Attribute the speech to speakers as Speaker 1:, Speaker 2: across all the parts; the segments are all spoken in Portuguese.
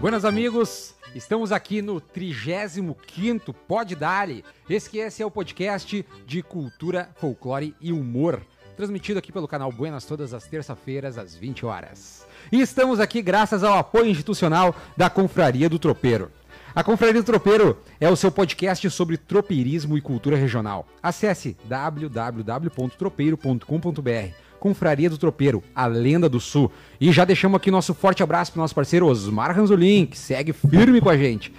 Speaker 1: Buenas amigos, estamos aqui no 35º Pod Dali. Esse que esse é o podcast de cultura, folclore e humor, transmitido aqui pelo canal Buenas todas as terça-feiras às 20 horas. E estamos aqui graças ao apoio institucional da Confraria do Tropeiro. A Confraria do Tropeiro é o seu podcast sobre tropeirismo e cultura regional. Acesse www.tropeiro.com.br. Confraria do Tropeiro, a lenda do sul. E já deixamos aqui nosso forte abraço para o nosso parceiro Osmar Ranzolin, que segue firme com a gente.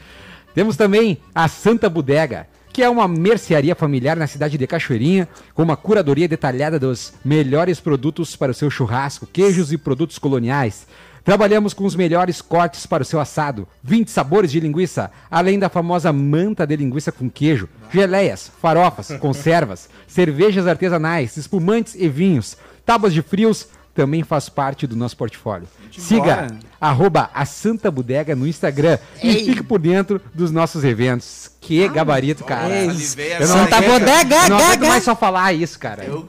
Speaker 1: Temos também a Santa Bodega, que é uma mercearia familiar na cidade de Cachoeirinha, com uma curadoria detalhada dos melhores produtos para o seu churrasco, queijos e produtos coloniais. Trabalhamos com os melhores cortes para o seu assado, 20 sabores de linguiça, além da famosa manta de linguiça com queijo, geleias, farofas, conservas, cervejas artesanais, espumantes e vinhos, tábuas de frios, também faz parte do nosso portfólio. Siga
Speaker 2: embora.
Speaker 1: É. arroba a Santa Bodega no Instagram e
Speaker 3: Ei.
Speaker 1: fique por dentro dos nossos eventos. Que gabarito, cara.
Speaker 2: Ei,
Speaker 1: Eu não
Speaker 3: Santa
Speaker 1: aguento-
Speaker 3: Bodega,
Speaker 1: eu não
Speaker 3: gaga.
Speaker 1: aguento mais só falar isso, cara.
Speaker 2: Eu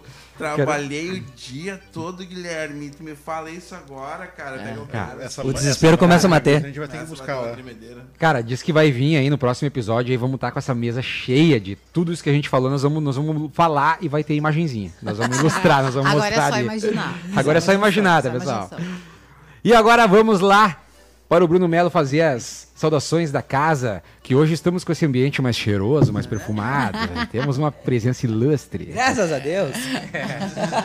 Speaker 2: trabalhei o dia todo, Guilherme. Tu me fala isso agora, cara. Pega o cara.
Speaker 4: É, Essa-
Speaker 3: O
Speaker 4: essa
Speaker 3: desespero começa a
Speaker 4: barra,
Speaker 3: bater.
Speaker 4: A gente vai ter que
Speaker 2: Essa
Speaker 4: buscar é.
Speaker 2: bateu uma
Speaker 4: lá.
Speaker 2: tremedeira.
Speaker 1: Cara, diz que vai vir aí no próximo episódio e vamos estar com essa mesa cheia de tudo isso que a gente falou. Nós vamos, nós vamos falar e vai ter imagenzinha. Nós vamos ilustrar, nós vamos
Speaker 3: Agora é
Speaker 1: mostrar
Speaker 3: só
Speaker 1: ali.
Speaker 3: imaginar.
Speaker 1: Agora é só imaginar, tá,
Speaker 3: Só
Speaker 1: pessoal?
Speaker 3: imaginação.
Speaker 1: E agora vamos lá para o Bruno Melo fazer as saudações da casa, que hoje estamos com esse ambiente mais cheiroso, mais perfumado. né? Temos uma presença ilustre.
Speaker 5: Graças a Deus.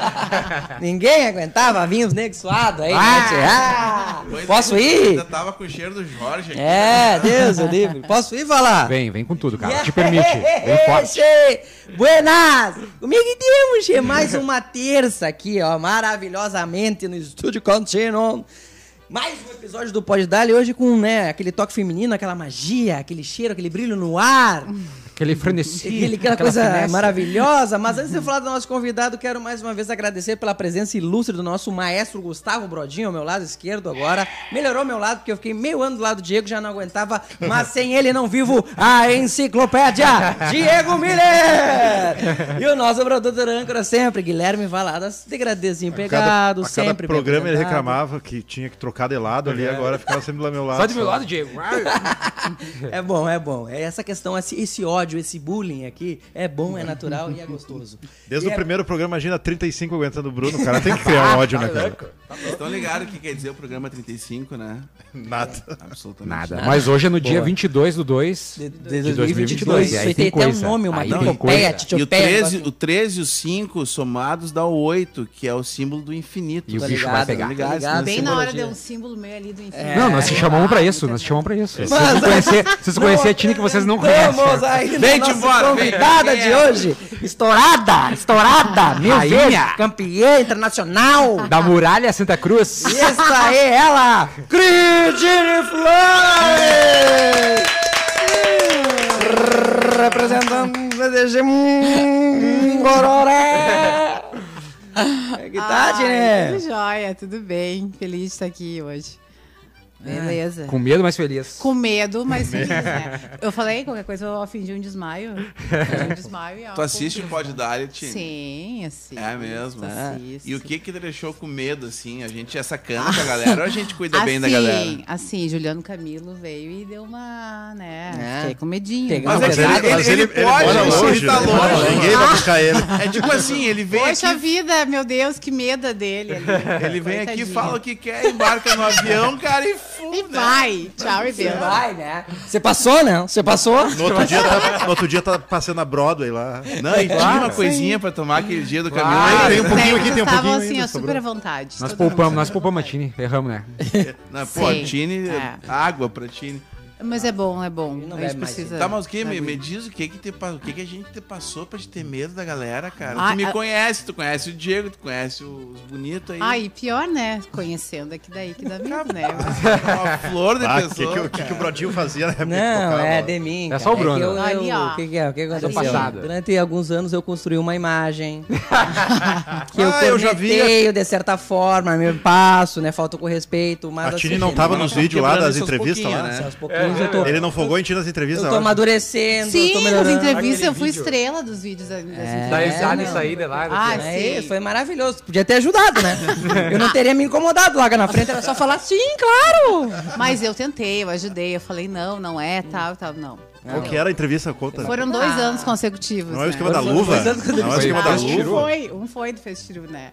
Speaker 5: Ninguém aguentava vinhos negros suados aí. né,
Speaker 1: Ah!
Speaker 5: tchê? Ah,
Speaker 2: Pois
Speaker 5: posso
Speaker 2: é,
Speaker 5: ir?
Speaker 2: Ainda tava com o cheiro do Jorge aqui.
Speaker 5: É, Deus eu livre. Posso ir falar?
Speaker 1: Vem, vem com tudo,
Speaker 5: É.
Speaker 1: cara. Te permite. Vem forte.
Speaker 5: Buenas! Comigo temos che, mais uma terça aqui, ó, maravilhosamente no Estúdio Contínuo. Mais um episódio do Pod Dali hoje com, né, aquele toque feminino, aquela magia, aquele cheiro, aquele brilho no ar.
Speaker 1: Aquele frenesi.
Speaker 5: Aquele- aquela, coisa
Speaker 1: finesse.
Speaker 5: maravilhosa. Mas antes de eu falar do nosso convidado, quero mais uma vez agradecer pela presença ilustre do nosso maestro Gustavo Brodinho, ao meu lado esquerdo agora. Melhorou meu lado, porque eu fiquei meio ano do lado do Diego, já não aguentava. Mas sem ele não vivo a enciclopédia Diego Miller! E o nosso produtor âncora sempre, Guilherme Valadas, degradês impecado,
Speaker 4: a cada
Speaker 5: sempre. bem
Speaker 4: programa ele
Speaker 5: apresentado.
Speaker 4: reclamava que tinha que trocar de lado ali, agora ficava sempre do meu lado.
Speaker 1: Sai do meu lado, Diego.
Speaker 5: É bom, é bom. É essa questão, esse, esse ódio, esse bullying aqui, é bom, é natural e é gostoso.
Speaker 4: Desde
Speaker 5: E
Speaker 4: o
Speaker 5: é-
Speaker 4: primeiro programa, imagina 35 aguentando o Bruno, o cara tem que criar um ódio, né, cara?
Speaker 2: Vocês estão ligados o que quer dizer o programa 35, né?
Speaker 4: Nada.
Speaker 2: Absolutamente
Speaker 1: Nada. Mas hoje é no dia
Speaker 5: Boa.
Speaker 1: 22 do 2
Speaker 5: De,
Speaker 1: de 2022. E
Speaker 5: 2022. Isso
Speaker 1: aí
Speaker 5: aí
Speaker 1: tem
Speaker 5: tem até um
Speaker 1: coisa.
Speaker 5: nome, uma
Speaker 1: Aí tem
Speaker 5: titopeia,
Speaker 1: coisa.
Speaker 2: E o
Speaker 5: titopeia.
Speaker 2: 13, o 13 e o 5 somados dá o 8, que é o símbolo do infinito.
Speaker 1: E o
Speaker 2: Tá
Speaker 1: bicho vai
Speaker 2: ligado?
Speaker 1: pegar.
Speaker 2: Tá ligado?
Speaker 5: Tá ligado.
Speaker 2: Esse
Speaker 3: Bem na hora
Speaker 5: Simbologia.
Speaker 3: deu um símbolo meio ali do infinito.
Speaker 2: É.
Speaker 1: Não, nós te chamamos pra isso, nós te chamamos pra isso. Vocês vão conhecer, vocês
Speaker 5: Não é
Speaker 1: conhecer a Tini é que vocês não
Speaker 5: apresentamos
Speaker 1: conhecem.
Speaker 5: ainda
Speaker 2: Vem
Speaker 5: a nossa
Speaker 2: embora, vem.
Speaker 5: convidada
Speaker 2: Quem
Speaker 5: de
Speaker 2: é?
Speaker 5: hoje, estourada, estourada, mil
Speaker 1: Rainha.
Speaker 5: vezes campeã internacional.
Speaker 1: Da Muralha Santa Cruz.
Speaker 5: E essa aí é ela, Cristina Flores! Representando o CDG Gororé! É que tá,
Speaker 3: Ai,
Speaker 5: Tine?
Speaker 3: Tudo jóia, tudo bem. Feliz de estar aqui hoje. Beleza.
Speaker 1: Com medo, mas feliz.
Speaker 3: Com medo, mas feliz, né? Eu falei qualquer coisa, eu ofendi um desmaio. Ofendi Um desmaio e
Speaker 2: Tu assiste o Pod Dali, Tini?
Speaker 3: Sim, assisto.
Speaker 2: É mesmo?
Speaker 3: Assisto.
Speaker 2: E o que que te deixou com medo, assim? A gente é sacana com a galera ou a gente cuida bem da
Speaker 3: Assim,
Speaker 2: galera?
Speaker 3: Assim, Juliano Camilo veio e deu uma, né?
Speaker 5: É.
Speaker 3: Fiquei com medinho.
Speaker 5: Pegou
Speaker 2: Mas
Speaker 5: Não,
Speaker 2: é que ele,
Speaker 5: pesado,
Speaker 2: ele,
Speaker 4: mas
Speaker 2: ele pode,
Speaker 4: mora
Speaker 2: ele
Speaker 4: longe,
Speaker 2: tá
Speaker 4: ele
Speaker 2: longe.
Speaker 4: mora longe, Ninguém vai buscar ele.
Speaker 2: É tipo assim, ele vem
Speaker 3: Poxa
Speaker 2: aqui,
Speaker 3: vida, meu Deus, que medo dele. ali.
Speaker 2: ele vem aqui,
Speaker 3: Coitadinho.
Speaker 2: fala o que quer, embarca no avião, cara, e
Speaker 3: E
Speaker 2: fuma.
Speaker 3: vai. Tchau e beijo.
Speaker 5: Vai, né? Você passou, né? Você passou?
Speaker 4: No outro dia tá, no outro dia tá passando a Broadway lá.
Speaker 2: Não, e tinha uma coisinha pra tomar aquele dia do Camilo.
Speaker 4: Claro.
Speaker 2: Ele
Speaker 4: Tem um pouquinho aqui,
Speaker 3: Vocês
Speaker 4: tem um
Speaker 3: estavam
Speaker 4: pouquinho
Speaker 3: assim,
Speaker 4: ainda,
Speaker 3: ó,
Speaker 4: sobrou.
Speaker 3: super à vontade.
Speaker 1: Nós
Speaker 3: todo mundo
Speaker 1: poupamos, nós
Speaker 3: super à
Speaker 1: poupamos a
Speaker 3: vontade.
Speaker 1: Tini, erramos, né?
Speaker 2: Na, pô,
Speaker 3: Sim.
Speaker 2: Tini,
Speaker 3: É.
Speaker 2: água pra Tini.
Speaker 3: Mas é bom, é bom.
Speaker 5: Ele não
Speaker 3: A gente
Speaker 5: bebe mais,
Speaker 3: precisa.
Speaker 2: Tá, mas o que? Me,
Speaker 3: sabe?
Speaker 2: me diz o que que, te, pa- o que que a gente te passou pra te ter medo da galera, cara.
Speaker 3: Ai,
Speaker 2: tu me
Speaker 3: a-
Speaker 2: conhece, tu conhece o Diego, tu conhece os bonitos aí.
Speaker 3: Ai, pior, né? Conhecendo é que daí que dá medo, né?
Speaker 2: Uma flor de
Speaker 4: Ah, o que,
Speaker 2: pessoa.
Speaker 4: que, o- que que o
Speaker 2: cara.
Speaker 4: Brodinho fazia na época? que
Speaker 5: Não,
Speaker 4: tocava
Speaker 5: é
Speaker 4: lá?
Speaker 5: de mim.
Speaker 1: É só o
Speaker 5: cara.
Speaker 1: Bruno.
Speaker 5: que eu- eu-
Speaker 3: Ali, ó.
Speaker 5: O que, que é? O que aconteceu?
Speaker 1: passado.
Speaker 5: Durante alguns anos eu construí uma imagem. que eu
Speaker 4: Ah, eu já vi.
Speaker 5: corneteio, de certa forma, me passo, né? Falta com respeito. Mas
Speaker 4: A Tini
Speaker 5: assim,
Speaker 4: não tava
Speaker 5: né?
Speaker 4: nos vídeos lá
Speaker 2: Quebrando
Speaker 4: das
Speaker 2: isso aos
Speaker 4: entrevistas lá,
Speaker 2: pouquinhos,
Speaker 5: Assim,
Speaker 4: né? é,
Speaker 5: aos pouquinhos, alguns eu tô,
Speaker 4: Ele não fogou em ti nas entrevistas.
Speaker 5: eu tô
Speaker 4: ó.
Speaker 5: amadurecendo, eu tô
Speaker 3: Sim, nas
Speaker 5: melhorando.
Speaker 3: entrevistas eu
Speaker 1: Aquele
Speaker 3: fui
Speaker 1: vídeo.
Speaker 3: estrela dos vídeos da- das entrevistas.
Speaker 4: Tá,
Speaker 1: Da risada e
Speaker 3: né?
Speaker 1: saída lá. não
Speaker 3: Ah,
Speaker 1: sei.
Speaker 5: É,
Speaker 3: sim.
Speaker 5: foi maravilhoso. Podia ter ajudado, né? Eu não teria me incomodado lá na frente, era só falar sim, claro.
Speaker 3: Mas eu tentei, eu ajudei, eu falei, não, não é, tal, tal, não.
Speaker 4: Qual que era a entrevista? Conta.
Speaker 3: Foram dois anos consecutivos.
Speaker 4: Tá. Não é o
Speaker 3: né?
Speaker 4: esquema da
Speaker 5: Dois
Speaker 4: luva?
Speaker 5: anos quando ele
Speaker 4: Não é o esquema da
Speaker 3: Ah,
Speaker 1: Fez
Speaker 3: um
Speaker 1: tiro?
Speaker 4: luva?
Speaker 3: foi, um foi do Festiru, né?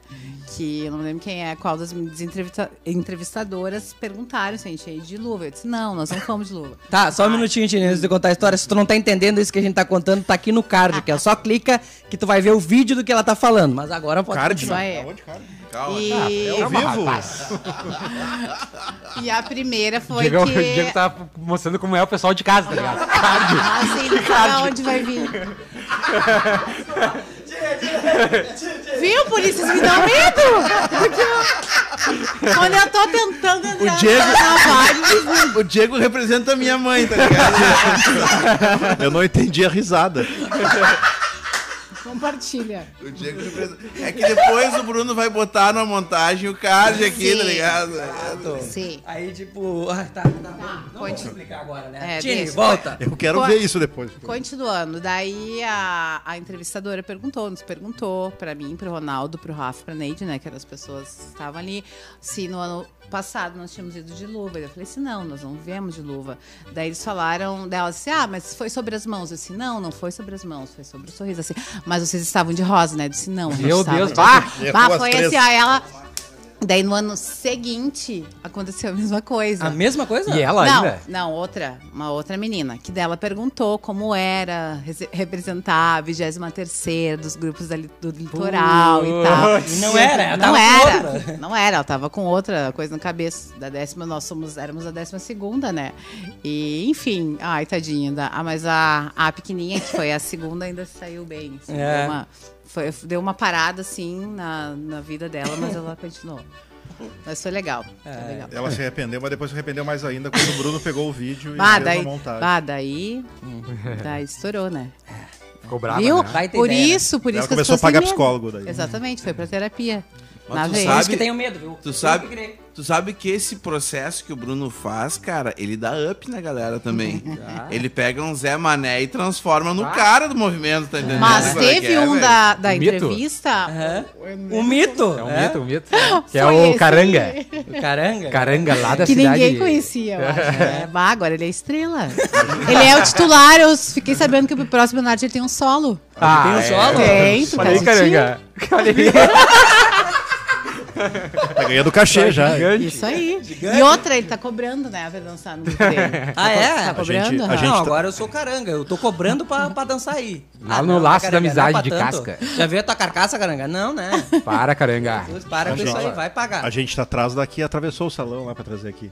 Speaker 3: Que eu não lembro quem é, qual das minhas entrevista- entrevistadoras perguntaram se a gente ia ir de luva. Eu disse, não, nós não fomos de luva.
Speaker 5: Tá, só um minutinho, Tini, antes de contar a história. Se tu não tá entendendo isso que a gente tá contando, tá aqui no card, que é só clica que tu vai ver o vídeo do que ela tá falando. Mas agora pode.
Speaker 4: Card?
Speaker 3: Isso aí.
Speaker 4: Aonde card?
Speaker 2: Calma.
Speaker 3: E,
Speaker 4: Ao vivo?
Speaker 3: e a primeira foi
Speaker 1: Diego,
Speaker 3: que...
Speaker 1: o Diego tá mostrando como é o pessoal de casa, tá ligado? Cardio.
Speaker 3: Ah, sim,
Speaker 1: Tá
Speaker 3: não sabe aonde vai vir. Viu, por isso vocês me dão medo? Porque eu- quando eu tô tentando entrar
Speaker 2: Diego-
Speaker 3: na vibe,
Speaker 2: O Diego representa a minha mãe, tá ligado?
Speaker 4: Eu não entendi a risada.
Speaker 3: compartilha.
Speaker 2: O Diego representa... É que depois o Bruno vai botar na montagem o card aqui,
Speaker 3: Sim.
Speaker 2: tá ligado?
Speaker 3: Sim.
Speaker 5: Aí, tipo, ah, tá, tá bom. Não vou
Speaker 3: Conte-
Speaker 5: explicar agora, né?
Speaker 3: É,
Speaker 5: Tini,
Speaker 3: deixa.
Speaker 5: volta.
Speaker 4: Eu quero
Speaker 3: Pô.
Speaker 4: ver isso depois.
Speaker 3: Continuando, daí a, a entrevistadora perguntou, nos perguntou pra mim, pro Ronaldo, pro Rafa, pra Neide, né, que eram as pessoas que estavam ali, se no ano passado nós tínhamos ido de luva. Eu falei assim, não, nós não viemos de luva. Daí eles falaram, daí ela disse, ah, mas foi sobre as mãos. Eu disse, não, não foi sobre as mãos, foi sobre o sorriso. Assim, mas vocês estavam de rosa, né? Eu disse, não, a gente
Speaker 1: Meu
Speaker 3: estava
Speaker 1: Deus,
Speaker 3: de
Speaker 1: bah!
Speaker 3: rosa."
Speaker 4: Errou
Speaker 3: Bah,
Speaker 4: as
Speaker 3: foi
Speaker 4: três.
Speaker 3: assim, ó, ela... Daí no ano seguinte aconteceu a mesma coisa.
Speaker 5: A mesma coisa?
Speaker 1: E ela
Speaker 3: não,
Speaker 1: ainda?
Speaker 3: não, outra, uma outra menina, que dela perguntou como era rese- representar a 23 dos grupos da li- do litoral e tal.
Speaker 5: E não era, ela
Speaker 3: Não
Speaker 5: tava com
Speaker 3: era,
Speaker 5: outra.
Speaker 3: não era, ela tava com outra coisa na cabeça. Da décima, nós somos, éramos a décima segunda, né? E, enfim, ai, tadinha. da- ah, mas a, a pequenininha, que foi a segunda, ainda saiu bem. assim,
Speaker 5: É.
Speaker 3: deu, uma, foi- deu uma parada, assim, na, na vida dela, mas ela continuou. Mas foi legal,
Speaker 5: É.
Speaker 3: foi legal.
Speaker 4: Ela se arrependeu, mas depois se arrependeu mais ainda quando o Bruno pegou o vídeo e
Speaker 3: Bah,
Speaker 4: fez
Speaker 3: daí,
Speaker 4: a montagem.
Speaker 3: bah, daí,
Speaker 2: Hum.
Speaker 3: daí estourou, né?
Speaker 1: Ficou bravo,
Speaker 3: Viu?
Speaker 1: né?
Speaker 5: Vai ter
Speaker 3: Por
Speaker 5: ideia, né?
Speaker 3: isso, por
Speaker 4: Ela
Speaker 3: isso que as
Speaker 4: começou a
Speaker 3: pessoas têm
Speaker 4: pagar
Speaker 3: medo.
Speaker 4: psicólogo daí.
Speaker 3: Exatamente, foi pra terapia.
Speaker 2: Mas
Speaker 3: Na
Speaker 2: tu
Speaker 3: vez.
Speaker 5: Por isso
Speaker 2: sabe-
Speaker 5: que tenho medo, viu?
Speaker 2: Tu sabe,
Speaker 5: Tem que crer.
Speaker 2: tu sabe que esse processo que o Bruno faz, cara, ele dá up na galera também. ele pega um Zé Mané e transforma no cara do movimento, tá entendendo?
Speaker 3: Ah. Mas
Speaker 2: qual é que
Speaker 3: teve
Speaker 2: é,
Speaker 3: um
Speaker 2: velho?
Speaker 3: da, da
Speaker 1: Um mito?
Speaker 3: entrevista.
Speaker 5: Aham. O mito.
Speaker 1: É um
Speaker 5: né?
Speaker 1: mito, um mito. Que é
Speaker 3: Foi
Speaker 1: o
Speaker 3: esse.
Speaker 1: Caranga.
Speaker 5: Caranga.
Speaker 1: Caranga lá da
Speaker 3: Que
Speaker 1: cidade.
Speaker 3: ninguém conhecia, eu acho. É. Bah, agora ele é estrela. ele é o titular, eu fiquei sabendo que o próximo Leonardo ele tem um solo.
Speaker 1: Ah,
Speaker 5: Tem um
Speaker 1: é.
Speaker 5: solo?
Speaker 3: Tem, tu tá
Speaker 1: Olha aí,
Speaker 3: assistindo?
Speaker 1: Caranga. Olha
Speaker 4: Tá ganhando cachê já.
Speaker 1: aí, é gigante.
Speaker 3: Isso aí. E outra, ele tá cobrando, né, pra dançar no grupo dele.
Speaker 5: Ah, é?
Speaker 3: Tá
Speaker 5: A
Speaker 3: cobrando?
Speaker 4: gente- a
Speaker 3: aham.
Speaker 4: gente
Speaker 5: não,
Speaker 4: tá-
Speaker 5: agora eu sou caranga. Eu tô cobrando pra, pra dançar aí.
Speaker 1: Lá no
Speaker 5: não,
Speaker 1: laço da
Speaker 5: caranga,
Speaker 1: amizade
Speaker 5: não é
Speaker 1: de
Speaker 5: pra tanto.
Speaker 1: casca.
Speaker 5: Já veio a tua carcaça, caranga? Não, né?
Speaker 1: Para, Caranga.
Speaker 5: Jesus, para com
Speaker 4: Gente,
Speaker 5: isso aí, vai pagar.
Speaker 4: A gente tá atrás daqui e atravessou o salão lá pra trazer aqui.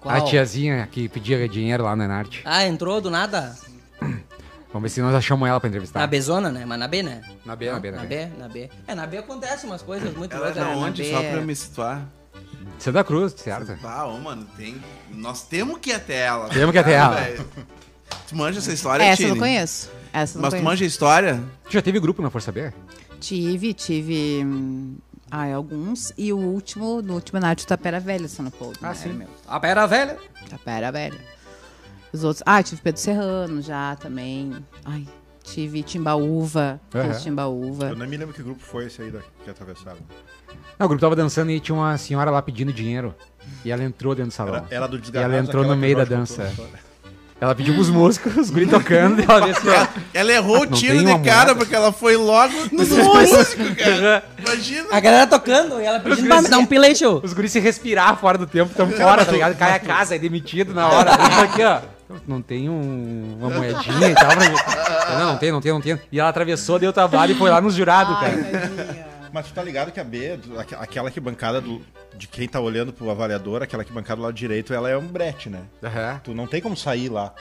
Speaker 5: Qual?
Speaker 1: A tiazinha que pedia dinheiro lá na Enarte.
Speaker 5: Ah, entrou do nada?
Speaker 1: Vamos ver se nós achamos ela pra
Speaker 2: Tá.
Speaker 1: entrevistar.
Speaker 5: Na Bzona, né? Mas na B, né?
Speaker 1: Na B,
Speaker 5: Não?
Speaker 1: na B, na
Speaker 5: na B. Na B. É, na B acontece umas coisas muito
Speaker 2: Ela é
Speaker 5: loucas.
Speaker 2: da
Speaker 5: né?
Speaker 2: onde?
Speaker 3: B,
Speaker 2: Só
Speaker 3: é.
Speaker 2: pra me situar.
Speaker 1: Santa Cruz, certo?
Speaker 2: Ah, ô, mano, tem. Nós temos que ir até ela. Tá,
Speaker 1: Temos que ir até ela.
Speaker 2: velho? Tu manja essa história,
Speaker 3: Essa eu não
Speaker 2: Tini?
Speaker 3: conheço. Essa eu não
Speaker 2: Mas tu
Speaker 3: conheço.
Speaker 2: manja a história?
Speaker 1: Tu já teve grupo na Força B?
Speaker 3: Tive, tive. hum, Ah, alguns. E o último, no último Nath, Tapera Velha, São Paulo. Ah, sim. Meu.
Speaker 5: A Pera Velha.
Speaker 3: Tapera Velha. Os outros. Ah, tive Pedro Serrano já também. Ai, tive Timbaúva.
Speaker 1: Aham.
Speaker 3: Fiz
Speaker 4: Eu
Speaker 3: Timbaúva.
Speaker 4: nem me lembro que grupo foi esse aí da- que atravessaram.
Speaker 1: Não, o grupo tava dançando e tinha uma senhora lá pedindo dinheiro. E ela entrou dentro do salão.
Speaker 4: Era, era do
Speaker 1: e
Speaker 4: desgarrado.
Speaker 1: ela entrou
Speaker 4: aquela
Speaker 1: no
Speaker 4: que
Speaker 1: meio da
Speaker 4: nós
Speaker 1: dança.
Speaker 4: contou na história.
Speaker 1: Ela pediu pros músicos, os guri tocando, e ela veio assim, ó.
Speaker 2: Ela errou o
Speaker 1: Não
Speaker 2: tiro
Speaker 1: tem
Speaker 2: de
Speaker 1: uma
Speaker 2: cara
Speaker 1: moeda.
Speaker 2: porque ela foi logo nos músicos, cara. Imagina.
Speaker 5: A galera tocando e ela pedindo pra
Speaker 1: guri-
Speaker 5: me dar um pilete, ô.
Speaker 1: Os guris se respirar fora do tempo, estão fora, tá ligado? Cai a casa, é demitido na hora. Aqui, ó. Não tem um- uma moedinha e tal pra mim. Eu, Não, não tem, não tem, não tem. E ela atravessou, deu trabalho e foi lá nos jurados, cara.
Speaker 4: Mas tu tá ligado que a B, do- aque- aquela que bancada do- de quem tá olhando pro avaliador, aquela que bancada do lado direito, ela é um brete, né?
Speaker 1: Aham.
Speaker 4: Tu não tem como sair lá.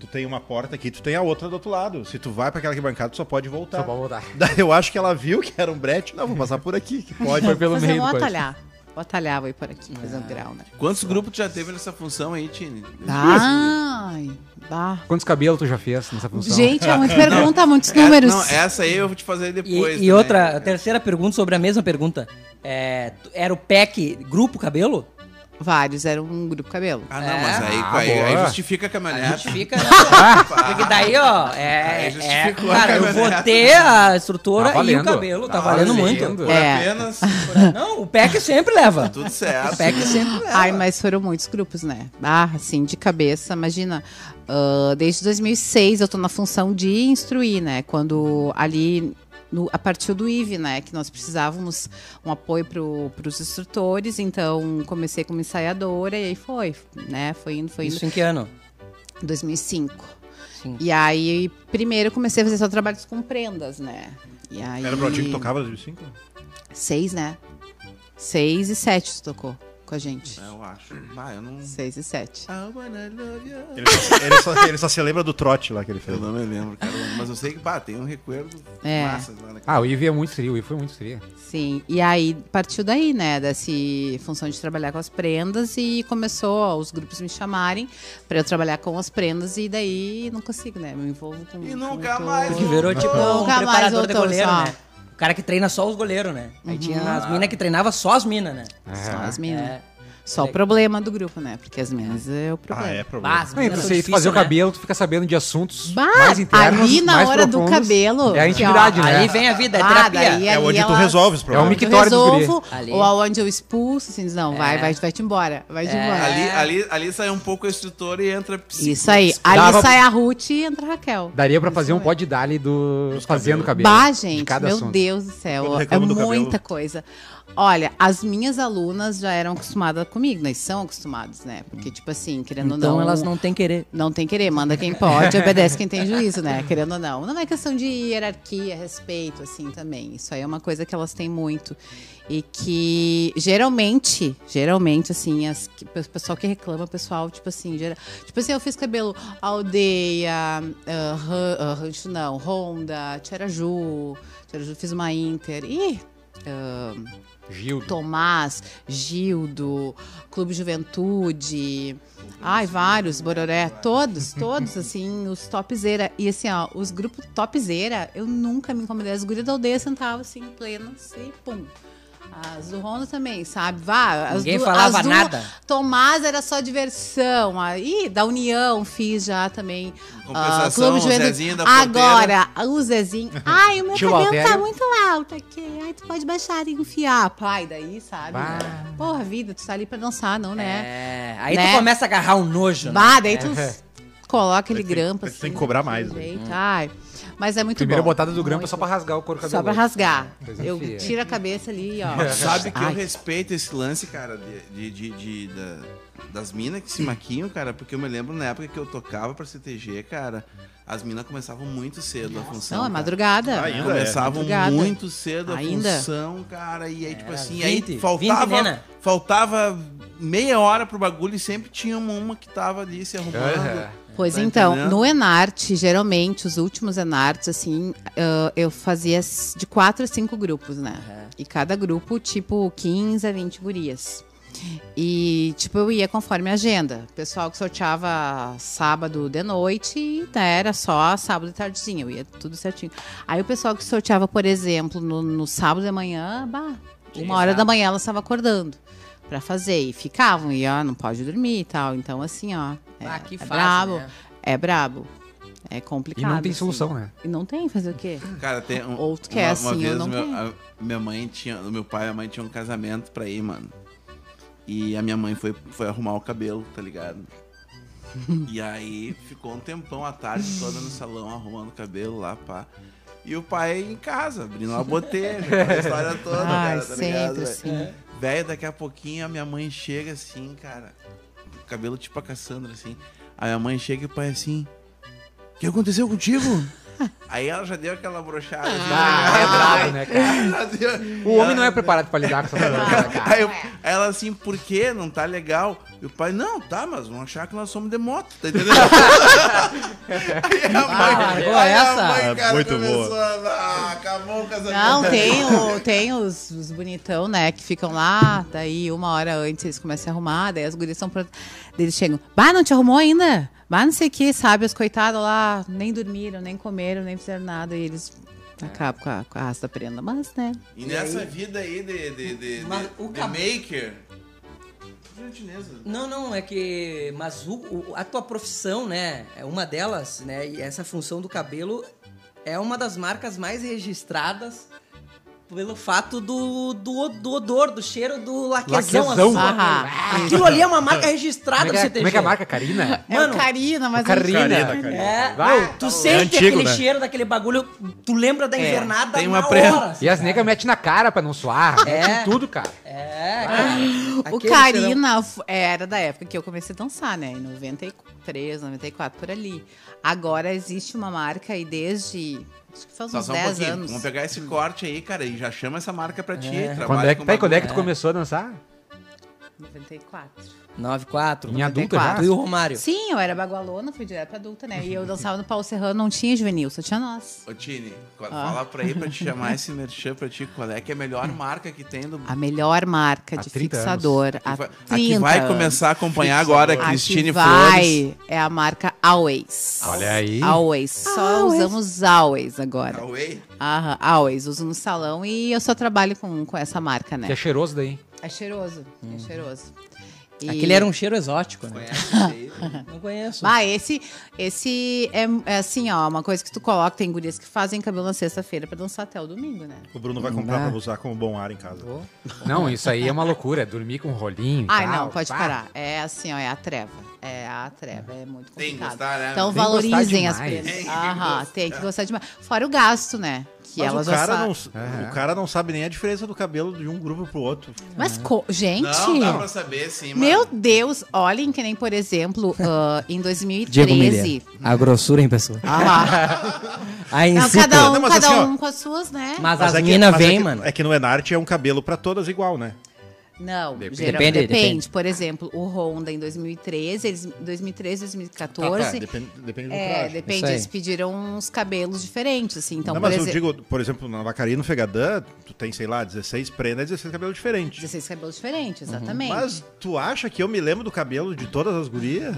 Speaker 4: Tu tem uma porta aqui, tu tem a outra do outro lado. Se tu vai pra aquela que bancada, tu só pode voltar.
Speaker 1: Só pra voltar.
Speaker 4: Daí eu acho que ela viu que era um brete. Não, vou passar por aqui, que pode.
Speaker 1: Foi pelo
Speaker 3: Mas
Speaker 1: meio
Speaker 3: eu
Speaker 1: do
Speaker 3: vou
Speaker 1: coisa.
Speaker 3: atalhar. Vou atalhar, vou ir por aqui, fazer um grau, né?
Speaker 2: Quantos grupos tu já teve nessa função aí, Tini?
Speaker 3: Ah, Ai, bah.
Speaker 1: Quantos cabelos tu já fez nessa função?
Speaker 3: Gente, é muita pergunta, muitos
Speaker 2: É,
Speaker 3: números.
Speaker 2: não, essa aí eu vou te fazer
Speaker 5: E,
Speaker 2: depois.
Speaker 5: e
Speaker 2: também.
Speaker 5: outra, a terceira pergunta sobre a mesma pergunta. É, tu- era o PEC grupo cabelo?
Speaker 3: Vários, era um grupo cabelo.
Speaker 2: Ah, não,
Speaker 3: É.
Speaker 2: mas aí,
Speaker 1: Ah,
Speaker 2: aí, aí
Speaker 1: boa.
Speaker 2: justifica a tá caminhonete.
Speaker 5: Justifica, né? Porque daí, ó, é.
Speaker 2: É. Ah. Aí
Speaker 5: é
Speaker 2: justificou a
Speaker 5: cara, eu
Speaker 2: caminhonete.
Speaker 5: vou ter a estrutura
Speaker 1: Tá
Speaker 5: e o
Speaker 1: valendo.
Speaker 5: cabelo. Tá
Speaker 2: Tá
Speaker 5: valendo
Speaker 2: valendo.
Speaker 5: muito.
Speaker 2: Por
Speaker 3: É.
Speaker 2: apenas.
Speaker 5: Não, o PEC sempre leva.
Speaker 2: Tudo
Speaker 5: O
Speaker 2: certo.
Speaker 5: PEC sempre leva.
Speaker 3: Ai, mas foram muitos grupos, né? Ah, assim, de cabeça, imagina. ah, desde 2006 eu tô na função de instruir, né? Quando ali, no- a partir do IVE, né? Que nós precisávamos um apoio para os instrutores. Então, comecei como ensaiadora e aí foi, né? Foi indo, foi indo.
Speaker 5: Isso em que ano?
Speaker 3: 2005.
Speaker 5: Sim.
Speaker 3: E aí, primeiro eu comecei a fazer só trabalhos com prendas, né? E aí...
Speaker 4: Era o Brodinho que tocava em 2005?
Speaker 3: Seis, né? Seis e sete tu tocou com a gente.
Speaker 2: Eu acho. Vai, eu não.
Speaker 3: Seis e sete.
Speaker 2: I wanna love you.
Speaker 4: Ele só, ele só- ele só se lembra do trote lá que ele fez.
Speaker 2: Eu não me lembro, cara. Mas eu sei que, pá, tem um recuerdo
Speaker 3: É.
Speaker 2: massa né, lá na
Speaker 1: Ah, o Ivy é muito frio, o Ivy foi muito frio.
Speaker 3: Sim. E aí, partiu daí, né? Dessa função de trabalhar com as prendas e começou ó, os grupos me chamarem pra eu trabalhar com as prendas e daí não consigo, né? Me envolvo com...
Speaker 2: E
Speaker 3: com
Speaker 2: nunca
Speaker 3: muito-
Speaker 2: mais
Speaker 5: Que virou tipo um
Speaker 3: Nunca mais
Speaker 5: preparador de
Speaker 3: voltou,
Speaker 5: goleiro,
Speaker 3: só. Uhum.
Speaker 5: né? O cara que treina só os goleiros, né? Aí tinha as minas que treinava só as minas, né?
Speaker 3: Só as meninas.
Speaker 5: É.
Speaker 3: Só o problema do grupo, né? Porque as meninas é o problema.
Speaker 4: Ah, é problema.
Speaker 5: Bah, as
Speaker 1: Não, tá e
Speaker 5: minas
Speaker 1: tu,
Speaker 5: são
Speaker 1: sei, tu
Speaker 5: difíceis,
Speaker 1: fazer o
Speaker 5: né?
Speaker 1: cabelo, tu fica sabendo de assuntos
Speaker 3: Bah,
Speaker 1: mais internos,
Speaker 3: ali na
Speaker 1: mais
Speaker 3: hora do
Speaker 1: profundos.
Speaker 3: cabelo,
Speaker 1: É a
Speaker 3: que,
Speaker 1: intimidade,
Speaker 3: ó,
Speaker 1: né?
Speaker 5: Aí vem a vida, é
Speaker 3: Ah,
Speaker 5: terapia.
Speaker 3: daí
Speaker 4: é
Speaker 3: ali
Speaker 4: onde tu
Speaker 3: elas-
Speaker 4: resolve os problemas.
Speaker 1: É um
Speaker 3: Eu
Speaker 1: mictório do guri.
Speaker 3: resolvo,
Speaker 5: Ali. É.
Speaker 3: ou aonde eu expulso, assim, diz, não, vai, vai, vai-te embora, vai-te embora.
Speaker 2: Ali, ali, ali sai um pouco o instrutor e entra psico-
Speaker 3: Isso aí,
Speaker 1: Dava-
Speaker 3: ali sai a Ruth e entra a Raquel.
Speaker 1: Daria pra fazer um pod dali do fazendo cabelo.
Speaker 3: Bah,
Speaker 1: de
Speaker 3: gente,
Speaker 1: cada
Speaker 3: meu
Speaker 1: assunto.
Speaker 3: Deus do céu,
Speaker 4: Quando
Speaker 3: é
Speaker 4: reclama do
Speaker 3: muita
Speaker 4: cabelo.
Speaker 3: coisa. Olha, as minhas alunas já eram acostumadas comigo, né? São acostumadas, né? Porque, tipo assim, querendo
Speaker 5: Então
Speaker 3: ou não...
Speaker 5: elas não têm querer.
Speaker 3: Não tem querer, manda quem pode, obedece quem tem juízo, né? Querendo ou não. Não é questão de hierarquia, respeito, assim, também. Isso aí é uma coisa que elas têm muito. E que geralmente, geralmente, assim, as, que- o pessoal que reclama, o pessoal, tipo assim, gera- tipo assim, eu fiz cabelo aldeia, ah, Ran- ah, rancho não, Honda, Tiaraju, Tiaraju fiz uma Inter. Ih! ah,
Speaker 1: Gildo.
Speaker 3: Tomás, Gildo, Clube Juventude, ai, vários, Bororé, todos, todos, assim, os topzera. E assim, ó, os grupos topzera, eu nunca me incomodei. As gurias da aldeia sentavam assim, plenas e pum. As do Honda também, sabe? Vá, as
Speaker 5: Ninguém
Speaker 3: du-
Speaker 5: falava
Speaker 3: as du-
Speaker 5: nada.
Speaker 3: Tomás era só diversão. Aí, da União fiz já também.
Speaker 2: Compensação,
Speaker 3: ah, Clube
Speaker 2: o
Speaker 3: Juventude.
Speaker 2: Zezinho da
Speaker 3: Agora, o Zezinho. Ai, o meu
Speaker 1: Tio
Speaker 3: cabelo tá
Speaker 1: Altério.
Speaker 3: muito alto aqui. Ai, tu pode baixar e enfiar. Pai, daí, sabe?
Speaker 1: Bah.
Speaker 3: Porra, vida, tu tá ali pra dançar, não,
Speaker 5: É.
Speaker 3: né?
Speaker 5: Aí
Speaker 3: Né?
Speaker 5: tu começa a agarrar o nojo, né?
Speaker 3: Bah, daí tu coloca ele
Speaker 4: Tem-
Speaker 3: grampa.
Speaker 4: tem que cobrar mais, né?
Speaker 3: daquele jeito. Ai, mas é muito
Speaker 1: Primeira
Speaker 3: bom.
Speaker 1: botada do grampo é
Speaker 3: Muito
Speaker 1: só pra rasgar o couro
Speaker 3: bom.
Speaker 1: cabeludo.
Speaker 3: Só pra rasgar.
Speaker 1: Coisa
Speaker 3: Eu
Speaker 1: feia.
Speaker 3: tiro a cabeça ali, ó.
Speaker 2: Sabe que
Speaker 3: Ai,
Speaker 2: eu respeito esse lance, cara, de, de, de- de- da- das minas que se maquiam, cara, porque eu me lembro na época que eu tocava pra CTG, cara, as minas começavam muito cedo a função.
Speaker 3: Não, é
Speaker 2: cara.
Speaker 3: madrugada.
Speaker 4: Ai, Ainda é.
Speaker 2: Começavam
Speaker 3: Madrugada.
Speaker 2: muito cedo a
Speaker 3: Ainda.
Speaker 2: função, cara, e aí, tipo
Speaker 5: Era
Speaker 2: assim,
Speaker 5: 20,
Speaker 2: aí faltava,
Speaker 5: 20, né?
Speaker 2: faltava meia hora pro bagulho e sempre tinha uma, uma que tava ali se arrumando.
Speaker 1: Aham.
Speaker 3: Pois
Speaker 2: Tá
Speaker 3: então,
Speaker 2: entendendo?
Speaker 3: no Enarte, geralmente, os últimos Enartes, assim, ah, eu fazia s- de quatro a cinco grupos, né? E cada grupo, tipo, 15 a 20 gurias. E, tipo, eu ia conforme a agenda. O pessoal que sorteava sábado de noite, e, né, era só sábado de tardezinha, eu ia tudo certinho. Aí o pessoal que sorteava, por exemplo, no, no sábado de manhã, bah, uma hora da manhã ela estava acordando pra fazer. E ficavam, e ó, não pode dormir e tal. Então, assim, ó. É,
Speaker 5: Ah, que
Speaker 3: é
Speaker 5: fase,
Speaker 3: brabo.
Speaker 5: né?
Speaker 3: É brabo. É
Speaker 1: E
Speaker 3: complicado.
Speaker 1: não tem
Speaker 3: assim.
Speaker 1: solução, né?
Speaker 3: E não tem, fazer o quê?
Speaker 2: Cara, tem um,
Speaker 3: Ou tu quer assim, ou não
Speaker 2: meu,
Speaker 3: quer.
Speaker 2: a- minha mãe tinha, o meu pai e a mãe tinham um casamento pra ir, mano. E a minha mãe foi, foi arrumar o cabelo, tá ligado? e aí ficou um tempão a tarde toda no salão arrumando o cabelo lá, pá. E o pai em casa, abrindo uma boteja, aquela história toda,
Speaker 3: Ai,
Speaker 2: cara, tá ligado?
Speaker 3: sempre
Speaker 2: velho?
Speaker 3: assim.
Speaker 2: Velho, daqui a pouquinho a minha mãe chega assim, cara. Cabelo tipo a Cassandra, assim. Aí a mãe chega e o pai assim. O que aconteceu contigo? Aí ela já deu aquela brochada. assim,
Speaker 1: Ah, é brabo, né, cara? O homem não é preparado pra lidar com essa coisa, cara.
Speaker 2: Aí eu- ela assim, por quê? Não tá legal. E o pai, não, tá, mas vão achar que nós somos de moto, tá entendendo? aí a mãe,
Speaker 1: Ah,
Speaker 5: largou
Speaker 2: aí
Speaker 5: essa?
Speaker 2: a
Speaker 4: É
Speaker 2: mãe, cara,
Speaker 4: muito
Speaker 2: começou
Speaker 4: boa.
Speaker 2: a- ah, acabou o casamento.
Speaker 3: Não, tem, o- tem os, os bonitão, né? Que ficam lá, daí uma hora antes eles começam a arrumar, daí as gurias são prontas. Daí Eles chegam, bah, não te arrumou ainda? Bah, não sei o que, sabe? Os coitados lá nem dormiram, nem comeram, nem fizeram nada. E eles acabam com a, com a raça da prenda. Mas, né?
Speaker 2: E nessa vida aí de, de, de,
Speaker 5: Mas
Speaker 2: de-
Speaker 5: o
Speaker 2: de
Speaker 5: cabelo-
Speaker 2: maker, por gentileza.
Speaker 5: Não, não, é que. Mas o- o- a tua profissão, né? É uma delas, né? E essa função do cabelo é uma das marcas mais registradas pelo fato do, do, do odor, do cheiro do laquezão.
Speaker 1: Laquezão.
Speaker 5: assim.
Speaker 3: Ah.
Speaker 5: Aquilo ali é uma marca registrada
Speaker 1: Como é,
Speaker 5: do
Speaker 1: que é,
Speaker 5: CTG.
Speaker 1: como é que é a marca, Karina?
Speaker 3: É um o
Speaker 5: Mano,
Speaker 3: Carina, mas... né?
Speaker 1: Carina.
Speaker 4: Carina, Carina.
Speaker 5: É,
Speaker 1: Vai.
Speaker 5: não, tu sente
Speaker 4: antigo,
Speaker 5: aquele
Speaker 4: né?
Speaker 5: cheiro daquele bagulho, tu lembra
Speaker 1: É,
Speaker 5: da invernada
Speaker 2: tem uma
Speaker 5: na
Speaker 2: pre-
Speaker 5: hora. assim,
Speaker 1: E as
Speaker 5: cara.
Speaker 1: negras metem na cara pra não suar.
Speaker 5: É.
Speaker 1: Mete em tudo, cara.
Speaker 5: É, cara.
Speaker 3: O
Speaker 5: Aquele cheirão.
Speaker 3: Carina f- é, era da época que eu comecei a dançar, né? Em 93, 94, por ali. Agora existe uma marca aí desde... Acho que faz
Speaker 2: Só,
Speaker 3: uns
Speaker 2: só um
Speaker 3: 10
Speaker 2: pouquinho.
Speaker 3: anos.
Speaker 2: Vamos pegar esse corte aí, cara, e já chama essa marca pra ti. trabalha
Speaker 1: Quando é, que,
Speaker 2: com
Speaker 1: peraí, quando é que
Speaker 2: bagulho.
Speaker 4: né?
Speaker 1: tu começou a dançar?
Speaker 3: 94.
Speaker 5: 9-4.
Speaker 1: Em adulta já?
Speaker 5: Tu e o Romário.
Speaker 3: Sim, eu era bagualona, fui direto pra adulta, né? E eu dançava no Paulo Serrano, não tinha juvenil, só tinha nós.
Speaker 2: Ô, Tini,
Speaker 3: Ah.
Speaker 2: qual- fala pra aí pra te chamar esse merchan pra ti. Qual é que é a melhor marca que tem do.
Speaker 3: Hum. A melhor marca
Speaker 1: Há
Speaker 3: de
Speaker 1: 30 anos.
Speaker 3: fixador
Speaker 2: que
Speaker 3: há
Speaker 2: vai-
Speaker 3: 30
Speaker 2: a que vai
Speaker 3: anos.
Speaker 2: começar a acompanhar agora,
Speaker 3: A que
Speaker 2: Cristine Flores.
Speaker 3: vai é a marca Always.
Speaker 1: Olha aí.
Speaker 3: Always. Só usamos Always agora.
Speaker 2: Away.
Speaker 3: Aham, Always. Uso no salão e eu só trabalho com, com essa marca,
Speaker 1: Que é
Speaker 3: né?
Speaker 1: cheiroso daí.
Speaker 3: É cheiroso. É cheiroso. E-
Speaker 5: Aquele era um cheiro exótico, né?
Speaker 2: Conhece isso aí?
Speaker 5: Não conheço.
Speaker 3: Ah, esse, esse é, é assim, ó, uma coisa que tu coloca, tem gurias que fazem cabelo na sexta-feira pra dançar até o domingo, né?
Speaker 4: O Bruno vai comprar pra usar como bom ar em casa.
Speaker 1: Não, isso aí é uma loucura. Dormir com um rolinho e
Speaker 3: Ai,
Speaker 1: tal,
Speaker 3: não, pode
Speaker 1: pá.
Speaker 3: parar. É assim, ó, é a treva. É a treva, é muito complicado.
Speaker 2: Tem que gostar, né?
Speaker 3: Então
Speaker 1: Tem que gostar
Speaker 3: valorizem as
Speaker 1: demais.
Speaker 2: Tem
Speaker 3: prendas.
Speaker 2: que
Speaker 3: Aham,
Speaker 2: gostar.
Speaker 3: tem que gostar demais. Fora o gasto, né? Que
Speaker 4: Mas
Speaker 3: elas
Speaker 4: o,
Speaker 3: já
Speaker 4: cara
Speaker 3: sabem.
Speaker 4: não, s-
Speaker 3: Ah.
Speaker 4: o cara não sabe nem a diferença do cabelo de um grupo pro outro.
Speaker 3: Mas, co- gente...
Speaker 2: Não, dá pra saber sim, mano.
Speaker 3: Meu Deus, olhem que nem, por exemplo, ah, em 2013.
Speaker 5: A grossura em pessoa.
Speaker 4: Ah
Speaker 5: A
Speaker 3: Não, cada um,
Speaker 4: Não, mas
Speaker 3: cada
Speaker 4: assim, ó.
Speaker 3: um com as suas, né?
Speaker 5: Mas,
Speaker 4: Mas
Speaker 5: as
Speaker 4: é que-
Speaker 5: minas
Speaker 4: mas é
Speaker 5: vêm,
Speaker 4: que-
Speaker 5: mano.
Speaker 4: É que no Enarte é um cabelo pra todas igual, né?
Speaker 3: Não,
Speaker 1: Depende.
Speaker 3: geral-
Speaker 5: Depende,
Speaker 3: depende,
Speaker 5: depende.
Speaker 3: Por exemplo, o Honda em 2013, eles, 2013, 2014.
Speaker 4: Tá, depende, depende do
Speaker 3: É,
Speaker 4: traje.
Speaker 5: Isso
Speaker 3: depende,
Speaker 5: aí.
Speaker 3: eles pediram uns cabelos diferentes, assim. Então,
Speaker 4: não,
Speaker 3: por
Speaker 4: mas
Speaker 3: exemplo.
Speaker 4: eu digo, por exemplo, na vacaria e no Fegadã, tu tem, sei lá, 16 prendas e 16 cabelos diferentes.
Speaker 3: 16 cabelos diferentes, exatamente.
Speaker 4: Uhum. Mas tu acha que eu me lembro do cabelo de todas as gurias?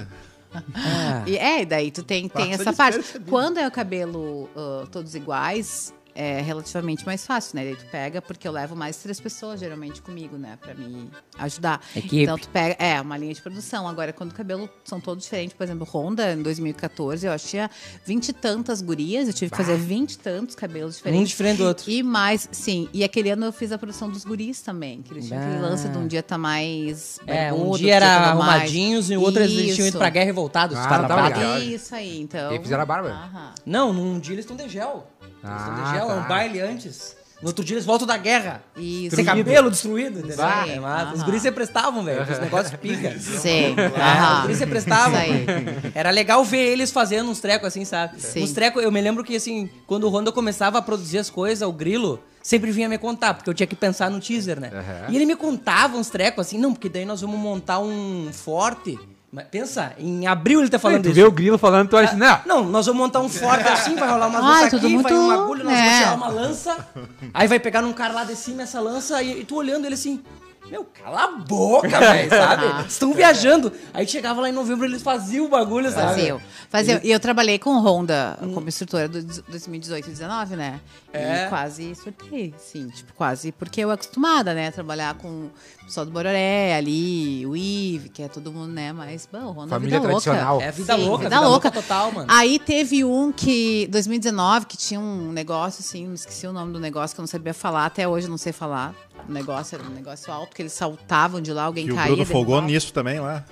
Speaker 1: Ah.
Speaker 3: E é, e daí tu tem, tem
Speaker 4: Passa
Speaker 3: essa parte.
Speaker 4: despercebido.
Speaker 3: Quando é o cabelo ah, todos iguais, é relativamente mais fácil, né? Daí tu pega, porque eu levo mais três pessoas geralmente comigo, né? Pra me ajudar.
Speaker 5: Equipe.
Speaker 3: Então tu pega, é, uma linha de produção. Agora, quando o cabelo são todos diferentes, por exemplo, Honda, em 2014, eu acho que tinha vinte e tantas gurias, eu tive que fazer vinte e tantos cabelos
Speaker 5: Um
Speaker 3: diferentes.
Speaker 5: diferente do outro.
Speaker 3: E mais, sim. E aquele ano eu fiz a produção dos guris também, que eles tinham aquele
Speaker 5: Ah.
Speaker 3: lance de um dia tá mais.
Speaker 5: É, um
Speaker 3: barbudo,
Speaker 5: dia era
Speaker 3: outro tá mais.
Speaker 5: arrumadinhos e o outro eles tinham ido
Speaker 3: Isso.
Speaker 5: pra guerra e voltado.
Speaker 1: Ah,
Speaker 5: tá na
Speaker 1: tá
Speaker 5: praia.
Speaker 1: ligado.
Speaker 3: Isso aí, então.
Speaker 1: E fizeram a barba.
Speaker 3: Aham.
Speaker 5: Não, num dia eles estão de gel. Eles estão de
Speaker 1: Ah,
Speaker 5: gel, é um
Speaker 1: tá.
Speaker 5: baile antes. No outro dia eles voltam da guerra.
Speaker 3: Isso.
Speaker 5: Sem
Speaker 1: Destruído.
Speaker 5: cabelo destruído, entendeu?
Speaker 3: Vai.
Speaker 5: É massa. Os
Speaker 3: Aham.
Speaker 5: guris se prestavam, velho. Os negócios pica.
Speaker 3: Sim.
Speaker 5: Ah,
Speaker 3: Aham.
Speaker 5: Por isso você prestava.
Speaker 3: Isso aí.
Speaker 5: Era legal ver eles fazendo uns trecos assim, sabe?
Speaker 3: Sim.
Speaker 5: Uns trecos, eu me lembro que assim, quando o Honda começava a produzir as coisas, o Grilo sempre vinha me contar, porque eu tinha que pensar no teaser, né? E ele me contava uns trecos assim, não, porque daí nós vamos montar um forte. Mas pensa, em abril ele tá
Speaker 1: Aí
Speaker 5: falando
Speaker 1: Tu
Speaker 5: isso.
Speaker 1: vê o grilo falando, tu
Speaker 3: É.
Speaker 1: acha, não,
Speaker 5: Não, nós vamos montar um forte assim, vai rolar umas
Speaker 3: Ah,
Speaker 5: lanças
Speaker 3: tudo
Speaker 5: aqui, vai
Speaker 3: muito,
Speaker 5: um agulho, nós vamos
Speaker 3: né?
Speaker 5: tirar uma lança, aí vai pegar num cara lá de cima essa lança e, e tu olhando ele assim, meu, cala a boca, velho,
Speaker 3: Ah.
Speaker 5: sabe? Estão viajando. Aí chegava lá em novembro, eles faziam o bagulho,
Speaker 4: né?
Speaker 5: sabe?
Speaker 3: Faziam. Faziam. E eu trabalhei com Honda
Speaker 4: Hum.
Speaker 3: como instrutora do 2018 e 2019, né?
Speaker 5: É.
Speaker 3: E quase surtei, sim. Tipo, quase. Porque eu acostumada, né? a Trabalhar com o pessoal do Bororé ali, o Ive, que é todo mundo, né? Mas, bom, Honda
Speaker 1: Família
Speaker 3: vida louca.
Speaker 1: tradicional.
Speaker 5: É a vida
Speaker 3: Sim,
Speaker 5: louca,
Speaker 3: vida louca.
Speaker 5: total, mano.
Speaker 3: Aí teve um que, 2019, que tinha um negócio, assim, não esqueci o nome do negócio que eu não sabia falar, até hoje eu não sei falar. O negócio era um negócio alto, que eles saltavam de lá, alguém
Speaker 4: Que o
Speaker 3: caía.
Speaker 4: Bruno folgou
Speaker 3: derrubava.
Speaker 4: nisso também lá.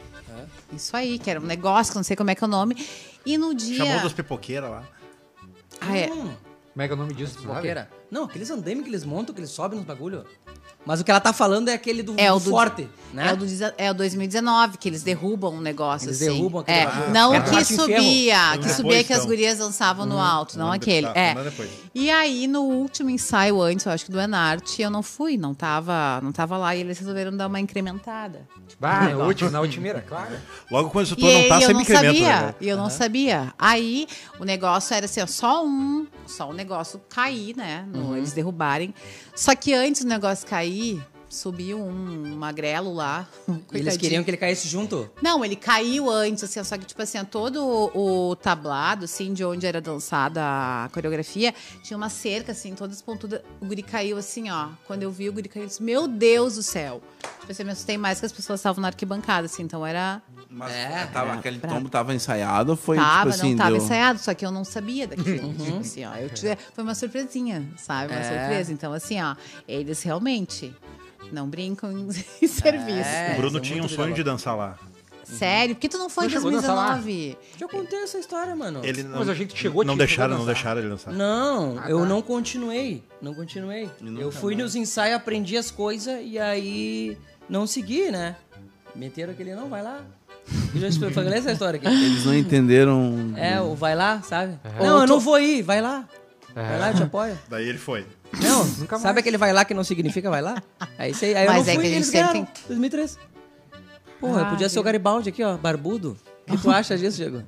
Speaker 3: Isso aí, que era um negócio, que eu não sei como é que é o nome. E no dia.
Speaker 4: Chamou das pipoqueiras lá.
Speaker 3: Ah, é.
Speaker 5: Hum,
Speaker 1: como é que é o nome disso? tu sabe?
Speaker 5: boqueira. Não, aqueles andames que eles montam, que eles sobem nos bagulho. Mas o que ela tá falando é aquele do,
Speaker 3: É
Speaker 5: do
Speaker 3: o do-
Speaker 5: forte, né?
Speaker 3: É o, do, deza- é o 2019, que eles derrubam um negócio
Speaker 5: Eles
Speaker 3: assim.
Speaker 5: derrubam aquele
Speaker 3: é.
Speaker 5: lá.
Speaker 3: Não
Speaker 5: Ah,
Speaker 3: o
Speaker 5: tá.
Speaker 3: que subia, que
Speaker 4: Depois,
Speaker 3: subia que as
Speaker 4: então.
Speaker 3: gurias dançavam no alto, não
Speaker 4: Lembra
Speaker 3: aquele.
Speaker 4: que tá,
Speaker 3: É.
Speaker 4: mas depois.
Speaker 3: E aí, no último ensaio antes, eu acho que do Enarte, eu não fui, não tava, não tava lá. E eles resolveram dar uma incrementada.
Speaker 1: Bah, no último, na ultimeira, claro.
Speaker 4: Logo quando isso
Speaker 3: E
Speaker 4: tudo não tá
Speaker 3: aí, eu
Speaker 4: sendo
Speaker 3: não
Speaker 4: incremento.
Speaker 3: sabia,
Speaker 4: né?
Speaker 3: e eu não sabia. Aí, o negócio era assim, ó, só um, só o negócio cair, né? no- Eles derrubarem. Só que antes do negócio cair, subiu um magrelo lá.
Speaker 5: E eles queriam que ele caísse junto.
Speaker 3: Não, ele caiu antes, assim, só que, tipo assim, todo o, o tablado, assim, de onde era dançada a coreografia, tinha uma cerca, assim, toda espontuda. O guri caiu, assim, ó. Quando eu vi, o guri caiu, eu disse, meu Deus do céu. Tipo assim, eu me assustei mais que as pessoas estavam na arquibancada, assim, então era...
Speaker 2: Mas
Speaker 5: É,
Speaker 2: tava,
Speaker 5: é,
Speaker 2: aquele tombo tava ensaiado, ou foi
Speaker 3: tava,
Speaker 2: tipo assim,
Speaker 3: não tava
Speaker 2: deu- Uhum.
Speaker 3: ensaiado, só que eu não sabia daquilo. Tipo assim, ó, eu tive- foi uma surpresinha, sabe? Uma
Speaker 5: É.
Speaker 3: surpresa. Então, assim, ó, eles realmente não brincam em em serviço.
Speaker 5: É,
Speaker 4: O
Speaker 5: são
Speaker 4: Bruno tinha um
Speaker 5: muito
Speaker 4: sonho
Speaker 5: legal.
Speaker 4: de dançar lá.
Speaker 3: Sério, por que tu não foi em
Speaker 1: Não chegou a dançar lá.
Speaker 3: 2019?
Speaker 5: Já contei essa história, mano.
Speaker 4: Ele não,
Speaker 1: Mas a gente chegou, tipo,
Speaker 4: Não
Speaker 1: tinha-
Speaker 4: deixaram, não
Speaker 1: chegou a
Speaker 4: deixaram ele dançar.
Speaker 5: Não,
Speaker 1: Ah, tá.
Speaker 5: eu não continuei. Não continuei. Eu fui nos ensaios, aprendi as coisas e aí não segui, né? Meteram aquele não, vai lá. Eu já expliquei falei essa história aqui.
Speaker 2: Eles não entenderam.
Speaker 5: É, o vai lá, sabe?
Speaker 1: É.
Speaker 5: Não, eu não vou ir, vai lá. Vai lá, eu te apoio.
Speaker 4: Daí ele foi.
Speaker 5: Não,
Speaker 1: Nunca mais.
Speaker 5: sabe aquele vai lá que não significa vai lá? Aí, sei, aí eu
Speaker 3: Mas
Speaker 5: não
Speaker 3: é
Speaker 5: fui,
Speaker 3: que a gente
Speaker 5: eles
Speaker 3: sempre
Speaker 5: ganharam. 2003. Porra, eu
Speaker 3: Ah,
Speaker 5: podia ser o
Speaker 3: viu?
Speaker 5: Garibaldi aqui, ó, barbudo. O que tu acha disso, Diego?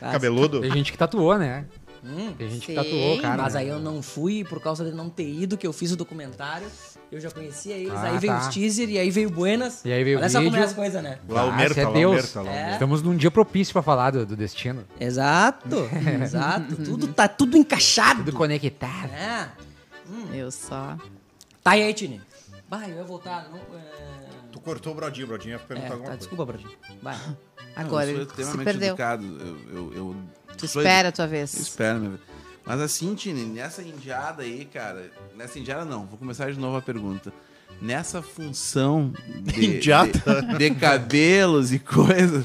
Speaker 3: Tá,
Speaker 5: Ah,
Speaker 4: Cabeludo?
Speaker 1: Tem gente que tatuou, né? Tem gente que
Speaker 3: Hum, Sim,
Speaker 1: tatuou, cara.
Speaker 5: Mas aí eu não fui por causa de não ter ido, que eu fiz o documentário. Eu já conhecia eles,
Speaker 1: Ah,
Speaker 5: aí veio
Speaker 1: tá.
Speaker 5: os teaser, e aí veio Buenas.
Speaker 1: E aí veio o
Speaker 5: Olha só como é
Speaker 1: vídeo.
Speaker 5: as coisas, né?
Speaker 4: Lá o
Speaker 1: Ah,
Speaker 4: Merta,
Speaker 1: cê é
Speaker 4: lá o
Speaker 1: Deus.
Speaker 4: Merta. Lá o
Speaker 5: É.
Speaker 4: Merta.
Speaker 1: Estamos num dia propício pra falar do, do destino.
Speaker 5: Exato, exato. Tudo tá tudo encaixado.
Speaker 1: Tudo conectado.
Speaker 5: É.
Speaker 2: Hum.
Speaker 3: Eu só.
Speaker 5: Tá aí, Tine. Vai, eu ia voltar. Não, é...
Speaker 4: Tu cortou o Brodinho, o Brodinho ia perguntar
Speaker 5: É,
Speaker 4: alguma
Speaker 5: tá,
Speaker 4: coisa.
Speaker 5: desculpa, Bradinho. Vai.
Speaker 3: Agora
Speaker 2: eu
Speaker 3: ele
Speaker 2: sou
Speaker 3: se
Speaker 2: extremamente
Speaker 3: perdeu.
Speaker 2: educado. Eu, eu, eu-
Speaker 3: Tu
Speaker 2: sou
Speaker 3: espera a tua
Speaker 2: edu-
Speaker 3: vez.
Speaker 2: Espera, meu. Mas assim, Tini, nessa indiada aí, cara. Nessa indiada não, vou começar de novo a pergunta. Nessa função de,
Speaker 4: Indiada?
Speaker 2: de, de cabelos e coisas,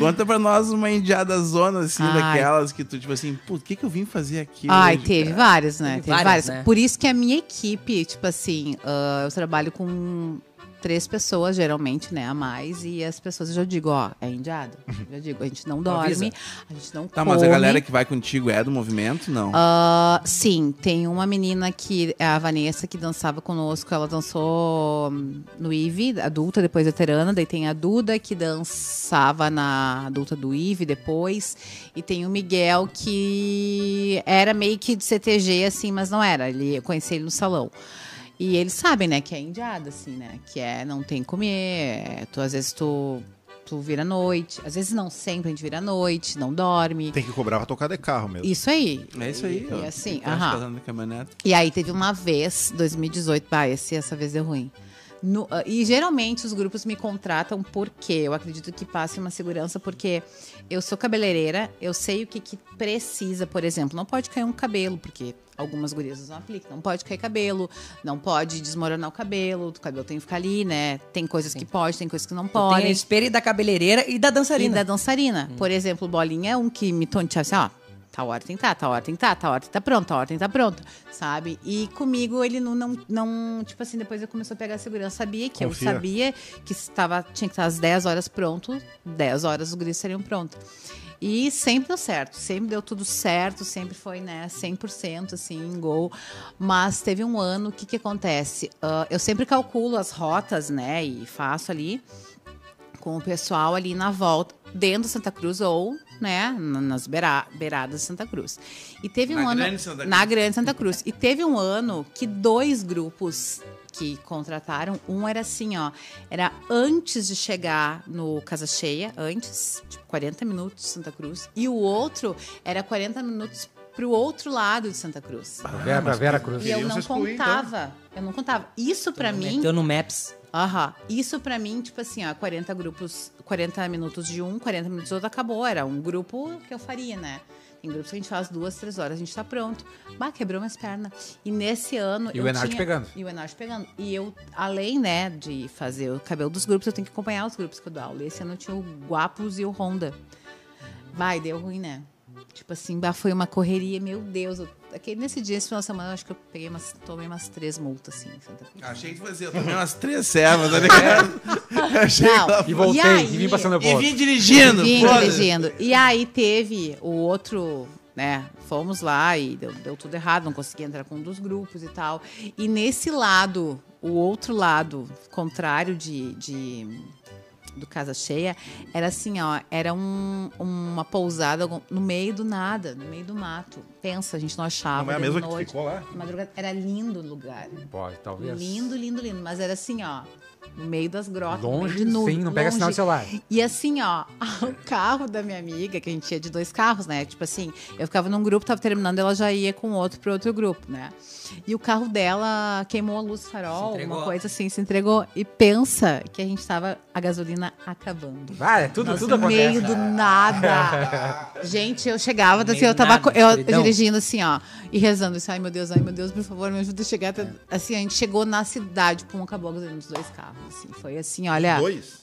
Speaker 2: conta pra nós uma indiada zona, assim,
Speaker 3: Ai.
Speaker 2: daquelas que tu, tipo assim, pô, o que, que eu vim fazer aqui?
Speaker 3: Ai,
Speaker 2: hoje, é.
Speaker 3: teve
Speaker 2: cara?
Speaker 3: vários, né?
Speaker 5: Teve
Speaker 3: Teve,
Speaker 5: várias,
Speaker 3: vários.
Speaker 5: né?
Speaker 3: Por isso que a minha equipe, tipo assim, ah, eu trabalho com três pessoas, geralmente, né? A mais. E as pessoas, eu já digo, ó, é indiado. Eu já digo, a gente não
Speaker 5: Avisa.
Speaker 3: dorme, a gente não
Speaker 2: Tá,
Speaker 3: come.
Speaker 2: mas a galera que vai contigo é do movimento? Não.
Speaker 3: Ah, sim, tem uma menina que é a Vanessa que dançava conosco. Ela dançou hum, no IVE, adulta, depois veterana. Daí tem a Duda que dançava na adulta do IVE depois. E tem o Miguel que era meio que de CTG, assim, mas não era. Ele, eu conheci ele no salão. E eles sabem, né, que é indiada, assim, né? Que é não tem comer, é, tu, às vezes tu, tu vira à noite, às vezes não sempre a gente vira à noite, não dorme.
Speaker 4: Tem que cobrar pra tocar de carro mesmo.
Speaker 3: Isso aí.
Speaker 2: É isso aí,
Speaker 3: E,
Speaker 2: ó.
Speaker 3: e assim,
Speaker 2: Fica
Speaker 3: aham.
Speaker 2: casando na caminhonete.
Speaker 3: E aí teve uma vez, 2018, bah, esse, essa vez deu ruim. No- ah, e geralmente os grupos me contratam porque eu acredito que passe uma segurança, porque eu sou cabeleireira, eu sei o que, que precisa, por exemplo, não pode cair um cabelo, porque algumas gurias não aplicam, não pode cair cabelo, não pode desmoronar o cabelo, o cabelo tem que ficar ali, né? Tem coisas que pode, tem coisas que não
Speaker 5: Eu tenho a
Speaker 3: pode.
Speaker 5: espelha da cabeleireira e da dançarina.
Speaker 3: E da dançarina. Por exemplo, bolinha é um que me tonteava assim, ó. Tá hora tem que tá, tá hora tem que tá, tá hora tem que tá pronto, tá hora tem que tá pronto, sabe? E comigo ele não, não, não- tipo assim, depois eu começou a pegar a segurança, sabia que
Speaker 4: Confia.
Speaker 3: eu sabia que estava, tinha que estar às 10 horas pronto, 10 horas os guris seriam prontos. E sempre deu certo, sempre deu tudo certo, sempre foi, né, 100% assim, em gol. Mas teve um ano, o que que acontece? Ah, eu sempre calculo as rotas, né, e faço ali com o pessoal ali na volta, dentro de Santa Cruz ou, né, na- nas beira- beiradas de Santa Cruz. E teve
Speaker 2: Na
Speaker 3: um ano
Speaker 2: Grande Santa
Speaker 3: na Grande Santa Cruz. E teve um ano que dois grupos que contrataram, um era assim, ó, era antes de chegar no Casa Cheia, antes, tipo 40 minutos de Santa Cruz, e o outro era 40 minutos pro outro lado de Santa Cruz.
Speaker 1: Pra Vera, pra Vera Cruz.
Speaker 3: E eu
Speaker 4: Queriam
Speaker 3: não
Speaker 4: se excluir, então.
Speaker 3: contava, eu não contava. Isso pra mim
Speaker 5: Meteu no Maps.
Speaker 3: Aham. Isso pra mim, tipo assim, ó, 40 grupos, 40 minutos de um, 40 minutos do outro, acabou. Era um grupo que eu faria, né? Tem grupos que a gente faz duas, três horas, a gente tá pronto. Bah, quebrou minhas pernas. E nesse ano.
Speaker 1: E
Speaker 3: eu
Speaker 1: o Enarte
Speaker 3: tinha-
Speaker 1: pegando.
Speaker 3: E o Enarte pegando. E eu, além, né, de fazer o cabelo dos grupos, eu tenho que acompanhar os grupos que eu dou aula. E Esse ano eu tinha o Guapos e o Honda. Vai, deu ruim, né? Tipo assim, bah, foi uma correria, meu Deus. Eu, aquele, nesse dia, esse final de semana, eu acho que eu peguei umas, tomei umas três multas, assim, em Santa Cruz.
Speaker 2: Achei que fazia. Eu tomei umas três servas, tá ligado? Achei que
Speaker 3: Não.
Speaker 2: ela...
Speaker 1: E voltei,
Speaker 3: E
Speaker 1: e,
Speaker 3: aí?
Speaker 1: vim passando a
Speaker 2: E
Speaker 1: bola.
Speaker 2: vim dirigindo.
Speaker 3: Vim
Speaker 2: foda-se.
Speaker 3: dirigindo. E aí teve o outro, né? Fomos lá e deu, deu tudo errado, não consegui entrar com um dos grupos e tal. E nesse lado, o outro lado, contrário de. de do Casa Cheia, era assim, ó, era um- uma pousada algum- no meio do nada, no meio do mato. Pensa, a gente não achava.
Speaker 4: Não é a
Speaker 3: de
Speaker 4: mesma que
Speaker 3: noite.
Speaker 4: ficou lá?
Speaker 3: Madrugada- Era lindo o lugar.
Speaker 1: Pode, talvez.
Speaker 3: Lindo, lindo, lindo. Mas era assim, ó. No meio das grotas. no meio
Speaker 1: Longe,
Speaker 3: de nuvem,
Speaker 1: sim, não pega
Speaker 3: longe.
Speaker 1: sinal de celular.
Speaker 3: E assim, ó, o carro da minha amiga, que a gente ia de dois carros, né? Tipo assim, eu ficava num grupo, tava terminando, ela já ia com outro pro outro grupo, né? E o carro dela queimou a luz farol,
Speaker 5: entregou.
Speaker 3: uma coisa assim, se entregou. E pensa que a gente tava a gasolina acabando.
Speaker 1: Vai, é tudo,
Speaker 3: Nós
Speaker 1: tudo
Speaker 3: no
Speaker 1: acontece.
Speaker 3: meio do nada. Gente, eu chegava,
Speaker 5: No
Speaker 3: assim,
Speaker 5: meio
Speaker 3: eu
Speaker 5: do
Speaker 3: tava
Speaker 5: nada,
Speaker 3: co- eu,
Speaker 5: escuridão.
Speaker 3: dirigindo assim, ó, e rezando assim, ai meu Deus, ai meu Deus, por favor, me ajuda a chegar até... Assim, a gente chegou na cidade, pum, acabou a gasolina dos dois carros, assim, foi assim, olha...
Speaker 4: Dois?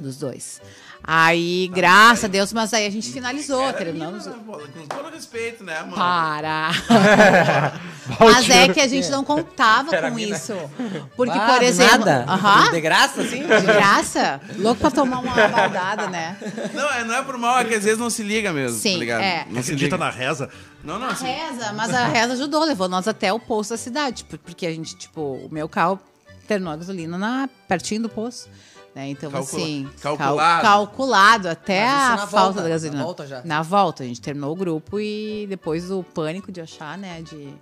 Speaker 3: Dos dois. Aí, graças a Deus, mas aí a gente finalizou, terminamos.
Speaker 2: Menina, bola, Com todo respeito, né, mano?
Speaker 3: Tá. Para! mas é que a gente não contava com isso. Porque,
Speaker 5: Ah,
Speaker 3: por
Speaker 5: do
Speaker 3: exemplo.
Speaker 5: Nada?
Speaker 3: Aham.
Speaker 5: De graça, assim?
Speaker 3: De graça? Louco pra tomar uma baldada, né?
Speaker 2: Não, é, não é por mal, é que às vezes não se liga mesmo,
Speaker 3: Sim,
Speaker 2: tá ligado?
Speaker 3: é.
Speaker 2: Não se
Speaker 4: Acredita
Speaker 2: liga.
Speaker 4: na reza?
Speaker 2: Não, não,
Speaker 3: A
Speaker 2: assim,
Speaker 3: reza, mas a reza ajudou, levou nós até o posto da cidade. por- Porque a gente, tipo, o meu carro terminou a gasolina na, pertinho do poço. Né? Então,
Speaker 2: Calcula-
Speaker 3: assim. cal-
Speaker 2: calculado.
Speaker 3: calculado até
Speaker 5: Mas isso
Speaker 3: a
Speaker 5: na
Speaker 3: falta
Speaker 5: volta,
Speaker 3: da gasolina.
Speaker 5: na volta já.
Speaker 3: Na volta, a gente terminou o grupo e depois o pânico de achar, né? De.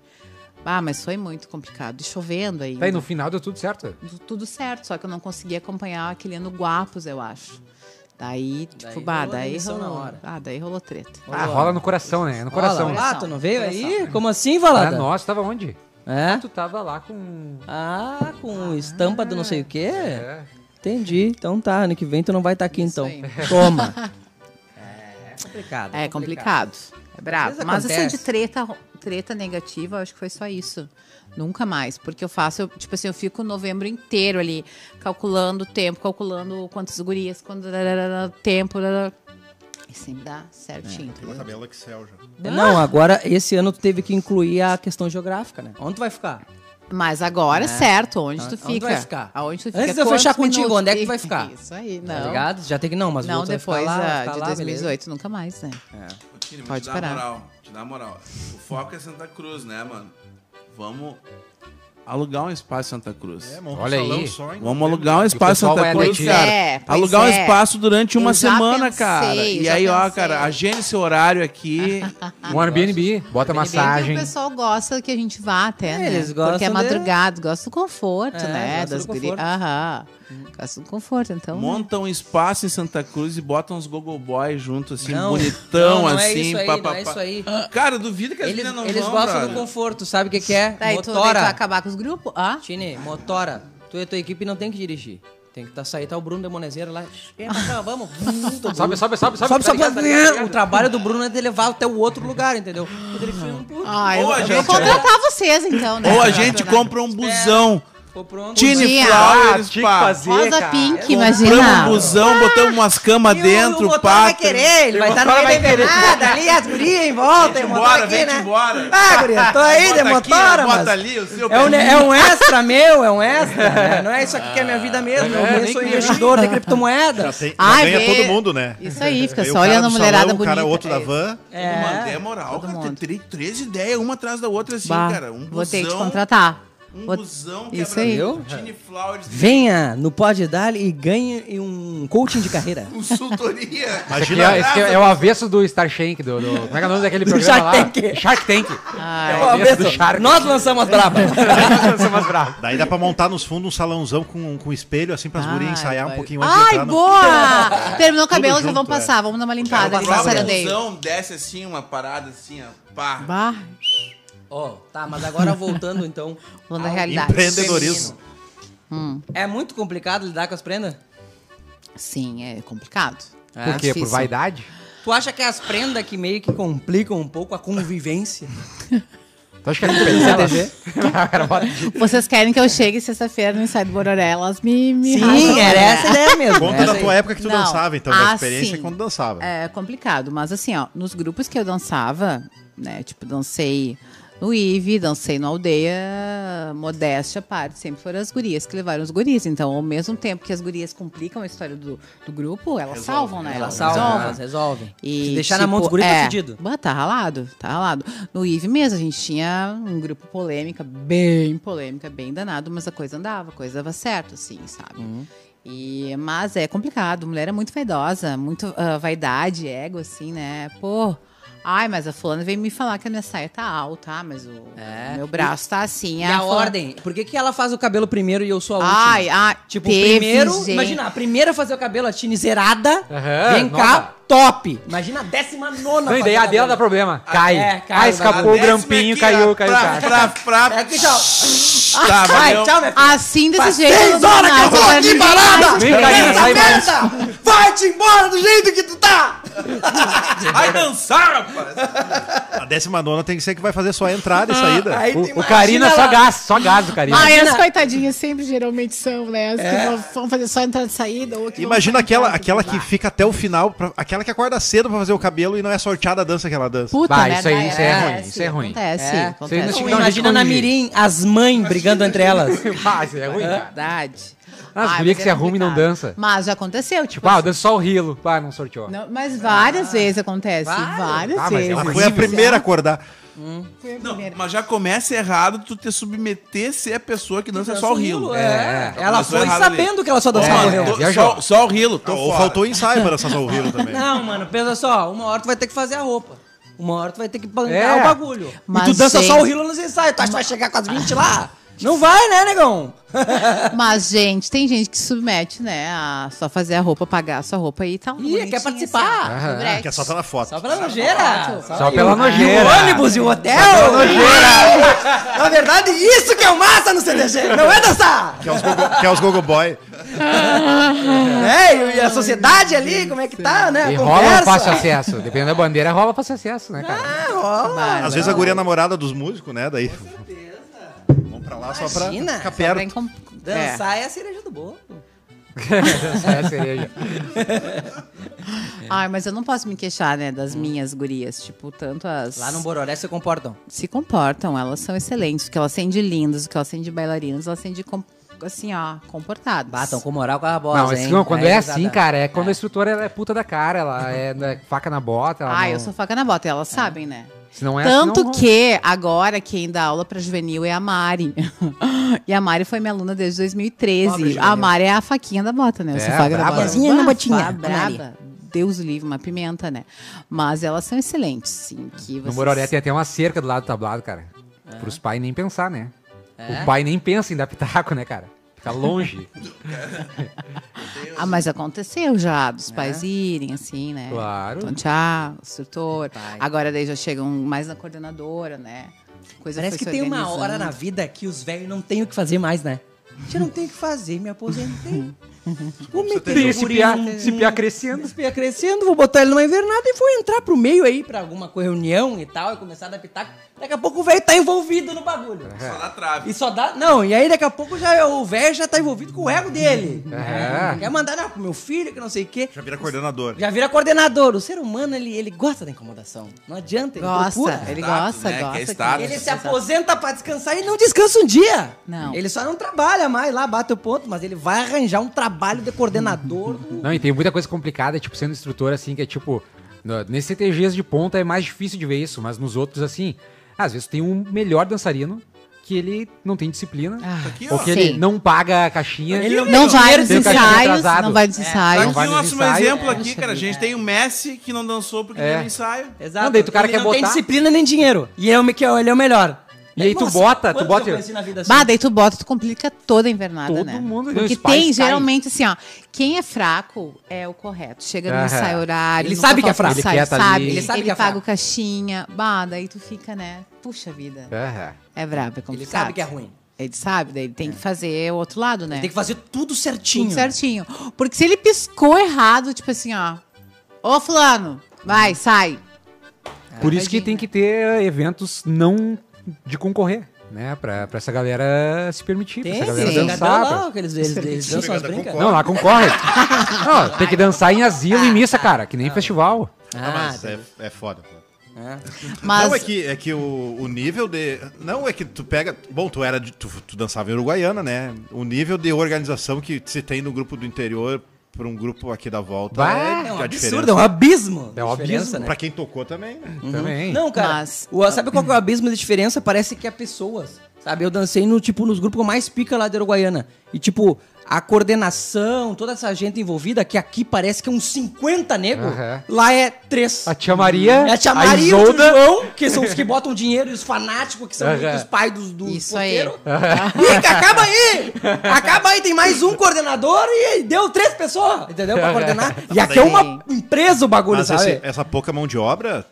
Speaker 3: Ah, mas foi muito complicado. E chovendo ainda.
Speaker 1: Tá, e no final deu tudo certo.
Speaker 3: Tu- Tudo certo, só que eu não consegui acompanhar aquele ano Guapos, eu acho. Daí, tipo,
Speaker 5: Daí
Speaker 3: bah,
Speaker 5: rolou
Speaker 3: daí
Speaker 5: demissão
Speaker 3: rolou.
Speaker 5: na hora.
Speaker 3: Ah, daí rolou treta.
Speaker 1: Ah, rola no coração, né? No coração.
Speaker 5: Olha lá, tu não veio aí?
Speaker 3: Coração.
Speaker 5: Como assim,
Speaker 1: Pra
Speaker 5: Valada?
Speaker 1: nós, tava onde?
Speaker 5: É?
Speaker 1: Tu tava lá com.
Speaker 5: Ah, com estampa do não sei o quê?
Speaker 1: É.
Speaker 5: Entendi. Então tá, ano que vem tu não vai estar aqui
Speaker 3: Isso
Speaker 5: então.
Speaker 3: aí.
Speaker 5: Toma. É complicado.
Speaker 3: É complicado. É
Speaker 5: Às
Speaker 3: brabo.
Speaker 5: vezes
Speaker 3: Mas assim,
Speaker 5: acontece.
Speaker 3: de treta, treta negativa, eu acho que foi só isso. Nunca mais. Porque eu faço, eu, tipo assim, eu fico o novembro inteiro ali, calculando o tempo, calculando quantas gurias, quanto tempo. dararara. E sempre dá
Speaker 5: É,
Speaker 3: certinho.
Speaker 4: Tem uma
Speaker 3: entendeu?
Speaker 4: tabela Excel já.
Speaker 5: Não, agora esse ano tu teve que incluir a questão geográfica, né? Onde tu vai ficar?
Speaker 3: Mas agora, é certo, onde
Speaker 5: Aonde
Speaker 3: tu
Speaker 5: É. tu
Speaker 3: fica?
Speaker 5: vai ficar?
Speaker 3: Aonde tu fica?
Speaker 5: Antes de eu fechar
Speaker 3: quantos
Speaker 5: contigo,
Speaker 3: minutos?
Speaker 5: onde é que tu vai ficar?
Speaker 3: Isso aí, não.
Speaker 5: Tá ligado? Já tem que não, mas o
Speaker 3: Não,
Speaker 5: outro vai ficar
Speaker 3: depois
Speaker 5: lá, vai
Speaker 3: ah,
Speaker 5: ficar
Speaker 3: de
Speaker 5: lá,
Speaker 3: 2018, nunca mais, né?
Speaker 2: Ô, Tini, vou
Speaker 3: Pode
Speaker 2: te dar
Speaker 3: parar.
Speaker 2: moral. Te dar moral. O foco é Santa Cruz, né, mano? Vamos alugar um espaço em Santa Cruz.
Speaker 4: É, monta um
Speaker 1: Olha
Speaker 4: salão
Speaker 1: aí.
Speaker 4: só, hein?
Speaker 2: Vamos alugar um espaço em
Speaker 1: pessoal vai
Speaker 2: Santa Cruz,
Speaker 1: até ti.
Speaker 2: cara.
Speaker 3: É, pois
Speaker 2: alugar um
Speaker 3: é.
Speaker 2: espaço durante
Speaker 3: Eu
Speaker 2: uma
Speaker 3: já
Speaker 2: semana,
Speaker 3: pensei,
Speaker 2: cara. E
Speaker 3: já
Speaker 2: aí, ó,
Speaker 3: pensei.
Speaker 2: cara, agende seu horário aqui.
Speaker 5: Ah,
Speaker 1: Um Airbnb, bota
Speaker 3: Massagem.
Speaker 1: massagem.
Speaker 3: o pessoal gosta que a gente vá até, né?
Speaker 5: Eles
Speaker 3: Porque é
Speaker 5: gostam de-
Speaker 3: madrugada, gosta do conforto,
Speaker 5: É,
Speaker 3: né?
Speaker 5: gosta
Speaker 3: Das
Speaker 5: do
Speaker 3: gurias.
Speaker 5: conforto.
Speaker 3: Aham. Gosta do conforto, então. né?
Speaker 2: Monta um espaço em Santa Cruz e bota uns gogoboys junto, assim,
Speaker 5: Não,
Speaker 2: bonitão,
Speaker 5: não, não é
Speaker 2: assim,
Speaker 5: isso aí,
Speaker 2: pá,
Speaker 5: não
Speaker 2: pá,
Speaker 5: é
Speaker 2: pá.
Speaker 5: isso aí.
Speaker 2: Cara, duvido que as
Speaker 5: Eles,
Speaker 2: meninas não
Speaker 5: eles
Speaker 2: vão,
Speaker 5: gostam do
Speaker 2: brother.
Speaker 5: conforto, sabe o que, que é?
Speaker 3: Tá, e tu daí tu vai
Speaker 5: motora.
Speaker 3: acabar com os grupos? Ah?
Speaker 5: Tine, motora. Tu e a tua equipe não tem que dirigir. Tem que tá, sair, tá o Bruno Demonezeiro lá. É, Marcão, vamos. Todo
Speaker 1: Sobe, sobe, sobe, sobe.
Speaker 5: Sobe,
Speaker 1: tá
Speaker 5: sobe,
Speaker 1: ligado, tá ligado, tá ligado?
Speaker 5: O trabalho do Bruno é de levar até o outro lugar, entendeu? Quando ele fez um puto.
Speaker 3: Ai,
Speaker 2: Ou
Speaker 3: Ah, eu
Speaker 2: a
Speaker 3: vou- eu
Speaker 2: gente-
Speaker 3: vou contratar vocês, então, né?
Speaker 2: Ou a gente
Speaker 5: é
Speaker 2: compra um busão.
Speaker 5: Ficou pronto.
Speaker 2: Tine
Speaker 3: Tinha.
Speaker 2: Flowers,
Speaker 1: Ah, Tinha que
Speaker 2: pá.
Speaker 1: fazer,
Speaker 3: Rosa
Speaker 1: cara.
Speaker 3: Pink,
Speaker 2: Compramos um
Speaker 3: imagina.
Speaker 2: busão, botamos umas camas
Speaker 5: E o-
Speaker 2: dentro,
Speaker 5: o motor
Speaker 2: pá.
Speaker 5: vai querer, ele vai estar no
Speaker 1: motor
Speaker 5: meio
Speaker 1: vai
Speaker 5: da nada ali, as gurias em volta,
Speaker 2: Vem-te
Speaker 5: o motor
Speaker 2: embora,
Speaker 5: aqui,
Speaker 2: vem-te
Speaker 5: né?
Speaker 2: embora.
Speaker 5: Ah, guria, tô aí,
Speaker 2: Bota
Speaker 5: de
Speaker 2: aqui,
Speaker 5: motora,
Speaker 2: bota
Speaker 5: mas...
Speaker 2: ali o seu
Speaker 5: É um,
Speaker 2: pezinho.
Speaker 5: é um extra meu, é um extra. né? Não é isso aqui que é minha vida mesmo. Eu sou investidor de
Speaker 4: Já,
Speaker 5: criptomoedas.
Speaker 4: tem, já
Speaker 3: Ai,
Speaker 4: ganha
Speaker 3: Ah, vê.
Speaker 4: todo mundo, né?
Speaker 3: Isso aí, fica
Speaker 4: Veio
Speaker 3: só
Speaker 4: o cara
Speaker 3: olhando a
Speaker 4: do
Speaker 3: mulherada
Speaker 4: salão, O cara
Speaker 3: bonita.
Speaker 4: outro da
Speaker 3: É
Speaker 4: van.
Speaker 2: Mano, é moral,
Speaker 3: Todo
Speaker 2: cara.
Speaker 3: mundo.
Speaker 2: Tem três ideias, uma atrás da outra, assim,
Speaker 3: Bah,
Speaker 2: cara. Um busão.
Speaker 3: vou ter que te contratar.
Speaker 2: Um
Speaker 3: Vou-
Speaker 2: busão
Speaker 3: Isso
Speaker 2: quebra-
Speaker 3: aí.
Speaker 5: Eu?
Speaker 2: Tini Flowers,
Speaker 5: Venha no Pode Dar e ganhe um coaching de carreira.
Speaker 2: consultoria.
Speaker 1: Esse aqui
Speaker 4: né?
Speaker 1: é, esse aqui é- é o avesso do Star Shank, do, do- Como é que é o nome daquele programa
Speaker 5: Shark
Speaker 1: lá?
Speaker 5: Tank.
Speaker 1: Shark Tank.
Speaker 3: Ai.
Speaker 1: É o avesso do Shark.
Speaker 5: Nós lançamos as brabas.
Speaker 1: São mais bravos.
Speaker 4: Daí dá pra montar nos fundos um salãozão com, com espelho, assim, pras
Speaker 3: Ai,
Speaker 4: gurias ensaiar um
Speaker 3: vai.
Speaker 4: pouquinho antes de
Speaker 3: Ai,
Speaker 4: entrar no-
Speaker 3: boa! Terminou o cabelo, já
Speaker 4: junto,
Speaker 3: vamos
Speaker 4: é.
Speaker 3: passar. Vamos dar uma
Speaker 2: Cara,
Speaker 3: limpada
Speaker 2: uma
Speaker 3: ali na
Speaker 2: prova
Speaker 3: Saturday.
Speaker 2: busão, desce assim, uma parada assim, ó. Pá.
Speaker 3: Bah,
Speaker 5: Ó, tá, mas agora voltando então.
Speaker 3: falando da
Speaker 5: ao
Speaker 3: realidade.
Speaker 4: Empreendedorismo.
Speaker 5: feminino. É muito complicado lidar com as prendas?
Speaker 3: Sim, é complicado.
Speaker 5: Ah,
Speaker 1: Por quê? Por
Speaker 3: difícil.
Speaker 1: vaidade?
Speaker 5: Tu acha que é as prendas que meio que complicam um pouco a convivência?
Speaker 1: Tu acha que é culpa delas? O cara bota-
Speaker 3: Vocês querem que eu chegue sexta-feira no ensaio do Bororé, elas me, me rasgam, né?
Speaker 5: ideia mesmo.
Speaker 4: Conta
Speaker 5: essa
Speaker 4: da tua
Speaker 5: aí.
Speaker 4: época que tu
Speaker 3: Não.
Speaker 4: dançava, então,
Speaker 3: Ah,
Speaker 4: da experiência
Speaker 3: sim.
Speaker 4: quando dançava.
Speaker 3: É complicado, mas assim, ó, nos grupos que eu dançava, né, tipo, dancei no IVE, dancei no Aldeia, modéstia à parte, sempre foram as gurias que levaram os guris. Então, ao mesmo tempo que as gurias complicam a história do, do grupo, elas salvam, né?
Speaker 5: Elas
Speaker 3: Elas
Speaker 5: salvam,
Speaker 3: salvam.
Speaker 5: elas resolvem.
Speaker 3: E,
Speaker 5: Se deixar na mão dos
Speaker 3: tipo,
Speaker 5: guris,
Speaker 3: é,
Speaker 5: tá fedido.
Speaker 3: Bah, tá ralado, tá ralado. No IVE mesmo, a gente tinha um grupo
Speaker 5: Uhum.
Speaker 3: polêmica, bem polêmica, bem danado, mas a coisa andava, a coisa dava certo, assim, sabe? E, mas é complicado, mulher é muito vaidosa, muito ah, vaidade, ego, assim, né? Pô, ai, mas a fulana veio me falar que a minha saia tá alta, ah, mas o
Speaker 5: É.
Speaker 3: meu braço tá assim.
Speaker 5: E
Speaker 3: ah,
Speaker 5: a
Speaker 3: fulana-
Speaker 5: ordem? Por que, que ela faz o cabelo primeiro e eu sou a última?
Speaker 3: Ai, ai,
Speaker 5: Tipo,
Speaker 3: teve,
Speaker 5: primeiro.
Speaker 3: gente.
Speaker 5: Imagina, a primeira a fazer o cabelo, a Tini zerada.
Speaker 1: Aham,
Speaker 5: vem cá,
Speaker 1: nova.
Speaker 5: top. Imagina a décima nona.
Speaker 1: Não, e daí
Speaker 5: fazendo
Speaker 1: a dela
Speaker 5: cabelo.
Speaker 1: dá problema. Cai.
Speaker 5: é,
Speaker 1: É,
Speaker 5: cai,
Speaker 1: cai,
Speaker 5: vai lá.
Speaker 1: escapou o
Speaker 2: Décima
Speaker 1: grampinho,
Speaker 2: aqui, ó,
Speaker 1: caiu, caiu,
Speaker 2: pra,
Speaker 1: caiu.
Speaker 2: pra, pra,
Speaker 5: É que tchau.
Speaker 2: Tá,
Speaker 5: Vai,
Speaker 2: valeu.
Speaker 5: tchau, minha filha.
Speaker 3: Assim desse jeito.
Speaker 5: Seis
Speaker 3: não dá
Speaker 5: horas que eu
Speaker 3: nada,
Speaker 5: vou
Speaker 3: pra
Speaker 5: aqui
Speaker 3: ninguém
Speaker 5: parada!
Speaker 3: mais
Speaker 1: Nem
Speaker 3: espera.
Speaker 1: Karina, sai mais.
Speaker 5: Vai-te embora do jeito que tu tá!
Speaker 2: Vai dançar, rapaz!
Speaker 4: A décima nona tem que ser que vai fazer só a entrada e
Speaker 3: Ah,
Speaker 4: saída.
Speaker 5: Aí tu
Speaker 1: O, o
Speaker 5: imagina
Speaker 1: Karina
Speaker 5: ela-
Speaker 1: só gás, só gás o Karina.
Speaker 6: Ah, e
Speaker 5: Imagina-
Speaker 6: as coitadinhas sempre geralmente são, né? As que vão- vão fazer só entrada e saída. Ou que vão
Speaker 4: Imagina
Speaker 6: só
Speaker 4: aquela,
Speaker 6: entrar,
Speaker 4: aquela
Speaker 6: tudo
Speaker 4: que fica até o final, pra- aquela que acorda cedo pra fazer o cabelo e não é sorteada a dança que ela dança.
Speaker 3: Puta,
Speaker 1: Vai,
Speaker 3: né?
Speaker 1: isso aí- isso aí é ruim, isso é ruim.
Speaker 3: Acontece,
Speaker 5: É.
Speaker 1: Vocês
Speaker 3: acontece.
Speaker 5: Não,
Speaker 1: Não,
Speaker 5: imagina
Speaker 1: gente,
Speaker 5: na
Speaker 1: corrigir.
Speaker 5: mirim as mães brigando entre elas.
Speaker 1: Ah, isso é ruim, cara.
Speaker 3: Verdade.
Speaker 1: As gurias
Speaker 3: Ai, mas
Speaker 1: Ah,
Speaker 3: é
Speaker 1: que se arruma e não
Speaker 3: complicado.
Speaker 1: dança.
Speaker 3: Mas já aconteceu, tipo.
Speaker 1: Tipo, ah, eu
Speaker 3: assim,
Speaker 1: danço só o rilo. Pá, não sorteou.
Speaker 3: não, mas várias vezes acontece. Várias
Speaker 1: Ah, mas é
Speaker 3: vezes.
Speaker 4: Ela foi a primeira a acordar.
Speaker 2: Não, mas já começa errado tu te submeter a ser a pessoa que dança só o rilo.
Speaker 5: É. Ela
Speaker 2: Começou
Speaker 5: foi
Speaker 2: errado ali. É,
Speaker 5: sabendo que ela só
Speaker 2: Ô,
Speaker 5: dançava
Speaker 2: mano,
Speaker 5: o rilo.
Speaker 2: tô- só, só o rilo, tô
Speaker 4: Ou
Speaker 2: fora.
Speaker 4: faltou ensaio pra dançar só o rilo também.
Speaker 5: Não, mano, pensa só, uma hora tu vai ter que fazer a roupa. Uma hora tu vai ter que bancar
Speaker 1: É.
Speaker 5: o bagulho.
Speaker 3: Mas,
Speaker 5: e tu dança só
Speaker 3: gente-
Speaker 5: o rilo nos ensaios. Tu acha que vai chegar com as 20 lá? Não vai, né, negão?
Speaker 3: Mas, gente, tem gente que submete, né? A só fazer a roupa, pagar a sua roupa e tal.
Speaker 5: Ih, quer participar.
Speaker 3: Assim, ó, no brete.
Speaker 4: Que é só tá na foto.
Speaker 5: Só pela nojeira.
Speaker 1: Só pela
Speaker 5: E o
Speaker 1: nojeira.
Speaker 5: ônibus e o hotel. Na verdade, isso que é o massa no CDG. Não é dançar.
Speaker 4: Que é os gogo, que é os gogo boy.
Speaker 5: É, e a sociedade ali, como é que tá, né?
Speaker 1: E
Speaker 5: A
Speaker 1: rola um assim.
Speaker 5: conversa.
Speaker 1: ou fácil acesso? Dependendo da bandeira, rola fácil acesso, né, cara?
Speaker 5: Ah, rola.
Speaker 4: Às vezes a guria é namorada dos músicos, né? Daí. Vamos pra lá só pra
Speaker 5: Imagina.
Speaker 4: ficar
Speaker 3: Pra
Speaker 4: perto.
Speaker 3: encom- É.
Speaker 5: Dançar é a cereja do bolo.
Speaker 1: Essa é a cereja.
Speaker 3: É. Ai, mas eu não posso me queixar, né? Das
Speaker 1: Hum.
Speaker 3: minhas gurias. Tipo, tanto as.
Speaker 5: Lá no Bororé se comportam.
Speaker 3: se comportam, elas são excelentes. O que elas têm de lindas, o que elas têm de bailarinas, elas têm de, com- assim, ó, comportadas.
Speaker 5: Batam com moral com a bola,
Speaker 1: Não,
Speaker 5: hein?
Speaker 1: isso, não, quando
Speaker 5: Aí,
Speaker 1: é
Speaker 5: gurizada.
Speaker 1: assim, cara, é quando a instrutora ela é puta da cara, ela é né, faca na bota. Ela
Speaker 3: Ah,
Speaker 1: não-
Speaker 3: eu sou faca na bota, e elas sabem, né?
Speaker 1: Se Tá não é assim,
Speaker 3: Tanto
Speaker 1: não rola.
Speaker 3: que agora quem dá aula pra juvenil é a Mari. e a Mari foi minha aluna desde 2013.
Speaker 5: Pobre juvenil.
Speaker 3: a Mari é a faquinha da bota, né? Eu
Speaker 1: É,
Speaker 3: sou faca
Speaker 1: braba.
Speaker 3: da bota.
Speaker 5: Faquinha na
Speaker 3: Ah,
Speaker 5: botinha,
Speaker 3: fa-
Speaker 5: com a Mari.
Speaker 3: Braba. Deus o livre, uma pimenta, né? Mas elas são excelentes, sim. Que
Speaker 1: No
Speaker 3: vocês...
Speaker 1: Mororé tem até uma cerca do lado do tablado, cara. Pros pais nem pensar, né?
Speaker 5: É?
Speaker 1: O pai nem pensa em dar pitaco, né, cara? Fica longe.
Speaker 3: Ah, mas aconteceu já, dos pais irem, assim, né?
Speaker 1: É? Claro.
Speaker 3: Então, tchau, instrutor.
Speaker 5: Pai.
Speaker 3: Agora daí já chegam mais na coordenadora, né? Coisa
Speaker 5: Parece que
Speaker 3: foi se
Speaker 5: tem uma hora
Speaker 3: organizando.
Speaker 5: na vida que os velhos não têm o que fazer mais, né? Eu não tenho o que fazer, me aposentei. Vou meter
Speaker 1: Sim,
Speaker 5: o
Speaker 1: se
Speaker 5: um guri
Speaker 1: piar-
Speaker 5: num-
Speaker 1: se piar crescendo.
Speaker 5: Se piar crescendo, vou botar ele numa invernada e vou entrar pro meio aí pra alguma reunião e tal, e começar a dar pitaco. Daqui a pouco o velho tá envolvido no bagulho.
Speaker 1: É.
Speaker 2: Só Tá na trave.
Speaker 5: E só dá. Não, e aí daqui a pouco já, o velho já tá envolvido com o ego dele.
Speaker 1: É.
Speaker 5: Quer mandar não, pro meu filho, que não sei o quê.
Speaker 4: Já vira coordenador.
Speaker 5: Já vira coordenador. O ser humano, ele, ele gosta da incomodação. Não adianta, ele procura.
Speaker 3: Gosta, ele gosta,
Speaker 2: né? Que é
Speaker 3: gosta.
Speaker 2: status.
Speaker 5: Ele se aposenta pra descansar e não descansa um dia.
Speaker 3: Não.
Speaker 5: Ele só não trabalha mais lá, bate o ponto, mas ele vai arranjar um trabalho de coordenador. do-
Speaker 1: Não, e tem muita coisa complicada, tipo, sendo instrutor, assim, que é tipo. no- Nesses CTGs de ponta é mais difícil de ver isso, mas nos outros, assim, às vezes tem um melhor dançarino que ele não tem disciplina.
Speaker 3: Ah,
Speaker 2: Tá Aqui, ó.
Speaker 1: Ou que ele
Speaker 3: sim.
Speaker 1: não paga a caixinha.
Speaker 5: Ele não-
Speaker 3: Não vai
Speaker 5: Dinheiro
Speaker 3: nos
Speaker 1: tem cachorro
Speaker 3: ensaios,
Speaker 1: atrasado.
Speaker 3: não vai
Speaker 5: É.
Speaker 3: nos
Speaker 2: Tá
Speaker 3: ensaios.
Speaker 1: não
Speaker 2: aqui
Speaker 1: vai
Speaker 2: o
Speaker 1: nos
Speaker 2: nosso
Speaker 1: ensaios.
Speaker 2: exemplo
Speaker 1: É,
Speaker 2: aqui, cara. A gente tem o Messi que não dançou porque
Speaker 1: É.
Speaker 2: deu ensaio.
Speaker 5: Exato.
Speaker 1: Não, daí tu cara
Speaker 5: ele
Speaker 1: quer
Speaker 5: não tem
Speaker 1: botar-
Speaker 5: disciplina nem dinheiro. E eu, que eu- ele é o melhor.
Speaker 1: E aí tu bota, tu
Speaker 5: quantos
Speaker 1: bota-
Speaker 5: Eu conheci na vida assim?
Speaker 3: Bah, daí tu bota, tu complica toda a invernada,
Speaker 1: Todo
Speaker 3: né?
Speaker 1: mundo,
Speaker 3: Porque
Speaker 1: os pais
Speaker 3: tem
Speaker 1: caem.
Speaker 3: geralmente assim, ó. Quem é fraco é o correto. Chega no
Speaker 1: Aham.
Speaker 3: ensaio horário.
Speaker 5: Ele
Speaker 3: nunca
Speaker 5: sabe que é
Speaker 3: falta
Speaker 5: fraco.
Speaker 3: ensaio,
Speaker 1: Ele quer tá
Speaker 3: sabe,
Speaker 1: ali.
Speaker 3: ele
Speaker 5: Ele sabe que é
Speaker 3: paga
Speaker 5: fraco.
Speaker 3: o caixinha. Bah, daí tu fica, né? Puxa vida.
Speaker 5: Ah,
Speaker 1: Aham.
Speaker 3: É brabo, é complicado.
Speaker 5: Ele sabe que é ruim.
Speaker 3: Ele sabe, daí ele tem que fazer o outro lado, né?
Speaker 5: Ele assim? tem que fazer tudo certinho.
Speaker 3: Tudo certinho. Porque se ele piscou errado, tipo assim, ó. Ô, fulano, vai, sai.
Speaker 1: Por isso que tem
Speaker 3: Tadinho,
Speaker 1: que ter eventos não de concorrer, né? Pra, pra essa galera se permitir, pra
Speaker 5: Tem,
Speaker 1: essa
Speaker 5: tem.
Speaker 1: galera
Speaker 5: tem.
Speaker 1: dançar. pra-
Speaker 5: Lá, aqueles, eles, eles dançam as brincas.
Speaker 1: Não, lá concorre. Não, tem que dançar em asilo e missa, cara, que nem festival.
Speaker 4: Ah,
Speaker 5: Ah,
Speaker 1: Tá,
Speaker 4: mas é, é foda.
Speaker 3: Mas
Speaker 4: Não, é que, é que o, o nível de. Não, é que tu pega. Bom, tu era de- tu, tu dançava em Uruguaiana, né? O nível de organização que se tem no grupo do interior pra um grupo aqui da volta
Speaker 1: Bah,
Speaker 5: é
Speaker 4: é,
Speaker 5: um absurdo,
Speaker 4: a
Speaker 5: é
Speaker 4: diferença.
Speaker 5: um abismo.
Speaker 1: É um
Speaker 5: de diferença,
Speaker 1: abismo
Speaker 5: né?
Speaker 4: Pra quem tocou também, né?
Speaker 1: Também.
Speaker 5: Uhum. Não, cara.
Speaker 3: Mas-
Speaker 5: o- sabe qual que é o abismo de diferença? Parece que é pessoas. Sabe, eu dancei no tipo nos grupos mais pica lá da Uruguaiana. E tipo, a coordenação, toda essa gente envolvida, que aqui parece que é uns 50 nego,
Speaker 1: Aham.
Speaker 5: lá é três.
Speaker 1: A tia Maria,
Speaker 5: É a tia Maria e o tio
Speaker 1: Isolda.
Speaker 5: João, que são os que botam dinheiro, e os fanáticos, que são
Speaker 1: Aham.
Speaker 5: os pais dos, dos
Speaker 3: Isso aí.
Speaker 5: porteiros. Mica, acaba aí! Acaba aí, tem mais um coordenador e deu três pessoas, entendeu? Pra coordenar. E aqui é uma empresa o bagulho,
Speaker 4: Mas
Speaker 5: sabe? Hum.
Speaker 4: esse- essa pouca mão de obra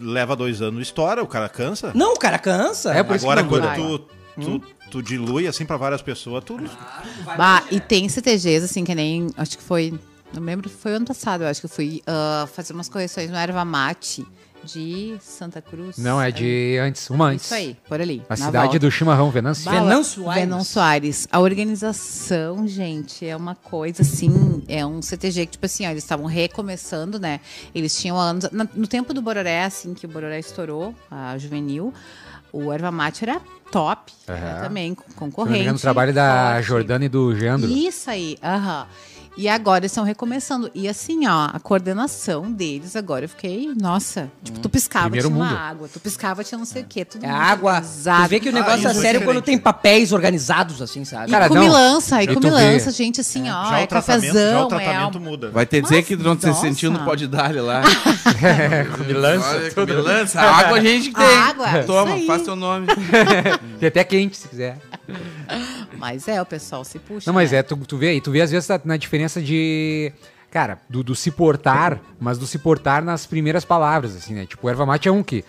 Speaker 4: leva dois anos, estoura, o cara cansa.
Speaker 5: Não, o cara cansa.
Speaker 1: É, por isso que
Speaker 4: Agora,
Speaker 1: não Hum?
Speaker 4: quando
Speaker 3: dura.
Speaker 4: tu, tu, tu dilui assim pra várias pessoas, tu
Speaker 3: Bah, e tem CTGs, assim, que nem. Acho que foi. Não lembro, foi ano passado, eu acho que eu fui ah, fazer umas correções no erva mate de Santa Cruz.
Speaker 1: Não, é de antes, uma antes.
Speaker 3: Isso aí, por ali.
Speaker 1: A cidade do chimarrão, Venâncio.
Speaker 5: Bah. Venan Soares.
Speaker 3: Venan Soares. A organização, gente, é uma coisa assim. É um CTG que, tipo assim, ó, eles estavam recomeçando, né? Eles tinham anos. na- No tempo do Bororé, assim, que o Bororé estourou, a juvenil, o erva mate era top. Era
Speaker 1: Aham.
Speaker 3: também con-
Speaker 1: Se não me
Speaker 3: concorrente.
Speaker 1: engano, o trabalho é da
Speaker 3: forte.
Speaker 1: Jordana e do Geandro.
Speaker 3: Isso aí, aham. E agora eles estão recomeçando. E assim, ó, a coordenação deles agora eu fiquei, nossa, tipo, tu piscava,
Speaker 1: Primeiro
Speaker 3: tinha
Speaker 1: mundo.
Speaker 3: uma água, tu piscava, tinha não sei o quê, tudo
Speaker 5: É
Speaker 3: muito
Speaker 5: água.
Speaker 3: organizado.
Speaker 5: Tu vê que o negócio é
Speaker 4: Ah, isso é
Speaker 5: sério quando
Speaker 4: diferente.
Speaker 5: tem papéis organizados, assim,
Speaker 3: E
Speaker 5: sabe?
Speaker 1: Cara,
Speaker 3: come
Speaker 1: não.
Speaker 3: lança, e
Speaker 1: Eu
Speaker 3: come
Speaker 1: tô vendo.
Speaker 3: lança, gente, assim, ó,
Speaker 4: já,
Speaker 3: é
Speaker 4: o tratamento, já o
Speaker 3: cafezão,
Speaker 4: tratamento
Speaker 3: é... um-
Speaker 4: muda.
Speaker 2: Vai ter que dizer
Speaker 3: Nossa,
Speaker 2: que durante nossa.
Speaker 3: nossa.
Speaker 2: 60 anos pode dar lá.
Speaker 1: Comilança,
Speaker 2: Olha, Comilança. A água a gente
Speaker 5: Ah,
Speaker 2: que
Speaker 3: A
Speaker 2: tem.
Speaker 4: É.
Speaker 3: água,
Speaker 2: Toma,
Speaker 3: isso aí.
Speaker 2: faz teu nome.
Speaker 1: Tem até quente, se quiser.
Speaker 3: Mas é, o pessoal se puxa.
Speaker 1: Não, mas
Speaker 3: né?
Speaker 1: é, tu, tu vê aí, tu vê às vezes tá na diferença de. Cara, do, do se portar, mas do se portar nas primeiras palavras, assim, né? Tipo, o erva mate é um que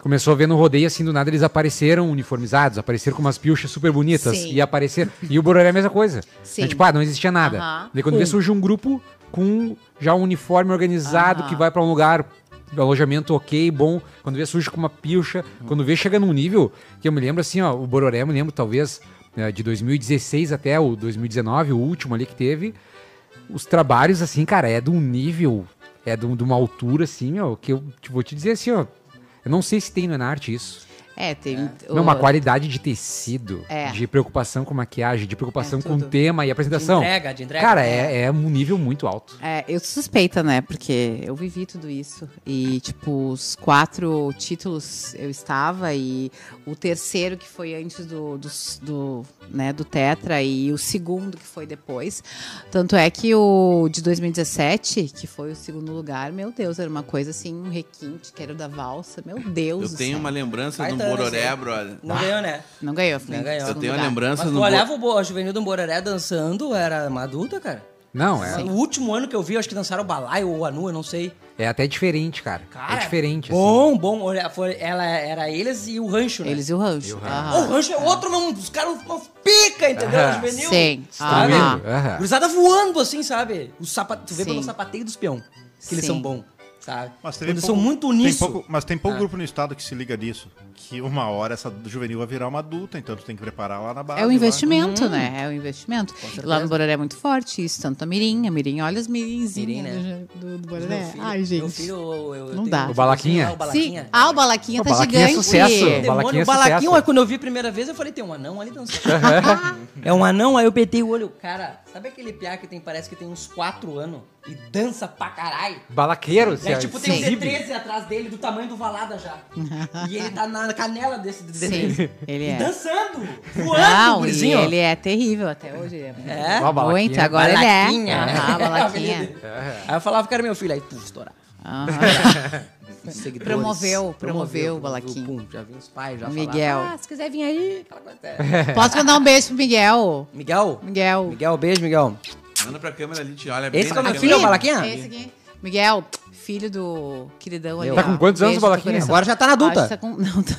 Speaker 1: começou a ver no rodeio, assim, do nada eles apareceram uniformizados, apareceram com umas pilchas super bonitas
Speaker 3: Sim.
Speaker 1: e apareceram. E o Bororé é a mesma coisa.
Speaker 3: Sim.
Speaker 1: É tipo, ah, não existia nada.
Speaker 3: Aham.
Speaker 1: Daí quando vê surge um grupo com já um uniforme organizado
Speaker 3: Aham.
Speaker 1: que vai pra um lugar. Alojamento ok, bom. Quando vê, surge com uma pilcha. Quando vê, chega num nível que eu me lembro assim, ó. O Bororé, eu me lembro, talvez, né, de 2016 até o 2019, o último ali que teve. Os trabalhos, assim, cara, é de um nível, é de, um- de uma altura, assim, ó, que eu te- vou te dizer assim, ó. Eu não sei se tem no Enarte isso.
Speaker 3: É, tem...
Speaker 1: Não, uma
Speaker 3: o-
Speaker 1: qualidade de tecido,
Speaker 3: É.
Speaker 1: de preocupação com maquiagem, de preocupação
Speaker 3: É
Speaker 1: com
Speaker 3: tudo.
Speaker 1: tema e
Speaker 5: De
Speaker 1: apresentação.
Speaker 5: entrega, de entrega.
Speaker 1: Cara, é, é um nível muito alto.
Speaker 3: É, eu sou suspeita, né? Porque eu vivi tudo isso. E, tipo, os quatro títulos eu estava, e o terceiro que foi antes do, do, do, né, do Tetra, e o segundo que foi depois. Tanto é que o de 2017, que foi o segundo lugar, meu Deus, era uma coisa assim, um requinte, que era o da valsa. Meu Deus.
Speaker 2: Eu
Speaker 3: do
Speaker 2: tenho
Speaker 3: céu.
Speaker 2: uma lembrança
Speaker 5: Vai
Speaker 2: do
Speaker 5: dando,
Speaker 2: Bororé,
Speaker 5: assim.
Speaker 2: brother.
Speaker 5: Não ganhou, né?
Speaker 3: Não ganhou, Felipe.
Speaker 5: Não ganhou.
Speaker 2: Eu
Speaker 3: segundo
Speaker 2: tenho a
Speaker 3: lugar.
Speaker 2: lembrança
Speaker 5: Mas
Speaker 2: no
Speaker 5: tu olhava o Bo- a juvenil do Bororé dançando, era uma adulta, cara.
Speaker 1: Não, é,
Speaker 5: O último ano que eu vi, eu acho que dançaram o Balaio ou o Anu, eu não sei.
Speaker 1: é até diferente, cara.
Speaker 5: Cara,
Speaker 1: é diferente, assim.
Speaker 5: Bom, bom. olha, foi- ela, era eles e o Rancho, né?
Speaker 3: Eles e o Rancho.
Speaker 5: Ô, O
Speaker 3: Aham.
Speaker 5: Rancho é outro, não, os caras não pica, entendeu?
Speaker 1: Aham.
Speaker 5: O juvenil.
Speaker 3: Sim.
Speaker 5: Sabe?
Speaker 3: Aham.
Speaker 1: Aham.
Speaker 5: Cruzada voando, assim, sabe? O sapa... Tu vê
Speaker 3: Sim.
Speaker 5: pelo sapateio dos peão, que eles
Speaker 3: Sim.
Speaker 5: são bons, sabe?
Speaker 4: Mas teve
Speaker 5: Quando
Speaker 4: pouco-
Speaker 5: são muito
Speaker 4: tem
Speaker 5: nisso.
Speaker 4: pouco- mas tem
Speaker 3: É.
Speaker 4: pouco grupo no estado que se liga disso. Que uma hora essa juvenil vai virar uma adulta, então tu tem que preparar lá na base.
Speaker 3: É um
Speaker 4: lá.
Speaker 5: Uhum.
Speaker 3: investimento, né? É um investimento. Lá no Bororé é muito forte, isso, tanto a Mirim, a Mirim, olha as
Speaker 5: Mirim,
Speaker 3: Mirinzinhas
Speaker 5: né?
Speaker 3: do, do, do
Speaker 5: Mas
Speaker 3: Bororé.
Speaker 5: meu filho-
Speaker 6: Ai,
Speaker 5: Meu
Speaker 6: gente.
Speaker 5: filho, eu, eu
Speaker 3: é, Não
Speaker 5: tenho-
Speaker 3: dá.
Speaker 1: O Balaquinha?
Speaker 5: Ah, um O
Speaker 3: Sim.
Speaker 5: Balaquinha.
Speaker 3: Ah, o Balaquinha
Speaker 1: O
Speaker 3: tá
Speaker 1: Balaquinha é
Speaker 3: gigante.
Speaker 1: sucesso.
Speaker 5: Demônio,
Speaker 1: Balaquinha é
Speaker 5: o Balaquinho,
Speaker 1: sucesso.
Speaker 5: olha, quando eu vi a primeira vez, eu falei, tem um anão ali dançando. é um anão, aí eu petei o olho. Cara, sabe aquele piá que tem, parece que tem uns 4 anos e dança pra caralho?
Speaker 1: assim. Balaqueiro,
Speaker 5: É, tipo, tem um
Speaker 1: exibe.
Speaker 5: D13 atrás dele, do tamanho do Valada já. e ele tá na canela desse D13.
Speaker 3: Sim, ele é.
Speaker 5: Dançando, voando,
Speaker 3: Não, e
Speaker 5: gurizinho.
Speaker 3: ele é terrível até hoje. Ele é muito-
Speaker 5: É?
Speaker 1: Ó, a balaquinha.
Speaker 3: Muito, agora ele é.
Speaker 5: Balaquinha.
Speaker 3: Aham, a
Speaker 5: É o
Speaker 3: balaquinha.
Speaker 5: apelido dele. Aí eu falava que era meu filho, aí pum, estourar.
Speaker 3: Aham.
Speaker 5: Seguidores.
Speaker 3: Promoveu, promoveu o Balaquinho.
Speaker 5: Pum, já vi os pais, já
Speaker 3: Miguel.
Speaker 5: falavam, Ah, se quiser vir aí. aquela coisa até.
Speaker 3: Posso mandar um beijo pro Miguel?
Speaker 5: Miguel?
Speaker 3: Miguel.
Speaker 5: Miguel, beijo, Miguel.
Speaker 2: Manda pra câmera ali, te olha
Speaker 5: Esse
Speaker 2: bem
Speaker 5: que é
Speaker 1: Ah,
Speaker 2: na
Speaker 5: meu filho, é o
Speaker 2: câmera.
Speaker 5: Balaquinha?
Speaker 3: Esse aqui. Miguel, filho do queridão ali.
Speaker 1: Tá com
Speaker 3: ó.
Speaker 1: quantos anos
Speaker 3: Beijo
Speaker 1: o
Speaker 3: no
Speaker 1: Balaquinha?
Speaker 3: coração.
Speaker 5: Agora já tá na adulta.
Speaker 3: Acho que tá com- Não, tá.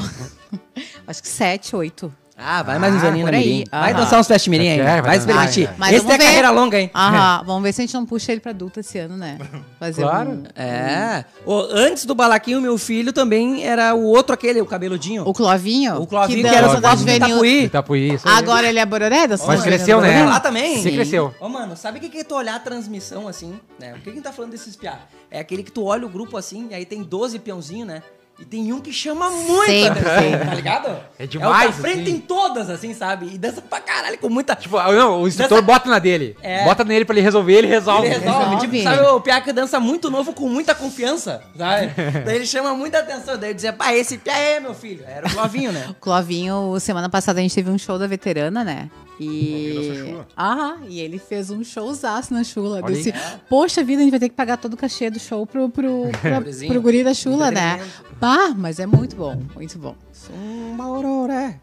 Speaker 3: Acho que sete, oito.
Speaker 5: Ah, vai mais uns
Speaker 3: Ah,
Speaker 5: aninhos
Speaker 3: por
Speaker 5: na
Speaker 3: aí.
Speaker 5: mirim. Vai
Speaker 3: Aham.
Speaker 5: dançar uns fest mirim aí.
Speaker 1: É,
Speaker 5: vai,
Speaker 1: vai
Speaker 5: se
Speaker 1: dançar.
Speaker 5: permitir.
Speaker 3: Mas
Speaker 5: Esse tem
Speaker 3: vamos
Speaker 5: a
Speaker 3: ver. Ah.
Speaker 5: carreira longa, hein? É.
Speaker 3: Aham, vamos ver se a gente não puxa ele pra adulta esse ano, né? Fazer
Speaker 1: Claro.
Speaker 3: um-
Speaker 5: É. Ô, antes do Balaquinho, meu filho também era o outro aquele, o cabeludinho.
Speaker 3: O Clovinho?
Speaker 5: O Clovinho, que,
Speaker 3: dança
Speaker 5: era o
Speaker 3: da
Speaker 5: papo do
Speaker 3: juvenil.
Speaker 5: Itapuí.
Speaker 1: Itapuí, tá isso né? aí.
Speaker 3: Agora ele é bororé da
Speaker 1: Mas
Speaker 5: Ô,
Speaker 1: cresceu,
Speaker 5: mano,
Speaker 1: né?
Speaker 5: Lá também.
Speaker 1: Se cresceu.
Speaker 5: Ô, mano, sabe o que que é tu olhar a transmissão assim, né? O que que tá falando desses piá? É aquele que tu olha o grupo assim, e aí tem 12 peãozinhos, né? E tem um que chama muito a
Speaker 3: Sempre
Speaker 5: atenção,
Speaker 3: tem.
Speaker 5: tá ligado?
Speaker 1: É demais,
Speaker 5: É o da frente
Speaker 1: assim.
Speaker 5: em todas, assim, sabe? E dança pra caralho com muita...
Speaker 1: Tipo, ah, não, o instrutor
Speaker 5: Dessa-
Speaker 1: bota na dele.
Speaker 5: É.
Speaker 1: Bota nele pra ele resolver, ele resolve.
Speaker 5: Ele
Speaker 1: né?
Speaker 5: resolve,
Speaker 3: Resolve.
Speaker 5: tipo, sabe o Piá que dança muito novo com muita confiança, sabe? daí ele chama muita atenção, daí dizia, pá, esse Piá é meu filho. Era o Clovinho, né?
Speaker 3: Clovinho, semana passada a gente teve um show da veterana, né?
Speaker 4: Alguém
Speaker 3: E.
Speaker 4: dança chula?
Speaker 3: Ah, e ele fez um showzaço na chula.
Speaker 1: Olha aí.
Speaker 3: Desse, Poxa vida, a gente vai ter que pagar todo o cachê do show pro, pro, pra,
Speaker 5: Gurizinho.
Speaker 3: pro guri da chula, né?
Speaker 5: Entretenimento.
Speaker 3: Bah, mas é muito bom, muito bom.
Speaker 5: Samba Aurora.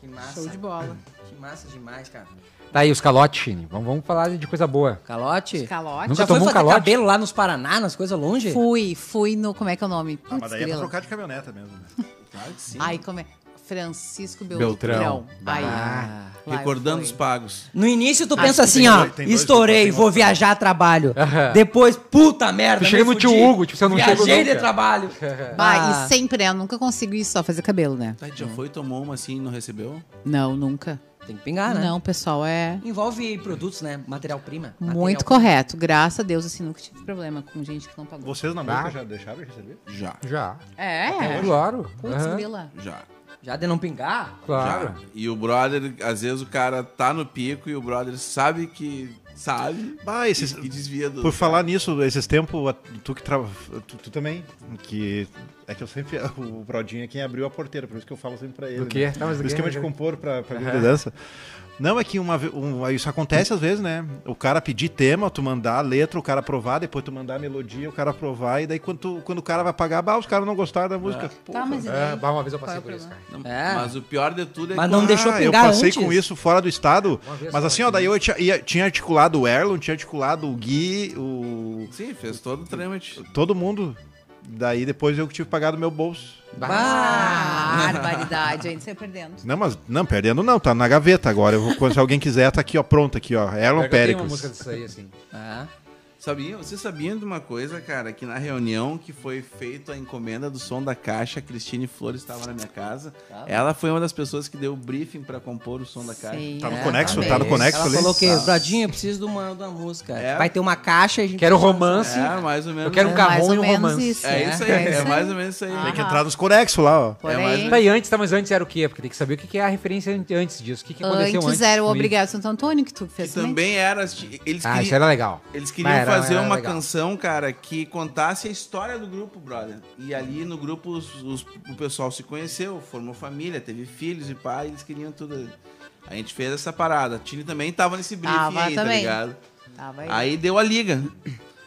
Speaker 5: Que
Speaker 4: Ah,
Speaker 5: massa.
Speaker 3: Show de bola.
Speaker 5: Que massa demais, cara.
Speaker 1: Tá aí, os calotes, Chine. Vamos, vamos falar de coisa boa.
Speaker 5: Calote?
Speaker 3: Calote.
Speaker 1: Nunca
Speaker 5: Já foi
Speaker 1: tomou um
Speaker 5: fazer
Speaker 1: calote?
Speaker 5: cabelo lá nos Paraná, nas coisas longe?
Speaker 3: Fui, fui no. Como é que é o nome?
Speaker 4: Ah, mas
Speaker 3: Putz,
Speaker 4: daí é pra
Speaker 3: grila.
Speaker 4: trocar de caminhoneta mesmo. né?
Speaker 2: Claro que sim.
Speaker 3: Ai, como é? Francisco
Speaker 7: Beltrão.
Speaker 3: Beltrão. Aí, lá eu
Speaker 2: Ah, Recordando os
Speaker 3: fui.
Speaker 2: pagos.
Speaker 5: No início tu
Speaker 3: Acho
Speaker 5: pensa
Speaker 4: que
Speaker 5: assim,
Speaker 4: tem
Speaker 5: ó,
Speaker 4: dois- tem dois-
Speaker 5: estourei,
Speaker 4: tem um-
Speaker 5: vou viajar a trabalho.
Speaker 1: Aham.
Speaker 5: Depois, puta merda,
Speaker 1: Tu chega
Speaker 5: me
Speaker 1: no tio
Speaker 5: fudi.
Speaker 1: Hugo, tipo, você não
Speaker 5: Viajei
Speaker 1: chegou
Speaker 5: de
Speaker 1: nunca.
Speaker 5: trabalho. Ah,
Speaker 3: Bah,
Speaker 2: Ah.
Speaker 3: e sempre, né? eu nunca consigo ir só fazer cabelo, né?
Speaker 2: Tá,
Speaker 5: Uhum.
Speaker 2: já foi, tomou uma assim e não recebeu?
Speaker 3: Não, nunca.
Speaker 5: Tem que
Speaker 4: Ah,
Speaker 5: pingar, né?
Speaker 3: Não, pessoal, é
Speaker 5: Envolve produtos, né? Material-prima.
Speaker 3: muito
Speaker 5: Material-
Speaker 3: correto. Graças a Deus, assim, nunca tive problema com gente que não pagou.
Speaker 4: Vocês na
Speaker 1: Ah.
Speaker 4: música já deixaram de receber?
Speaker 2: Já.
Speaker 1: Já.
Speaker 3: É?
Speaker 1: Claro.
Speaker 3: Putz,
Speaker 1: Aham,
Speaker 3: grila.
Speaker 2: Já.
Speaker 5: Já de não pingar?
Speaker 1: Claro.
Speaker 2: Já. E o brother, às vezes o cara tá no pico e o brother sabe que sabe
Speaker 4: Bah, esses...
Speaker 2: e desvia do.
Speaker 4: Por falar nisso, esses tempos, a- tu que tra... tu, tu também, que é que eu sempre, o Brodinho é quem abriu a porteira, por isso que eu falo sempre pra ele.
Speaker 1: quê?
Speaker 4: Né?
Speaker 1: Não, mas o
Speaker 4: o
Speaker 1: quê?
Speaker 4: esquema de compor pra, pra grupo de dança. Não, é que uma, ve- um, isso acontece às vezes, né? O cara pedir tema, tu mandar a letra, o cara aprovar, depois tu mandar a melodia, o cara aprovar, e daí quando, tu- quando o cara vai pagar, bah, os caras não gostaram da música.
Speaker 3: Tá, mas e
Speaker 1: É,
Speaker 3: daí?
Speaker 1: bah, uma vez eu
Speaker 3: Qual
Speaker 1: passei
Speaker 3: é o
Speaker 1: por isso,
Speaker 3: problema?
Speaker 1: cara.
Speaker 2: Não,
Speaker 5: É.
Speaker 2: Mas o pior de tudo é
Speaker 5: Mas não
Speaker 2: que-
Speaker 5: deixou
Speaker 4: Ah,
Speaker 5: pingar
Speaker 4: Eu passei
Speaker 5: antes?
Speaker 4: com isso fora do estado.
Speaker 1: Uma vez
Speaker 4: Mas
Speaker 1: só,
Speaker 4: assim, ó,
Speaker 1: né?
Speaker 4: daí eu tinha, ia- tinha articulado o Erlon, tinha articulado o Gui, o.
Speaker 2: Sim, fez todo o trâmite.
Speaker 4: todo mundo. Daí depois eu que tive que pagar do meu bolso.
Speaker 3: Ah, Barbaridade, a gente saiu perdendo.
Speaker 4: Não, mas não, perdendo não, tá na gaveta agora. Eu vou, quando se alguém quiser, tá aqui, ó, pronto aqui, ó. Erlon
Speaker 1: Eu tenho uma
Speaker 4: Péricles.
Speaker 1: música disso aí, assim.
Speaker 5: Ah.
Speaker 2: Sabia, vocês sabiam de uma coisa, cara? Que na reunião que foi feita a encomenda do som da caixa, a Cristine Flores estava na minha casa. Ela foi uma das pessoas que deu o briefing pra compor o som da caixa.
Speaker 3: Sim.
Speaker 1: Então,
Speaker 4: Tá no
Speaker 3: É,
Speaker 4: Conexo,
Speaker 3: também.
Speaker 4: tá no Conexo
Speaker 5: Ela
Speaker 4: ali.
Speaker 5: falou que, Bradinho, eu preciso de uma, de uma música.
Speaker 2: É.
Speaker 5: Vai ter uma caixa e a gente...
Speaker 1: Quero um romance.
Speaker 2: É, mais ou
Speaker 1: assim,
Speaker 2: menos.
Speaker 1: Eu quero um Ah,
Speaker 2: é.
Speaker 3: mais
Speaker 1: carrão
Speaker 3: ou
Speaker 1: e um
Speaker 3: menos
Speaker 1: romance.
Speaker 3: isso,
Speaker 2: É
Speaker 3: né?
Speaker 2: isso aí, é mais ou menos isso aí.
Speaker 4: Tem que entrar nos Conexo lá, ó.
Speaker 2: É mais
Speaker 3: Porém,
Speaker 1: Tá, e antes, tá, mas antes era o quê? Porque tem que saber o que que é a referência an- antes disso. O que, que aconteceu antes?
Speaker 3: antes era o
Speaker 1: com isso.
Speaker 3: Obrigado Santo Antônio que tu
Speaker 2: Que
Speaker 3: fez também.
Speaker 2: também era. Eles
Speaker 1: Ah, isso
Speaker 2: queriam,
Speaker 1: era legal.
Speaker 2: eles queriam
Speaker 1: Mas era-
Speaker 2: fazer
Speaker 1: era
Speaker 2: uma
Speaker 1: legal.
Speaker 2: canção, cara, que contasse a história do grupo, brother. E ali no grupo os- os- o pessoal se conheceu, formou família, teve filhos e pai, eles queriam tudo. A gente fez essa parada. A Tini também tava nesse briefing
Speaker 3: Tava
Speaker 2: aí, tá
Speaker 3: também.
Speaker 2: ligado?
Speaker 3: Tava aí.
Speaker 2: Aí deu a liga.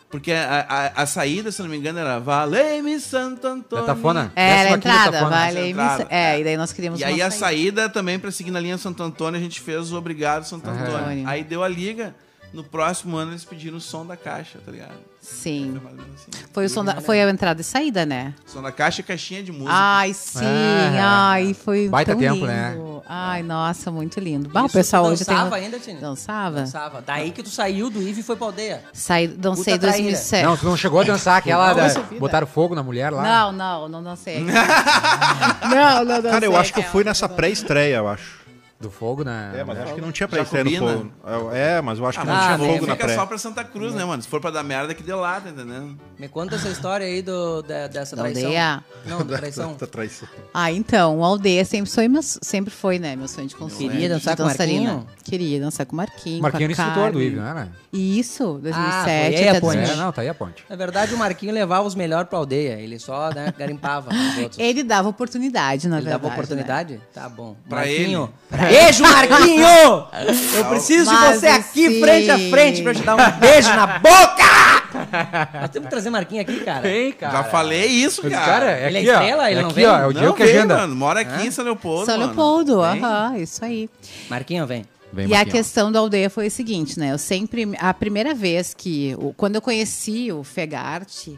Speaker 2: Porque a, a- a saída, se não me engano, era Valei-me Santo Antônio.
Speaker 1: Metafona?
Speaker 3: Era
Speaker 1: 15ª
Speaker 3: a entrada,
Speaker 1: Metafona.
Speaker 3: vale.
Speaker 2: entrada.
Speaker 3: É, e daí nós queríamos
Speaker 2: E
Speaker 3: uma
Speaker 2: aí a saída também, pra seguir na linha Santo Antônio, a gente fez o Obrigado Santo Antônio.
Speaker 3: Antônio.
Speaker 2: Aí deu a liga. No próximo ano eles pediram o som da caixa, tá ligado? Foi
Speaker 3: Sim.
Speaker 2: mais ou menos assim.
Speaker 3: Foi, o som da- foi a entrada e saída, né?
Speaker 2: Som da caixa e caixinha de música.
Speaker 3: Ai, sim.
Speaker 1: É.
Speaker 3: Ai, foi
Speaker 1: Baita
Speaker 3: tão
Speaker 1: tempo,
Speaker 3: lindo.
Speaker 1: né?
Speaker 3: Ai, nossa, muito lindo. Bah, o
Speaker 5: Isso,
Speaker 3: pessoal
Speaker 5: tu
Speaker 3: hoje tem... um-
Speaker 5: dançava ainda, Tini?
Speaker 3: Dançava?
Speaker 5: Dançava. Daí que tu saiu do IVE e foi pra aldeia.
Speaker 3: Saí, dancei em
Speaker 5: Puta traíra.
Speaker 3: 2007.
Speaker 1: Não, tu não chegou a dançar aquela.
Speaker 3: Não,
Speaker 1: da-
Speaker 3: isso, vida.
Speaker 1: botaram fogo na mulher lá?
Speaker 3: É. Não, não, não dancei. não, não dancei.
Speaker 4: Cara, eu acho que eu fui
Speaker 3: aquela.
Speaker 4: nessa pré-estreia, eu acho.
Speaker 1: Do fogo na.
Speaker 4: É, mas acho que não tinha pré-estreia no
Speaker 2: Jacobina.
Speaker 4: fogo. Eu- É, mas eu acho que
Speaker 2: Ah,
Speaker 4: não
Speaker 2: mas
Speaker 5: Ah, né,
Speaker 4: tinha
Speaker 2: fogo
Speaker 4: fogo
Speaker 2: fica
Speaker 4: na pré.
Speaker 2: só pra Santa Cruz, né, mano? Se for pra dar merda, que deu lá, tá entendendo?
Speaker 5: Me conta essa história aí do, da- dessa
Speaker 3: Da
Speaker 5: traição.
Speaker 3: aldeia?
Speaker 5: Não, da traição.
Speaker 4: Tá traição.
Speaker 3: Ah, então, a aldeia sempre foi, meu, sempre foi né, meu sonho de consumo.
Speaker 5: é? Queria dançar com o
Speaker 3: dançarina.
Speaker 5: Marquinho?
Speaker 3: Queria dançar com o Marquinho,
Speaker 1: Marquinho era
Speaker 3: com a
Speaker 1: instrutor do né?
Speaker 3: Carmen.
Speaker 1: IVE, não era?
Speaker 3: Isso, 2007
Speaker 5: Ah, foi né? aí a
Speaker 3: até
Speaker 5: ponte.
Speaker 3: 2000.
Speaker 1: É, não, tá aí a ponte.
Speaker 5: Na verdade, o Marquinho levava os melhores pra aldeia. Ele só né, garimpava os outros.
Speaker 3: Ele dava oportunidade, na
Speaker 5: Ele
Speaker 3: É, verdade.
Speaker 5: dava
Speaker 3: né?
Speaker 5: oportunidade? Tá bom.
Speaker 2: Pra
Speaker 5: Marquinho. Beijo, Marquinho! Eu preciso de
Speaker 3: Mas
Speaker 5: você aqui,
Speaker 3: assim-
Speaker 5: frente a frente, pra eu te dar um beijo na boca! Nós temos que trazer Marquinho aqui, cara.
Speaker 1: cara.
Speaker 2: Já falei isso,
Speaker 1: Mas,
Speaker 2: cara.
Speaker 1: cara, é
Speaker 5: Ele é
Speaker 1: aqui, ó.
Speaker 5: estrela? Ele
Speaker 1: é
Speaker 5: não
Speaker 1: aqui,
Speaker 5: vem?
Speaker 1: ó. É o
Speaker 2: Não
Speaker 1: Diego que
Speaker 2: veio,
Speaker 1: agenda. É?
Speaker 2: mano. Mora aqui em São Leopoldo,
Speaker 3: São
Speaker 2: mano.
Speaker 3: Leopoldo,
Speaker 2: Vem.
Speaker 3: aham, isso aí.
Speaker 5: Marquinho, vem.
Speaker 1: Vem,
Speaker 3: e a
Speaker 1: Marquinho.
Speaker 3: questão da aldeia foi o seguinte, né? Eu sempre. A primeira vez que. o- quando eu conheci o Fegarte,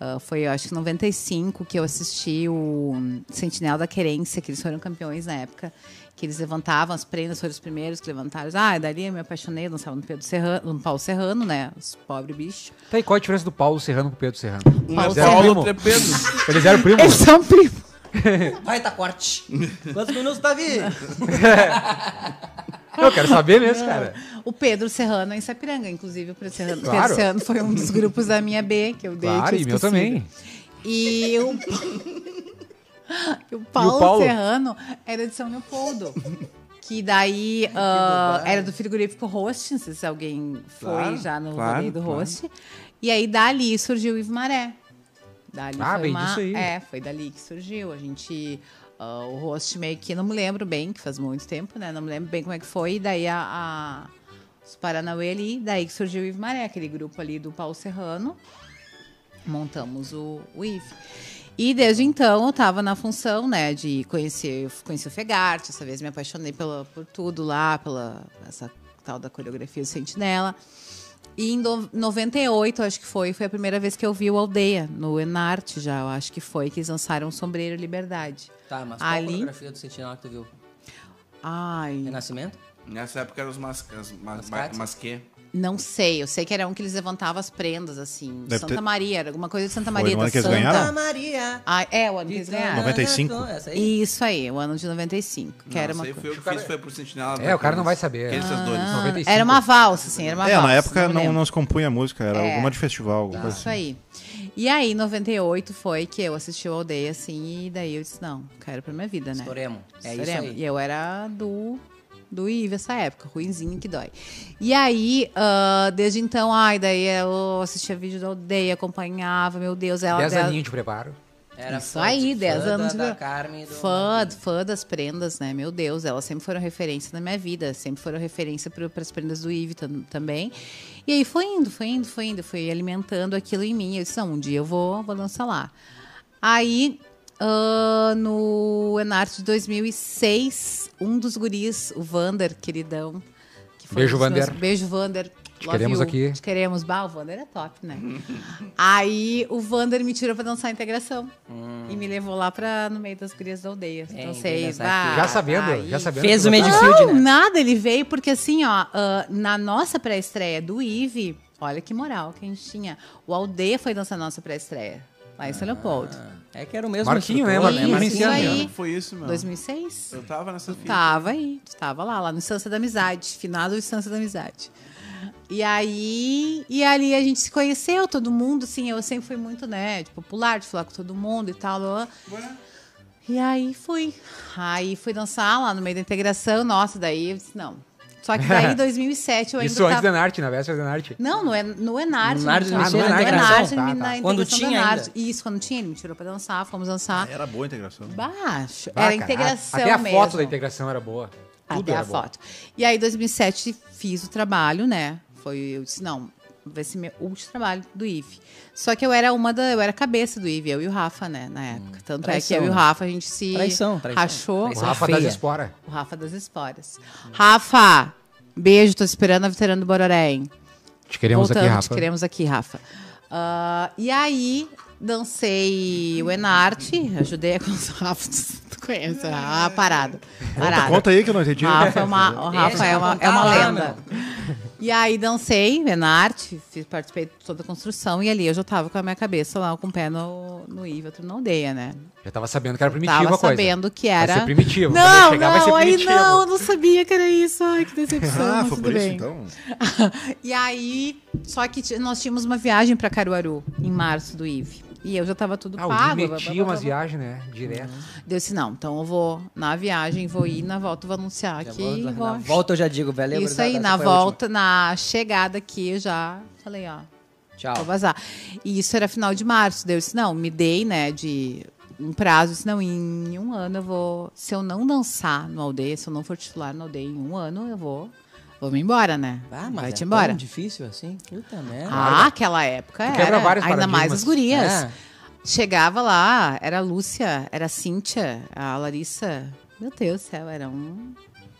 Speaker 3: ah, foi, eu acho que em 95, que eu assisti o Sentinela da Querência, que eles foram campeões na época. Que eles levantavam as prendas, foram os primeiros que levantaram. Ah, e dali eu me apaixonei, eu dançava no Pedro Serrano, no Paulo Serrano, né? Os pobres bichos.
Speaker 1: Tá aí, qual a diferença do Paulo Serrano pro Pedro Serrano?
Speaker 2: Um
Speaker 1: Eles
Speaker 2: é
Speaker 1: eram
Speaker 2: Paulo,
Speaker 1: primo?
Speaker 2: outro é Pedro.
Speaker 1: Eles eram primo?
Speaker 3: Eles são primos.
Speaker 5: Vai, tá corte. Quantos minutos, Davi?
Speaker 1: Eu quero saber mesmo, cara.
Speaker 3: O Pedro Serrano é em Sapiranga, inclusive o Pedro Serrano,
Speaker 1: Claro.
Speaker 3: Pedro Serrano foi um dos grupos da minha B que eu dei.
Speaker 1: Claro,
Speaker 3: tinha
Speaker 1: e meu
Speaker 3: esquecido.
Speaker 1: também.
Speaker 3: E o, e o Paulo,
Speaker 1: Paulo?
Speaker 3: Serrano era de São Leopoldo. Que daí ah, era do frigorífico Host, não sei se alguém foi
Speaker 2: Claro,
Speaker 3: já no
Speaker 2: claro,
Speaker 3: rolê do
Speaker 2: claro.
Speaker 3: Host. E aí dali surgiu o Ivo Maré. Dali
Speaker 1: Ah,
Speaker 3: foi
Speaker 1: bem
Speaker 3: uma-
Speaker 1: disso aí.
Speaker 3: É, foi dali que surgiu. A gente ah, ah, o hostmaker, não me lembro bem, que faz muito tempo, né? Não me lembro bem como é que foi. E daí a, a- os Paranauê ali, daí que surgiu o Ivo Maré, aquele grupo ali do Paulo Serrano. Montamos o, o IF. E desde então eu tava na função, né, de conhecer, conhecer o Fegart, essa vez me apaixonei pela, por tudo lá, pela essa tal da coreografia do Sentinela. E em no- 98, acho que foi, foi a primeira vez que eu vi o Aldeia, no Enarte já, eu acho que foi, que eles lançaram o Sombreiro Liberdade.
Speaker 5: Tá, mas qual a
Speaker 3: Ali,
Speaker 5: fotografia do Sentinela que tu viu?
Speaker 3: ai,
Speaker 5: Renascimento?
Speaker 2: Nessa época eram os mascas, mas,
Speaker 5: Mascates?
Speaker 2: masquê.
Speaker 3: não sei, eu sei que era um que eles levantavam as prendas, assim,
Speaker 4: Deve
Speaker 3: Santa
Speaker 4: ter-
Speaker 3: Maria, era alguma coisa de Santa
Speaker 4: Foi
Speaker 3: Maria.
Speaker 4: no
Speaker 3: da
Speaker 4: ano que eles
Speaker 3: Santa-
Speaker 4: ganharam?
Speaker 5: Santa Maria!
Speaker 3: Ah, é, o ano que eles
Speaker 5: Então,
Speaker 3: ganharam.
Speaker 4: 95?
Speaker 5: Tá. Essa aí?
Speaker 3: Isso aí, o ano de 95. Que era
Speaker 2: Não,
Speaker 3: uma
Speaker 2: sei,
Speaker 3: co-
Speaker 2: foi eu que fiz, foi pro Sentinela.
Speaker 1: É, o cara não vai saber.
Speaker 2: Aqueles seus dois.
Speaker 3: Ah,
Speaker 1: 95.
Speaker 3: Era uma valsa, assim, era uma
Speaker 4: É,
Speaker 3: valsa.
Speaker 4: na época
Speaker 3: me
Speaker 4: não,
Speaker 3: lembro.
Speaker 4: não se compunha música, era
Speaker 3: É.
Speaker 4: alguma de festival, alguma coisa
Speaker 3: Isso
Speaker 4: assim.
Speaker 3: aí. E aí, em 98 foi que eu assisti o Aldeia, assim, e daí eu disse, não, quero pra minha vida, né?
Speaker 5: Estouremo. É isso
Speaker 3: Estouremos. E
Speaker 5: aí.
Speaker 3: eu era do do IVE essa época, ruinzinho que dói. E aí, ah, desde então, ai, daí eu assistia vídeo da aldeia, acompanhava, meu Deus, ela
Speaker 1: 10
Speaker 3: dela-
Speaker 1: aninhos de preparo.
Speaker 5: Era
Speaker 3: Isso
Speaker 5: fã
Speaker 3: aí,
Speaker 5: de-
Speaker 3: 10
Speaker 5: fã da-
Speaker 3: anos de-
Speaker 5: da Carmen e do-
Speaker 3: Fã, fã das prendas, né? Meu Deus, elas sempre foram referência na minha vida, sempre foram referência para as prendas do Eve tam- também. E aí foi indo, foi indo, foi indo, foi alimentando aquilo em mim. Eu disse, não, um dia eu vou, vou lançar lá. Aí, ah, no Enarte de 2006, um dos guris, o Vander, queridão. que foi
Speaker 1: Beijo,
Speaker 3: um dos meus-
Speaker 1: Vander.
Speaker 3: Beijo, Vander. Love
Speaker 1: queremos
Speaker 3: you.
Speaker 1: aqui.
Speaker 3: Te queremos. Bah, o Vander é top, né? Aí o Vander me tirou pra dançar a integração. E me levou lá pra, no meio das gurias da aldeia.
Speaker 5: É,
Speaker 3: então
Speaker 5: vem
Speaker 3: sei,
Speaker 5: dançar
Speaker 3: bah, tá
Speaker 5: aqui.
Speaker 1: Já sabendo,
Speaker 3: aí.
Speaker 1: já sabendo.
Speaker 5: Fez
Speaker 1: que
Speaker 5: o
Speaker 1: você-
Speaker 5: Medifil.
Speaker 3: Não,
Speaker 5: Field, né?
Speaker 3: nada, ele veio porque assim, ó, ah, na nossa pré-estreia do Ive, olha que moral que a gente tinha. O Aldeia foi dançar a nossa pré-estreia, lá em São Leopoldo.
Speaker 5: Ah, É que era o mesmo
Speaker 1: Marquinho, né,
Speaker 5: instrutor,
Speaker 1: Marquinho?
Speaker 3: Isso
Speaker 5: Marquinho.
Speaker 3: aí. Tá.
Speaker 2: Não Foi isso, meu.
Speaker 3: 2006?
Speaker 2: Eu tava nessa fita.
Speaker 3: Tava aí, tu tava lá, lá no Instância da Amizade, finado Instância da Amizade. E aí, e ali a gente se conheceu, todo mundo, assim, eu sempre fui muito, né, de popular, de falar com todo mundo e tal, lá, lá. E aí fui. Aí fui dançar lá no meio da integração, nossa, daí eu disse, não. Só que daí em 2007 eu ainda tá
Speaker 1: Isso antes
Speaker 3: tava...
Speaker 1: da Enarte, na véspera da Enarte.
Speaker 3: Não, no, En- no Enarte.
Speaker 5: No Enarte,
Speaker 3: me
Speaker 5: no
Speaker 1: Enarte,
Speaker 3: tirou. no
Speaker 1: na
Speaker 3: Enarte,
Speaker 1: integração.
Speaker 3: me-
Speaker 1: Tá, tá.
Speaker 3: na
Speaker 5: Quando
Speaker 3: integração do
Speaker 5: tinha ainda?
Speaker 3: Enarte. Isso, quando tinha, ele me tirou pra dançar, fomos dançar.
Speaker 4: Era boa a integração.
Speaker 3: Baixo.
Speaker 1: Ah,
Speaker 3: Era
Speaker 1: cara,
Speaker 3: integração
Speaker 1: Até a
Speaker 3: mesmo.
Speaker 1: foto da integração era boa. Tudo
Speaker 3: Até
Speaker 1: era
Speaker 3: a
Speaker 1: bom.
Speaker 3: foto. E aí, 2007, fiz o trabalho, né? Foi, eu disse, não, vai ser meu último trabalho do IVE. Só que eu era uma da, eu era cabeça do IVE, eu e o Rafa, né, na época. Tanto
Speaker 5: Traição,
Speaker 3: é que eu e o
Speaker 5: né?
Speaker 3: Rafa, a gente se
Speaker 5: Traição, traição.
Speaker 3: rachou.
Speaker 1: O
Speaker 5: Traição
Speaker 1: Rafa
Speaker 5: feia.
Speaker 1: das Espora.
Speaker 3: O Rafa das Esporas. Rafa, beijo, tô esperando a veterana do Bororém.
Speaker 1: Te queremos
Speaker 3: Voltando,
Speaker 1: aqui,
Speaker 3: te
Speaker 1: Rafa.
Speaker 3: queremos aqui, Rafa. Ah, e aí, dancei o Enarte, ajudei com os Rafa, tu conhece, ah, parada.
Speaker 4: Conta,
Speaker 3: parada.
Speaker 4: conta aí que eu não entendi.
Speaker 3: Rafa é uma, o Rafa é uma, é uma
Speaker 1: Ah,
Speaker 5: Deixa eu
Speaker 3: lenda.
Speaker 5: contar lá,
Speaker 3: E aí dancei, Renarte, fiz, participei de toda a construção e ali eu já tava com a minha cabeça lá, com o pé no, no Ivo, outro na aldeia, né?
Speaker 1: Já tava sabendo que era primitiva
Speaker 3: tava
Speaker 1: a coisa.
Speaker 3: sabendo que
Speaker 1: Vai
Speaker 3: era.
Speaker 1: ser primitivo. Quando
Speaker 3: Não,
Speaker 1: chegar, vai ser
Speaker 3: não, aí
Speaker 1: primitivo.
Speaker 3: não, eu não sabia que era isso. Ai, que decepção.
Speaker 4: Ah,
Speaker 3: mas
Speaker 4: foi
Speaker 3: tudo
Speaker 4: por isso
Speaker 3: bem.
Speaker 4: então?
Speaker 3: E aí, só que ti- nós tínhamos uma viagem pra Caruaru em março do Ive. E eu já tava tudo
Speaker 1: Ah, o Gui
Speaker 3: pago. blá, blá,
Speaker 1: metia
Speaker 3: blá,
Speaker 1: umas
Speaker 3: blá, blá.
Speaker 1: viagens, né? Direto.
Speaker 3: Daí Eu disse, não, então eu vou na viagem, vou ir, na volta eu vou anunciar
Speaker 5: Já
Speaker 3: aqui.
Speaker 5: vou-
Speaker 3: e vou
Speaker 5: Na volta eu já digo, velho.
Speaker 3: É, Isso
Speaker 5: gurizada,
Speaker 3: aí,
Speaker 5: essa
Speaker 3: na
Speaker 5: foi a última.
Speaker 3: volta, na chegada aqui, eu já falei, ó, vou
Speaker 5: Tchau.
Speaker 3: vazar. E isso era final de março. Daí eu disse, não, me dei, né, de um prazo. Eu disse, não, em um ano eu vou... Se eu não dançar no aldeia, se eu não for titular no aldeia em um ano, eu vou... Vou me embora, né?
Speaker 5: Ah, mas
Speaker 3: Vai-te
Speaker 5: é
Speaker 3: embora.
Speaker 5: tão difícil assim? Puta merda.
Speaker 3: Ah, aquela época
Speaker 1: Tu quebra
Speaker 3: era.
Speaker 1: vários
Speaker 3: Ainda mais
Speaker 1: paradigmas.
Speaker 3: as gurias.
Speaker 5: É.
Speaker 3: Chegava lá, era a Lúcia, era a Cíntia, a Larissa. Meu Deus do céu, era um...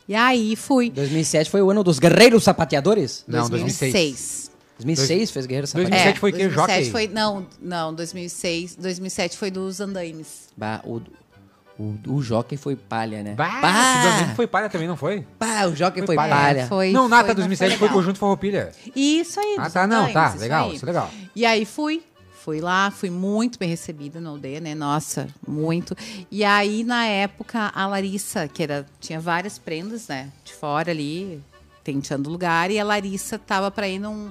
Speaker 3: E aí fui.
Speaker 5: 2007 foi o ano dos guerreiros sapateadores?
Speaker 1: Não, 2006.
Speaker 5: 2006 fez guerreiros
Speaker 3: É,
Speaker 1: 2007
Speaker 5: sapateadores?
Speaker 1: foi o quê?
Speaker 3: 2007
Speaker 1: Jockey?
Speaker 3: foi, não, não, 2006, 2007 foi dos andaimes.
Speaker 5: É. Bah, o, o, o Jockey foi palha, né?
Speaker 1: Bah,
Speaker 5: Bah!
Speaker 1: esse Domingo foi palha também, não foi?
Speaker 5: Bah, o Jockey
Speaker 1: Foi
Speaker 5: foi
Speaker 1: palha.
Speaker 5: palha.
Speaker 3: Foi,
Speaker 1: não,
Speaker 3: foi,
Speaker 1: nata
Speaker 3: não,
Speaker 1: 2007 foi,
Speaker 3: foi legal.
Speaker 1: conjunto Farroupilha.
Speaker 3: Isso aí,
Speaker 1: Ah,
Speaker 3: dos
Speaker 1: tá, não, tá,
Speaker 3: andaimes,
Speaker 1: legal,
Speaker 3: aí.
Speaker 1: isso é legal.
Speaker 3: E aí fui, fui lá, fui muito bem recebida na aldeia, né? Nossa, muito. E aí, na época, a Larissa, que era, tinha várias prendas, né? De fora ali, tenteando lugar, e a Larissa tava pra ir num.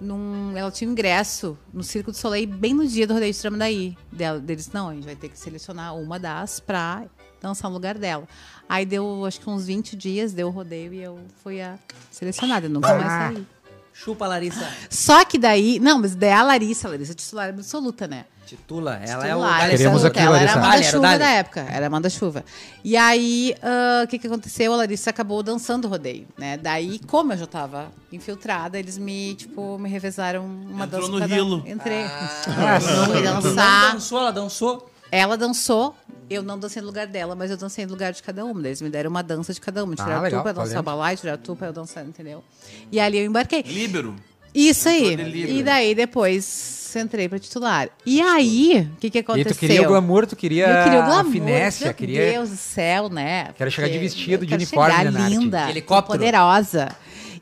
Speaker 3: num- ela tinha um ingresso no Circo do Soleil bem no dia do rodeio de Tramandaí. Dela- Deles, não, a gente vai ter que selecionar uma das pra dançar no lugar dela. Aí deu, acho que uns 20 dias, deu o rodeio e eu fui a selecionada, nunca mais
Speaker 1: Ah.
Speaker 3: saí.
Speaker 5: Chupa, Larissa.
Speaker 3: Só que daí. Não, mas daí a Larissa, a Larissa é titular absoluta, né?
Speaker 5: Titula, ela é o
Speaker 3: Titular,
Speaker 7: Queremos
Speaker 3: Titular.
Speaker 7: aqui,
Speaker 3: Ela era
Speaker 7: Larissa.
Speaker 3: a
Speaker 5: Dália,
Speaker 3: manda-chuva
Speaker 5: Dália.
Speaker 3: da né? época. Era a manda-chuva. E aí, ah, o que, que aconteceu? A Larissa acabou dançando o rodeio, né? Daí, como eu já tava infiltrada, eles me, tipo, me revezaram uma
Speaker 2: Entrou
Speaker 3: dança.
Speaker 2: no
Speaker 3: cada-
Speaker 2: rilo.
Speaker 3: Entrei.
Speaker 7: Nossa.
Speaker 3: não fui
Speaker 5: Ela
Speaker 3: dançar.
Speaker 5: dançou, ela dançou.
Speaker 3: Ela dançou, eu não dancei no lugar dela, mas eu dancei no lugar de cada uma. Daí Eles me deram uma dança de cada uma. Tiraram
Speaker 7: legal,
Speaker 3: tu pra dançar
Speaker 7: valendo.
Speaker 3: balai, tiraram tu pra eu dançar, entendeu? E ali eu embarquei.
Speaker 2: Líbero.
Speaker 3: Isso aí.
Speaker 2: Todo livre.
Speaker 3: E daí depois entrei pra titular. E aí, o que, que
Speaker 1: E
Speaker 3: aconteceu?
Speaker 1: tu queria o glamour, tu queria,
Speaker 3: eu queria o glamour,
Speaker 1: a finesse,
Speaker 3: meu
Speaker 1: queria...
Speaker 3: Deus do céu, né?
Speaker 1: Quero chegar de
Speaker 3: Porque
Speaker 1: vestido,
Speaker 3: eu
Speaker 1: de
Speaker 3: quero
Speaker 1: uniforme,
Speaker 3: chegar
Speaker 1: né, Nath?
Speaker 3: linda,
Speaker 5: Helicóptero.
Speaker 3: poderosa.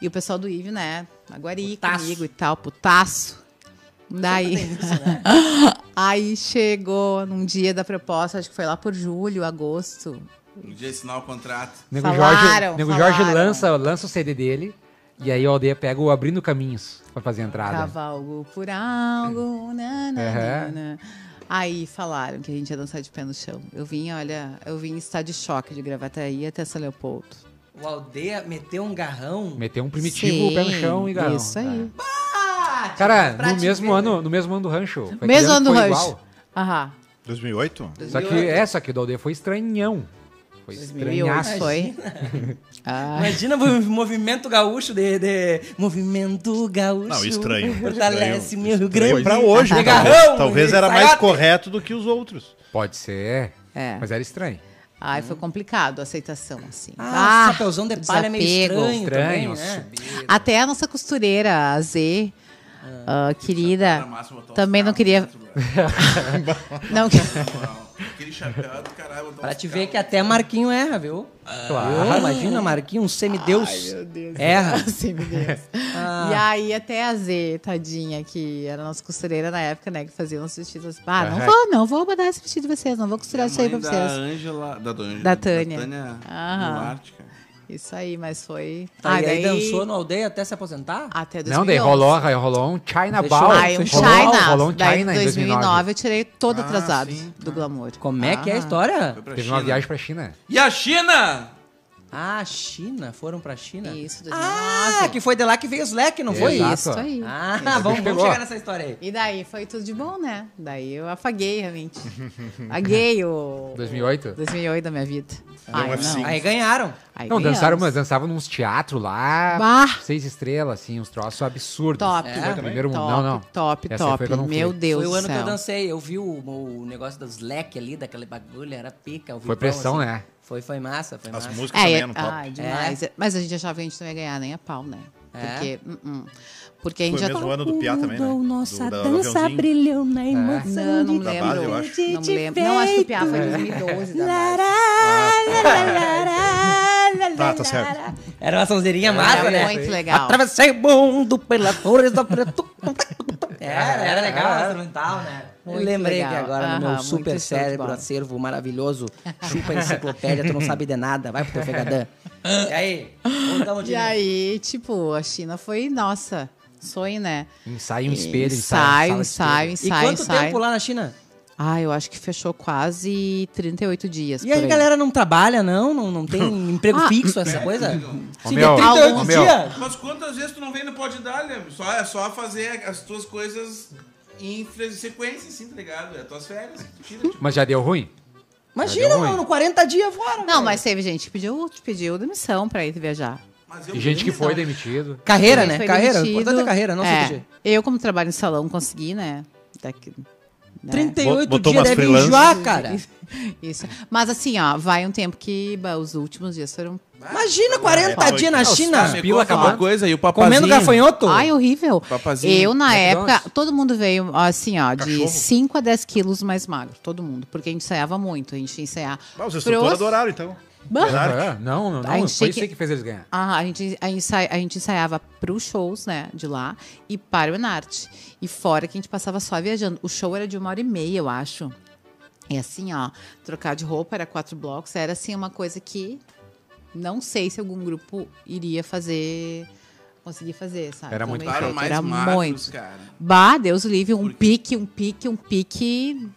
Speaker 3: E o pessoal do Ive, né? Aguari
Speaker 5: Putaço.
Speaker 3: comigo e tal, putaço. Daí.
Speaker 5: né?
Speaker 3: aí chegou num dia da proposta, acho que foi lá por julho, agosto.
Speaker 2: Um dia assinar o contrato.
Speaker 1: Nego Jorge,
Speaker 3: Falaram,
Speaker 1: Nego Jorge
Speaker 3: falaram.
Speaker 1: lança, lança o CD dele e aí o aldeia pega o Abrindo Caminhos pra fazer a entrada.
Speaker 3: Cavalgo por algo. na, na, na, na. Aí falaram que a gente ia dançar de pé no chão. Eu vim, olha, eu vim em estado de choque de Gravataí até São Leopoldo.
Speaker 5: O aldeia meteu um garrão.
Speaker 1: Meteu um primitivo, pé no
Speaker 3: Sim,
Speaker 1: chão e garão.
Speaker 3: Isso aí. tipo,
Speaker 1: Cara,
Speaker 5: Pra
Speaker 1: no
Speaker 5: te
Speaker 1: mesmo,
Speaker 5: ver.
Speaker 1: ano, no mesmo ano do rancho. Foi aquele
Speaker 3: Mesmo ano do
Speaker 1: que foi
Speaker 3: Rush.
Speaker 1: igual.
Speaker 3: Aham.
Speaker 4: 2008?
Speaker 1: Só que, é, só que o da aldeia foi estranhão. Foi
Speaker 3: 2008
Speaker 1: estranhaço.
Speaker 3: foi. Ah,
Speaker 5: Imagina o movimento gaúcho de, de- Movimento gaúcho.
Speaker 4: Não, estranho.
Speaker 5: Fortalece
Speaker 4: Estranho.
Speaker 5: meu Rio
Speaker 4: Foi
Speaker 5: Grande.
Speaker 4: pra hoje,
Speaker 5: Tá
Speaker 4: talvez,
Speaker 5: garrão,
Speaker 4: talvez
Speaker 5: e
Speaker 4: era mais
Speaker 5: saiate.
Speaker 4: correto do que os outros.
Speaker 1: Pode ser,
Speaker 3: é.
Speaker 1: mas era estranho.
Speaker 3: Ai, foi complicado a aceitação, assim.
Speaker 5: Ah, chapéuzão de palha é meio
Speaker 3: desapego.
Speaker 5: estranho,
Speaker 1: Estranho,
Speaker 5: também, né?
Speaker 3: Até a nossa costureira, a Z, ah, querida, também não queria. Não, que-
Speaker 2: Aquele chapéu é do caralho. botar
Speaker 5: Pra
Speaker 2: uns
Speaker 5: te ver
Speaker 2: cabos.
Speaker 5: que até Marquinho erra, viu?
Speaker 1: Claro.
Speaker 5: Viu? Imagina Marquinho, um semideus. Erra.
Speaker 3: Sim, meu Deus.
Speaker 5: É? Ah.
Speaker 3: E aí, até a Z, tadinha, que era nossa costureira na época, né? Que fazia uns vestidos. Ah, não
Speaker 1: Aham.
Speaker 3: vou, não vou mandar esse vestido de vocês, não vou costurar isso aí pra
Speaker 2: Mãe
Speaker 3: vocês.
Speaker 2: Da Ângela. Da, Ângela,
Speaker 3: Da Tânia.
Speaker 2: Da Tânia
Speaker 3: Aham.
Speaker 2: Duarte, cara.
Speaker 3: Isso aí, mas foi.
Speaker 5: Tá,
Speaker 3: Ah,
Speaker 5: e aí
Speaker 3: daí- Ah.
Speaker 5: dançou na aldeia até se aposentar?
Speaker 3: Até 2011.
Speaker 1: Não, daí rolou, rolou um China
Speaker 5: Fechou.
Speaker 1: Ball.
Speaker 3: Aí um
Speaker 5: Fechou.
Speaker 3: China.
Speaker 1: Rolou um
Speaker 3: daí, em
Speaker 1: China em 2009.
Speaker 3: 2009 eu tirei todo
Speaker 2: Ah,
Speaker 3: atrasado
Speaker 2: sim,
Speaker 3: do glamour. Ah,
Speaker 5: Como é que é a
Speaker 3: Aham.
Speaker 5: história?
Speaker 2: Foi pra
Speaker 1: Teve
Speaker 2: China.
Speaker 1: uma viagem pra China.
Speaker 2: E a China?
Speaker 5: Ah, China. Foram pra China?
Speaker 3: Isso, 2009.
Speaker 5: Ah, que foi de lá que veio os leques, não foi?
Speaker 1: Exato.
Speaker 3: Isso aí.
Speaker 5: Ah,
Speaker 1: Isso,
Speaker 5: vamos,
Speaker 1: bicho
Speaker 5: vamos
Speaker 1: pegou.
Speaker 5: chegar nessa história aí.
Speaker 3: E daí foi tudo de bom, né? Daí eu afaguei realmente. Aguei o.
Speaker 1: 2008?
Speaker 3: 2008 da minha vida.
Speaker 4: um
Speaker 3: Ai,
Speaker 4: F5.
Speaker 3: não.
Speaker 5: Aí ganharam.
Speaker 3: Aí
Speaker 1: Não,
Speaker 3: ganhamos.
Speaker 1: dançaram, mas dançavam nos teatros lá.
Speaker 3: Bah!
Speaker 1: Seis estrelas, assim, uns troços absurdos.
Speaker 3: Top.
Speaker 5: É? Foi também?
Speaker 1: Primeiro mundo.
Speaker 3: top,
Speaker 1: Não, não.
Speaker 3: Top,
Speaker 1: Essa aí
Speaker 3: top.
Speaker 1: foi que eu não fui.
Speaker 3: Meu Deus
Speaker 5: foi o
Speaker 3: do
Speaker 5: ano que eu
Speaker 3: céu.
Speaker 5: dancei. Eu vi o, o negócio dos leques ali, daquele bagulho, era pica. o
Speaker 1: Foi
Speaker 5: vibrão,
Speaker 1: pressão,
Speaker 5: assim.
Speaker 1: né?
Speaker 5: Foi, foi massa, foi
Speaker 4: As
Speaker 5: massa.
Speaker 4: músicas
Speaker 3: É,
Speaker 4: também
Speaker 3: é
Speaker 4: eram top.
Speaker 3: ah, demais. Mas a gente achava que a gente não ia ganhar nem a pau, né?
Speaker 5: É?
Speaker 3: Porque, uh -uh. Porque a gente
Speaker 4: Foi
Speaker 3: já
Speaker 4: o mesmo ano do Piá também, né? Nossa dança
Speaker 8: brilhou na emoção.
Speaker 3: Não, não
Speaker 4: Da
Speaker 3: lembro.
Speaker 4: base, eu acho.
Speaker 3: Não lembro. Não, acho que o Piá foi em 2012 da base.
Speaker 4: Tá, tá certo.
Speaker 5: Era uma sonzeirinha massa,
Speaker 3: Era
Speaker 5: né?
Speaker 3: muito legal.
Speaker 5: Atravessei o mundo pelas flores da É, Era, era legal, instrumental, né? Eu
Speaker 3: Muito
Speaker 5: lembrei
Speaker 3: legal.
Speaker 5: que agora no meu
Speaker 3: Aham,
Speaker 5: super
Speaker 3: muito show de
Speaker 5: cérebro,
Speaker 3: bola.
Speaker 5: acervo maravilhoso, chupa enciclopédia, tu não sabe de nada, vai pro teu fegadã. E aí? Voltamos
Speaker 3: E aí, tipo, a China foi, nossa, sonho, né?
Speaker 5: Hum.
Speaker 1: Ensaio, um espelho, ensaio.
Speaker 3: ensaio, ensaio, ensaio,
Speaker 5: E
Speaker 3: ensaio.
Speaker 5: quanto tempo lá na China?
Speaker 3: Ah, eu acho que fechou quase 38 dias.
Speaker 5: E
Speaker 3: por
Speaker 5: aí, galera não trabalha, não? Não, não tem emprego
Speaker 3: Ah.
Speaker 5: fixo, essa coisa?
Speaker 1: Ô, meu, ô, meu.
Speaker 5: dias?
Speaker 2: Mas quantas vezes tu não vem no Pode Dar, Leme? Só É só fazer as tuas coisas em fre- sequência, assim, tá ligado? É as tuas férias. que tu Tira, tipo.
Speaker 1: Mas já deu ruim?
Speaker 5: Imagina,
Speaker 4: Tá
Speaker 1: Deu ruim.
Speaker 5: mano, 40 dias fora.
Speaker 3: Não,
Speaker 5: velho.
Speaker 3: mas teve gente que pediu, pediu demissão pra ir viajar.
Speaker 2: Mas né?
Speaker 1: E gente que foi demitido.
Speaker 5: Carreira,
Speaker 3: Ele
Speaker 5: né?
Speaker 3: foi
Speaker 5: Carreira. O
Speaker 3: demitido.
Speaker 5: importante é carreira, não
Speaker 3: É,
Speaker 5: se pedir.
Speaker 3: Eu, como trabalho em salão, consegui, né? Daqui, né?
Speaker 5: 38
Speaker 4: Botou
Speaker 5: dias
Speaker 4: umas
Speaker 5: deve
Speaker 4: freelance.
Speaker 5: enjoar, cara.
Speaker 3: Isso. Mas assim, ó, vai um tempo que bah, os últimos dias foram.
Speaker 5: Imagina
Speaker 4: Tá,
Speaker 5: 40 dias na China.
Speaker 2: Pila acabou
Speaker 1: acabou.
Speaker 2: coisa e o papazinho...
Speaker 5: Comendo gafanhoto.
Speaker 3: Ai, horrível.
Speaker 2: Papazinho.
Speaker 3: Eu, na
Speaker 1: McDonald's.
Speaker 3: época, todo mundo veio, assim, ó, de
Speaker 4: Cachorro.
Speaker 3: 5 a 10 quilos mais magro. Todo mundo. Porque a gente ensaiava muito. A gente ensaiava.
Speaker 4: Ah, os instrutores adoraram, então. Adoraram.
Speaker 1: Ah, Não, não,
Speaker 3: Ai,
Speaker 1: não. Foi
Speaker 3: achei
Speaker 1: isso
Speaker 3: que-
Speaker 1: aí que fez eles ganhar.
Speaker 3: Ah, a gente, a, ensai, a gente ensaiava pros shows, né, de lá, e para o Enarte. E fora que a gente passava só viajando. O show era de uma hora e meia, eu acho. E assim, ó, trocar de roupa era quatro blocos, era assim uma coisa que não sei se algum grupo iria fazer, conseguir fazer, sabe?
Speaker 1: Era
Speaker 3: Tão
Speaker 1: muito
Speaker 3: bem
Speaker 2: Claro,
Speaker 3: feito,
Speaker 2: mais
Speaker 3: era
Speaker 2: magros,
Speaker 3: muito.
Speaker 2: cara.
Speaker 3: Bah, Deus livre, um
Speaker 2: Por quê?
Speaker 3: pique, um pique, um pique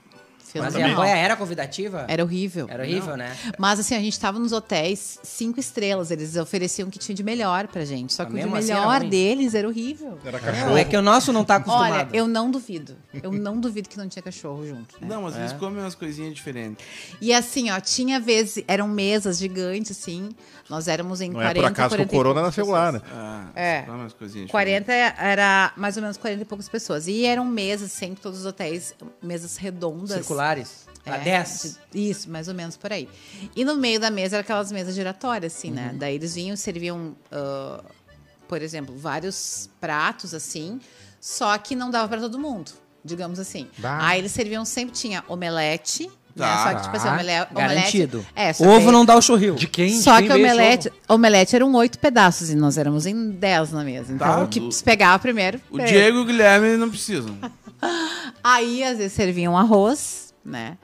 Speaker 3: fez
Speaker 5: Mas
Speaker 3: no
Speaker 5: e a
Speaker 3: Bial.
Speaker 5: boia era convidativa?
Speaker 3: Era horrível.
Speaker 5: Era horrível, né?
Speaker 3: Mas assim, a gente tava nos hotéis cinco estrelas. Eles ofereciam o que tinha de melhor pra gente. Só
Speaker 5: Mas
Speaker 3: que o de
Speaker 5: mesmo assim era
Speaker 3: melhor
Speaker 5: ruim.
Speaker 3: deles era horrível.
Speaker 4: Era
Speaker 5: Não, é que o nosso não tá acostumado.
Speaker 3: Olha, eu não duvido. Eu não duvido que não tinha cachorro junto. né?
Speaker 2: Não, mas eles comem umas coisinhas diferentes.
Speaker 3: E assim, ó, tinha vezes, eram mesas gigantes, assim. Nós éramos em
Speaker 4: Não
Speaker 3: 40,
Speaker 4: é por acaso que o
Speaker 3: 40 e
Speaker 4: Corona
Speaker 3: poucas
Speaker 4: nasceu
Speaker 3: pessoas.
Speaker 4: lá, né?
Speaker 2: Ah,
Speaker 3: É.
Speaker 2: eles comem umas coisinhas
Speaker 3: 40 era mais ou menos 40 e poucas pessoas. E eram mesas, sempre todos os hotéis, mesas redondas.
Speaker 5: Circulares. Tá
Speaker 3: É,
Speaker 5: Lá 10.
Speaker 3: de- Isso, mais ou menos por aí. E no meio da mesa eram aquelas mesas giratórias, assim, né? Daí eles vinham e serviam, ah, por exemplo, vários pratos, assim, só que não dava pra todo mundo, digamos assim.
Speaker 7: Bah.
Speaker 3: Aí eles serviam sempre, tinha omelete, né?
Speaker 2: Tá.
Speaker 3: Só que, tipo assim, omele- omelete.
Speaker 5: Garantido.
Speaker 3: É, só
Speaker 5: Ovo
Speaker 3: que-
Speaker 5: não dá o churril.
Speaker 1: De quem?
Speaker 3: Só
Speaker 1: Quem
Speaker 3: que
Speaker 1: veio esse
Speaker 3: omelete, omelete eram oito pedaços e nós éramos em dez na mesa. Então,
Speaker 2: Tá,
Speaker 3: o que
Speaker 2: do-
Speaker 3: se pegava primeiro. é,
Speaker 2: O
Speaker 3: pegava.
Speaker 2: Diego e o Guilherme não precisam.
Speaker 3: Aí, às vezes, serviam arroz, né?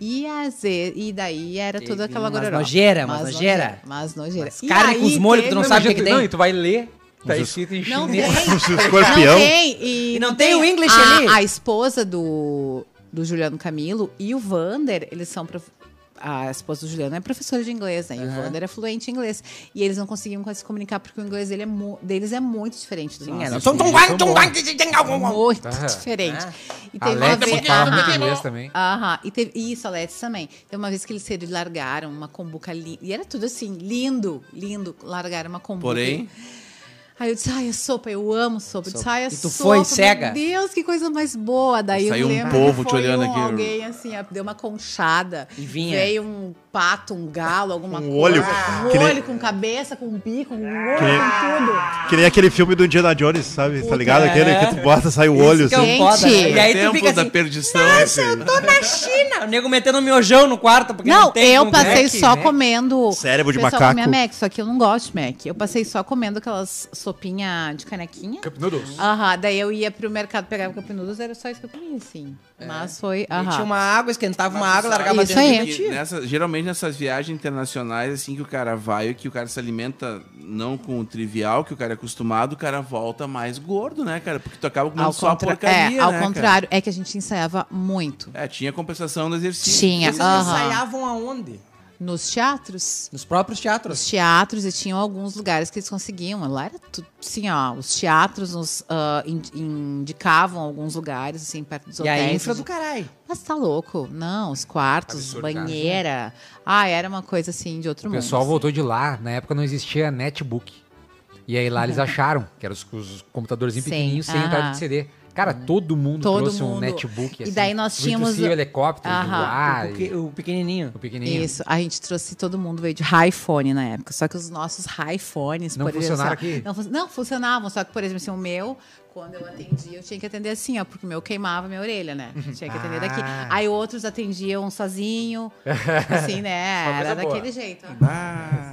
Speaker 3: E, às vezes, e daí era toda aquela
Speaker 5: mas
Speaker 3: gororoba.
Speaker 5: nojeira, mas
Speaker 3: Mas
Speaker 5: nojeira.
Speaker 3: nojeira, Mas nojeira.
Speaker 5: Mas carne com os molhos que tu não sabe o que é
Speaker 1: imagina,
Speaker 5: que tem?
Speaker 1: Não, e tu vai ler, tá escrito em
Speaker 3: Não
Speaker 1: chinês.
Speaker 3: tem. Não
Speaker 4: Um Escorpião.
Speaker 3: tem. E,
Speaker 5: E não tem o English
Speaker 3: a,
Speaker 5: ali?
Speaker 3: A esposa do, do Juliano Camilo e o Vander, eles são... prof- A esposa do Juliano é professora de inglês, né? E o Vander é fluente em inglês. E eles não conseguiam quase se comunicar porque o inglês dele é mu- deles é muito diferente do
Speaker 5: Sim, então,
Speaker 3: nosso.
Speaker 5: era.
Speaker 3: Muito
Speaker 1: Ah.
Speaker 3: diferente.
Speaker 5: Né?
Speaker 3: E
Speaker 1: A
Speaker 3: teve uma
Speaker 1: Alex
Speaker 3: vez-
Speaker 1: fala muito
Speaker 3: Aham.
Speaker 1: inglês também.
Speaker 3: Aham, e teve isso, Alex também. Tem uma vez que eles se largaram uma combuca linda. E era tudo assim, lindo, lindo. Largaram uma combuca.
Speaker 2: Porém,
Speaker 3: Aí eu disse, ai, a sopa, eu amo sopa. Eu disse, ai, a
Speaker 5: E tu
Speaker 3: sopa.
Speaker 5: foi
Speaker 3: meu
Speaker 5: cega?
Speaker 3: Deus, que coisa mais boa. Daí
Speaker 2: Saiu
Speaker 3: eu
Speaker 2: um
Speaker 3: lembro
Speaker 2: povo
Speaker 3: que
Speaker 2: te
Speaker 3: foi
Speaker 2: olhando
Speaker 3: um,
Speaker 2: aqui.
Speaker 3: Alguém assim, ó, deu uma conchada.
Speaker 5: E vinha.
Speaker 3: Veio um pato, um galo, alguma
Speaker 4: Um
Speaker 3: coisa.
Speaker 4: olho.
Speaker 3: Com
Speaker 4: Que nem-
Speaker 3: olho, com cabeça, com um bico, com olho,
Speaker 4: Que
Speaker 3: com tudo.
Speaker 4: Que nem aquele filme do Indiana Jones, sabe? Tá ligado?
Speaker 5: é.
Speaker 4: Aquele que tu bota, sai o olho.
Speaker 5: Isso que é
Speaker 4: Assim.
Speaker 5: um foda, né?
Speaker 3: Gente.
Speaker 5: E aí tu
Speaker 2: tempo
Speaker 5: fica
Speaker 2: da
Speaker 5: assim,
Speaker 2: perdição.
Speaker 5: tô na China. O nego metendo um miojão no quarto, porque não,
Speaker 3: Não,
Speaker 5: tem
Speaker 3: eu
Speaker 5: com
Speaker 3: passei
Speaker 5: Mac,
Speaker 3: só
Speaker 5: né?
Speaker 3: comendo.
Speaker 4: Cérebro de
Speaker 3: O pessoal
Speaker 4: macaco.
Speaker 3: comia Mac, só que eu não gosto de Mac. Eu passei só comendo aquelas sopinha de canequinha.
Speaker 1: Cup noodles.
Speaker 3: Aham, daí eu ia pro mercado, pegava cup noodles, era só isso que eu comia, assim. Mas foi.
Speaker 5: É. E
Speaker 3: Aham.
Speaker 5: Tinha uma água, esquentava uma água, largava
Speaker 3: Isso
Speaker 5: dentro
Speaker 3: aí.
Speaker 5: e
Speaker 2: Que
Speaker 5: metia.
Speaker 2: nessa- geralmente nessas viagens internacionais, assim que o cara vai, que o cara se alimenta não com o trivial que o cara é acostumado, o cara volta mais gordo, né, cara? Porque tu acaba comendo
Speaker 3: Ao,
Speaker 2: só a
Speaker 3: contra-
Speaker 2: porcaria,
Speaker 3: é, ao
Speaker 2: né, cara?
Speaker 3: contrário, é que a gente ensaiava muito.
Speaker 2: É, tinha compensação do exercício.
Speaker 3: Tinha. Ah,
Speaker 5: Vocês
Speaker 3: aham.
Speaker 5: ensaiavam aonde?
Speaker 3: Nos teatros.
Speaker 5: Nos próprios teatros.
Speaker 3: Os teatros e tinham alguns lugares que eles conseguiam. Lá era tudo assim, ó. Os teatros nos ah, in- indicavam alguns lugares, assim, perto dos
Speaker 5: E
Speaker 3: hotéis.
Speaker 5: a infra
Speaker 3: dos-
Speaker 5: do caralho.
Speaker 3: Mas tá louco. Não, os quartos,
Speaker 1: Absurdo, cara.
Speaker 3: banheira. Ah, era uma coisa assim de outro
Speaker 1: O
Speaker 3: mundo.
Speaker 1: pessoal voltou de lá, na época não existia netbook. E aí lá eles acharam, que eram os, os computadorzinhos
Speaker 3: Uhum. Sim,
Speaker 1: pequenininhos sem
Speaker 3: aham.
Speaker 1: entrada de CD. Cara, todo mundo
Speaker 3: Todo
Speaker 1: trouxe um
Speaker 3: mundo.
Speaker 1: netbook. assim,
Speaker 3: E daí nós tínhamos-
Speaker 1: o helicóptero, do
Speaker 3: Aham.
Speaker 1: ar,
Speaker 5: o, pequ- o pequenininho.
Speaker 1: o pequenininho.
Speaker 3: Isso, a gente trouxe todo mundo veio de iPhone na época. Só que os nossos iPhones,
Speaker 1: Não
Speaker 3: por exemplo,
Speaker 1: funcionaram
Speaker 3: assim, ó,
Speaker 1: aqui?
Speaker 3: Não, fun- não, funcionavam, só que por exemplo, assim, o meu, quando eu atendia, eu tinha que atender assim, ó, porque o meu queimava minha orelha, né? Tinha que atender daqui.
Speaker 1: Ah.
Speaker 3: Aí outros atendiam sozinho, assim, né?
Speaker 1: Só coisa
Speaker 3: Era
Speaker 1: boa.
Speaker 3: daquele jeito. ó.
Speaker 2: Ah,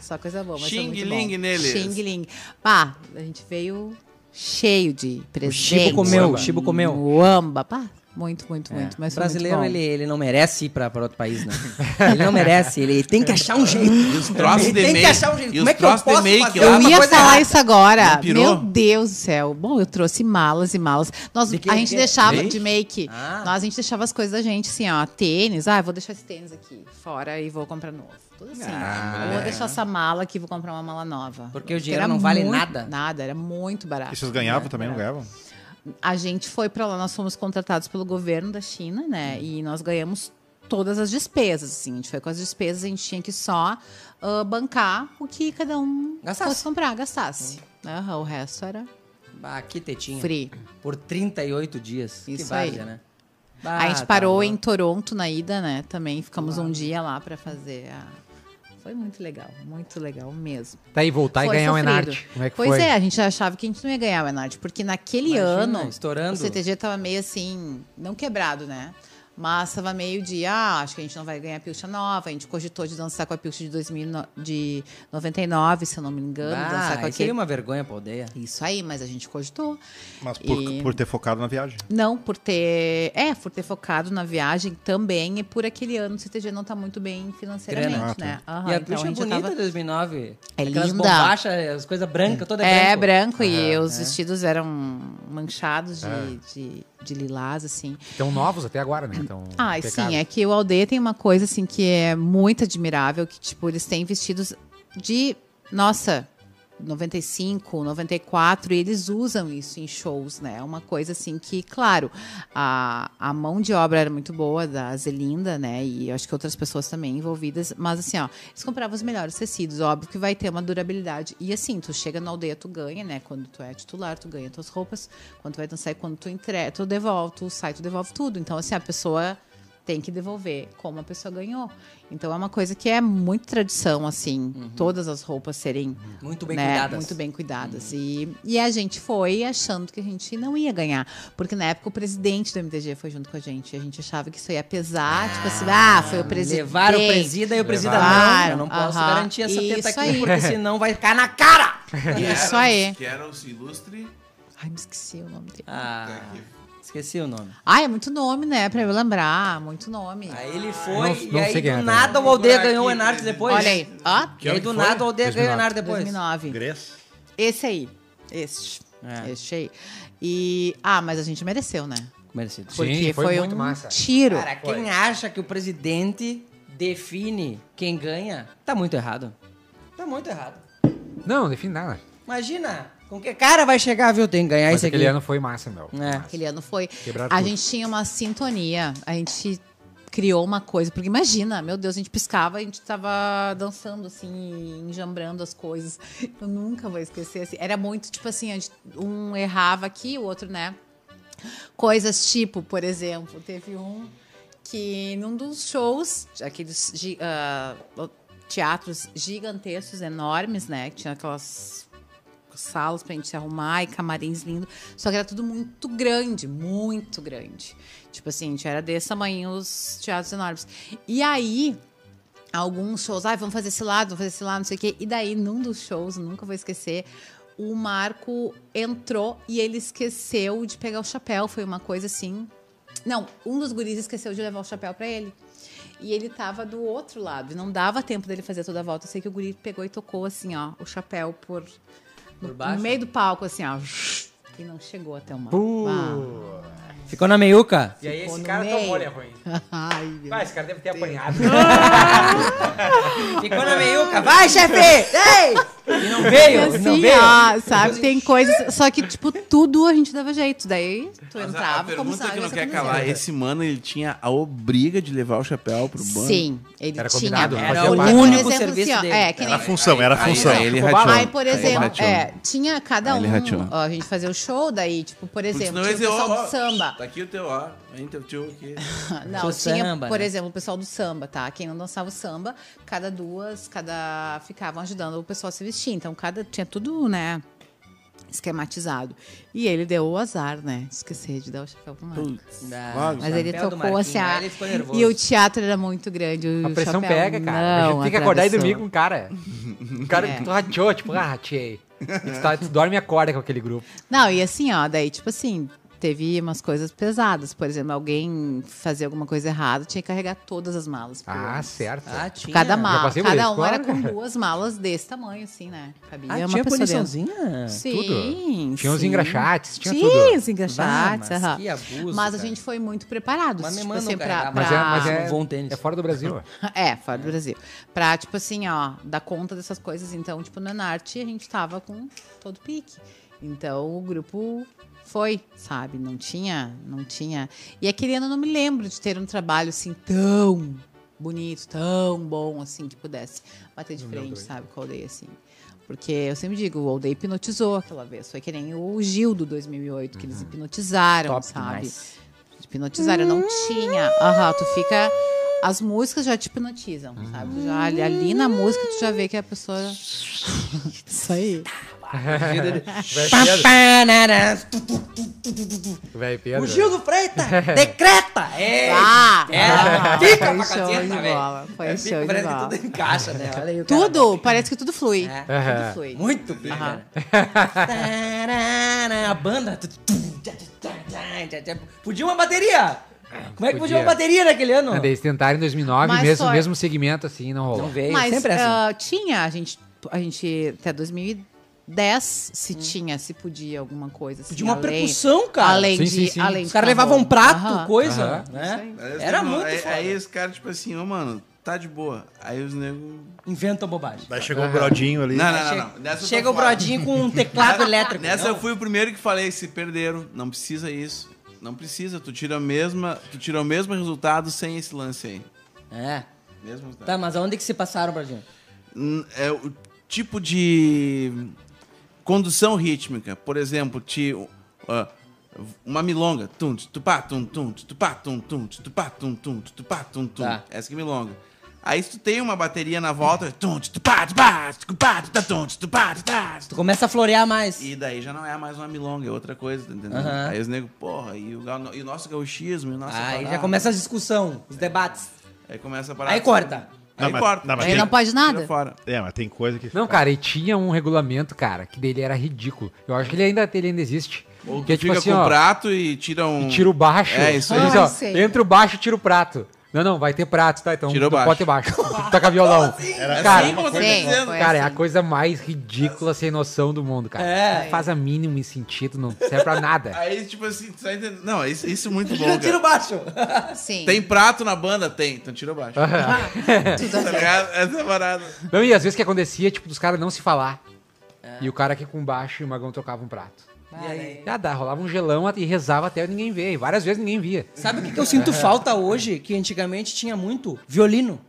Speaker 3: Só coisa boa, mas
Speaker 2: Xing
Speaker 3: foi muito
Speaker 2: Ling
Speaker 3: bom.
Speaker 2: neles.
Speaker 3: Xing Ling. Pá, a gente veio cheio de presente.
Speaker 5: comeu, o Chibo comeu. É.
Speaker 3: Uamba, pá. Muito, muito, muito. Mas
Speaker 5: o
Speaker 3: foi muito
Speaker 5: brasileiro,
Speaker 3: bom.
Speaker 5: ele, ele não merece ir pra, pra outro país, né? ele não merece, ele tem que achar um jeito. Os
Speaker 2: troços
Speaker 5: ele
Speaker 2: de
Speaker 5: tem que
Speaker 2: make-
Speaker 5: achar um jeito.
Speaker 2: e
Speaker 5: Como
Speaker 2: os
Speaker 5: é que eu
Speaker 2: troços de
Speaker 5: posso
Speaker 2: make
Speaker 5: fazer
Speaker 2: lá tá
Speaker 5: uma
Speaker 3: Eu
Speaker 2: uma
Speaker 3: ia
Speaker 5: coisa
Speaker 3: falar
Speaker 5: errada?
Speaker 3: isso agora.
Speaker 2: Não pirou?
Speaker 3: Meu Deus do céu. Bom, eu trouxe malas e malas. Nós,
Speaker 5: De que-
Speaker 3: a gente
Speaker 5: que-
Speaker 3: deixava
Speaker 2: make?
Speaker 3: de make.
Speaker 5: Ah.
Speaker 3: Nós, a gente deixava as coisas da gente, assim, ó. Tênis. Ah, eu vou deixar esse tênis aqui fora e vou comprar novo. Tudo assim. Eu vou deixar essa mala aqui e vou comprar uma mala nova.
Speaker 5: Ah. Porque o dinheiro não vale
Speaker 3: muito-
Speaker 5: nada.
Speaker 3: Nada, era muito barato.
Speaker 4: E vocês ganhavam também, não
Speaker 3: Barato.
Speaker 4: ganhavam?
Speaker 3: A gente foi pra lá, nós fomos contratados pelo governo da China, né? E nós ganhamos todas as despesas, assim. A gente foi com as despesas, a gente tinha que só ah, bancar o que cada um
Speaker 5: Gastasse.
Speaker 3: fosse comprar, gastasse. Aham, o resto era
Speaker 5: Bah, que tetinha.
Speaker 3: free.
Speaker 5: Por 38 dias. que
Speaker 3: Isso
Speaker 5: várzea,
Speaker 3: aí.
Speaker 5: né?
Speaker 3: a
Speaker 5: Bah,
Speaker 3: gente
Speaker 5: tá
Speaker 3: parou
Speaker 5: louco.
Speaker 3: em Toronto na ida, né? Também ficamos um dia lá pra fazer a... Foi muito legal, muito legal mesmo.
Speaker 1: Tá aí, voltar
Speaker 3: foi
Speaker 1: e ganhar
Speaker 3: sofrido.
Speaker 1: o Enart. Como é que
Speaker 3: pois
Speaker 1: foi?
Speaker 3: é, a gente achava que a gente não ia ganhar o Enart, porque naquele
Speaker 5: Imagina,
Speaker 3: ano
Speaker 5: estourando.
Speaker 3: o CTG tava meio assim, não quebrado, né? Mas tava meio de, ah, acho que a gente não vai ganhar a pilcha nova. A gente cogitou de dançar com a pilcha de, 2000, de 99, se eu não me engano,
Speaker 5: Bah,
Speaker 3: dançar com
Speaker 5: aí
Speaker 3: aquele.
Speaker 5: seria uma vergonha pra aldeia.
Speaker 3: Isso aí, mas a gente cogitou.
Speaker 4: Mas por,
Speaker 3: E-
Speaker 4: por ter focado na viagem.
Speaker 3: Não, por ter. É, por ter focado na viagem também e por aquele ano o CTG não tá muito bem financeiramente,
Speaker 4: Grana.
Speaker 3: né? Aham,
Speaker 5: e a
Speaker 3: então
Speaker 5: bicha é
Speaker 3: gente já
Speaker 5: bonita
Speaker 3: tava-
Speaker 5: de 2009.
Speaker 3: É
Speaker 5: Aquelas
Speaker 3: linda.
Speaker 5: bombachas, as coisas brancas, toda
Speaker 3: É,
Speaker 5: branca.
Speaker 3: branco, e os vestidos eram manchados de, de, de lilás, assim.
Speaker 1: Estão novos até agora, né? Então,
Speaker 3: Ah, e
Speaker 1: impecável.
Speaker 3: sim, é que o Aldeia tem uma coisa assim que é muito admirável, que tipo, eles têm vestidos de, nossa, 95, 94, e eles usam isso em shows, né? É uma coisa assim que, claro, a, a mão de obra era muito boa da Zelinda, né? E eu acho que outras pessoas também envolvidas, mas assim, ó, eles compravam os melhores tecidos, óbvio que vai ter uma durabilidade. E assim, tu chega na aldeia, tu ganha, né? Quando tu é titular, tu ganha tuas roupas, quando tu vai dançar e quando tu entrega, tu devolve, tu sai, tu devolve tudo. Então, assim, a pessoa tem que devolver como a pessoa ganhou. Então é uma coisa que é muito tradição, assim, todas as roupas serem
Speaker 5: Uhum. Muito bem
Speaker 3: né,
Speaker 5: cuidadas. Uhum.
Speaker 3: Muito bem cuidadas. E, e a gente foi achando que a gente não ia ganhar. Porque na época o presidente do MDG foi junto com a gente. E a gente achava que isso ia pesar, tipo assim, ah, foi o presidente.
Speaker 5: Levaram o presida e o presida não. Eu não posso
Speaker 3: Aham.
Speaker 5: garantir essa teta
Speaker 3: Isso
Speaker 5: aqui,
Speaker 3: aí.
Speaker 5: porque senão vai ficar na cara!
Speaker 3: Isso aí.
Speaker 2: Que era o se ilustre. né,
Speaker 3: Ai, me esqueci o nome dele.
Speaker 5: Ah, esqueci o nome.
Speaker 3: Ai, é muito nome, né? Pra eu lembrar, muito nome.
Speaker 5: Aí ele foi,
Speaker 1: Não-
Speaker 5: e
Speaker 1: não
Speaker 5: aí
Speaker 1: sei quem
Speaker 5: do
Speaker 1: é,
Speaker 5: nada o Aldeia ganhou o Enartes depois.
Speaker 3: Olha aí. Ah,
Speaker 5: E aí do nada o Aldeia ganhou o Enartes depois.
Speaker 3: 2009.
Speaker 4: Gres.
Speaker 3: Esse aí. Este.
Speaker 5: É.
Speaker 3: Este aí. E. Ah, mas a gente mereceu, né?
Speaker 5: Merecido.
Speaker 3: Porque
Speaker 1: foi
Speaker 3: foi,
Speaker 1: muito
Speaker 3: um
Speaker 1: massa.
Speaker 3: tiro.
Speaker 5: Cara, quem acha que o presidente define quem ganha, tá muito errado. Tá muito errado.
Speaker 1: Não, define nada.
Speaker 5: Imagina, com que cara vai chegar, viu? Tem que ganhar
Speaker 1: Mas
Speaker 5: isso
Speaker 1: aquele
Speaker 5: É, aqui.
Speaker 1: ano foi massa, meu.
Speaker 5: É.
Speaker 3: Aquele ano foi.
Speaker 1: Quebraram
Speaker 3: A
Speaker 1: tudo.
Speaker 3: gente tinha uma sintonia, a gente criou uma coisa, porque imagina, meu Deus, a gente piscava, a gente tava dançando assim, enjambrando as coisas. Eu nunca vou esquecer assim. Era muito tipo assim, a gente- um errava aqui, o outro, né? Coisas tipo, por exemplo, teve um que num dos shows, aqueles gi- ah, teatros gigantescos, enormes, né? Que tinha aquelas salas pra gente se arrumar e camarins lindos. Só que era tudo muito grande, muito grande. Tipo assim, a gente era desse tamanho os teatros enormes. E aí, alguns shows, ah, vamos fazer esse lado, vamos fazer esse lado, não sei o quê. E daí, num dos shows, nunca vou esquecer, o Marco entrou e ele esqueceu de pegar o chapéu. Foi uma coisa assim. Não, um dos guris esqueceu de levar o chapéu pra ele. E ele tava do outro lado, e não dava tempo dele fazer toda a volta. Eu sei que o guri pegou e tocou assim, ó, o chapéu por,
Speaker 5: Por
Speaker 3: no-
Speaker 5: baixo?
Speaker 3: no meio do palco, assim, ó. E não chegou até o Marco.
Speaker 5: Ficou na meiuca?
Speaker 1: E aí
Speaker 3: Ficou
Speaker 1: esse
Speaker 3: no
Speaker 1: cara
Speaker 3: meio.
Speaker 1: tomou olha ruim.
Speaker 3: Ah. Ai, meu
Speaker 1: Vai, esse cara deve ter apanhado.
Speaker 5: Ficou na meiuca. Vai, chefe! Ei! E não veio,
Speaker 3: assim,
Speaker 5: não veio.
Speaker 3: ó, sabe? Tem coisas. Só que, tipo, tudo a gente dava jeito. Daí
Speaker 2: Mas
Speaker 3: tu
Speaker 2: tá, a- a,
Speaker 3: entrava,
Speaker 2: pergunta
Speaker 3: começava.
Speaker 2: que não
Speaker 3: já
Speaker 2: quer
Speaker 3: começava.
Speaker 2: calar. é Esse mano, ele tinha a obriga de levar o chapéu pro banco.
Speaker 3: Sim, ele
Speaker 1: Era
Speaker 3: tinha.
Speaker 1: combinado,
Speaker 5: Era
Speaker 1: fazia
Speaker 5: o
Speaker 1: parte.
Speaker 5: único
Speaker 3: Por exemplo,
Speaker 5: serviço
Speaker 3: assim, ó,
Speaker 5: dele.
Speaker 3: É, que
Speaker 4: Era a
Speaker 3: nem
Speaker 4: função, era a
Speaker 2: Aí,
Speaker 4: função.
Speaker 2: aí ele
Speaker 1: Roubar.
Speaker 2: rachou.
Speaker 3: Aí, por
Speaker 2: Aí ele
Speaker 3: exemplo,
Speaker 2: rachou.
Speaker 3: é, tinha cada
Speaker 2: Aí ele rachou.
Speaker 3: um. ó, a gente fazia o show, daí, tipo, por
Speaker 2: Porque
Speaker 3: exemplo,
Speaker 2: senão
Speaker 3: tinha o
Speaker 2: ele
Speaker 3: pessoal
Speaker 2: ó, ó,
Speaker 3: do samba.
Speaker 2: Tá aqui o teu, ó. Vem teu tio aqui.
Speaker 3: Ah, Não,
Speaker 5: Seu
Speaker 3: tinha,
Speaker 5: samba,
Speaker 3: por
Speaker 5: né?
Speaker 3: exemplo, o pessoal do samba, tá? Quem não dançava o samba, cada duas, cada ficavam ajudando o pessoal a se vestir. Então, cada tinha tudo, né, esquematizado. E ele deu o azar, né? Esquecer de dar o chapéu pro Marco.
Speaker 5: Não,
Speaker 3: Mas ele
Speaker 5: chapéu do
Speaker 3: tocou
Speaker 1: né?
Speaker 3: assim,
Speaker 5: Marquinhos,
Speaker 3: a...
Speaker 5: aí ele ficou nervoso.
Speaker 3: e o teatro era muito grande. o
Speaker 1: A pressão
Speaker 3: chapéu
Speaker 1: pega, cara.
Speaker 3: Não,
Speaker 1: a gente tem que acordar e
Speaker 3: atravessou.
Speaker 1: dormir com o cara. Um cara
Speaker 3: É.
Speaker 1: que tu rateou, tipo, ah, ratei. E tu, tá- tu dorme e acorda com aquele grupo.
Speaker 3: Não, e assim, ó, daí, tipo assim, teve umas coisas pesadas. Por exemplo, alguém fazia alguma coisa errada, tinha que carregar todas as malas. pro
Speaker 1: Ah,
Speaker 3: ônibus.
Speaker 1: certo.
Speaker 5: Ah, tinha.
Speaker 3: Cada
Speaker 1: Já
Speaker 3: mala,
Speaker 1: passei por
Speaker 3: cada
Speaker 1: isso,
Speaker 3: um
Speaker 1: claro,
Speaker 3: era com
Speaker 1: cara.
Speaker 3: duas malas desse tamanho, assim, né? Cabia
Speaker 5: Ah,
Speaker 3: uma
Speaker 5: tinha né?
Speaker 3: pessoa dentro.
Speaker 5: puniçãozinha?
Speaker 3: Sim,
Speaker 1: Tinha os
Speaker 3: sim.
Speaker 1: engraxates, tinha
Speaker 3: tinha
Speaker 1: tudo.
Speaker 3: os engraxates,
Speaker 5: Bah, Ah, mas
Speaker 3: aham.
Speaker 5: que abuso,
Speaker 3: Mas a
Speaker 5: cara.
Speaker 3: gente foi muito preparado.
Speaker 5: Mas me
Speaker 3: tipo
Speaker 5: mandam
Speaker 3: assim, pra-
Speaker 5: carregar,
Speaker 1: Mas, é, mas
Speaker 3: pra-
Speaker 1: é,
Speaker 5: Bom tênis.
Speaker 1: é fora do Brasil.
Speaker 3: é, fora do Brasil. Pra, tipo assim, ó, dar conta dessas coisas. Então, tipo, na Narte a gente tava com todo pique. Então, o grupo foi, sabe? Não tinha, não tinha. E é aquele ano eu não me lembro de ter um trabalho assim tão bonito, tão bom, assim, que pudesse bater de frente, sabe? Com a aldeia, assim. Porque eu sempre digo, o Aldeia hipnotizou aquela vez. Foi que nem o Gil do 2008, que eles hipnotizaram,
Speaker 5: Uhum. Top
Speaker 3: sabe?
Speaker 5: demais.
Speaker 3: hipnotizar, eu não tinha. Aham, tu fica. As músicas já te hipnotizam,
Speaker 5: Uhum.
Speaker 3: sabe? Já, ali, ali na música tu já vê que a pessoa. Isso aí.
Speaker 1: Velho
Speaker 5: Pá,
Speaker 1: Pedro,
Speaker 5: pá, nará, tu,
Speaker 1: velho Pedro.
Speaker 5: O Gildo Freitas decreta! É!
Speaker 3: Ah!
Speaker 5: é,
Speaker 3: ah,
Speaker 5: fica
Speaker 3: foi
Speaker 5: pra
Speaker 3: show
Speaker 5: caceta,
Speaker 3: de
Speaker 5: velho.
Speaker 3: bola, foi
Speaker 5: É,
Speaker 3: show de
Speaker 5: parece
Speaker 3: bola.
Speaker 5: que tudo encaixa, né? Olha aí o cara.
Speaker 3: Tudo, parece que tudo flui.
Speaker 5: É.
Speaker 3: Tudo flui.
Speaker 5: Muito bem, cara. Tarará, A banda. tu- tu- tchá, tchá, tchá, tchá, tchá. Podia uma bateria! Como é que podia
Speaker 1: Podia.
Speaker 5: uma bateria naquele ano?
Speaker 1: Ah, daí Eles tentaram em 2009,
Speaker 3: Mas
Speaker 1: mesmo,
Speaker 3: foi-
Speaker 1: mesmo segmento assim, não rolou.
Speaker 5: Não veio,
Speaker 3: Mas
Speaker 5: sempre é assim.
Speaker 3: ah, tinha, a gente, a gente até 2010, 10 se tinha, se podia alguma coisa assim.
Speaker 5: Pediu Hum. uma
Speaker 3: além-
Speaker 5: percussão, cara.
Speaker 3: Além
Speaker 1: Sim,
Speaker 3: de.
Speaker 1: sim, sim.
Speaker 3: Além
Speaker 5: Os
Speaker 3: de
Speaker 5: caras
Speaker 3: carro.
Speaker 5: levavam um prato,
Speaker 3: Aham.
Speaker 5: coisa,
Speaker 1: Aham.
Speaker 5: né?
Speaker 2: Aí os
Speaker 5: Era
Speaker 2: nego-
Speaker 5: muito
Speaker 2: aí,
Speaker 5: foda.
Speaker 2: aí os caras, tipo assim, ô, mano, tá de boa. Aí os negros...
Speaker 5: Inventa bobagem.
Speaker 4: Daí chegou o Brodinho ali.
Speaker 2: Não,
Speaker 5: Aí
Speaker 2: não, não.
Speaker 5: che-
Speaker 2: não. Nessa eu
Speaker 5: Chega
Speaker 2: tô
Speaker 5: o
Speaker 2: fora.
Speaker 5: brodinho com um teclado elétrico.
Speaker 2: Nessa
Speaker 5: não?
Speaker 2: eu fui o primeiro que falei, se perderam, não precisa isso. Não precisa, tu tira a mesma, tu tira o mesmo resultado sem esse lance aí.
Speaker 5: É.
Speaker 2: Mesmo resultado.
Speaker 5: Tá, mas aonde que se passaram, brodinho?
Speaker 2: N- É o tipo de condução rítmica, por exemplo, te, ó, uma milonga, tum tu pá tum tum tu pá tum tum tu pá tum tum tu pá tum tum.
Speaker 5: Tá.
Speaker 2: Essa que é milonga. Aí se tu tem uma bateria na volta, tum tu pá tu pá tu pá tu tá tum tu pá tu tá.
Speaker 5: Tu começa a florear mais.
Speaker 2: E daí já não é mais uma milonga, é outra coisa, tá entendendo?
Speaker 5: Aham.
Speaker 2: Aí os negros, porra, e o, gau- e o nosso gauchismo, e o nosso.
Speaker 5: Aí já começa as discussões, os debates.
Speaker 2: Aí começa a parar.
Speaker 5: Aí corta.
Speaker 2: Aí
Speaker 4: Não, mas-
Speaker 2: corta.
Speaker 4: não, mas
Speaker 2: Aí
Speaker 4: tem-
Speaker 3: Não pode
Speaker 2: tira
Speaker 3: nada?
Speaker 2: Fora.
Speaker 4: É, mas tem coisa que.
Speaker 1: Não, cara, e tinha um regulamento, cara, que dele era ridículo. Eu acho que ele ainda, ele ainda existe.
Speaker 2: Ou tu
Speaker 1: que é
Speaker 4: tipo
Speaker 2: fica
Speaker 4: assim,
Speaker 2: com o
Speaker 1: ó,
Speaker 2: prato e tira
Speaker 5: Hum.
Speaker 2: um.
Speaker 1: e tira o baixo.
Speaker 2: É, isso
Speaker 1: Ele
Speaker 2: aí.
Speaker 1: diz, ó,
Speaker 3: Ah, sei.
Speaker 1: entra o baixo, tira o prato. Não, não, vai ter prato, tá? Então
Speaker 2: Tira o
Speaker 1: não
Speaker 2: baixo.
Speaker 1: pode ter baixo. Toca violão.
Speaker 5: assim,
Speaker 1: cara,
Speaker 2: Sim, É assim como eu tô
Speaker 3: Sim,
Speaker 2: dizendo.
Speaker 3: foi
Speaker 1: cara, é a
Speaker 3: assim.
Speaker 1: coisa mais ridícula sem noção do mundo, cara.
Speaker 5: É.
Speaker 1: Não faz a mínima sentido, não serve pra nada.
Speaker 2: Aí, tipo assim, tu tá entendendo? Não, isso, isso é muito bom.
Speaker 5: Tira, tira o
Speaker 2: Cara.
Speaker 5: baixo.
Speaker 3: Sim.
Speaker 2: Tem prato na banda? Tem, então tira o baixo.
Speaker 3: Tudo
Speaker 2: Tá
Speaker 3: a ver.
Speaker 2: ligado? Essa é a parada.
Speaker 1: Não, e às vezes que acontecia, tipo, dos caras não se falar. E o cara aqui com baixo e o magão tocava um prato.
Speaker 5: É. E aí?
Speaker 1: Ah, dá, rolava um gelão e rezava até ninguém ver. E várias vezes ninguém via.
Speaker 5: Sabe o que, que eu sinto falta hoje, que antigamente tinha muito? Violino.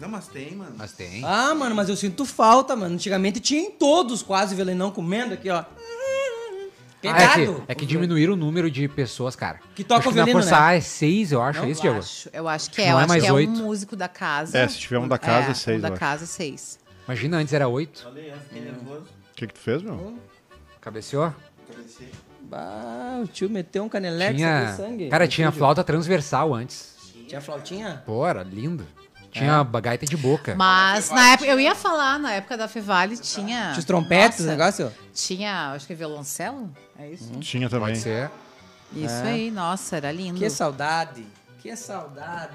Speaker 2: Não, mas tem, mano.
Speaker 1: Mas tem.
Speaker 5: Ah, mano, mas eu sinto falta, mano. Antigamente tinha em todos quase violinão comendo aqui, ó.
Speaker 1: Ah, é,
Speaker 5: Pegado.
Speaker 1: que, é que diminuíram o número de pessoas, cara.
Speaker 5: Que tocam
Speaker 1: acho que
Speaker 5: violino,
Speaker 1: na Força
Speaker 5: né?
Speaker 1: A é seis, eu acho, é isso,
Speaker 3: eu,
Speaker 1: Diego?
Speaker 3: acho, eu acho que é.
Speaker 1: Não
Speaker 3: eu
Speaker 1: é
Speaker 3: acho
Speaker 1: mais
Speaker 3: que é
Speaker 1: oito. tipo,
Speaker 3: um músico da casa.
Speaker 4: É, se tiver um da casa, é seis,
Speaker 3: Um
Speaker 4: eu
Speaker 3: da
Speaker 4: acho.
Speaker 3: casa, seis.
Speaker 1: Imagina, antes era oito.
Speaker 2: é,
Speaker 4: É. O que, que tu fez, meu?
Speaker 1: Cabeceou?
Speaker 5: Bah, o tio meteu um canelex
Speaker 1: tinha.
Speaker 5: de sangue.
Speaker 1: Cara, tinha flauta transversal antes.
Speaker 5: Tinha flautinha?
Speaker 1: Pô, era lindo. Tinha a gaita de boca.
Speaker 3: Mas na época, eu ia falar, na época da Fevale tinha.
Speaker 5: Tinha os trompetes, né? Hum. o
Speaker 3: Nossa,
Speaker 5: negócio?
Speaker 3: Tinha, acho que é violoncelo? É isso?
Speaker 4: Tinha também.
Speaker 1: Pode ser.
Speaker 3: Isso aí, nossa, era lindo.
Speaker 5: É. Que saudade. Que saudade.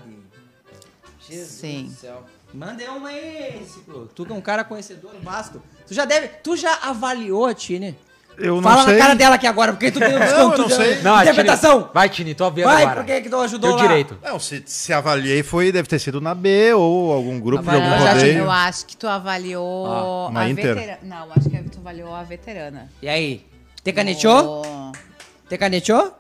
Speaker 5: Jesus
Speaker 3: Sim.
Speaker 5: do céu. Manda uma aí, Ciclo. Tu que é um cara conhecedor, vasto. Tu já deve... Tu já avaliou a Tine?
Speaker 4: Eu não
Speaker 5: Fala
Speaker 4: sei.
Speaker 5: na cara dela aqui agora, porque tu tem o desconto.
Speaker 4: eu não
Speaker 5: de-
Speaker 4: sei.
Speaker 1: Não, a Tini-
Speaker 5: Interpretação.
Speaker 1: Vai, Tini, tô vendo
Speaker 5: Vai,
Speaker 1: agora.
Speaker 5: por que que tu ajudou
Speaker 1: Teu
Speaker 5: lá?
Speaker 1: direito.
Speaker 4: Não, se, se avaliei foi, deve ter sido na B ou algum grupo de algum
Speaker 3: eu, acho,
Speaker 4: rodeio. Ah,
Speaker 3: eu acho que tu avaliou
Speaker 4: na
Speaker 3: a
Speaker 4: Inter?
Speaker 3: veterana. Não, acho que tu avaliou a veterana.
Speaker 5: E aí? Te caneteou?
Speaker 3: O-
Speaker 5: Te caneteou?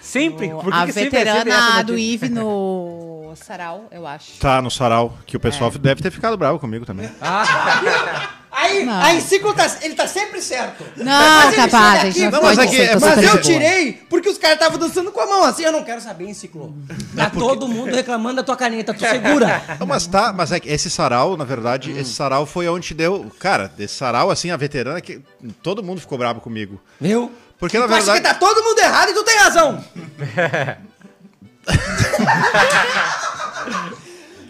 Speaker 1: Sempre. Por que
Speaker 3: a
Speaker 1: que sempre é sempre essa
Speaker 3: veterana
Speaker 1: da
Speaker 3: do
Speaker 1: Tini?
Speaker 3: Ive no Sarau, eu acho.
Speaker 4: Tá, no sarau, que o pessoal deve ter ficado bravo comigo também.
Speaker 5: Aí,
Speaker 3: Não.
Speaker 5: aí Ciclo tá, ele tá sempre certo.
Speaker 3: Não, capaz, a gente não
Speaker 4: Não,
Speaker 3: pode
Speaker 4: mas aqui-
Speaker 3: dizer que eu sou
Speaker 5: Mas eu
Speaker 3: tão boa.
Speaker 5: tirei porque os caras estavam dançando com a mão assim. Eu não quero saber, hein, Ciclo. Tá todo mundo reclamando da tua caneta, tu segura.
Speaker 4: Não, mas tá, mas é que esse sarau, na verdade, esse sarau foi onde deu. Cara, esse sarau, assim, a veterana, que todo mundo ficou bravo comigo.
Speaker 5: Viu?
Speaker 4: Porque, na
Speaker 5: Tu acha que
Speaker 4: verdade.
Speaker 5: tá todo mundo errado e tu tem razão.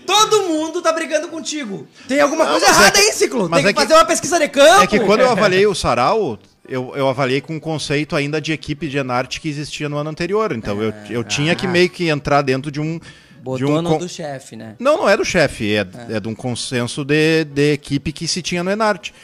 Speaker 5: todo mundo tá brigando contigo. Tem alguma
Speaker 4: Não,
Speaker 5: coisa
Speaker 4: mas é
Speaker 5: errada
Speaker 4: que-
Speaker 5: aí, Ciclo. Tem
Speaker 4: mas
Speaker 5: que,
Speaker 4: é que-
Speaker 5: fazer uma pesquisa de campo.
Speaker 4: É que quando eu avaliei o sarau, eu, eu avaliei com um conceito ainda de equipe de Enarte que existia no ano anterior. Então eu, eu tinha que meio que entrar dentro de um. de
Speaker 5: Botou
Speaker 4: um
Speaker 5: no
Speaker 4: con-
Speaker 5: do chefe, né?
Speaker 4: Não, não é do chefe, é, é de um consenso de, de equipe que se tinha no Enarte.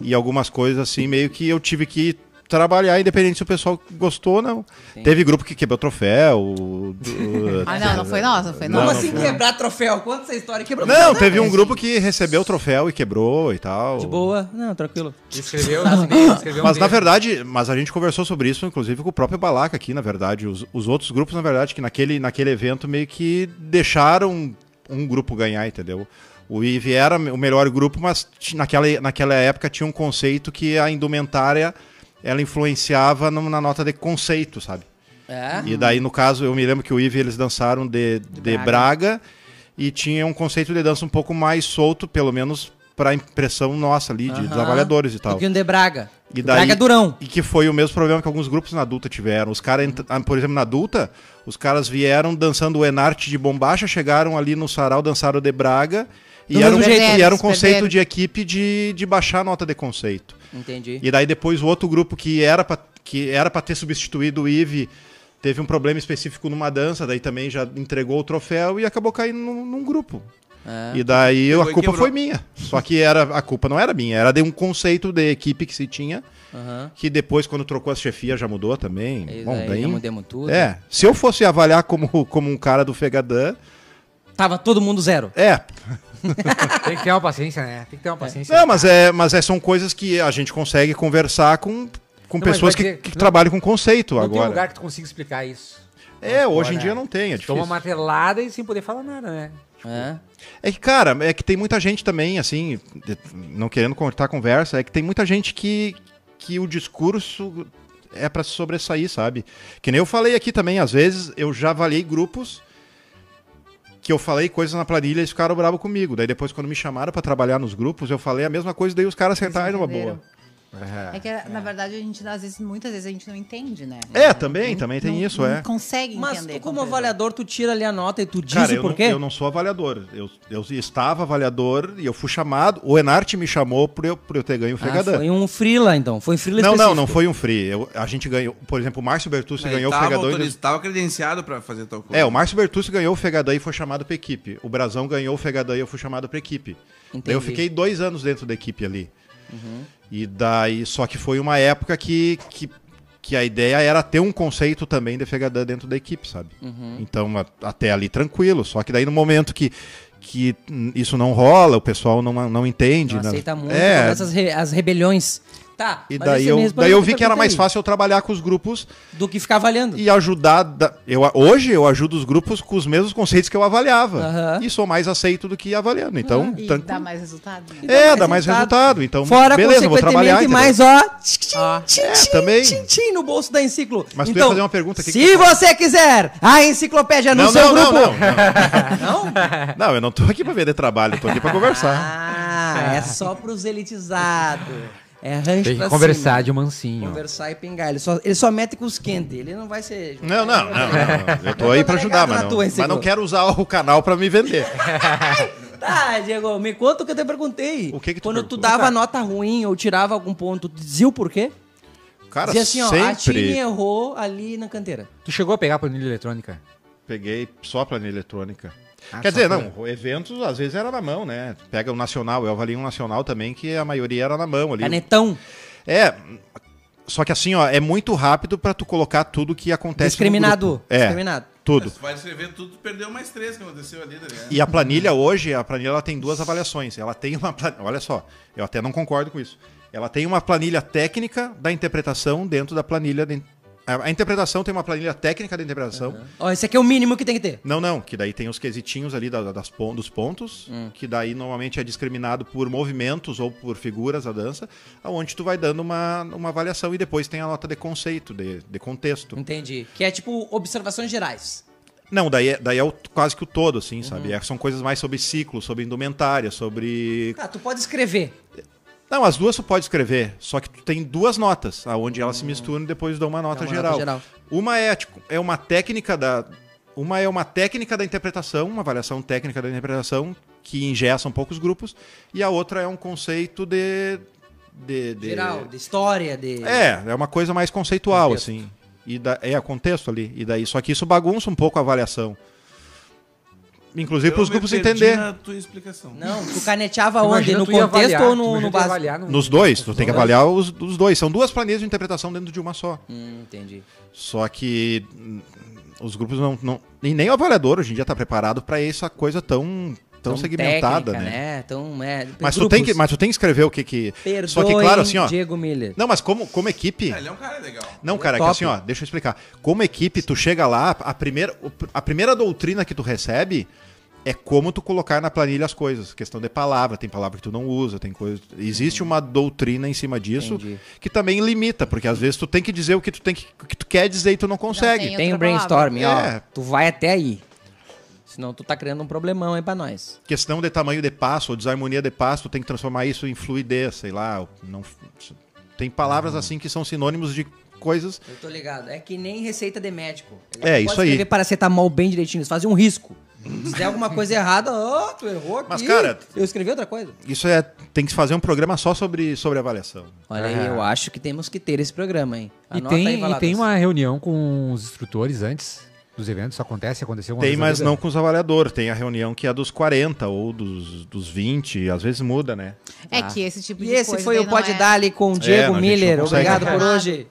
Speaker 4: E algumas coisas assim, meio que eu tive que trabalhar, independente se o pessoal gostou ou não. Teve grupo que quebrou troféu. do-
Speaker 3: Ah, não, não foi nós, não foi
Speaker 4: Não,
Speaker 3: nós.
Speaker 5: Como
Speaker 4: não
Speaker 5: assim
Speaker 4: foi.
Speaker 5: quebrar troféu? Quanto essa história quebrou
Speaker 4: Não,
Speaker 5: troféu?
Speaker 4: teve um grupo que recebeu o troféu e quebrou e tal.
Speaker 5: De boa. Não, tranquilo.
Speaker 1: Escreveu, escreveu, escreveu um
Speaker 4: Mas
Speaker 1: beijo.
Speaker 4: na verdade, mas a gente conversou sobre isso, inclusive, com o próprio Balaca aqui, na verdade. Os, os outros grupos, na verdade, que naquele, naquele evento meio que deixaram um grupo ganhar, entendeu? O IVE era o melhor grupo, mas ti- naquela, naquela época tinha um conceito que a indumentária ela influenciava no- na nota de conceito, sabe?
Speaker 5: É.
Speaker 4: E daí, no caso, eu me lembro que o Ive eles dançaram de, de, Braga. e tinha um conceito de dança um pouco mais solto, pelo menos pra impressão nossa ali, de, dos
Speaker 5: Aham.
Speaker 4: avaliadores e
Speaker 5: Do
Speaker 4: tal.
Speaker 5: que um de Braga.
Speaker 4: E
Speaker 5: O
Speaker 4: daí-
Speaker 5: Braga é durão.
Speaker 4: E que foi o mesmo problema que alguns grupos na adulta tiveram. Os caras, ent- ah, por exemplo, na adulta, os caras vieram dançando o Enarte de bombacha, chegaram ali no sarau, dançaram o de Braga.
Speaker 5: Do
Speaker 4: E era, um,
Speaker 5: mesmo jeito.
Speaker 4: e era um
Speaker 3: Perderam.
Speaker 4: conceito de equipe de, de baixar a nota de conceito.
Speaker 5: Entendi.
Speaker 4: E daí depois o outro grupo que era pra, que era para ter substituído o Ive teve um problema específico numa dança, daí também já entregou o troféu e acabou caindo num, num grupo.
Speaker 5: É.
Speaker 4: E daí eu-
Speaker 2: Pegou
Speaker 4: a
Speaker 2: e
Speaker 4: culpa
Speaker 2: quebrou.
Speaker 4: foi minha. Só que era, a culpa não era minha, era de um conceito de equipe que se tinha,
Speaker 5: Aham.
Speaker 4: que depois, quando trocou a chefia, já mudou também.
Speaker 5: Aí
Speaker 4: Bom,
Speaker 5: daí
Speaker 4: daí-
Speaker 5: já mudamos tudo.
Speaker 4: É, se eu fosse avaliar como, como um cara do Fegadã,
Speaker 5: Tava todo mundo zero.
Speaker 4: é,
Speaker 1: Tem que ter uma paciência, né? Tem que ter uma paciência.
Speaker 4: Não, mas, é, mas é, são coisas que a gente consegue conversar com, com
Speaker 1: Não, mas
Speaker 4: pessoas
Speaker 1: vai
Speaker 4: que,
Speaker 1: dizer-
Speaker 4: que
Speaker 1: não-
Speaker 4: trabalham com conceito
Speaker 1: Não tem
Speaker 4: agora.
Speaker 1: lugar que tu consiga explicar isso.
Speaker 4: É, hoje em
Speaker 1: Agora,
Speaker 4: dia não tem, é
Speaker 1: Tu Toma
Speaker 4: difícil.
Speaker 1: uma martelada e sem poder falar nada, né?
Speaker 5: É.
Speaker 4: É que, cara, é que tem muita gente também, assim, de- não querendo cortar a conversa, é que tem muita gente que, que o discurso é pra se sobressair, sabe? Que nem eu falei aqui também, às vezes eu já avaliei grupos que eu falei coisas na planilha e eles ficaram bravos comigo. Daí depois, quando me chamaram pra trabalhar nos grupos, eu falei a mesma coisa, daí os caras sentaram numa boa.
Speaker 3: entenderam. É que, na verdade, a gente, às vezes, muitas vezes a gente não entende, né?
Speaker 4: É, também, também tem
Speaker 3: Não-
Speaker 4: isso,
Speaker 3: não
Speaker 4: é.
Speaker 3: consegue entender. é.
Speaker 5: Mas tu, como
Speaker 3: compreender.
Speaker 5: avaliador, tu tira ali a nota e tu diz
Speaker 4: Cara,
Speaker 5: o
Speaker 4: eu não,
Speaker 5: porquê?
Speaker 4: eu não sou avaliador. Eu, eu estava avaliador e eu fui chamado. O Enarte me chamou por eu, por eu ter ganho o
Speaker 5: Ah,
Speaker 4: Fegadã.
Speaker 5: foi um freela, então. Foi um freela
Speaker 4: não, não,
Speaker 5: específico.
Speaker 4: não foi um free. Eu- a gente ganhou. Por exemplo, o Márcio Bertucci
Speaker 2: Ele
Speaker 4: ganhou o
Speaker 2: tava
Speaker 4: Fegadã.
Speaker 2: autoriz-
Speaker 4: e-
Speaker 2: Tava credenciado pra fazer tal coisa.
Speaker 4: É, o Márcio Bertucci ganhou o Fegadã e foi chamado pra equipe. O Brasão ganhou o Fegadã e eu fui chamado pra equipe. Daí eu
Speaker 5: Entendi. Uhum.
Speaker 4: fiquei dois anos dentro da equipe ali. E daí. Só que foi uma época que. que que a ideia era ter um conceito também de Fegadã dentro da equipe, sabe?
Speaker 5: Uhum.
Speaker 4: Então, a- até ali tranquilo. Só que daí no momento que, que hum, isso não rola, o pessoal não, não entende.
Speaker 5: Não
Speaker 4: né?
Speaker 5: aceita muito
Speaker 4: É,
Speaker 5: começa as, re- as rebeliões. Tá,
Speaker 4: e
Speaker 5: mas aí
Speaker 4: daí
Speaker 5: você me
Speaker 4: eu,
Speaker 5: responde
Speaker 4: daí eu
Speaker 5: outra
Speaker 4: vi que era
Speaker 5: pergunta
Speaker 4: mais
Speaker 5: aí.
Speaker 4: fácil eu trabalhar com os grupos
Speaker 5: Do que ficar avaliando.
Speaker 4: e ajudar. da- eu, hoje eu ajudo os grupos com os mesmos conceitos que eu avaliava.
Speaker 5: Aham. Ah,
Speaker 4: E sou mais aceito do que avaliando. Então,
Speaker 3: E
Speaker 4: tranquilo.
Speaker 3: dá mais resultado? né?
Speaker 4: é, dá mais resultado. Então,
Speaker 5: Fora,
Speaker 4: beleza, vou trabalhar.
Speaker 5: consequentemente,
Speaker 4: entendeu?
Speaker 5: mais, ó, tch, tch, tch,
Speaker 4: É,
Speaker 5: tch,
Speaker 4: também.
Speaker 5: tch, tch, no bolso da enciclo. Então,
Speaker 4: Mas tu ia fazer uma pergunta, o que
Speaker 5: se
Speaker 4: que tu
Speaker 5: você quiser a enciclopédia um no
Speaker 4: Não,
Speaker 5: seu
Speaker 4: não, não,
Speaker 5: grupo...
Speaker 4: não, não.
Speaker 5: Não?
Speaker 4: Não, eu não tô aqui pra vender trabalho, eu tô aqui pra conversar.
Speaker 5: Ah, é só pros elitizados. É rancho
Speaker 1: Tem
Speaker 5: pra
Speaker 1: que conversar
Speaker 5: cima.
Speaker 1: de mansinho.
Speaker 5: Conversar e pingar. Ele só, ele só mete com os quentes. Ele não vai ser...
Speaker 4: Não, não, não, não. Eu tô aí pra ajudar,
Speaker 5: Na
Speaker 4: mas não,
Speaker 5: tua,
Speaker 4: mas não
Speaker 5: Ciclo.
Speaker 4: quero usar o canal pra me vender.
Speaker 5: Tá, Diego, me conta o que eu te perguntei.
Speaker 4: O que que tu
Speaker 5: Quando tu
Speaker 4: perguntou?
Speaker 5: dava nota ruim ou tirava algum ponto, tu dizia o porquê?
Speaker 4: Cara,
Speaker 5: dizia assim, ó, a Tini
Speaker 4: sempre
Speaker 5: errou ali na canteira.
Speaker 1: Tu chegou a pegar a planilha eletrônica?
Speaker 4: peguei só planilha eletrônica.
Speaker 5: Ah,
Speaker 4: Quer dizer, não, eventos às vezes era na mão, né? Pega o nacional, eu avalio um nacional também, que a maioria era na mão ali.
Speaker 5: Canetão.
Speaker 4: É, só que assim, ó, é muito rápido pra tu colocar tudo que acontece. no
Speaker 5: Discriminado.
Speaker 4: grupo. É,
Speaker 5: Discriminado.
Speaker 4: tudo.
Speaker 2: Tu vai escrever tudo, tu perdeu mais três que aconteceu ali, tá ligado?
Speaker 4: E a planilha hoje, a planilha ela tem duas avaliações. Ela tem uma planilha, olha só, eu até não concordo com isso. Ela tem uma planilha técnica da interpretação dentro da planilha. de- a, a interpretação tem uma planilha técnica da interpretação.
Speaker 5: Ó, esse aqui é o mínimo que tem que ter.
Speaker 4: Não, não, que daí tem os quesitinhos ali da- das, pon- dos pontos, que daí normalmente é discriminado por movimentos ou por figuras da dança, onde tu vai dando uma, uma avaliação e depois tem a nota de conceito, de, de contexto.
Speaker 5: Entendi. Que é tipo observações gerais.
Speaker 4: Não, daí é, daí é o- quase que o todo, assim, sabe? É- são coisas mais sobre ciclo, sobre indumentária, sobre.
Speaker 5: Ah, tu pode escrever.
Speaker 4: Não, as duas tu pode escrever, só que tu tem duas notas, aonde elas se misturam e depois dão uma nota
Speaker 5: Hum. uma nota
Speaker 4: geral.
Speaker 5: geral.
Speaker 4: Uma é, tipo, é uma técnica da. Uma é uma técnica da interpretação, uma avaliação técnica da interpretação, que engessa um pouco os grupos, e a outra é um conceito de. de, de-
Speaker 5: Geral, de história, de...
Speaker 4: é, é uma coisa mais conceitual,
Speaker 5: Contexto.
Speaker 4: assim. E da, é, contexto ali. E daí, só que isso bagunça um pouco a avaliação. Inclusive para os
Speaker 2: Eu me
Speaker 4: grupos
Speaker 2: perdi
Speaker 4: entender.
Speaker 2: na tua explicação.
Speaker 5: Não, tu caneteava onde?
Speaker 1: Imagina
Speaker 5: No
Speaker 1: tu ia
Speaker 5: contexto
Speaker 1: avaliar,
Speaker 5: ou
Speaker 1: tu
Speaker 5: no,
Speaker 1: imagina
Speaker 5: no
Speaker 1: tu ia
Speaker 5: básico?
Speaker 1: avaliar no-
Speaker 4: Nos dois, tu tem que avaliar os, os dois. São duas planilhas de interpretação dentro de uma só.
Speaker 5: Hum, entendi.
Speaker 4: Só que hum, os grupos não. não e nem o avaliador hoje em dia está preparado para essa coisa tão, tão, segmentada,
Speaker 5: Então, técnica,
Speaker 4: né?
Speaker 5: Tão, é,
Speaker 4: Mas, tu tem que,
Speaker 5: grupos.
Speaker 4: mas tu tem que escrever o que que. só que,
Speaker 5: Perdoem
Speaker 4: claro, assim, ó.
Speaker 5: Diego Miller.
Speaker 4: Não, mas como, como equipe.
Speaker 2: Ah, Ele é um cara legal.
Speaker 4: Não, cara, é que
Speaker 5: top.
Speaker 4: assim, ó, deixa eu explicar. Como equipe, tu chega lá, a primeira, o pr- a primeira doutrina que tu recebe é como tu colocar na planilha as coisas. Questão de palavra, tem palavra que tu não usa, tem coisa. Existe uma doutrina em cima disso
Speaker 5: Uhum. Entendi.
Speaker 4: que também limita, porque às vezes tu tem que dizer o que tu tem que, o que tu quer dizer e tu não consegue.
Speaker 3: tem
Speaker 5: Tem
Speaker 3: outra
Speaker 5: um brainstorming,
Speaker 4: palavra.
Speaker 5: ó.
Speaker 4: É.
Speaker 5: Tu vai até aí. Senão tu tá criando um problemão aí pra nós.
Speaker 4: Questão de tamanho de passo ou desarmonia de passo, tu tem que transformar isso em fluidez, sei lá, não tem palavras assim que são sinônimos de coisas.
Speaker 5: Eu tô ligado. É que nem receita de médico.
Speaker 4: É, isso aí.
Speaker 5: escrever paracetamol bem direitinho. Eles fazem um risco. Se der alguma coisa errada, ó, tu errou aqui.
Speaker 4: Mas, cara-
Speaker 5: Eu escrevi outra coisa.
Speaker 4: Isso é tem que fazer um programa só sobre sobre avaliação.
Speaker 5: Olha
Speaker 4: Ah.
Speaker 5: aí, eu acho que temos que ter esse programa, hein?
Speaker 1: E
Speaker 5: Anota aí,
Speaker 1: tem, e
Speaker 5: Valadas.
Speaker 1: tem uma reunião com os instrutores antes
Speaker 7: dos eventos? Isso acontece? Aconteceu uma
Speaker 4: Tem,
Speaker 7: vez na
Speaker 4: mas
Speaker 1: é.
Speaker 7: vida?
Speaker 4: não com os avaliadores. Tem a reunião que é dos 40 ou dos, dos 20, às vezes muda, né?
Speaker 3: É que esse tipo
Speaker 5: Tá. E
Speaker 3: de
Speaker 5: esse
Speaker 3: coisa
Speaker 5: foi
Speaker 3: daí
Speaker 5: o
Speaker 3: não
Speaker 5: Pode
Speaker 3: é-
Speaker 5: Dali com o Diego
Speaker 4: não, a gente não
Speaker 5: Miller.
Speaker 4: consegue.
Speaker 5: Obrigado por
Speaker 3: Não.
Speaker 5: hoje.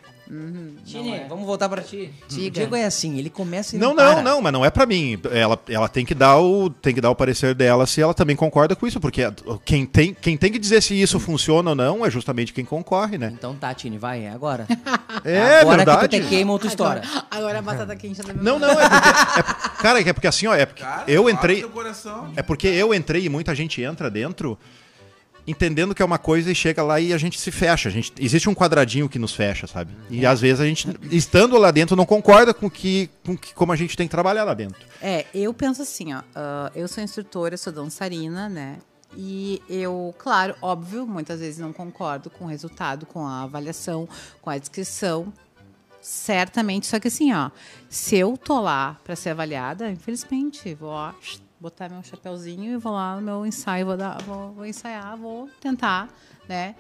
Speaker 5: Tine,
Speaker 3: é.
Speaker 5: vamos voltar pra ti.
Speaker 3: Diga.
Speaker 5: O Diego é assim, ele começa e
Speaker 4: Não, não,
Speaker 5: para.
Speaker 4: não, mas não é pra mim. Ela, ela tem que dar o tem que dar o parecer dela se ela também concorda com isso, porque quem tem, quem tem que dizer se isso funciona ou não é justamente quem concorre, né?
Speaker 5: Então tá, Tine, vai, é agora.
Speaker 4: É,
Speaker 5: agora
Speaker 4: verdade.
Speaker 5: que tu te queima outra história.
Speaker 3: Agora, agora a batata quente tá da minha
Speaker 4: Não, não, é porque, é porque- cara, é porque assim, ó, é porque
Speaker 2: Cara,
Speaker 4: eu
Speaker 2: abre
Speaker 4: entrei,
Speaker 2: teu coração.
Speaker 4: é porque eu entrei e muita gente entra dentro entendendo que é uma coisa e chega lá e a gente se fecha, a gente existe um quadradinho que nos fecha, sabe? E às vezes a gente estando lá dentro não concorda com que com que como a gente tem que trabalhar lá dentro.
Speaker 3: É, eu penso assim, ó. ah, eu sou instrutora, sou dançarina, né? E eu, claro, óbvio, muitas vezes não concordo com o resultado, com a avaliação, com a descrição. Certamente, só que assim, ó, se eu tô lá pra ser avaliada, infelizmente, vou ó, botar meu chapéuzinho e vou lá no meu ensaio, vou, dar, vou, vou ensaiar, vou tentar, né?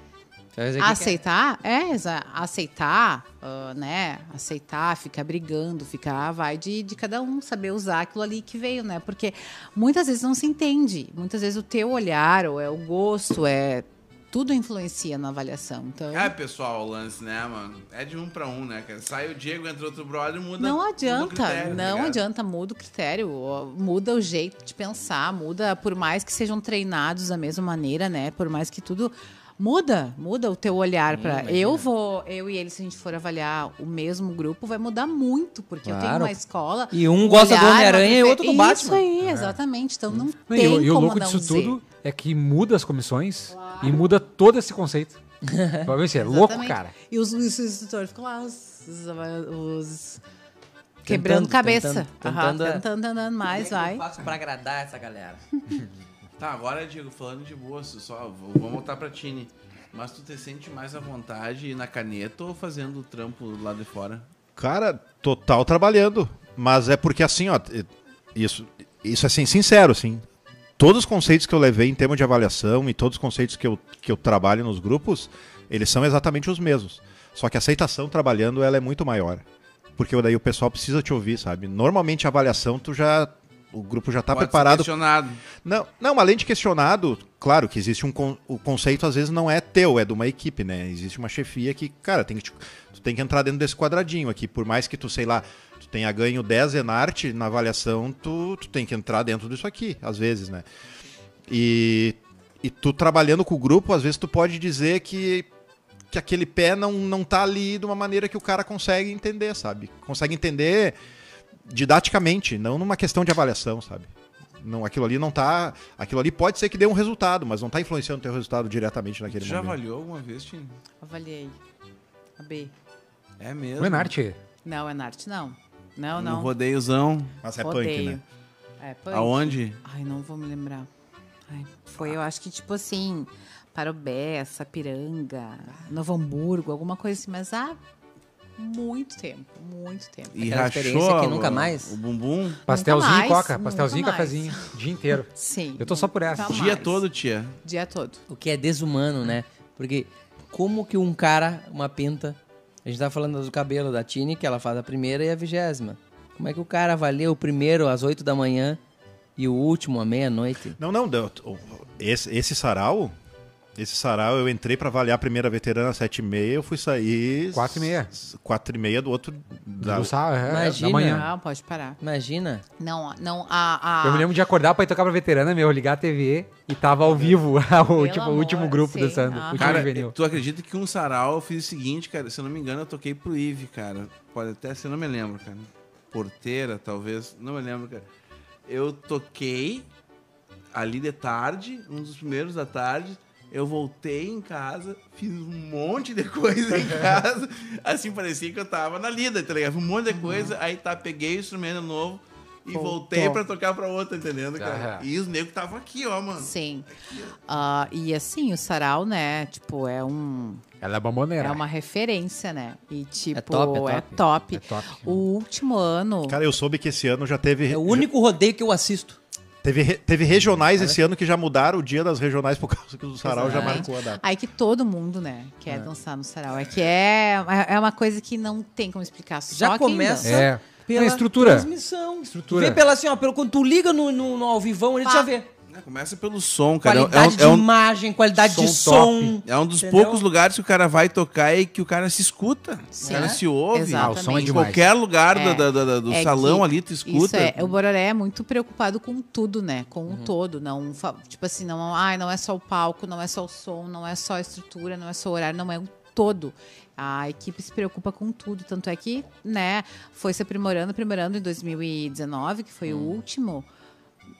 Speaker 5: é
Speaker 3: aceitar é exa- aceitar ah, né aceitar ficar brigando ficar vai de, de cada um saber usar aquilo ali que veio né porque muitas vezes não se entende muitas vezes o teu olhar ou é o gosto é tudo influencia na avaliação então
Speaker 2: É, pessoal, o lance, né, mano? É de um pra um, né, cara? Sai o Diego, entra outro brother, muda.
Speaker 3: Não
Speaker 2: muda o
Speaker 3: adianta,
Speaker 2: critério, tá
Speaker 3: não
Speaker 2: ligado?
Speaker 3: adianta, muda o critério, ó, muda o jeito de pensar, muda, por mais que sejam treinados da mesma maneira, né? Por mais que tudo muda, muda o teu olhar pra. para
Speaker 5: é.
Speaker 3: eu vou, eu e ele se a gente for avaliar o mesmo grupo, vai mudar muito, porque eu tenho
Speaker 5: Claro.
Speaker 3: uma escola
Speaker 5: E um gosta do
Speaker 3: olhar,
Speaker 5: Homem-Aranha
Speaker 3: uma
Speaker 5: e outro do
Speaker 3: prefe-
Speaker 5: Batman. É. Hum.
Speaker 3: Isso aí, exatamente. Então não
Speaker 1: Não,
Speaker 3: tem
Speaker 1: e, o- e o
Speaker 3: como
Speaker 1: louco
Speaker 3: não
Speaker 1: disso
Speaker 3: dizer.
Speaker 1: tudo é que muda as comissões e muda todo esse conceito. Pra ver se é louco,
Speaker 3: Exatamente.
Speaker 1: cara.
Speaker 3: E os, os instrutores ficam lá, os. os- os- Quebrando
Speaker 5: Tentando,
Speaker 3: cabeça.
Speaker 5: tentando,
Speaker 3: Aham,
Speaker 5: tentando, é.
Speaker 3: tentando, andando mais,
Speaker 5: Como é que
Speaker 3: vai.
Speaker 5: eu faço pra agradar essa galera?
Speaker 2: Tá, agora, Diego, falando de bolso, só vou- vamos voltar pra Tini. Mas tu te sente mais à vontade na caneta ou fazendo o trampo lá de fora?
Speaker 4: Cara, total trabalhando. Mas é porque assim, ó, isso, isso é assim, sincero, assim. Todos os conceitos que eu levei em termos de avaliação e todos os conceitos que eu, que eu trabalho nos grupos, eles são exatamente os mesmos. Só que a aceitação trabalhando, ela é muito maior. Porque daí o pessoal precisa te ouvir, sabe? Normalmente a avaliação, tu já... O grupo já tá
Speaker 2: Pode ser
Speaker 4: preparado
Speaker 2: Questionado.
Speaker 4: não, não, além de questionado, claro que existe um con- o conceito às vezes não é teu, é de uma equipe, né? Existe uma chefia que, cara, tem que te- tu tem que entrar dentro desse quadradinho aqui, por mais que tu, sei lá, tu tenha ganho 10 Enarte na avaliação, tu, tu tem que entrar dentro disso aqui, às vezes, né? E, e tu trabalhando com o grupo, às vezes tu pode dizer que que aquele pé não, não tá ali de uma maneira que o cara consegue entender, sabe? Consegue entender didaticamente, não numa questão de avaliação, sabe? Não, aquilo ali não tá. Aquilo ali pode ser que dê um resultado, mas não tá influenciando o teu resultado diretamente naquele
Speaker 2: Tu já
Speaker 4: momento.
Speaker 2: avaliou alguma vez, Tini?
Speaker 3: Avaliei. A B.
Speaker 2: É mesmo.
Speaker 1: O Enarte.
Speaker 3: Não, é Narte, não. Não,
Speaker 2: No
Speaker 3: não.
Speaker 2: rodeiozão.
Speaker 4: Mas é
Speaker 3: Rodeio.
Speaker 4: punk, né?
Speaker 3: É punk.
Speaker 2: Aonde?
Speaker 3: Ai, não vou me lembrar. Ai, foi, eu acho que tipo assim, Parobessa, Piranga, Novo Hamburgo, alguma coisa assim, mas há muito tempo, muito tempo.
Speaker 2: E
Speaker 5: Aquela experiência
Speaker 2: rachou
Speaker 5: que nunca
Speaker 2: o-
Speaker 5: mais?
Speaker 2: o bumbum.
Speaker 1: Pastelzinho
Speaker 3: mais,
Speaker 1: e coca. Pastelzinho e
Speaker 3: nunca
Speaker 1: cafezinho. o Dia inteiro.
Speaker 3: Sim.
Speaker 1: Eu tô só por essa.
Speaker 3: nunca
Speaker 2: Dia
Speaker 3: mais.
Speaker 2: todo, tia.
Speaker 3: Dia todo.
Speaker 5: O que é desumano, né? Porque como que um cara, uma pinta, a gente tá falando do cabelo da Tini, que ela faz a primeira e a vigésima. Como é que o cara avalia o primeiro às oito da manhã e o último à meia-noite?
Speaker 4: Não, não, deu- esse, esse sarau. Esse sarau eu entrei pra avaliar a primeira veterana às 7h30, eu fui sair.
Speaker 1: Quatro e meia.
Speaker 4: 4 e meia do outro. Da,
Speaker 1: Do sal, é,
Speaker 5: Imagina.
Speaker 1: da manhã.
Speaker 3: Não, pode parar.
Speaker 5: Imagina.
Speaker 3: Não, não,
Speaker 5: Ah.
Speaker 3: a. a...
Speaker 1: Eu me lembro de acordar pra ir tocar pra veterana, meu, ligar a TV e tava ao vivo o último,
Speaker 3: amor,
Speaker 1: o último grupo
Speaker 3: sim.
Speaker 1: dançando.
Speaker 3: Ah.
Speaker 1: o último
Speaker 2: Cara,
Speaker 1: juvenil.
Speaker 2: tu acredita que um sarau eu fiz o seguinte, cara? Se eu não me engano, eu toquei pro Ive, cara. Pode até ser, eu não me lembro, cara. Porteira, talvez. Não me lembro, cara. Eu toquei ali de tarde, um dos primeiros da tarde. Eu voltei em casa, fiz um monte de coisa em casa. Assim, parecia que eu tava na lida, tá ligado? Um monte de coisa. Aí tá, peguei o instrumento novo e voltei pra tocar pra outra, entendendo, cara?
Speaker 1: Aham.
Speaker 2: E os negros estavam aqui, ó, mano.
Speaker 3: Sim. Ah, e assim, o sarau, né? Tipo, é um.
Speaker 1: Ela é bomboneira.
Speaker 3: É uma referência, né? E tipo, é
Speaker 5: top,
Speaker 3: top.
Speaker 5: é
Speaker 1: É top.
Speaker 3: O último ano.
Speaker 4: Cara, eu soube que esse ano já teve.
Speaker 5: É o único rodeio que eu assisto.
Speaker 4: Teve, re- teve regionais esse ano que já mudaram o dia das regionais por causa que o sarau já marcou a data.
Speaker 3: né? Aí que todo mundo, né, quer é dançar no sarau. É que é, é uma coisa que não tem como explicar. Só
Speaker 5: Já
Speaker 3: quem
Speaker 5: começa-
Speaker 3: dança.
Speaker 1: É.
Speaker 5: pela
Speaker 1: estrutura.
Speaker 5: transmissão.
Speaker 1: Estrutura.
Speaker 5: Vê pela assim, ó, pelo, quando tu liga no, no, no ao vivão, ele já vê.
Speaker 2: É, Começa pelo som, cara. É um-
Speaker 5: Qualidade
Speaker 2: é, um, é,
Speaker 5: de
Speaker 2: um,
Speaker 5: imagem, qualidade de
Speaker 1: Som top.
Speaker 5: som.
Speaker 2: é um dos
Speaker 5: Entendeu?
Speaker 2: poucos lugares que o cara vai tocar e que o cara se escuta.
Speaker 3: Sim.
Speaker 2: o cara se ouve.
Speaker 7: Ah, o som é
Speaker 3: Exatamente.
Speaker 2: Em
Speaker 7: demais.
Speaker 2: qualquer lugar
Speaker 3: É.
Speaker 2: da- da- da- do
Speaker 3: É
Speaker 2: salão
Speaker 3: que
Speaker 2: ali, tu
Speaker 3: Isso
Speaker 2: escuta.
Speaker 3: é, o Bororé é muito preocupado com tudo, né? Com o todo, não, fa- tipo assim, não, ai, não é só o palco, não é só o som, não é só a estrutura, não é só o horário, não é o todo. A equipe se preocupa com tudo, tanto é que, né, foi se aprimorando, aprimorando em 2019, que foi o último.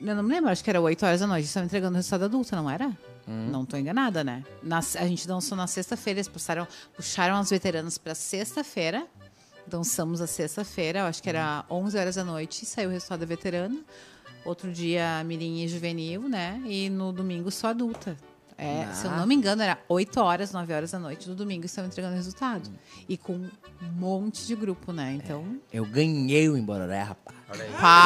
Speaker 3: Eu não me lembro, acho que era 8 horas da noite, estavam entregando o resultado adulto, não era? Não tô enganada, né? Nas- a gente dançou na sexta-feira, eles puxaram, puxaram as veteranas pra sexta-feira. Dançamos a sexta-feira, eu acho que era 11 horas da noite, saiu o resultado da veterana. Outro dia, mirim e juvenil, né? E no domingo, só adulta. É, Se eu não me engano, era 8 horas, 9 horas da noite no domingo, estão entregando o resultado. E com um monte de grupo, né? Então.
Speaker 5: Eu ganhei o Embororé, rapaz.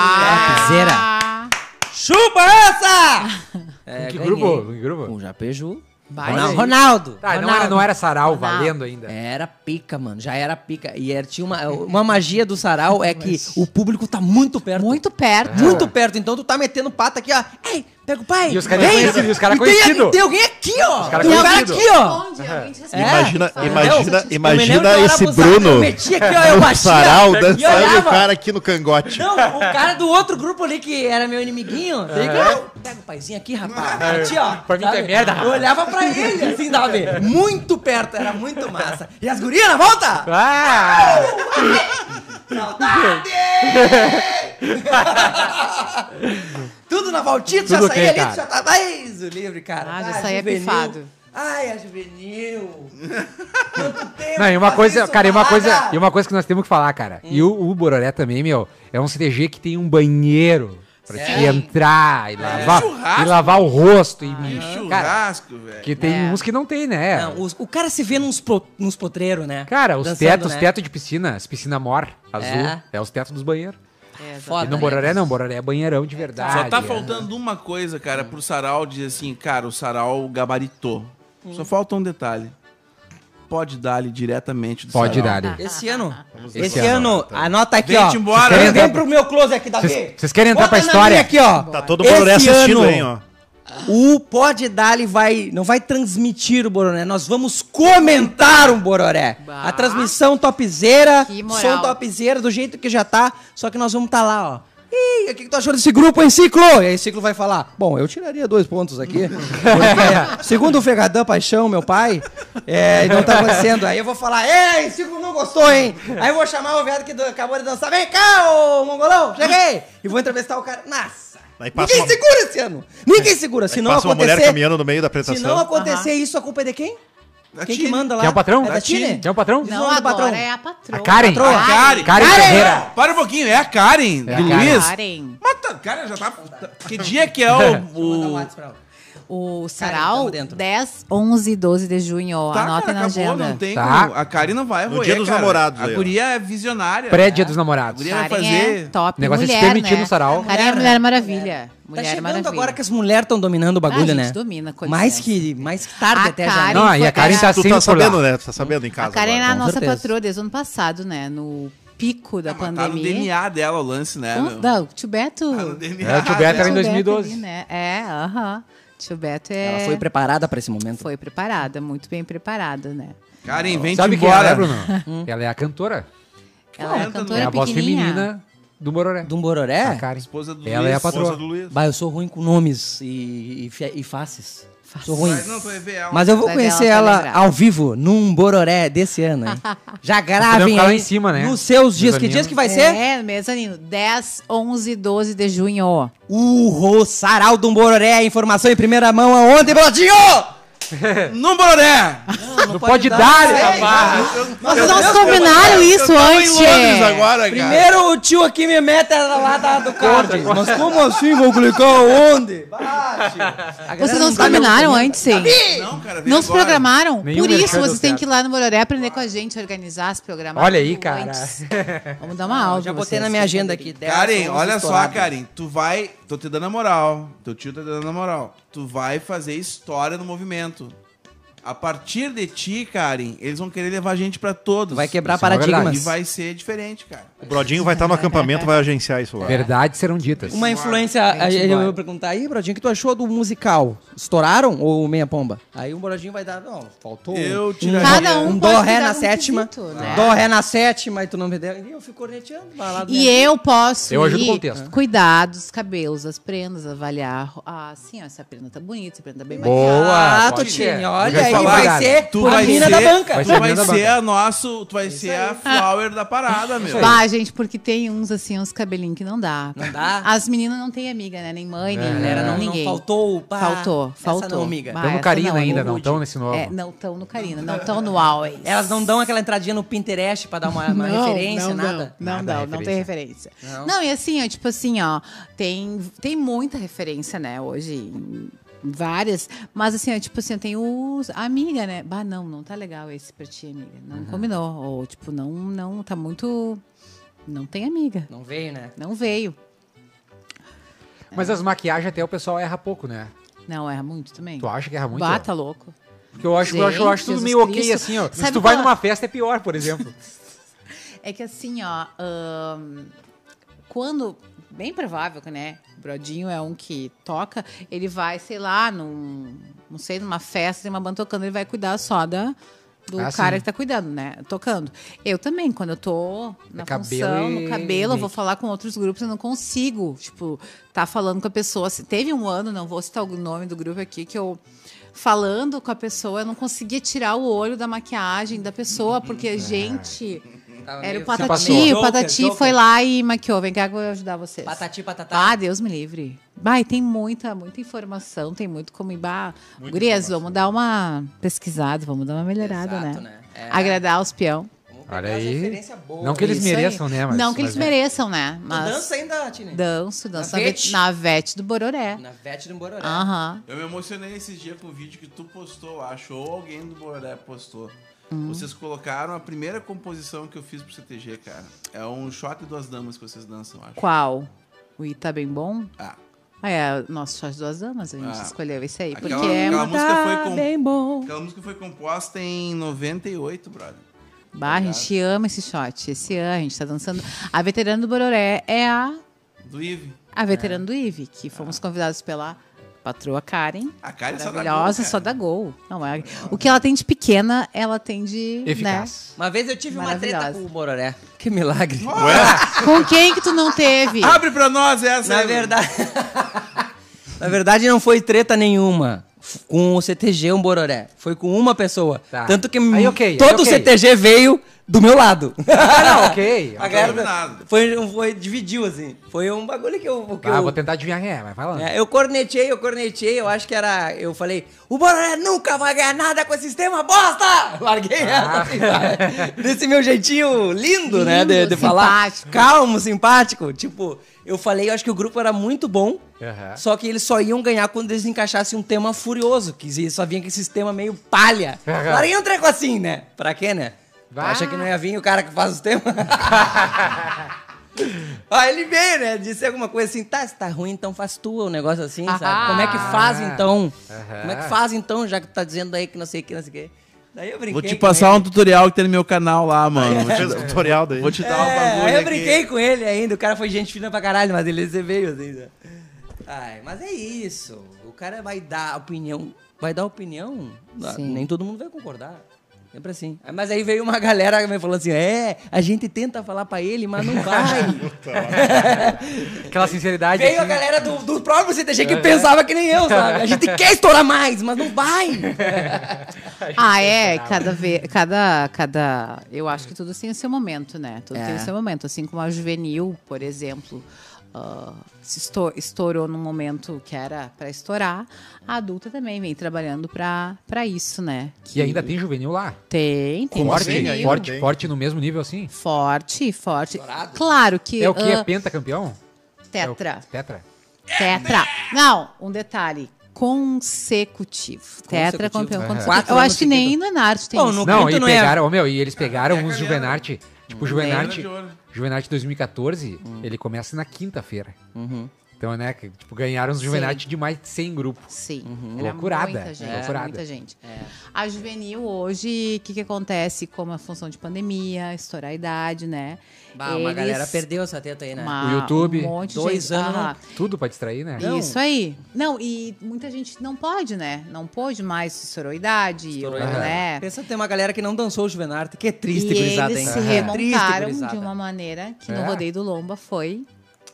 Speaker 5: É.
Speaker 3: Pá!
Speaker 5: Chupa essa! É,
Speaker 1: que
Speaker 5: ganhei.
Speaker 1: grupo? Que grupo?
Speaker 5: Com o Japeju.
Speaker 3: Vai,
Speaker 5: Ronaldo.
Speaker 3: gente.
Speaker 5: Ronaldo.
Speaker 1: Tá, não
Speaker 5: Ronaldo.
Speaker 1: era, não era sarau
Speaker 3: Ronaldo.
Speaker 1: valendo ainda.
Speaker 5: Era pica, mano. Já era pica. E era, tinha uma, uma magia do sarau é que o público tá muito perto.
Speaker 3: Muito perto.
Speaker 5: Muito perto. Então tu tá metendo pata aqui, ó. Ei, pega o pai.
Speaker 1: E os caras
Speaker 5: Ei,
Speaker 1: conhecidos, e os caras
Speaker 5: e tem-
Speaker 1: conhecidos.
Speaker 5: Tem alguém aqui, ó.
Speaker 1: caras
Speaker 5: tem um cara
Speaker 1: conhecidos.
Speaker 5: aqui, ó.
Speaker 3: Onde alguém te
Speaker 2: É?
Speaker 3: responde.
Speaker 5: Imagina-
Speaker 3: Fala.
Speaker 5: Entendeu?
Speaker 4: imagina-
Speaker 5: Eu
Speaker 4: imagina
Speaker 5: me lembro que eu
Speaker 4: esse
Speaker 5: era abusado,
Speaker 4: Bruno
Speaker 5: Eu metia aqui, ó, eu
Speaker 4: No
Speaker 5: baixia.
Speaker 4: sarau,
Speaker 5: e
Speaker 4: dançando e o
Speaker 5: olhava.
Speaker 4: cara aqui no cangote.
Speaker 5: Não, o cara do outro grupo ali que era meu inimiguinho. tá ligado? Pega o paizinho aqui, rapaz. Aqui, ó.
Speaker 1: Pra mim tu é
Speaker 5: sabe?
Speaker 1: merda, rapaz.
Speaker 5: Eu olhava pra ele, assim, dava pra ver. Muito perto, era muito massa. E as gurias na volta?
Speaker 1: Ah!
Speaker 5: Saudade! Tudo na voltinha, tu já
Speaker 1: Tudo ok,
Speaker 5: saía ali,
Speaker 1: cara.
Speaker 5: tu já tava. Ai, o livre, cara.
Speaker 3: Ah, já saía
Speaker 5: juvenil.
Speaker 3: pifado.
Speaker 5: Ai, a juvenil. Quanto tempo.
Speaker 1: Não, e uma
Speaker 5: fazer
Speaker 1: coisa,
Speaker 5: isso,
Speaker 1: cara, e uma coisa,
Speaker 5: barraca.
Speaker 1: e uma coisa que nós temos que falar, cara. E o, o Bororé também, meu, é um CTG que tem um banheiro pra te
Speaker 3: Sim.
Speaker 1: entrar e lavar,
Speaker 2: Churrasco.
Speaker 1: e lavar o rosto
Speaker 2: E
Speaker 1: e cara,
Speaker 2: churrasco, velho.
Speaker 1: que tem
Speaker 3: É.
Speaker 1: uns que não tem, né?
Speaker 5: Não, os- o cara se vê nos, pro, nos potreiros, né?
Speaker 1: Cara, os
Speaker 5: Dançando,
Speaker 1: tetos,
Speaker 5: né?
Speaker 1: teto de piscina, as piscina mor, azul, é,
Speaker 5: É.
Speaker 1: os tetos dos banheiros.
Speaker 3: É,
Speaker 5: Foda,
Speaker 1: E no
Speaker 5: né?
Speaker 1: Bororé não, Bororé é banheirão de verdade.
Speaker 2: Só tá
Speaker 1: né?
Speaker 2: faltando uma coisa, cara, pro sarau dizer assim, cara, o sarau gabaritou. Só falta um detalhe. Pode dar ali diretamente do
Speaker 1: Pode
Speaker 2: sarau.
Speaker 1: dar. né?
Speaker 5: Esse ano.
Speaker 4: ver.
Speaker 5: Esse ano, anota aqui,
Speaker 2: Vem-te
Speaker 5: ó.
Speaker 2: embora.
Speaker 5: Vem, vem pro meu close aqui, Davi.
Speaker 1: Vocês- vocês querem entrar
Speaker 5: Bota
Speaker 1: pra
Speaker 5: na
Speaker 1: história?
Speaker 5: minha aqui, ó.
Speaker 4: Tá todo mundo
Speaker 5: Esse
Speaker 4: assistindo, né?
Speaker 5: ano,
Speaker 4: hein, ó.
Speaker 5: O Pode Dali vai, não vai transmitir o Bororé, nós vamos comentar o Bororé.
Speaker 3: Bah.
Speaker 5: A transmissão topzeira,
Speaker 3: Que moral.
Speaker 5: som topzeira, do jeito que já tá, só que nós vamos tá lá, ó. Ih, o que, que tu achou desse grupo, hein, Ciclo? E aí, Ciclo vai falar: Bom, eu tiraria dois pontos aqui. porque, segundo o Fegadã Paixão, meu pai, é, não tá acontecendo. Aí eu vou falar: Ei, Ciclo não gostou, hein? Aí eu vou chamar o viado que dan- acabou de dançar: Vem cá, ô mongolão, cheguei! E vou entrevistar o cara. Nossa!
Speaker 4: Aí passa
Speaker 5: Ninguém
Speaker 4: uma-
Speaker 5: segura esse ano! Ninguém segura! Se não
Speaker 4: É Passa uma mulher
Speaker 5: acontecer.
Speaker 4: caminhando no meio da
Speaker 5: Se não
Speaker 4: apresentação.
Speaker 5: acontecer isso, a culpa é de quem?
Speaker 2: Da
Speaker 5: quem
Speaker 2: Tine.
Speaker 5: que manda lá?
Speaker 1: Quem é o patrão?
Speaker 5: É da
Speaker 1: Da
Speaker 5: Tine?
Speaker 1: Tine. Quem é o patrão?
Speaker 5: Diz o
Speaker 3: Não,
Speaker 5: nome do
Speaker 3: agora
Speaker 5: patrão.
Speaker 3: é a
Speaker 1: A
Speaker 3: patroa.
Speaker 1: Karen.
Speaker 5: Patroa.
Speaker 1: Karen. Karen,
Speaker 5: Karen.
Speaker 1: Ferreira.
Speaker 2: Para um pouquinho, é a Karen
Speaker 1: É a
Speaker 2: do
Speaker 1: Karen.
Speaker 2: Luiz?
Speaker 3: Karen.
Speaker 2: Mas tá, cara, já tá... tá- Que dia que é o...
Speaker 5: Vou mandar um
Speaker 2: o...
Speaker 5: WhatsApp pra ela.
Speaker 3: O
Speaker 5: tamo
Speaker 3: sarau,
Speaker 5: dentro.
Speaker 3: 10, 11 e 12 de junho.
Speaker 2: Tá,
Speaker 3: Anotem
Speaker 2: cara,
Speaker 3: na
Speaker 2: acabou,
Speaker 3: agenda.
Speaker 2: não tem
Speaker 1: Tá.
Speaker 2: como. A Karen não vai
Speaker 4: No
Speaker 2: roer,
Speaker 4: dia dos
Speaker 2: cara.
Speaker 4: namorados
Speaker 2: A
Speaker 4: aí, ó.
Speaker 2: guria é visionária.
Speaker 1: Pré-dia dos
Speaker 2: A
Speaker 1: namorados.
Speaker 2: guria vai
Speaker 3: Karen
Speaker 2: fazer...
Speaker 3: é top.
Speaker 1: O negócio é se
Speaker 3: mulher,
Speaker 1: permitir
Speaker 3: né?
Speaker 1: no sarau.
Speaker 3: Karen é
Speaker 5: Mulher,
Speaker 3: Mulher
Speaker 5: né?
Speaker 3: Maravilha. Mulher é
Speaker 5: tá chegando
Speaker 3: Maravilha.
Speaker 5: agora que as mulheres estão dominando o bagulho,
Speaker 3: Ah, a gente
Speaker 5: né?
Speaker 3: domina, com
Speaker 5: mais
Speaker 3: licença.
Speaker 5: que mais que tarde
Speaker 3: A
Speaker 5: até já.
Speaker 3: Karen-
Speaker 5: né?
Speaker 1: Não, e a Karen tá
Speaker 4: Tu
Speaker 7: Assim,
Speaker 1: sempre
Speaker 4: tá
Speaker 1: por lá.
Speaker 4: sabendo, né? Tu tá sabendo em casa.
Speaker 3: A Karen é
Speaker 4: agora.
Speaker 3: a
Speaker 5: com
Speaker 3: nossa
Speaker 5: certeza.
Speaker 3: patroa desde o ano passado, né? No pico da
Speaker 2: Ah, mas Tá no
Speaker 3: pandemia.
Speaker 2: DNA dela o lance, né,
Speaker 3: Não,
Speaker 2: meu?
Speaker 3: não, tio Beto.
Speaker 2: Tá no DNA
Speaker 1: É, o tio Beto era em
Speaker 3: Tio Beto
Speaker 1: 2012.
Speaker 3: ali, né? É, aham. Tio Beto é...
Speaker 5: Ela foi preparada pra esse momento.
Speaker 3: foi preparada, muito bem preparada, né?
Speaker 2: Karen, vem
Speaker 1: Sabe quem ela
Speaker 2: embora.
Speaker 1: é, Bruno? Ela é a cantora.
Speaker 3: Ela é
Speaker 2: Canta,
Speaker 3: cantora
Speaker 1: É a voz
Speaker 3: pequenininha.
Speaker 1: feminina do Bororé.
Speaker 5: Do É. Bororé?
Speaker 1: A Karen.
Speaker 2: Esposa do
Speaker 1: Ela
Speaker 2: Luiz.
Speaker 1: é a patroa.
Speaker 4: Esposa do Luiz.
Speaker 5: Bah, eu sou ruim com nomes e, e, fe- e faces. Sou ruim.
Speaker 2: Mas não, tu vai ver ela.
Speaker 5: Mas eu vou
Speaker 3: Vai ver,
Speaker 5: conhecer
Speaker 3: ela vai
Speaker 5: ela
Speaker 3: lembrar.
Speaker 5: ao vivo num Bororé desse ano, hein? Já gravem
Speaker 1: ficar lá
Speaker 5: aí
Speaker 1: em cima, né?
Speaker 5: nos seus dias. Que
Speaker 1: Mezanino.
Speaker 5: dias que vai ser?
Speaker 3: É, mezanino. 10, 11 e 12 de junho.
Speaker 5: O Roçaral do Bororé, informação em primeira mão aonde, Brodinho?
Speaker 2: No Boré!
Speaker 1: Não pode dar,
Speaker 5: isso aí,
Speaker 1: rapaz.
Speaker 5: Nós
Speaker 3: Vocês
Speaker 5: não
Speaker 3: não
Speaker 5: somos-
Speaker 3: combinaram isso
Speaker 2: Tava em
Speaker 3: antes.
Speaker 2: Londres agora, cara.
Speaker 5: Primeiro o tio aqui me mete lá da, do card. Mas como assim? Vou clicar onde?
Speaker 3: Vocês não se combinaram antes, sim?
Speaker 2: Não, cara, vem
Speaker 3: Não se
Speaker 2: agora.
Speaker 3: programaram?
Speaker 1: Nenhum
Speaker 3: Por
Speaker 1: merchan
Speaker 3: isso,
Speaker 1: deu
Speaker 3: vocês têm
Speaker 1: certo.
Speaker 3: que ir lá no Mororé aprender com a gente, organizar, se programar.
Speaker 1: Olha aí,
Speaker 3: tudo
Speaker 1: cara.
Speaker 3: antes. Vamos dar uma aula.
Speaker 5: Já
Speaker 3: pra
Speaker 5: botei
Speaker 3: vocês.
Speaker 5: na minha agenda aqui. dez, onze
Speaker 2: Karen, olha só,
Speaker 5: estouradas.
Speaker 2: Karen. Tu vai. Tô tá te dando a moral. Teu tio tá te dando a moral. Tu vai fazer história no movimento. A partir de ti, Karen, eles vão querer levar a gente pra todos.
Speaker 5: Vai quebrar
Speaker 1: é
Speaker 2: E
Speaker 5: paradigmas.
Speaker 2: vai ser diferente, cara.
Speaker 4: O Brodinho vai estar no acampamento, vai agenciar isso lá.
Speaker 7: Verdades serão ditas.
Speaker 5: Uma influência. aí Eu vou perguntar aí, Brodinho, o que tu achou do musical? Estouraram ou meia pomba? Aí o Brodinho vai dar. Não, faltou. um-
Speaker 2: Eu
Speaker 5: Cada
Speaker 2: tiraria.
Speaker 5: um,
Speaker 6: um
Speaker 5: dó
Speaker 6: pode
Speaker 5: ré
Speaker 6: dar
Speaker 5: na
Speaker 6: um
Speaker 5: sétima.
Speaker 6: quesito, né?
Speaker 5: Dó ré na sétima e tu não me deu. E eu fico corneteando, vai lá. né?
Speaker 3: E eu posso
Speaker 1: Eu ajudo
Speaker 3: ir
Speaker 1: com o texto.
Speaker 3: cuidar dos cabelos, das prendas, avaliar. Ah, sim, ó, essa prenda tá bonita, essa prenda tá bem
Speaker 1: Boa,
Speaker 5: Ah,
Speaker 1: pode
Speaker 5: Totinho,
Speaker 1: ser.
Speaker 5: olha
Speaker 1: Vai
Speaker 5: aí,
Speaker 1: falar,
Speaker 5: vai
Speaker 1: cara.
Speaker 5: ser
Speaker 2: Tu
Speaker 5: a
Speaker 2: vai
Speaker 5: mina
Speaker 2: ser,
Speaker 5: da banca.
Speaker 1: Vai
Speaker 2: tu
Speaker 1: ser a
Speaker 2: vai
Speaker 1: mina da
Speaker 2: ser
Speaker 1: banca.
Speaker 2: a nosso, tu vai ser a flower da parada, meu.
Speaker 3: Bah, gente, porque tem uns assim, uns cabelinhos que não dá.
Speaker 5: Não dá?
Speaker 3: As meninas não têm amiga, né? Nem mãe, nem,
Speaker 5: Galera, não, não
Speaker 3: ninguém.
Speaker 5: faltou o pá.
Speaker 3: Faltou,
Speaker 5: Essa
Speaker 3: faltou.
Speaker 5: não, amiga.
Speaker 3: Bah,
Speaker 1: Tão no
Speaker 3: essa
Speaker 1: Karina
Speaker 3: é
Speaker 1: ainda,
Speaker 3: no
Speaker 1: não
Speaker 3: Rude.
Speaker 1: tão nesse novo.
Speaker 3: É, não estão no Karina, não estão no Huawei.
Speaker 5: Elas não dão aquela entradinha no Pinterest pra dar uma, uma referência,
Speaker 6: não,
Speaker 5: nada.
Speaker 6: Não,
Speaker 1: Nada
Speaker 6: não,
Speaker 1: é
Speaker 6: não,
Speaker 3: Não
Speaker 6: não
Speaker 3: tem
Speaker 6: tem
Speaker 3: referência.
Speaker 5: Não.
Speaker 3: Não, e assim, ó, tipo assim, ó, tem, tem muita referência, né, hoje, em várias, mas assim, ó, tipo assim, tem os a amiga, né? Bah, não, não tá legal esse pra ti, amiga. Não
Speaker 5: Uhum.
Speaker 3: combinou. Ou, tipo, não, não, tá muito. Não tem amiga.
Speaker 5: Não veio, né?
Speaker 3: Não veio.
Speaker 1: Mas as maquiagens até o pessoal erra pouco, né?
Speaker 3: Não, erra muito também.
Speaker 1: Tu acha que erra muito?
Speaker 3: Bah, tá louco.
Speaker 1: Porque eu acho, eu acho, eu acho tudo
Speaker 3: Jesus
Speaker 1: meio ok
Speaker 3: Cristo.
Speaker 1: assim, ó. Se
Speaker 3: Sabe
Speaker 1: tu vai
Speaker 3: qual-
Speaker 1: numa festa é pior, por exemplo.
Speaker 3: É que assim, ó. ahn, quando. Bem provável que, né? O Brodinho é um que toca. Ele vai, sei lá, num. Não sei, numa festa, tem uma banda tocando, ele vai cuidar só da. Do
Speaker 1: Ah,
Speaker 3: cara
Speaker 1: sim.
Speaker 3: que tá cuidando, né? Tocando. Eu também, quando eu tô na
Speaker 1: É cabelo
Speaker 3: função,
Speaker 1: e
Speaker 3: no cabelo, eu vou
Speaker 1: make.
Speaker 3: falar com outros grupos, eu não consigo, tipo, tá falando com a pessoa. Se teve um ano, não vou citar o nome do grupo aqui, que eu falando com a pessoa, eu não conseguia tirar o olho da maquiagem da pessoa,
Speaker 1: Uhum.
Speaker 3: porque, gente,
Speaker 1: É.
Speaker 3: era o Patati,
Speaker 1: passou.
Speaker 3: o Patati
Speaker 5: Joker,
Speaker 3: foi
Speaker 5: Joker.
Speaker 3: lá e maquiou. Vem cá que eu vou ajudar vocês.
Speaker 5: Patati, patatá.
Speaker 3: Ah, Deus me livre. Vai, tem muita, muita informação, tem muito como ir. Bah, gurias, vamos dar uma pesquisada, vamos dar uma melhorada,
Speaker 5: Exato,
Speaker 3: né?
Speaker 5: né? É.
Speaker 3: Agradar os peão.
Speaker 5: Vamos pegar
Speaker 1: Olha
Speaker 5: as
Speaker 1: aí.
Speaker 5: referências boas.
Speaker 1: Não que eles
Speaker 3: Isso aí.
Speaker 1: mereçam, né? Mas,
Speaker 3: não que
Speaker 1: mas
Speaker 3: eles
Speaker 1: é.
Speaker 3: mereçam, né?
Speaker 5: Tu
Speaker 3: Mas
Speaker 5: dança ainda, Tine?
Speaker 3: danço, danço
Speaker 5: Na
Speaker 3: na,
Speaker 5: Vete?
Speaker 3: ve- na vete do Bororé.
Speaker 5: Na Vete do Bororé.
Speaker 3: Aham.
Speaker 2: Eu me emocionei esses dias com o vídeo que tu postou, eu acho, ou alguém do Boré postou.
Speaker 5: Uhum.
Speaker 2: Vocês colocaram a primeira composição que eu fiz pro CTG, cara. É um shot e duas damas que vocês dançam, eu acho.
Speaker 3: Qual? O Ita Bem Bom?
Speaker 2: Ah,
Speaker 3: Ah, é, nosso Chás Duas Damas, a gente
Speaker 2: Ah.
Speaker 3: escolheu esse aí.
Speaker 2: Aquela-
Speaker 3: porque é
Speaker 2: aquela
Speaker 3: um
Speaker 2: música foi
Speaker 3: Tá
Speaker 2: com-
Speaker 3: Bem Bom.
Speaker 2: aquela música foi composta em 98, brother.
Speaker 3: Bah, a gente ama esse shot. Esse ano a gente tá dançando. A veterana do Bororé é a,
Speaker 2: Do Ive.
Speaker 3: a
Speaker 2: É.
Speaker 3: veterana do IVE, que fomos convidados pela patroa Karen.
Speaker 2: A Karen só dá gol,
Speaker 3: Maravilhosa,
Speaker 2: cara.
Speaker 3: só dá gol. Não, é, o que ela tem de pequena, ela tem de. né?
Speaker 1: Eficaz.
Speaker 5: Uma vez eu tive uma treta
Speaker 3: Maravilhosa.
Speaker 5: com o Bororé. Que milagre.
Speaker 3: Né? Com quem que tu não teve?
Speaker 2: Abre pra nós essa,
Speaker 5: Na
Speaker 2: aí,
Speaker 5: verdade. Na verdade, não foi treta nenhuma. F- Com o CTG um bororé. Foi com uma pessoa.
Speaker 1: Tá.
Speaker 5: Tanto que
Speaker 1: Aí, ok,
Speaker 5: todo
Speaker 1: aí, ok.
Speaker 5: o CTG veio do meu lado.
Speaker 1: Ah, não, ok.
Speaker 5: A galera
Speaker 2: combinado.
Speaker 5: foi, foi, dividiu, assim. Foi um bagulho que eu. Que
Speaker 1: Ah,
Speaker 5: eu
Speaker 1: vou tentar adivinhar quem é, mas vai lá.
Speaker 5: é, eu cornetei, eu cornetei, eu acho que era. Eu falei, o Bororé nunca vai ganhar nada com esse sistema bosta! Larguei ela. assim, vai. Desse meu jeitinho lindo, né? De, de
Speaker 3: Lindo,
Speaker 5: falar.
Speaker 3: simpático.
Speaker 5: Calmo, simpático. Tipo, eu falei, eu acho que o grupo era muito bom.
Speaker 1: Aham.
Speaker 5: Só que eles só iam ganhar quando eles encaixassem um tema furioso, que zi- só vinha com esse tema meio palha.
Speaker 1: Aham.
Speaker 5: Larguei um treco assim, né? Pra quê, né? Tu
Speaker 1: Vá.
Speaker 5: Acha que não ia vir o cara que faz os temas? Aí ele veio, né? Disse alguma coisa assim, tá, se tá ruim, então faz tu um negócio assim, sabe?
Speaker 3: Ah.
Speaker 5: Como é que faz então?
Speaker 1: Aham.
Speaker 5: Como é que faz então, já que tu tá dizendo aí que não sei o que, não sei o que. Daí eu brinquei.
Speaker 2: Vou te passar
Speaker 5: um.
Speaker 2: um tutorial que tem no meu canal lá, mano. Vou
Speaker 4: Fez
Speaker 2: te,
Speaker 4: o tutorial daí.
Speaker 2: vou te dar um
Speaker 5: É,
Speaker 2: bagulho.
Speaker 5: aí eu
Speaker 2: aqui.
Speaker 5: brinquei com ele ainda, o cara foi gente fina pra caralho, mas ele veio assim. né? Ai, mas é isso. O cara vai dar opinião. Vai dar opinião? Ah,
Speaker 3: Sim.
Speaker 5: Nem todo mundo vai concordar. Sempre assim. Ah, Mas aí veio uma galera que me falou assim: é, a gente tenta falar pra ele, mas não vai.
Speaker 1: Aquela sinceridade.
Speaker 5: Veio a
Speaker 1: assim,
Speaker 5: galera do, do próprio CTG que pensava que nem eu, sabe? A gente quer estourar mais, mas não vai.
Speaker 3: Ah, é, cada
Speaker 1: né?
Speaker 3: vez, cada, cada, eu acho que tudo tem o seu momento, né? Tudo
Speaker 5: É.
Speaker 3: tem o seu momento, assim como a Juvenil, por exemplo, ah, se esto- estourou num momento que era pra estourar, a adulta também vem trabalhando pra pra isso, né?
Speaker 1: E ainda tem juvenil lá.
Speaker 3: Tem, tem
Speaker 1: Forte,
Speaker 4: assim ainda
Speaker 3: juvenil.
Speaker 1: forte,
Speaker 4: tem?
Speaker 1: forte no mesmo nível assim.
Speaker 3: Forte, forte. Claro que
Speaker 1: É o que?
Speaker 3: ah,
Speaker 1: É pentacampeão? É o-
Speaker 3: tetra,
Speaker 1: Tetra.
Speaker 3: tetra. Não, um detalhe consecutivo. Tetra campeão
Speaker 5: Aham.
Speaker 3: consecutivo.
Speaker 5: Quatro
Speaker 3: Eu
Speaker 5: anos
Speaker 3: acho que nem no Enarte tem
Speaker 5: Bom,
Speaker 3: isso.
Speaker 5: no
Speaker 1: Não,
Speaker 5: quinto
Speaker 1: e
Speaker 5: não é.
Speaker 1: pegaram, ô, meu, e eles pegaram uns Juvenarte. Tipo, Juvenarte.
Speaker 2: Lembra de ouro.
Speaker 3: Hum.
Speaker 1: Juvenarte 2014, ele começa na quinta-feira.
Speaker 7: Então, né, que, tipo, ganharam os Juvenate de mais de 100 grupos.
Speaker 3: Sim,
Speaker 7: Loucurada,
Speaker 3: Uhum. muita gente.
Speaker 7: é. Loucurada.
Speaker 3: Muita gente. A juvenil hoje, o que, que acontece como a função de pandemia, estourar a idade, né?
Speaker 5: Bah, uma
Speaker 3: Eles-
Speaker 5: galera perdeu essa teta aí, né?
Speaker 3: uma-
Speaker 7: O YouTube.
Speaker 3: Um monte
Speaker 5: Dois
Speaker 3: de gente.
Speaker 5: anos,
Speaker 3: Ah,
Speaker 7: Tudo pra distrair, né?
Speaker 5: Não.
Speaker 3: Isso aí. Não, e muita gente não pode, né? Não pôde mais sororidade,
Speaker 5: Estourou,
Speaker 3: né?
Speaker 5: né? Pensa que tem uma galera que não dançou o Juvenarte. Que é triste,
Speaker 3: e
Speaker 5: gurizada,
Speaker 3: eles
Speaker 5: hein?
Speaker 3: se
Speaker 5: É. Triste,
Speaker 3: remontaram
Speaker 5: gurizada.
Speaker 3: de uma maneira que
Speaker 7: É.
Speaker 3: no rodeio do Lomba foi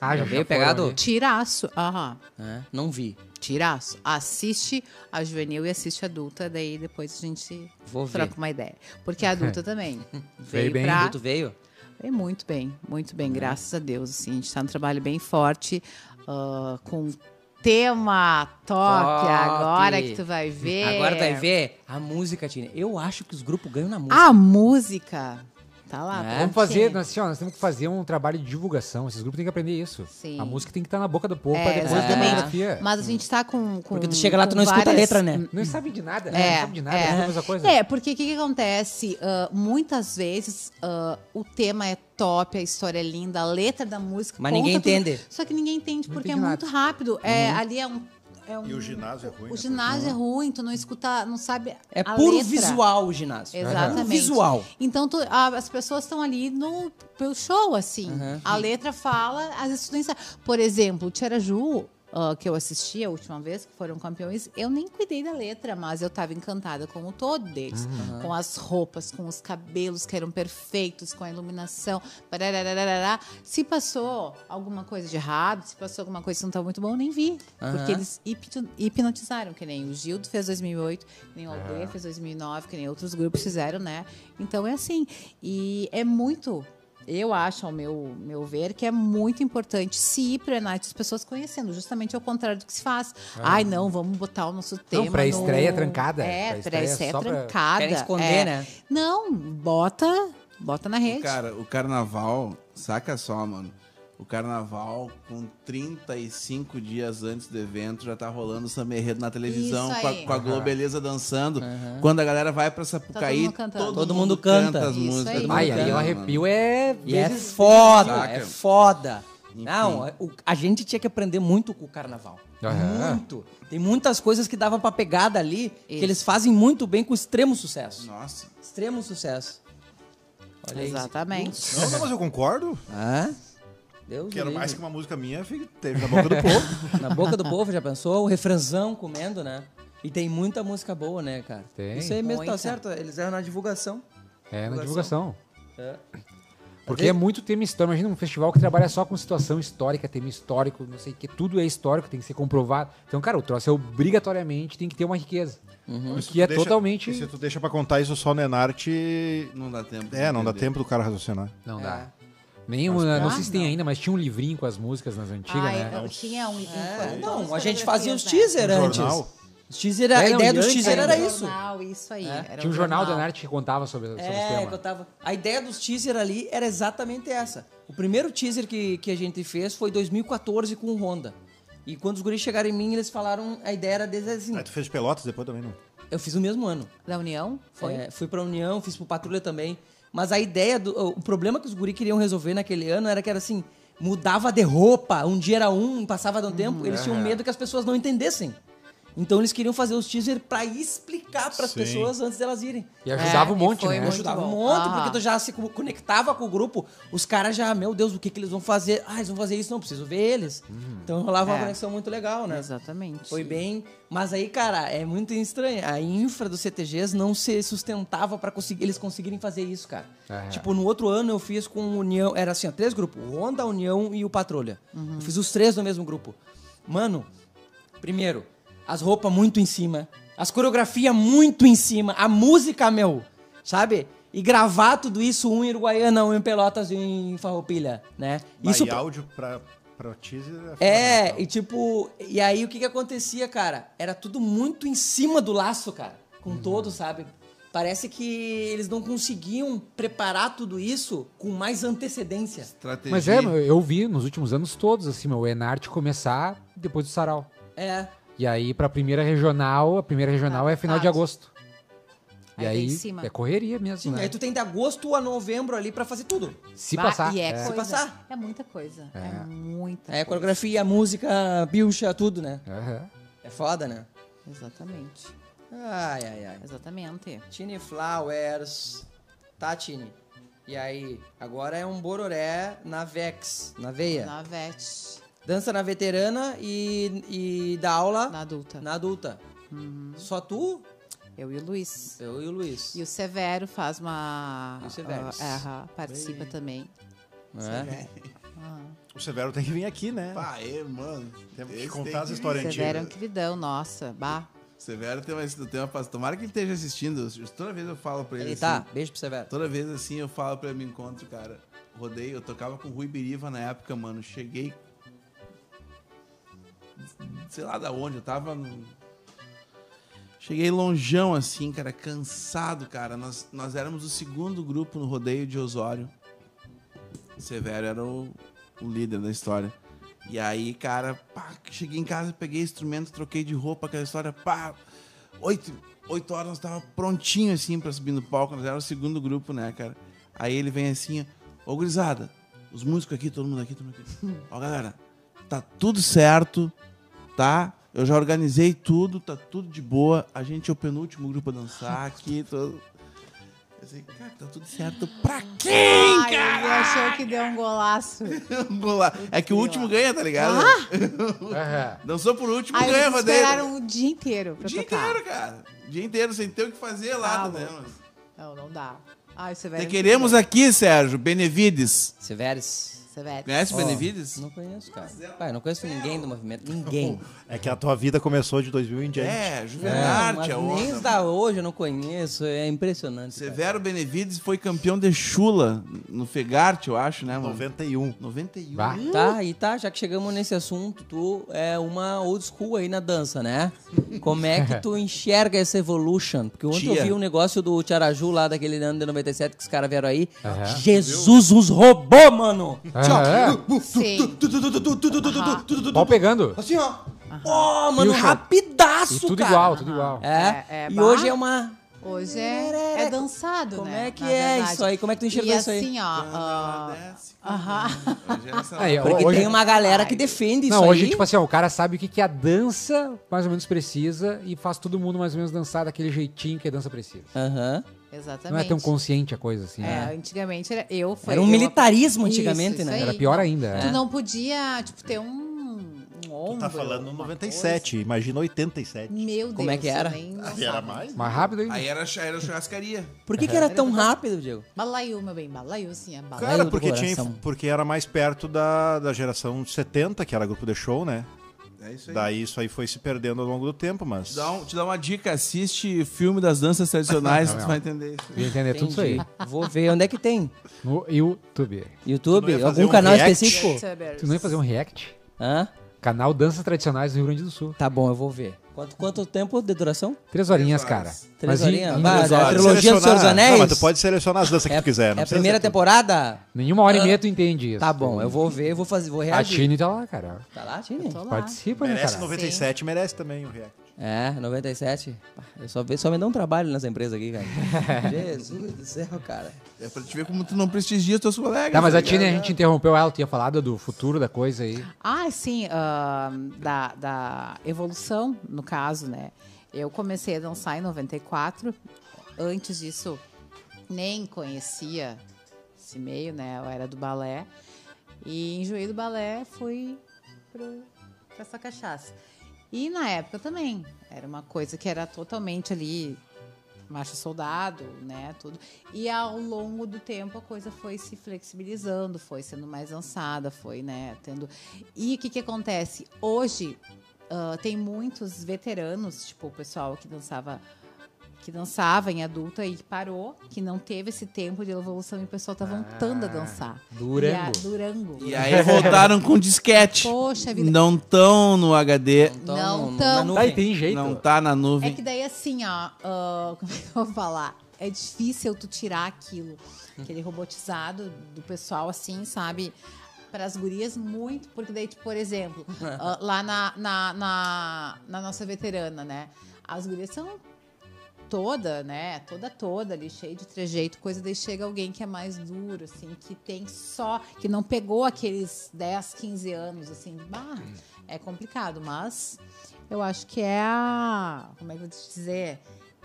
Speaker 7: Ah, já
Speaker 5: veio
Speaker 7: foram
Speaker 5: pegado?
Speaker 7: ali.
Speaker 3: tiraço. Aham.
Speaker 5: É, Não vi.
Speaker 3: Tiraço. Assiste a juvenil e assiste a adulta, daí depois a gente
Speaker 5: Vou ver.
Speaker 3: troca uma ideia. Porque a adulta também veio,
Speaker 7: bem.
Speaker 3: pra...
Speaker 5: Tu veio?
Speaker 3: Veio muito bem, muito
Speaker 5: É.
Speaker 3: bem, graças a Deus. Assim, a gente tá num trabalho bem forte, ah, com tema top,
Speaker 5: Top.
Speaker 3: agora que tu vai ver.
Speaker 5: Agora tu vai ver a música, Tina. Eu acho que os grupos ganham na música.
Speaker 3: A música. Tá lá.
Speaker 5: Né?
Speaker 7: Vamos fazer,
Speaker 3: prontinha.
Speaker 7: nós, assim, ó, nós temos que fazer um trabalho de divulgação. Esses grupos têm que aprender isso.
Speaker 3: Sim.
Speaker 7: A música tem que estar na boca do povo
Speaker 3: É,
Speaker 7: pra depois ter uma
Speaker 3: exatamente.
Speaker 7: biografia.
Speaker 3: Mas a gente tá com. com
Speaker 5: Porque tu chega lá, tu
Speaker 3: com
Speaker 5: não escuta a
Speaker 3: várias-
Speaker 5: letra, né?
Speaker 7: Não sabe de nada, né?
Speaker 3: É,
Speaker 7: não sabe de nada,
Speaker 3: é.
Speaker 7: é a mesma coisa.
Speaker 3: É, porque o que, que acontece? Ah, muitas vezes ah, o tema é top, a história é linda, a letra da música.
Speaker 5: Mas
Speaker 3: conta
Speaker 5: ninguém
Speaker 3: tudo.
Speaker 5: entende. Uhum.
Speaker 3: Só que ninguém entende,
Speaker 7: Não
Speaker 3: porque
Speaker 7: entende
Speaker 3: é
Speaker 7: nada.
Speaker 3: muito rápido. É, ali é um, é um-
Speaker 4: E o ginásio é ruim, né?
Speaker 3: O ginásio é ruim, tu não escuta, não sabe.
Speaker 5: É
Speaker 3: a
Speaker 5: puro
Speaker 3: letra.
Speaker 5: visual o ginásio.
Speaker 3: Exatamente.
Speaker 5: Puro né? visual.
Speaker 3: Então tu- a- as pessoas estão ali no pelo show, assim.
Speaker 5: Uhum.
Speaker 3: A letra fala, as estudantes. Por exemplo, o Tcharaju, ah, que eu assisti a última vez, que foram campeões, eu nem cuidei da letra, mas eu estava encantada com o todo deles. Com as roupas, com os cabelos que eram perfeitos, com a iluminação. pararararará. Se passou alguma coisa de errado, se passou alguma coisa que não estava muito bom, eu nem vi.
Speaker 5: Uhum.
Speaker 3: Porque eles hipno- hipnotizaram, que nem o Gildo fez 2008, que nem o
Speaker 7: É.
Speaker 3: Aldeia fez 2009, que nem outros grupos fizeram, né? Então é assim. E é muito, eu acho, ao meu, meu ver, que é muito importante se ir pro Enite as pessoas conhecendo, justamente ao contrário do que se faz. Ai, não, vamos botar o nosso tema.
Speaker 7: É. pra estreia
Speaker 3: no...
Speaker 7: trancada. Pra
Speaker 3: É,
Speaker 7: estreia
Speaker 3: pra estreia
Speaker 7: só pra-
Speaker 3: trancada.
Speaker 5: Querem esconder,
Speaker 3: é.
Speaker 5: né?
Speaker 3: Não, bota, bota na rede.
Speaker 2: Cara, o carnaval, saca só, mano. O carnaval, com 35 dias antes do evento, já tá rolando o samba enredo na televisão,
Speaker 3: Isso
Speaker 2: com
Speaker 3: aí.
Speaker 2: a, com a Globeleza dançando. Quando a galera vai pra
Speaker 3: Tá Todo
Speaker 2: Sapucaí,
Speaker 3: mundo cantando.
Speaker 2: todo,
Speaker 5: Todo
Speaker 2: mundo
Speaker 5: mundo canta.
Speaker 2: canta as
Speaker 3: Isso
Speaker 2: músicas.
Speaker 3: aí.
Speaker 2: todo mundo
Speaker 7: Ai, aí
Speaker 2: canta,
Speaker 7: o
Speaker 2: mano.
Speaker 7: arrepio é.
Speaker 5: E é
Speaker 7: vezes-
Speaker 5: foda,
Speaker 2: Saca?
Speaker 5: é foda.
Speaker 2: Enfim.
Speaker 5: Não, o- a gente tinha que aprender muito com o carnaval.
Speaker 7: Aham.
Speaker 5: Muito. Tem muitas coisas que davam pra pegar dali que
Speaker 3: Isso.
Speaker 5: eles fazem muito bem com extremo sucesso.
Speaker 2: Nossa.
Speaker 5: Extremo sucesso. Olha isso.
Speaker 3: Exatamente.
Speaker 4: Não, não, mas eu concordo.
Speaker 5: Hã? Deus
Speaker 4: Quero
Speaker 5: me
Speaker 4: mais que
Speaker 5: livre.
Speaker 4: uma música minha fique- teve na boca do povo.
Speaker 5: Na boca do povo, já pensou? O refranzão comendo, né? E tem muita música boa, né, cara?
Speaker 7: Tem.
Speaker 5: Isso aí mesmo tá
Speaker 3: Muita.
Speaker 5: certo. Eles eram na divulgação.
Speaker 7: É, na divulgação.
Speaker 5: É.
Speaker 7: Porque é muito tema histórico. Imagina um festival que trabalha só com situação histórica, tema histórico, não sei o que. Tudo é histórico, tem que ser comprovado. Então, cara, o troço é obrigatoriamente tem que ter uma riqueza.
Speaker 4: Uhum.
Speaker 7: E que é
Speaker 4: Deixa-
Speaker 7: totalmente.
Speaker 4: Se tu deixa pra contar isso só no Enarte.
Speaker 2: Não dá tempo.
Speaker 4: É,
Speaker 2: de
Speaker 4: não dá
Speaker 2: entender.
Speaker 4: tempo do cara raciocinar.
Speaker 7: Não dá. Nenhum, não sei se tem ainda, mas tinha um livrinho com as músicas nas antigas,
Speaker 3: Ai,
Speaker 7: né?
Speaker 3: eu tinha um.
Speaker 5: É,
Speaker 3: um-
Speaker 5: não,
Speaker 3: umas
Speaker 5: a gente fazia os
Speaker 3: fotografias,
Speaker 5: teaser
Speaker 4: Um
Speaker 5: antes.
Speaker 4: jornal?
Speaker 5: Os teaser, a
Speaker 7: É, não,
Speaker 5: ideia
Speaker 7: e
Speaker 5: dos
Speaker 7: antes
Speaker 5: teaser
Speaker 7: era
Speaker 5: era
Speaker 7: um
Speaker 5: isso.
Speaker 3: Jornal, isso aí. Era
Speaker 7: Tinha um jornal da Anarte que contava sobre, sobre os
Speaker 5: É, que eu
Speaker 7: temas.
Speaker 5: tava. A ideia dos teaser ali era exatamente essa. O primeiro teaser que, que a gente fez foi em 2014 com o Honda. E quando os guris chegaram em mim, eles falaram, a ideia era deles assim.
Speaker 4: Aí tu fez pelotas depois também, não?
Speaker 5: Eu fiz o mesmo ano.
Speaker 3: Da União? Foi?
Speaker 5: É, fui pra União, fiz pro Patrulha também. Mas a ideia do. O problema que os guri queriam resolver naquele ano era que era assim. Mudava de roupa, um dia era um, passava de um tempo, eles
Speaker 4: Uhum.
Speaker 5: tinham medo que as pessoas não entendessem. Então eles queriam fazer os teaser pra explicar pras
Speaker 4: Sim.
Speaker 5: pessoas antes delas irem.
Speaker 7: E ajudava
Speaker 3: É,
Speaker 7: um monte,
Speaker 3: e foi
Speaker 7: né?
Speaker 3: muito
Speaker 5: ajudava um
Speaker 3: bom.
Speaker 5: monte,
Speaker 3: Ah.
Speaker 5: porque tu já se co- conectava com o grupo. Os caras já, meu Deus, o que, que eles vão fazer? Ah, eles vão fazer isso, não preciso ver eles. Então rolava uma
Speaker 3: É.
Speaker 5: conexão muito legal, né?
Speaker 3: Exatamente.
Speaker 5: Foi bem. Mas aí, cara, é muito estranho. A infra dos CTGs não se sustentava pra conseguir, eles conseguirem fazer isso, cara.
Speaker 7: Aham.
Speaker 5: Tipo, no outro ano eu fiz com União. Era assim, ó, três grupos: o Honda, a União e o Patrulha. Eu fiz os três no mesmo grupo. Mano, primeiro, as roupas muito em cima. As coreografias muito em cima. A música, meu, sabe? E gravar tudo isso, um em Uruguaiana, um em Pelotas e um em Farroupilha, né?
Speaker 4: Isso
Speaker 5: Isso
Speaker 4: e áudio pra, pra teaser
Speaker 5: é,
Speaker 4: fundamental.
Speaker 5: e tipo, e aí o que que acontecia, cara? Era tudo muito em cima do laço, cara. Com todos, sabe? Parece que eles não conseguiam preparar tudo isso com mais antecedência.
Speaker 2: Estratégia.
Speaker 7: Mas é, eu vi nos últimos anos todos, assim, meu, o Enarte começar depois do sarau.
Speaker 5: É.
Speaker 7: E aí, pra primeira regional, a primeira regional é final de agosto. E
Speaker 3: Tá, Aí tá
Speaker 7: aí,
Speaker 3: em cima.
Speaker 7: é correria mesmo,
Speaker 5: Sim,
Speaker 7: né?
Speaker 5: tipo, aí tu tem de agosto a novembro ali pra fazer tudo.
Speaker 7: Se
Speaker 3: Bah,
Speaker 7: passar.
Speaker 3: E é,
Speaker 7: é.
Speaker 3: coisa-
Speaker 5: Se passar.
Speaker 3: É muita coisa. É,
Speaker 5: É,
Speaker 3: muita coisa.
Speaker 5: coreografia, música, pilcha, tudo, né?
Speaker 7: Aham.
Speaker 5: É foda, né?
Speaker 3: Exatamente.
Speaker 5: Ai, ai, ai.
Speaker 3: Exatamente.
Speaker 5: Tini Flowers. Tá, Tini? E aí, agora é um bororé na Vex, na veia.
Speaker 3: Na VET,
Speaker 5: Dança na veterana e, e dá aula
Speaker 3: na
Speaker 5: na,
Speaker 3: adulta.
Speaker 5: adulta. Só tu,
Speaker 3: Eu e o Luiz.
Speaker 5: eu e o Luiz.
Speaker 3: Uhum. E o Severo faz uma.
Speaker 5: E o Severo.
Speaker 3: Ah, aham, participa também.
Speaker 5: né?
Speaker 4: O Severo tem que vir aqui, né?
Speaker 2: Pá, é, mano.
Speaker 4: Temos que
Speaker 2: Esse
Speaker 4: contar
Speaker 2: tem
Speaker 4: as
Speaker 2: que-
Speaker 4: histórias. Garantido.
Speaker 3: Severo é um queridão, nossa. Bah.
Speaker 2: Severo tem uma, tem uma pasta. Tomara que ele esteja assistindo. Eu- Toda vez eu falo pra ele.
Speaker 5: Ele
Speaker 2: assim,
Speaker 5: tá, beijo pro Severo.
Speaker 2: Toda vez assim eu falo pra ele, me encontro, cara. Rodei, eu tocava com o Rui Biriva na época, mano. Cheguei. Sei lá da onde, eu tava no. Cheguei longeão assim, cara, cansado, cara. Nós, nós éramos o segundo grupo no rodeio de Osório. Severo era o, o líder da história. E aí, cara, pá, cheguei em casa, peguei instrumento, troquei de roupa, aquela história, pá. Oito, oito horas nós tava prontinho, assim, pra subir no palco. Nós era o segundo grupo, né, cara? Aí ele vem assim, ó, ô gurizada, os músicos aqui, todo mundo aqui, todo mundo aqui. Ó, galera, tá tudo certo, tá? Eu já organizei tudo, tá tudo de boa. A gente é o penúltimo grupo a dançar aqui, todo. Eu sei, cara, tá tudo certo pra quem,
Speaker 3: Ai,
Speaker 2: cara?
Speaker 3: ele achou que deu um golaço.
Speaker 2: Gola- É que o último ganha, tá ligado?
Speaker 5: Uhum.
Speaker 7: Aham.
Speaker 2: Dançou por último,
Speaker 3: Aí
Speaker 2: ganha,
Speaker 3: eles
Speaker 2: rodeio.
Speaker 3: esperaram um o dia inteiro pra
Speaker 2: O dia
Speaker 3: tocar.
Speaker 2: inteiro, cara. O dia inteiro, sem ter o que fazer lá,
Speaker 3: Tá
Speaker 2: tá
Speaker 3: louco.
Speaker 2: vendo?
Speaker 3: Não, não dá. Ai, o Severo.
Speaker 2: Te
Speaker 3: é muito
Speaker 2: queremos
Speaker 3: bom.
Speaker 2: aqui, Sérgio, Benevides.
Speaker 5: Severes.
Speaker 3: Severo.
Speaker 2: Conhece o
Speaker 5: Ó,
Speaker 2: Benevides?
Speaker 5: Não conheço, cara. Pai, eu não conheço ninguém do movimento. Ninguém.
Speaker 4: É que a tua vida começou de 2000 um em diante.
Speaker 2: É,
Speaker 5: Não,
Speaker 2: Juvenarte, é,
Speaker 5: mas
Speaker 2: é
Speaker 5: nem os
Speaker 2: onda.
Speaker 5: da hoje eu não conheço. É impressionante. cara.
Speaker 2: Severo Benevides foi campeão de chula no Fegarte, eu acho,
Speaker 5: É.
Speaker 2: né, mano?
Speaker 4: 91.
Speaker 2: 91.
Speaker 7: Bah.
Speaker 5: Tá, e tá, já que chegamos nesse assunto, tu é uma old school aí na dança, né? Como é que tu enxerga essa evolution? Porque ontem eu
Speaker 2: Tia.
Speaker 5: vi um negócio do Tiaraju lá, daquele ano de 97 que os caras vieram aí. Jesus os roubou, mano!
Speaker 7: Aham.
Speaker 3: Sim. Aham.
Speaker 7: Pau pegando.
Speaker 5: Uhum. Assim, ó. Ó, mano,
Speaker 7: Fusion.
Speaker 5: rapidaço,
Speaker 7: E tudo
Speaker 5: cara.
Speaker 7: igual, tudo igual.
Speaker 5: É,
Speaker 3: É, é,
Speaker 5: e
Speaker 3: bah.
Speaker 5: hoje é uma...
Speaker 3: Hoje é, é dançado,
Speaker 5: Como
Speaker 3: né?
Speaker 5: é que
Speaker 3: na
Speaker 5: é
Speaker 3: verdade.
Speaker 5: isso aí? Como é que tu enxergou
Speaker 3: e
Speaker 5: isso aí?
Speaker 3: assim, ó. ah,
Speaker 2: né,
Speaker 3: Aham.
Speaker 2: Hoje assim. é essa-
Speaker 7: Aí, ó,
Speaker 5: Porque
Speaker 7: hoje-
Speaker 5: tem uma galera que defende isso
Speaker 7: Não, hoje,
Speaker 5: aí.
Speaker 7: tipo assim, ó, o cara sabe o que, que a dança mais ou menos precisa e faz todo mundo mais ou menos dançar daquele jeitinho que a dança precisa.
Speaker 5: Aham.
Speaker 3: Exatamente.
Speaker 7: Não é tão consciente a coisa assim,
Speaker 3: É,
Speaker 7: né?
Speaker 3: antigamente era eu foi
Speaker 5: Era um
Speaker 3: eu-
Speaker 5: militarismo antigamente,
Speaker 3: é Isso, isso
Speaker 5: né?
Speaker 3: aí.
Speaker 7: Era pior ainda.
Speaker 3: Tu
Speaker 7: né?
Speaker 3: não podia, tipo, ter um, um ombro.
Speaker 4: Tu tá falando
Speaker 3: alguma
Speaker 4: 97, imagina 87.
Speaker 3: coisa. Meu Deus.
Speaker 5: Como é que era?
Speaker 3: eu nem
Speaker 4: Ah,
Speaker 3: dançava.
Speaker 7: Mais rápido ainda.
Speaker 2: Aí era, chu- era churrascaria.
Speaker 5: Por que, que era tão rápido, Diego?
Speaker 3: Balaiu, meu bem, balaiu sim, é balaiu.
Speaker 5: Lembro
Speaker 4: Cara,
Speaker 5: do
Speaker 4: porque, tinha,
Speaker 5: coração.
Speaker 4: porque era mais perto da, da geração 70, que era grupo de show, né?
Speaker 2: É isso aí.
Speaker 4: Daí isso aí foi se perdendo ao longo do tempo, mas.
Speaker 2: Te dá, um- te dá uma dica, assiste filme das danças
Speaker 7: Tá
Speaker 2: tradicionais, tu vai entender isso.
Speaker 7: Eu ia entender tudo isso aí.
Speaker 5: Vou ver onde é que tem.
Speaker 7: No YouTube.
Speaker 4: Tu
Speaker 5: YouTube?
Speaker 4: não ia fazer
Speaker 5: Algum
Speaker 4: um
Speaker 5: canal
Speaker 4: react?
Speaker 5: específico?
Speaker 7: Tu não ia fazer um react?
Speaker 5: Hã?
Speaker 7: Canal Danças Tradicionais do Rio Grande do Sul.
Speaker 5: Tá bom, eu vou ver. Quanto, quanto tempo de duração?
Speaker 7: Três horinhas, cara.
Speaker 2: horas.
Speaker 5: Três
Speaker 7: Mas em-
Speaker 5: horinhas?
Speaker 7: em-
Speaker 5: Vai,
Speaker 4: Mas
Speaker 5: é a
Speaker 4: pode
Speaker 5: trilogia dos
Speaker 4: selecionar-
Speaker 5: Senhor dos Anéis?
Speaker 4: Não, mas tu pode selecionar as danças que
Speaker 5: É,
Speaker 4: tu quiser. não
Speaker 5: é a
Speaker 4: precisa
Speaker 5: primeira
Speaker 4: ser tudo.
Speaker 5: temporada?
Speaker 7: Nenhuma hora e meia tu entende isso.
Speaker 5: Tá bom, eu vou ver, eu vou fazer, vou
Speaker 7: A
Speaker 5: reagir.
Speaker 7: Tini tá lá, cara.
Speaker 5: Tá lá, Tini?
Speaker 3: Tô lá.
Speaker 7: Participa, né,
Speaker 4: Merece
Speaker 7: cara?
Speaker 4: 97, merece também o React.
Speaker 5: É, 97. Pá, Eu só, ve- só me dá um trabalho nessa empresa aqui, cara. Jesus do céu, cara.
Speaker 2: É pra te ver como tu não prestigia teus colegas.
Speaker 7: Tá, mas a
Speaker 1: é
Speaker 2: ligado?
Speaker 7: Tini, a
Speaker 5: né?
Speaker 7: gente interrompeu ela, tu tinha falado do futuro da coisa aí.
Speaker 3: Ah, sim, ah, da, da evolução, no caso, né? Eu comecei a dançar em 94. Antes disso, nem conhecia esse meio, né? Eu era do balé. E enjoei do balé, fui pro, pra essa cachaça. E na época também, era uma coisa que era totalmente ali macho soldado, né, tudo. E ao longo do tempo a coisa foi se flexibilizando, foi sendo mais dançada, foi, né, tendo. E o que que acontece? Hoje ah, tem muitos veteranos, tipo o pessoal que dançava que dançava em adulta e que parou, que não teve esse tempo de evolução e o pessoal tá voltando a dançar.
Speaker 7: Durango.
Speaker 3: E a- Durango.
Speaker 2: Ah, E aí voltaram com disquete.
Speaker 3: Poxa vida.
Speaker 2: Não tão no HD,
Speaker 5: Então,
Speaker 3: Não
Speaker 5: na
Speaker 3: tão.
Speaker 7: Tá,
Speaker 5: nuvem.
Speaker 7: e tem jeito.
Speaker 2: não tá na
Speaker 3: É
Speaker 2: nuvem.
Speaker 3: que daí assim, ó, ah, como é que eu vou falar? É difícil tu tirar aquilo, aquele robotizado do pessoal, assim, sabe? Para as gurias, muito, porque daí, tipo, por exemplo, ah, lá na, na, na, na nossa veterana, né? As gurias são toda, né? Toda, toda ali, cheia de trejeito, coisa. Daí chega alguém que é mais duro, assim, que tem só. que não pegou aqueles 10, 15 anos, assim. Bah, é complicado, mas eu acho que é a. como é que eu vou te dizer?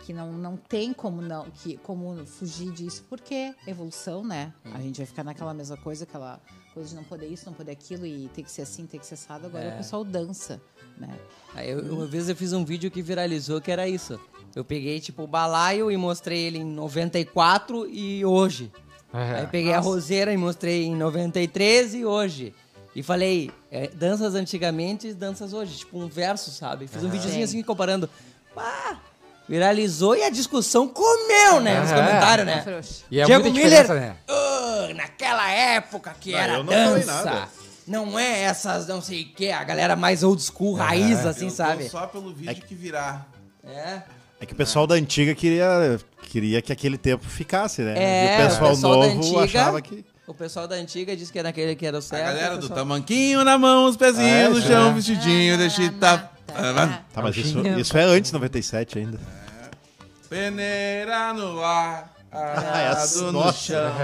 Speaker 3: Que não, não tem como não que, como fugir disso, porque evolução, né? A gente vai ficar naquela mesma coisa, aquela coisa de não poder isso, não poder aquilo e ter que ser assim, ter que ser assado. Agora
Speaker 2: É.
Speaker 3: o pessoal dança, né?
Speaker 5: Aí eu- uma vez eu fiz um vídeo que viralizou que era isso. Eu peguei, tipo, o balaio e mostrei ele em 94 e hoje.
Speaker 4: É.
Speaker 7: É.
Speaker 5: Aí peguei a roseira e mostrei em 93 e hoje. E falei, é, danças antigamente e danças hoje. Tipo, um verso, sabe?
Speaker 4: Ah,
Speaker 5: Fiz um videozinho assim, comparando. Ah, viralizou e a discussão comeu, né?
Speaker 4: Ah,
Speaker 5: Nos comentários, né?
Speaker 3: Frouxo.
Speaker 1: E é
Speaker 5: Diego
Speaker 1: muita
Speaker 5: Miller,
Speaker 1: diferença, né?
Speaker 5: "Ah, naquela época que
Speaker 4: Não,
Speaker 5: era
Speaker 4: eu não falei
Speaker 5: dança.
Speaker 4: nada.
Speaker 5: Não é essas, não sei o que, a galera mais old
Speaker 4: É,
Speaker 5: school, raiz, assim,
Speaker 2: Eu tô
Speaker 5: sabe?
Speaker 2: Só pelo vídeo que virar.
Speaker 5: É.
Speaker 4: É que o pessoal da antiga queria, queria que aquele tempo ficasse, né?
Speaker 5: É,
Speaker 4: e o pessoal, novo achava que.
Speaker 5: O pessoal da antiga disse que era aquele que era o
Speaker 2: A
Speaker 5: certo.
Speaker 2: galera
Speaker 5: o
Speaker 2: do
Speaker 5: pessoal-
Speaker 2: tamanquinho na mão, os pezinhos
Speaker 4: É,
Speaker 2: no
Speaker 4: isso
Speaker 2: chão,
Speaker 4: é.
Speaker 2: vestidinho, deixei tá. tá-
Speaker 4: Tá, mas isso, isso é antes 97 ainda.
Speaker 2: Peneira no ar,
Speaker 4: essa-
Speaker 2: arado no
Speaker 4: nossa.
Speaker 2: chão.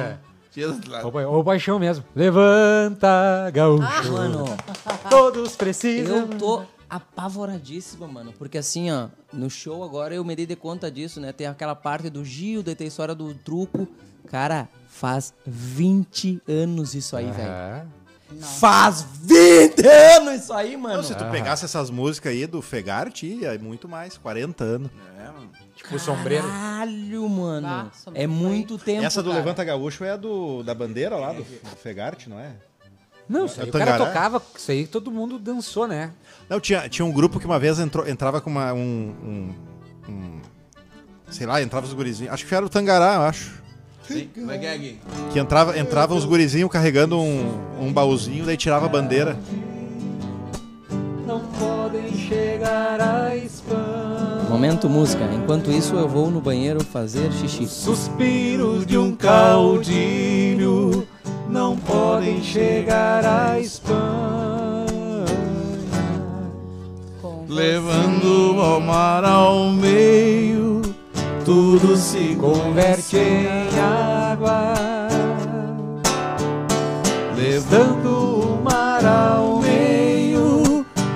Speaker 2: Tira lá.
Speaker 1: Ô, pai- ô, paixão mesmo. Levanta, gaúcho.
Speaker 5: Ah, Mano,
Speaker 1: Todos precisam.
Speaker 5: eu tô apavoradíssimo, mano. Porque assim, ó, no show agora eu me dei de conta disso, né? Tem aquela parte do Gil, daí tem a história do truco. Cara, faz 20 anos isso
Speaker 4: Ah.
Speaker 5: aí, velho.
Speaker 1: É.
Speaker 5: Faz 20 anos isso aí, mano.
Speaker 4: Não, Então, se tu pegasse essas músicas aí do Fegarte, é muito mais, 40 anos.
Speaker 2: É, mano.
Speaker 1: Tipo o sombreiro.
Speaker 5: Caralho, mano.
Speaker 3: Bah, só
Speaker 5: é
Speaker 3: me
Speaker 5: muito tempo.
Speaker 4: Essa do
Speaker 5: cara.
Speaker 4: Levanta Gaúcho é a do, da bandeira lá, do, do Fegarte, não é?
Speaker 1: Não, isso aí,
Speaker 4: É
Speaker 1: o cara
Speaker 4: Tangará?
Speaker 1: tocava, isso aí todo mundo dançou, né?
Speaker 4: Não, tinha, tinha um grupo que uma vez entrou, entrava com uma, um, um- um- Sei lá, entrava os gurizinhos. Acho que era o Tangará, eu acho.
Speaker 2: Sim, Vai, Gag.
Speaker 4: Que entrava, entrava os gurizinhos carregando um, um baúzinho, daí tirava a bandeira.
Speaker 1: Não podem chegar à Espanha.
Speaker 5: Momento música. Enquanto isso, eu vou no banheiro fazer xixi.
Speaker 1: Suspiros de um caudilho não podem chegar à Espanha.
Speaker 3: Com
Speaker 2: Levando ao mar ao meio, tudo se
Speaker 1: Converte em água, levando o mar ao meio.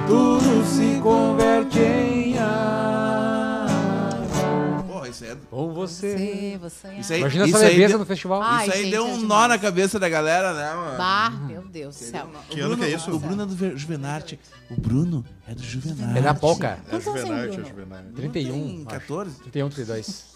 Speaker 1: Tudo se converte em água.
Speaker 2: Porra, isso é.
Speaker 1: Com você.
Speaker 3: você, você é-
Speaker 2: Isso aí,
Speaker 1: Imagina
Speaker 2: isso
Speaker 1: essa
Speaker 2: aí,
Speaker 1: leveza
Speaker 2: deu,
Speaker 1: no festival.
Speaker 3: Ai,
Speaker 2: isso aí
Speaker 3: gente,
Speaker 2: deu
Speaker 3: é
Speaker 2: um nó
Speaker 3: demais.
Speaker 2: na cabeça da galera, né, mano?
Speaker 3: Bah, meu Deus do céu.
Speaker 4: Que ano que é isso?
Speaker 2: O Bruno é do Ver- Juvenarte. O Bruno é do Juvenarte.
Speaker 1: É da Polka.
Speaker 3: Quantos anos tem, Bruno?
Speaker 4: Juvenal.
Speaker 2: Tem
Speaker 1: 31. acho.
Speaker 2: 14?
Speaker 1: 31, 32.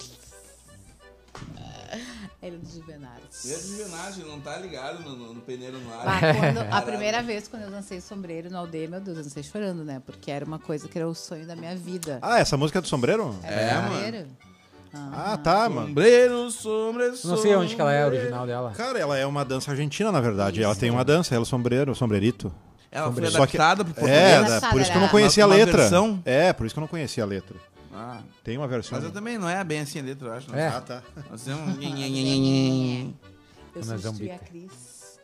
Speaker 3: Ele é do Juvenardes.
Speaker 2: Ele é do Juvenarte, não tá ligado no, no, no peneiro no
Speaker 3: Bah,
Speaker 2: ar.
Speaker 3: Ah, quando- a primeira vez quando eu dancei sombreiro no aldeia, meu Deus, eu dancei chorando, né? Porque era uma coisa que era o sonho da minha vida.
Speaker 4: Ah, essa música é do Sombreiro?
Speaker 2: é, mano.
Speaker 3: Sombreiro?
Speaker 4: Ah, tá, mano.
Speaker 2: Sombreiro, sombra,
Speaker 1: Não sei onde que ela é a original dela.
Speaker 4: Cara, ela é uma dança argentina, na verdade. Ela tem uma dança, ela é sombreiro, sombrerito.
Speaker 2: Ela foi
Speaker 4: Sombreiro. Só que-
Speaker 2: É adaptada pro
Speaker 4: É,
Speaker 2: português.
Speaker 4: da-
Speaker 3: sabe,
Speaker 4: por isso que eu não
Speaker 3: era
Speaker 4: conhecia a
Speaker 2: uma
Speaker 4: letra.
Speaker 2: versão?
Speaker 4: É, por isso que eu não conhecia a letra.
Speaker 2: Ah,
Speaker 4: Tem uma versão.
Speaker 2: mas eu também não é bem assim a letra, eu acho. não.
Speaker 1: É.
Speaker 4: Ah, tá.
Speaker 2: Nós temos um...
Speaker 3: Eu
Speaker 1: Dona
Speaker 3: substituí a
Speaker 1: Zambica.
Speaker 3: Cris.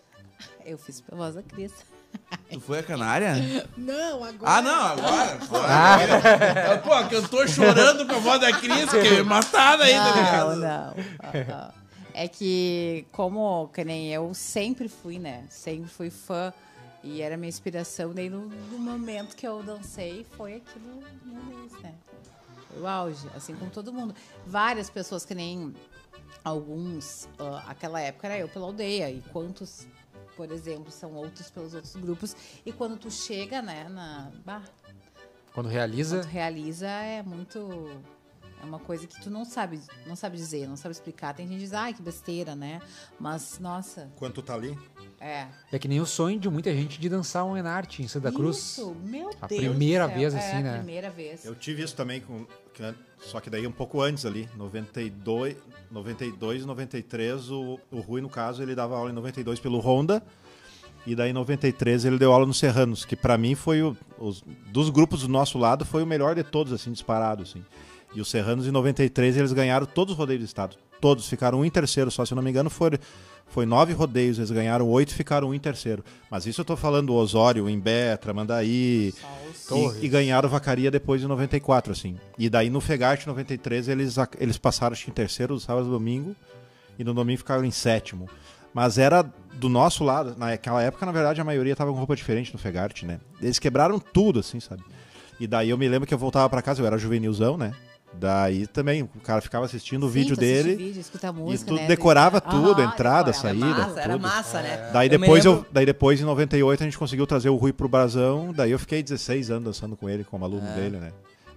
Speaker 3: Eu fiz pela voz da Cris.
Speaker 2: Tu foi a canária?
Speaker 6: Não, agora.
Speaker 2: Ah, não, agora. Pô,
Speaker 1: Ah.
Speaker 2: agora. Pô, que eu tô chorando com a voz da Cris, que é matada ainda,
Speaker 3: Não,
Speaker 2: ligado?
Speaker 3: não. Ah, ah. É que, como que nem eu sempre fui, né? Sempre fui fã. E era minha inspiração. Daí no, no momento que eu dancei, foi aquilo, meu Deus, né? Foi o auge, assim como todo mundo. Várias pessoas que nem alguns, ah, aquela época era eu pela aldeia. E quantos, por exemplo, são outros pelos outros grupos. E quando tu chega, né, na. Bah,
Speaker 1: Quando
Speaker 3: quando
Speaker 1: realiza.
Speaker 3: realiza é muito é uma coisa que tu não sabe não sabe dizer não sabe explicar tem gente que diz ai que besteira né mas nossa
Speaker 4: Quando tu tá ali?
Speaker 3: é
Speaker 1: É que nem o sonho de muita gente de dançar um enarte em Santa Cruz.
Speaker 3: isso meu
Speaker 1: A
Speaker 3: Deus
Speaker 1: primeira
Speaker 3: do céu.
Speaker 1: vez,
Speaker 3: É,
Speaker 1: assim,
Speaker 3: a
Speaker 1: né?
Speaker 3: primeira vez
Speaker 4: Eu tive isso também, com, que an- só que daí um pouco antes ali, 92, 92 93, o, o Rui, no caso, ele dava aula em 92 pelo Honda, e daí em 93 ele deu aula no Serranos, que pra mim foi, o, os- dos grupos do nosso lado, foi o melhor de todos, assim, disparado, assim. E o Serranos em 93 eles ganharam todos os rodeios do estado, todos, ficaram um em terceiro só, se eu não me engano, foi, foi nove rodeios, eles ganharam oito e ficaram um em terceiro. Mas isso eu tô falando Osório, Imbé, Tramandaí, e, e ganharam Vacaria depois de 94, assim. E daí no Fegate, 93, eles, ac- eles passaram acho que em terceiro, sábado e domingo, e no domingo ficaram em sétimo. Mas era do nosso lado, naquela época, na verdade, a maioria tava com roupa diferente no Fegarte, né? Eles quebraram tudo, assim, sabe? E daí eu me lembro que eu voltava pra casa, eu era juvenilzão, né? Daí também o cara ficava assistindo o vídeo dele.
Speaker 3: Vídeo, escuta a música,
Speaker 4: tu
Speaker 3: né?
Speaker 4: decorava tudo,
Speaker 3: Aham,
Speaker 4: entrada,
Speaker 3: decorava.
Speaker 4: saída,
Speaker 5: Massa, era
Speaker 4: tudo.
Speaker 5: massa, né?
Speaker 4: Daí
Speaker 5: Eu me
Speaker 4: depois, eu,
Speaker 5: lembro-
Speaker 4: daí depois, em 98, a gente conseguiu trazer o Rui pro Brasão. Daí eu fiquei 16 anos dançando com ele, como aluno dele, né?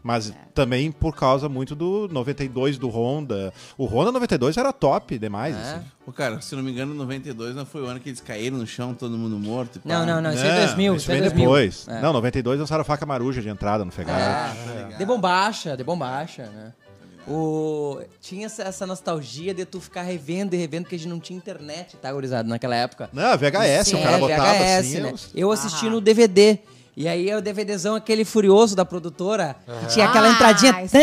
Speaker 4: Mas também por causa muito do 92 do Honda. O Honda 92 era top demais, assim.
Speaker 2: Ô, cara, se não me engano, 92 não foi o ano que eles caíram no chão, todo mundo morto. e pá.
Speaker 5: Não, não, não, isso é 2000,
Speaker 4: Né? isso
Speaker 5: isso é
Speaker 4: vem
Speaker 5: 2000.
Speaker 4: depois.
Speaker 5: É.
Speaker 4: Não, 92 lançaram faca maruja um de entrada no Fegado.
Speaker 5: De bombacha, de bombacha, né? O... Tinha essa, essa nostalgia de tu ficar revendo e revendo, porque a gente não tinha internet, tá, gurizada, naquela época.
Speaker 4: Não, VHS, o
Speaker 5: Sim,
Speaker 4: cara
Speaker 5: é,
Speaker 4: botava
Speaker 5: VHS,
Speaker 4: assim.
Speaker 5: né?
Speaker 4: eu-
Speaker 5: Eu assisti no DVD. E aí é o DVDzão aquele furioso da produtora, que tinha aquela entradinha.
Speaker 3: Ah, isso.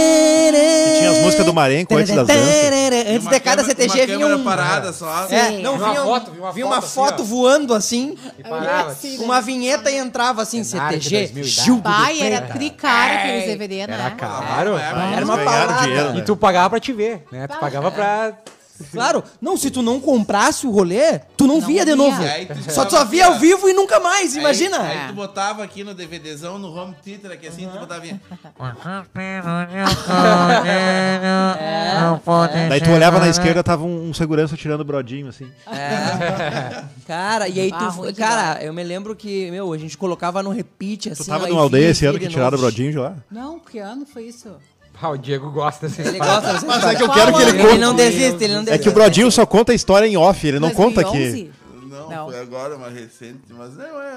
Speaker 5: Que
Speaker 4: tinha as músicas do Marenco antes das danças.
Speaker 2: E
Speaker 5: Antes
Speaker 2: uma
Speaker 5: de cada
Speaker 2: câmera-
Speaker 5: CTG
Speaker 2: uma
Speaker 5: vinha
Speaker 2: câmera
Speaker 5: um.
Speaker 2: parada só.
Speaker 5: É,
Speaker 3: Sim.
Speaker 5: não,
Speaker 1: Vinha uma
Speaker 5: vinha, um-
Speaker 1: foto, vinha uma
Speaker 5: vinha uma
Speaker 1: foto assim,
Speaker 5: foto
Speaker 1: ó.
Speaker 5: voando assim,
Speaker 1: E parava.
Speaker 6: assim, né?
Speaker 5: uma vinheta e entrava assim,
Speaker 1: Cenário de
Speaker 5: CTG.
Speaker 1: 2010.
Speaker 5: Gil do
Speaker 3: Ah, Pai,
Speaker 5: Pé.
Speaker 3: era tricara aqueles DVD, né?
Speaker 1: Era caro.
Speaker 2: É,
Speaker 5: Era uma
Speaker 4: Eles ganharam
Speaker 5: balada.
Speaker 4: dinheiro,
Speaker 1: E
Speaker 4: né?
Speaker 1: tu pagava pra te ver, né? Tu pagava pra.
Speaker 5: Claro, não, se tu não comprasse o rolê, tu não,
Speaker 3: Não
Speaker 5: via de
Speaker 3: via.
Speaker 5: novo.
Speaker 2: Aí tu
Speaker 5: Só
Speaker 2: ficava
Speaker 5: tu só via
Speaker 2: assim,
Speaker 5: ao vivo e nunca mais, imagina.
Speaker 2: Aí, aí tu botava aqui no DVDzão, no home theater, aqui assim, tu botava. vinha.
Speaker 4: Daí tu olhava na esquerda, tava um, um segurança tirando o brodinho, assim.
Speaker 5: Ah, Cara, e aí tu.
Speaker 3: Ah, ruim demais.
Speaker 5: cara, eu me lembro que, meu, a gente colocava no repeat assim.
Speaker 4: Tu tava
Speaker 5: ó,
Speaker 4: numa
Speaker 5: e
Speaker 4: aldeia
Speaker 5: via,
Speaker 4: esse ano
Speaker 5: via
Speaker 4: que
Speaker 5: de
Speaker 4: tiraram o
Speaker 5: novo.
Speaker 4: brodinho de lá?
Speaker 3: Não, que ano foi isso?
Speaker 1: Ah, o Diego gosta dessa
Speaker 5: Ele
Speaker 1: história.
Speaker 5: gosta dessa
Speaker 4: Mas é
Speaker 5: história.
Speaker 4: que eu quero que ele
Speaker 5: Ele
Speaker 4: conte.
Speaker 5: não desiste, ele não
Speaker 4: É
Speaker 5: desiste.
Speaker 4: que o Brodinho só conta a história em off, ele não conta aqui.
Speaker 3: 2011?
Speaker 2: Não,
Speaker 3: Não.
Speaker 2: foi agora uma recente, mas não é.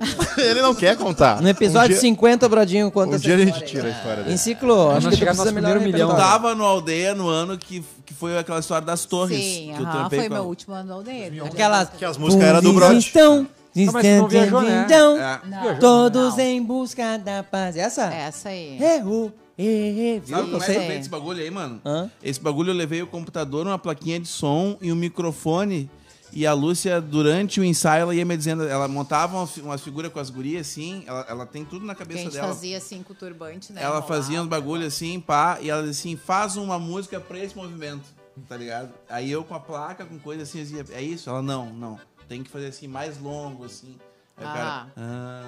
Speaker 2: não-
Speaker 4: Ele não quer contar.
Speaker 5: No episódio
Speaker 4: um dia,
Speaker 5: 50, o Brodinho conta
Speaker 4: um
Speaker 5: essa
Speaker 4: dia a gente
Speaker 5: história.
Speaker 4: tira a história dele.
Speaker 5: Enciclo, acho
Speaker 1: nós
Speaker 5: que tu
Speaker 1: chegar no
Speaker 5: precisa
Speaker 1: nosso
Speaker 5: melhorar
Speaker 1: primeiro
Speaker 5: o
Speaker 1: milhão.
Speaker 2: Eu
Speaker 5: repertório.
Speaker 2: tava no aldeia no ano que, que foi aquela história das torres.
Speaker 3: Sim,
Speaker 2: que eu
Speaker 3: aham,
Speaker 2: trampei
Speaker 3: foi
Speaker 2: com
Speaker 3: meu
Speaker 2: a-
Speaker 3: último ano dele.
Speaker 5: Tá, Aquelas.
Speaker 4: Que as músicas eram do Brod.
Speaker 5: Então,
Speaker 1: Não, mas tu não viajou, né?
Speaker 2: É.
Speaker 3: Não,
Speaker 5: Todos
Speaker 3: não.
Speaker 5: em busca da paz. Essa?
Speaker 3: Essa aí.
Speaker 5: É o. É, é, viu?
Speaker 2: Sabe
Speaker 5: Não
Speaker 2: como é que eu
Speaker 5: sei.
Speaker 2: levei esse bagulho aí, mano?
Speaker 5: Hã?
Speaker 2: Esse bagulho eu levei o computador, uma plaquinha de som e um microfone. E a Lúcia, durante o ensaio, ela ia me dizendo, ela montava uma, fi- uma figura com as gurias assim, ela, ela tem tudo na
Speaker 3: Que a
Speaker 2: cabeça
Speaker 3: gente
Speaker 2: dela.
Speaker 3: fazia assim com o turbante, né?
Speaker 2: ela
Speaker 3: enrolado.
Speaker 2: fazia uns bagulho assim, pá, e ela dizia assim, faz uma música pra esse movimento, tá ligado? Aí eu com a placa, com coisa assim, eu dizia, é isso? Ela, não, não, tem que fazer assim, mais longo, assim. Aí o cara,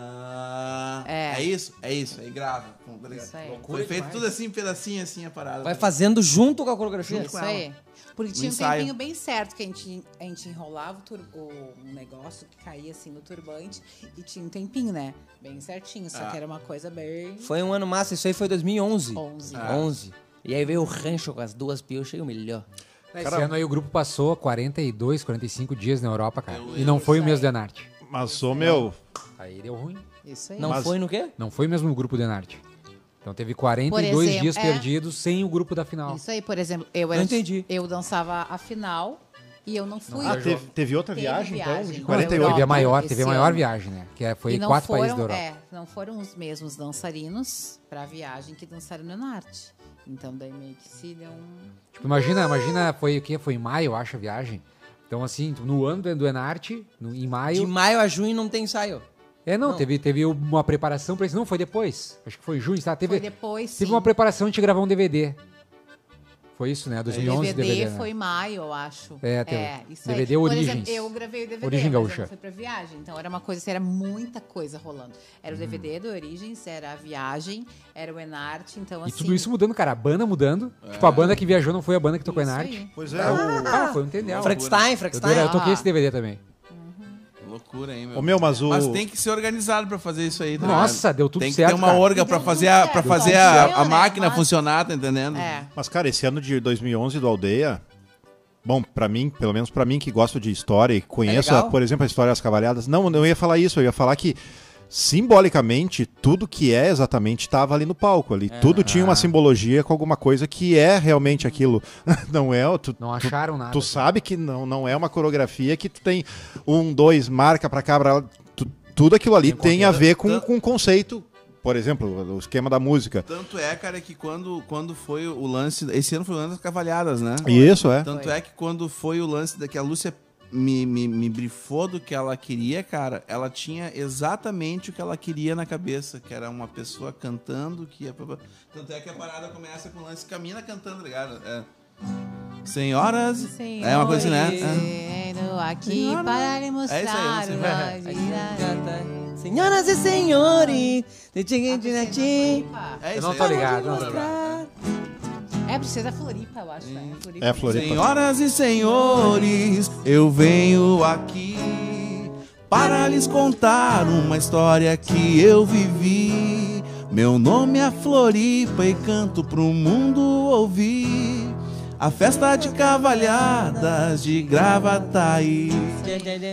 Speaker 2: ah,
Speaker 3: É.
Speaker 2: é. isso? É isso, aí grava, pum, tá ligado?
Speaker 3: Isso aí.
Speaker 2: Foi feito tudo assim, pedacinho assim, a parada.
Speaker 5: Vai
Speaker 2: tá ligado?
Speaker 5: fazendo junto com a coreografia.
Speaker 3: Isso aí. Porque tinha um
Speaker 2: ensaio.
Speaker 3: tempinho bem certo que a gente, a gente enrolava o, tur- o- um negócio que caía assim no turbante e tinha um tempinho, né? Bem certinho, só
Speaker 2: Ah.
Speaker 3: que era uma coisa bem...
Speaker 5: Foi um ano massa, isso aí foi 2011.
Speaker 3: 11.
Speaker 5: 11. E aí veio o rancho com as duas piochas e o melhor.
Speaker 1: Esse ano aí o grupo passou 42, 45 dias na Europa, cara. E não foi o mesmo Denart.
Speaker 5: é
Speaker 4: Mas, ô meu,
Speaker 1: Aí deu ruim.
Speaker 3: Isso aí.
Speaker 5: Não
Speaker 4: Mas-
Speaker 5: foi no quê?
Speaker 1: Não foi o mesmo grupo Denart. Então teve
Speaker 3: Por
Speaker 1: 42
Speaker 3: exemplo,
Speaker 1: dias
Speaker 3: é.
Speaker 1: perdidos sem o grupo da final.
Speaker 3: Isso aí, por exemplo, eu,
Speaker 5: Não
Speaker 3: era,
Speaker 5: entendi.
Speaker 3: eu dançava a final e eu não fui.
Speaker 4: ah, teve, teve outra viagem, então? De
Speaker 3: viagem.
Speaker 4: 48.
Speaker 1: Teve a
Speaker 3: Europa,
Speaker 1: maior,
Speaker 3: esse
Speaker 1: teve a maior
Speaker 3: ano.
Speaker 1: viagem, né? Que é- foi
Speaker 3: E não
Speaker 1: quatro
Speaker 3: foram,
Speaker 1: países da Europa.
Speaker 3: É, não foram os mesmos dançarinos pra viagem que dançaram no Enarte. Então daí meio que se deu um...
Speaker 1: Tipo, imagina, imagina, foi o quê? Foi em maio, eu acho, a viagem. Então, assim, no ano do- do Enart, no- em
Speaker 5: De
Speaker 1: maio.
Speaker 5: maio a junho não tem ensaio.
Speaker 1: É, não, Teve, teve uma preparação pra isso. Não, foi depois. Acho que foi junho, tá? Teve,
Speaker 3: Foi depois,
Speaker 1: teve
Speaker 3: sim.
Speaker 1: uma preparação de gravar um DVD. Foi isso, né? 2011,
Speaker 3: DVD,
Speaker 1: DVD. né?
Speaker 3: foi em maio, eu acho.
Speaker 1: É, teve-
Speaker 3: isso
Speaker 1: DVD
Speaker 3: aí.
Speaker 1: Origens.
Speaker 3: Por exemplo, eu gravei o DVD,
Speaker 1: é Origem
Speaker 3: mas eu
Speaker 1: gaúcha.
Speaker 3: não fui pra viagem. Então era uma coisa, assim, era muita coisa rolando. Era o
Speaker 1: Hum.
Speaker 3: DVD do Origens, era a viagem, era o Enarte, então
Speaker 1: E
Speaker 3: assim...
Speaker 1: tudo isso mudando, cara. A banda mudando. Tipo, a banda que viajou não foi a banda que tocou
Speaker 3: isso
Speaker 1: Enart.
Speaker 3: aí. Ah.
Speaker 4: Pois
Speaker 5: Tá
Speaker 4: é, o...
Speaker 1: Cara, foi um entendeu.
Speaker 5: Frankenstein,
Speaker 1: Eu,
Speaker 5: Frankenstein.
Speaker 1: dura- eu toquei esse DVD também.
Speaker 2: Loucura, hein, meu?
Speaker 4: Ô, meu, mas o...
Speaker 2: Mas tem que ser organizado pra fazer isso aí, tá
Speaker 1: Nossa,
Speaker 2: ligado?
Speaker 1: deu tudo
Speaker 2: Tem que
Speaker 1: certo,
Speaker 2: ter uma
Speaker 1: cara.
Speaker 2: orga pra
Speaker 3: Deu
Speaker 2: fazer
Speaker 3: tudo
Speaker 2: a,
Speaker 3: certo.
Speaker 2: pra fazer a,
Speaker 3: Deu,
Speaker 2: a
Speaker 3: né?
Speaker 2: máquina
Speaker 3: Mas-
Speaker 2: funcionar, tá entendendo?
Speaker 3: É.
Speaker 4: Mas, cara, esse ano de 2011 do Aldeia... Bom, pra mim, pelo menos pra mim que gosto de história e conheço,
Speaker 5: É
Speaker 4: a-
Speaker 5: legal?
Speaker 4: por exemplo, a história das cavalhadas. Não, eu não ia falar isso, eu ia falar que simbolicamente tudo que é exatamente estava ali no palco ali.
Speaker 1: É.
Speaker 4: Tudo tinha
Speaker 2: Ah.
Speaker 4: uma simbologia com alguma coisa que é realmente aquilo. Não é, tu,
Speaker 1: Não acharam nada.
Speaker 4: Tu sabe que não, não é uma coreografia que tu tem um, dois, marca pra cá, pra lá. Tu- tudo aquilo ali tem, a ver com, com um conceito por exemplo, o esquema da música.
Speaker 2: Tanto é, cara, que quando, quando foi o lance. Esse ano foi o lance das cavalhadas, né?
Speaker 4: E isso, é.
Speaker 2: Tanto é que quando foi o lance da que a Lúcia me, me, me brifou do que ela queria, cara, ela tinha exatamente o que ela queria na cabeça, que era uma pessoa cantando que ia. pra- pra- Tanto é que a parada começa com o lance Camina cantando, tá ligado? É. Senhoras. é uma coisa, né?
Speaker 3: Senhores, Aqui para lhe
Speaker 2: É isso
Speaker 3: mostrar
Speaker 2: aí, tá, eu não
Speaker 3: uma vida.
Speaker 5: Senhoras e senhores, de tchim, tchim, tchim.
Speaker 2: É, é
Speaker 1: Eu
Speaker 2: isso
Speaker 1: não
Speaker 2: aí.
Speaker 1: tô ligado, não tô
Speaker 3: É, precisa da Floripa, eu acho. né? Floripa.
Speaker 4: É, Floripa.
Speaker 2: Senhoras e senhores, eu venho aqui para lhes contar uma história que eu vivi. Meu nome é Floripa e canto pro mundo ouvir. A festa de cavalhadas de Gravataí.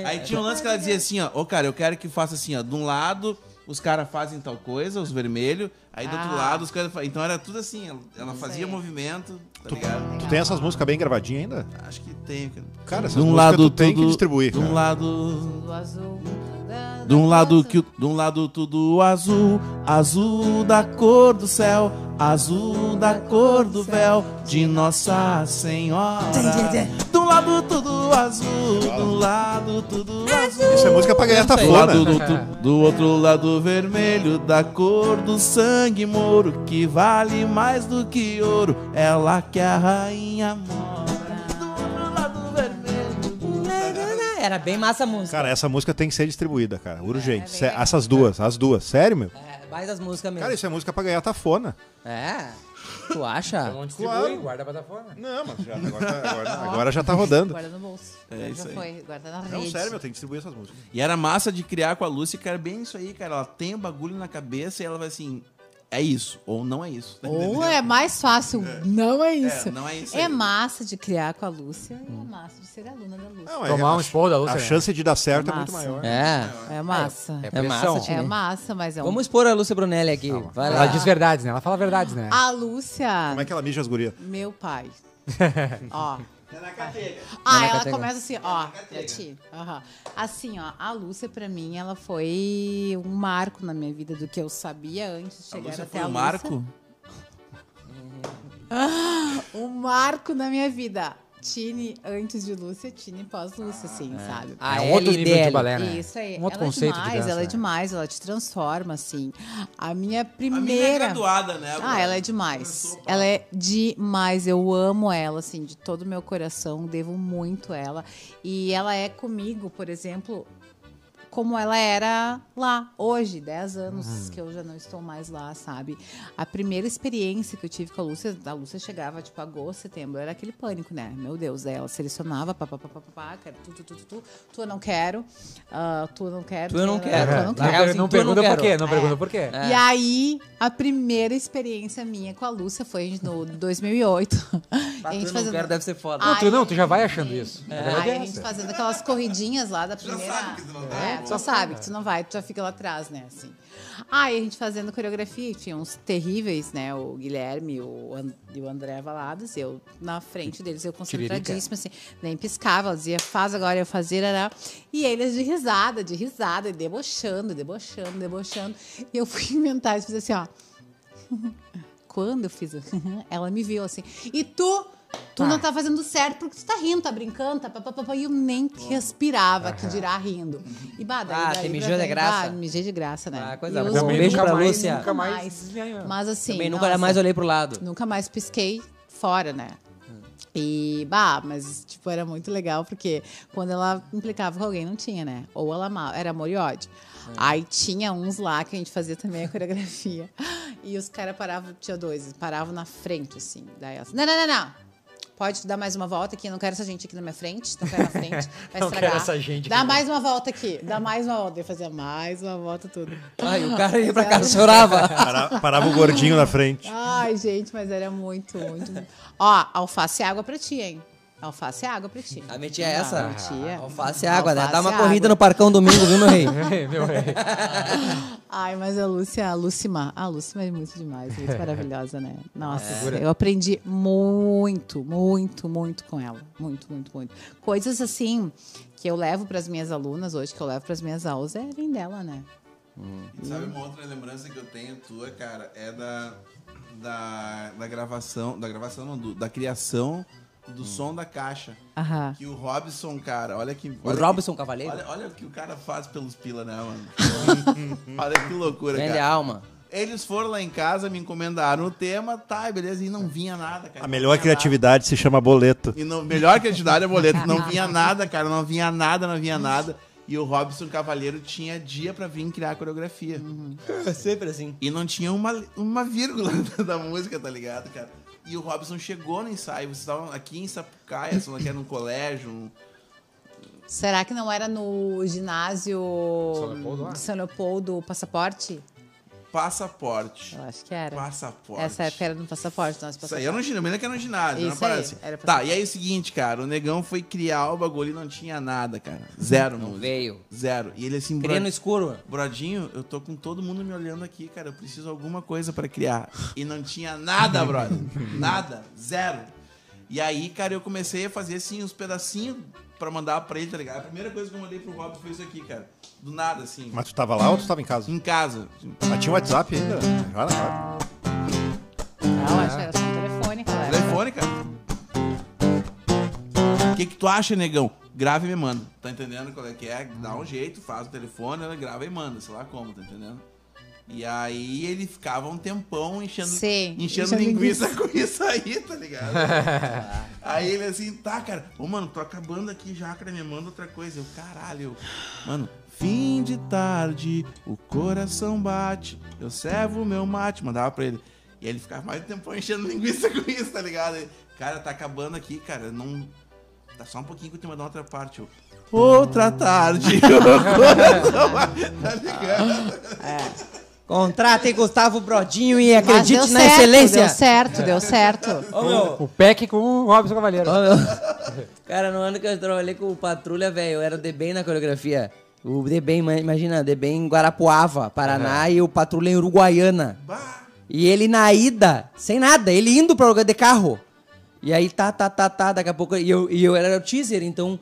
Speaker 2: Aí tinha um lance que ela dizia assim, ó, ô cara, eu quero que faça assim, ó, de um lado os caras fazem tal coisa, os vermelhos, aí do outro
Speaker 3: Ah.
Speaker 2: lado os caras fazem. Então era tudo assim, ela, ela
Speaker 3: Isso
Speaker 2: fazia
Speaker 3: aí.
Speaker 2: movimento, tá ligado?
Speaker 4: Tu tem essas músicas bem gravadinhas ainda?
Speaker 2: Acho que tem, cara.
Speaker 4: Cara, essas
Speaker 2: De um
Speaker 4: músicas
Speaker 2: lado
Speaker 4: tu tem
Speaker 2: tudo-
Speaker 4: que distribuir.
Speaker 2: De um
Speaker 4: cara.
Speaker 2: lado.
Speaker 3: Do azul. tá
Speaker 2: De um lado que o- de um lado tudo azul, azul da cor do céu, azul da cor do véu de Nossa Senhora. De um lado tudo azul, do lado tudo azul.
Speaker 4: Isso é música pra ganhar
Speaker 2: Do lado
Speaker 4: tafona.
Speaker 2: do, tu- do outro lado vermelho da cor do sangue moro que vale mais do que ouro, ela que a rainha mora. Do outro lado vermelho.
Speaker 5: tá Era bem massa a música.
Speaker 4: Cara, essa música tem que ser distribuída, cara. Urgente. Sé- essas duas, as duas. Sério, meu?
Speaker 5: É, mais as músicas mesmo.
Speaker 4: Cara, isso é música pra ganhar tafona.
Speaker 5: É. Tu acha?
Speaker 1: Não distribui,
Speaker 4: Claro.
Speaker 1: guarda a plataforma.
Speaker 4: Não, mas já, agora, tá- agora- agora já tá rodando.
Speaker 3: Guarda no bolso.
Speaker 2: É isso
Speaker 3: Já
Speaker 2: aí.
Speaker 3: foi, guarda na
Speaker 4: Não,
Speaker 3: rede.
Speaker 4: sério, meu, tem que distribuir essas músicas.
Speaker 2: E era massa de criar com a Lúcia, cara, bem isso aí, cara. Ela tem o bagulho na cabeça e ela vai assim, é isso, ou não é isso. tá
Speaker 3: Ou
Speaker 2: entendendo?
Speaker 3: é mais fácil, não é isso.
Speaker 2: É, não é isso
Speaker 3: É
Speaker 2: aí.
Speaker 3: massa de criar com a Lúcia e é massa de ser aluna da Lúcia.
Speaker 4: Não, é-
Speaker 1: Tomar um
Speaker 4: a-
Speaker 1: esporro da Lúcia,
Speaker 4: A
Speaker 1: né?
Speaker 4: chance de dar certo é muito
Speaker 3: Massa.
Speaker 4: maior.
Speaker 5: É.
Speaker 3: É massa.
Speaker 1: É
Speaker 5: É
Speaker 1: pressão.
Speaker 5: massa,
Speaker 3: É,
Speaker 5: time.
Speaker 3: massa, mas é um...
Speaker 5: Vamos expor a Lúcia Brunelli aqui. Vai
Speaker 1: Ela
Speaker 5: lá.
Speaker 1: diz verdades, né? Ela fala verdades, né?
Speaker 3: A Lúcia,
Speaker 4: Como é que ela mija as gurias?
Speaker 3: meu pai. ó.
Speaker 2: É na É cadeira.
Speaker 3: Ah, ela
Speaker 5: categoria.
Speaker 3: começa assim, ó. pra ti. Aham. Assim, ó, a Lúcia, pra mim, ela foi um marco na minha vida do que eu sabia antes de
Speaker 2: A
Speaker 3: chegar
Speaker 2: Lúcia
Speaker 3: até
Speaker 2: foi
Speaker 3: a
Speaker 2: o
Speaker 3: Lúcia.
Speaker 2: Marco.
Speaker 3: Um marco na minha vida. Tine antes de Lúcia, Tine pós-Lúcia, assim, sabe?
Speaker 5: A
Speaker 1: é um outro nível de
Speaker 5: LDL.
Speaker 1: balé, né?
Speaker 3: Isso aí.
Speaker 1: Um outro
Speaker 3: ela
Speaker 1: conceito
Speaker 3: é
Speaker 1: de
Speaker 3: demais,
Speaker 1: dança,
Speaker 3: ela é
Speaker 1: né?
Speaker 3: demais, ela te transforma, assim.
Speaker 2: A
Speaker 3: A minha
Speaker 2: mina é
Speaker 3: primeira.
Speaker 2: graduada, né?
Speaker 3: ah,
Speaker 2: Bruno?
Speaker 3: ela é demais.
Speaker 2: Começou, pá.
Speaker 3: Ela é demais. Eu amo ela, assim, de todo o meu coração. Devo muito a ela. E ela é comigo, por exemplo, como ela era lá hoje, 10
Speaker 5: Uhum.
Speaker 3: anos que eu já não estou mais lá, sabe? A primeira experiência que eu tive com a Lúcia, a Lúcia chegava tipo agosto, setembro, era aquele pânico, né? Meu Deus, daí ela selecionava, papapá, quero tu, tu, tu, tu, tu, tu eu não quero, ah, tu eu não quero,
Speaker 5: Tu eu não quero.
Speaker 3: tu eu não
Speaker 5: Na
Speaker 3: quero. É.
Speaker 5: real,
Speaker 1: Não,
Speaker 5: assim,
Speaker 1: não
Speaker 5: tu eu
Speaker 1: pergunta
Speaker 5: não
Speaker 1: por quê,
Speaker 5: quero.
Speaker 1: não pergunta por quê.
Speaker 2: É.
Speaker 3: E aí, a primeira experiência minha com a Lúcia foi no 2008. a
Speaker 5: Batendo
Speaker 3: gente um- Ah,
Speaker 5: no cara deve ser foda.
Speaker 1: Não, tu,
Speaker 3: Ai,
Speaker 1: não, tu já vai achando isso.
Speaker 3: É.
Speaker 1: Na verdade é
Speaker 3: Aí a gente
Speaker 1: essa.
Speaker 3: fazendo aquelas corridinhas lá da primeira.
Speaker 2: sabe que tu não tá. vai.
Speaker 3: É, tu já sabe que tu não vai, tu já fica lá atrás, né? Assim. Aí a gente fazendo coreografia, e tinha uns terríveis, né? O Guilherme o An- e o André Valadas, eu na frente deles, eu concentradíssima, assim, nem piscava, ela dizia, faz agora, eu fazia, era. E eles de risada, de risada, e debochando, debochando, debochando. E eu fui inventar e fiz assim, ó quando eu fiz, ela me viu assim. E tu, tu
Speaker 5: Ah.
Speaker 3: não tá fazendo certo porque tu tá rindo, tá brincando, tá papapá. E eu nem respirava, que dirá rindo. E bah, daí,
Speaker 5: Uhum. Ah,
Speaker 3: daí
Speaker 5: te
Speaker 3: pra
Speaker 5: mijou de
Speaker 3: frente,
Speaker 5: graça?
Speaker 3: bah, mijei de graça, né?
Speaker 5: Ah, coisa
Speaker 3: E
Speaker 5: boa.
Speaker 3: os
Speaker 5: Um beijo
Speaker 3: nunca
Speaker 5: pra
Speaker 3: mais,
Speaker 5: Lúcia.
Speaker 3: Nunca
Speaker 1: Também
Speaker 3: mais.
Speaker 1: nunca mais
Speaker 3: Mas assim,
Speaker 5: Também nunca
Speaker 3: nossa,
Speaker 5: mais olhei pro lado.
Speaker 3: nunca mais pisquei fora, né? E, bah, mas, tipo, era muito legal, porque quando ela implicava com alguém, não tinha, né? Ou ela amava, era amor e ódio.
Speaker 1: É.
Speaker 3: Aí tinha uns lá que a gente fazia também a coreografia. E os caras paravam, tinha dois, eles paravam na frente, assim. Daí ela, não, não, não, não. Pode dar mais uma volta aqui, não quero essa gente aqui na minha frente, não quero na frente, vai
Speaker 1: Não
Speaker 3: estragar.
Speaker 1: quero essa gente
Speaker 3: dá
Speaker 1: aqui.
Speaker 3: mais uma volta aqui, dá mais uma volta. Eu fazia mais uma volta, tudo.
Speaker 5: Ai, o cara ia pra casa e chorava.
Speaker 4: Para- parava o gordinho na frente.
Speaker 3: Ai, gente, mas era muito, muito. Ó, alface e água pra ti, hein? Alface e água pra ti.
Speaker 5: Ah, metia essa?
Speaker 3: Ah, metia.
Speaker 5: Alface e água, né?
Speaker 3: Alface
Speaker 5: Dá
Speaker 3: e
Speaker 5: uma
Speaker 3: água.
Speaker 5: corrida no parcão domingo, viu, meu rei?
Speaker 1: Meu é. rei.
Speaker 3: Ai, mas a Lúcia, a Lúcima, a Lúcima é muito demais, muito maravilhosa, né? Nossa, eu aprendi muito, muito, muito com ela. Muito, muito, muito. Coisas assim que eu levo pras minhas alunas hoje, que eu levo pras minhas aulas, é vem dela, né?
Speaker 2: E Sabe uma outra lembrança que eu tenho tua, cara, é da, da, da gravação, da gravação não, do- da criação do som da caixa.
Speaker 3: Aham.
Speaker 2: Que o Robson, cara, olha que...
Speaker 5: O
Speaker 2: olha
Speaker 5: Robson
Speaker 2: que,
Speaker 5: Cavaleiro?
Speaker 2: Olha, olha o que o cara faz pelos pila, né, mano? olha que loucura,
Speaker 5: Vende
Speaker 2: cara.
Speaker 5: alma.
Speaker 2: Eles foram lá em casa, me encomendaram o tema, tá, e beleza, e não vinha nada, cara.
Speaker 4: A
Speaker 2: não
Speaker 4: melhor
Speaker 2: vinha nada.
Speaker 4: criatividade se chama boleto.
Speaker 2: E não, melhor que a entidade é boleto. Não vinha nada, cara. Não vinha nada, não vinha nada. E o Robson Cavaleiro tinha dia pra vir criar a coreografia.
Speaker 3: Uhum.
Speaker 5: É sempre assim.
Speaker 2: E não tinha uma, uma vírgula da música, tá ligado, cara? E o Robson chegou no ensaio. Vocês estavam aqui em Sapucaia, se não quer, num colégio. um-
Speaker 3: Será que não era no ginásio
Speaker 1: São Leopoldo lá?
Speaker 3: de São Leopoldo Passaporte?
Speaker 2: Passaporte.
Speaker 3: Eu acho que era.
Speaker 2: Passaporte.
Speaker 3: Essa época era no passaporte, nosso
Speaker 2: Isso aí
Speaker 3: passaporte.
Speaker 2: eu não ginásio, eu me lembro que era no ginásio, não
Speaker 3: Tá Isso aí,
Speaker 2: parece.
Speaker 3: era pra-
Speaker 2: Tá, e aí é o seguinte, cara, o negão foi criar o bagulho e não tinha nada, cara. Zero, não
Speaker 5: veio.
Speaker 2: Zero. E ele assim,
Speaker 5: Queria
Speaker 2: bro-
Speaker 5: no escuro.
Speaker 2: Brodinho, eu tô com todo mundo me olhando aqui, cara. Eu preciso de alguma coisa pra criar. E não tinha nada, brother. Nada. Zero. E aí, cara, eu comecei a fazer assim uns pedacinhos pra mandar pra ele, tá ligado? A primeira coisa que eu mandei pro Rob foi isso aqui, cara. Do nada, assim.
Speaker 4: Mas tu tava lá ou tu tava em casa?
Speaker 2: Em casa. assim.
Speaker 4: Mas tinha um WhatsApp ainda? Já era, cara.
Speaker 3: Não, acho que era só um telefone, galera.
Speaker 2: Telefone, cara. O que, que tu acha, negão? Grava e me manda. Tá entendendo qual é que é? Dá um jeito, faz o telefone, ela grava e manda, sei lá como, tá entendendo? E aí ele ficava um tempão enchendo,
Speaker 3: Sim,
Speaker 2: enchendo
Speaker 6: enchendo
Speaker 2: linguiça com isso aí, tá ligado? aí ele assim, tá, cara, ô mano, tô acabando aqui já, cara, me manda outra coisa. Eu, caralho, mano, fim de tarde, o coração bate, eu servo o meu mate, mandava pra ele. E ele ficava mais um tempão enchendo linguiça com isso, tá ligado? Ele, cara, tá acabando aqui, cara, não. Tá só um pouquinho que eu te mandar outra parte, eu. Outra tarde, o coração bate, tá ligado?
Speaker 5: Contratem Gustavo Brodinho e
Speaker 3: Mas
Speaker 5: acredite
Speaker 3: deu
Speaker 5: na
Speaker 3: certo,
Speaker 5: excelência.
Speaker 3: Deu certo, deu certo.
Speaker 5: Ô, meu,
Speaker 1: O pack com o Robson Cavaleiro.
Speaker 5: Ô, meu. Cara, no ano que eu trabalhei com o Patrulha, velho, eu era o DBEM na coreografia. O DBEM, ma- imagina, DBEM em Guarapuava, Paraná, e o Patrulha em Uruguaiana. E ele na ida, sem nada, ele indo pra lugar de carro. E aí tá, tá, tá, tá, daqui a pouco... E eu, e eu era o teaser, então...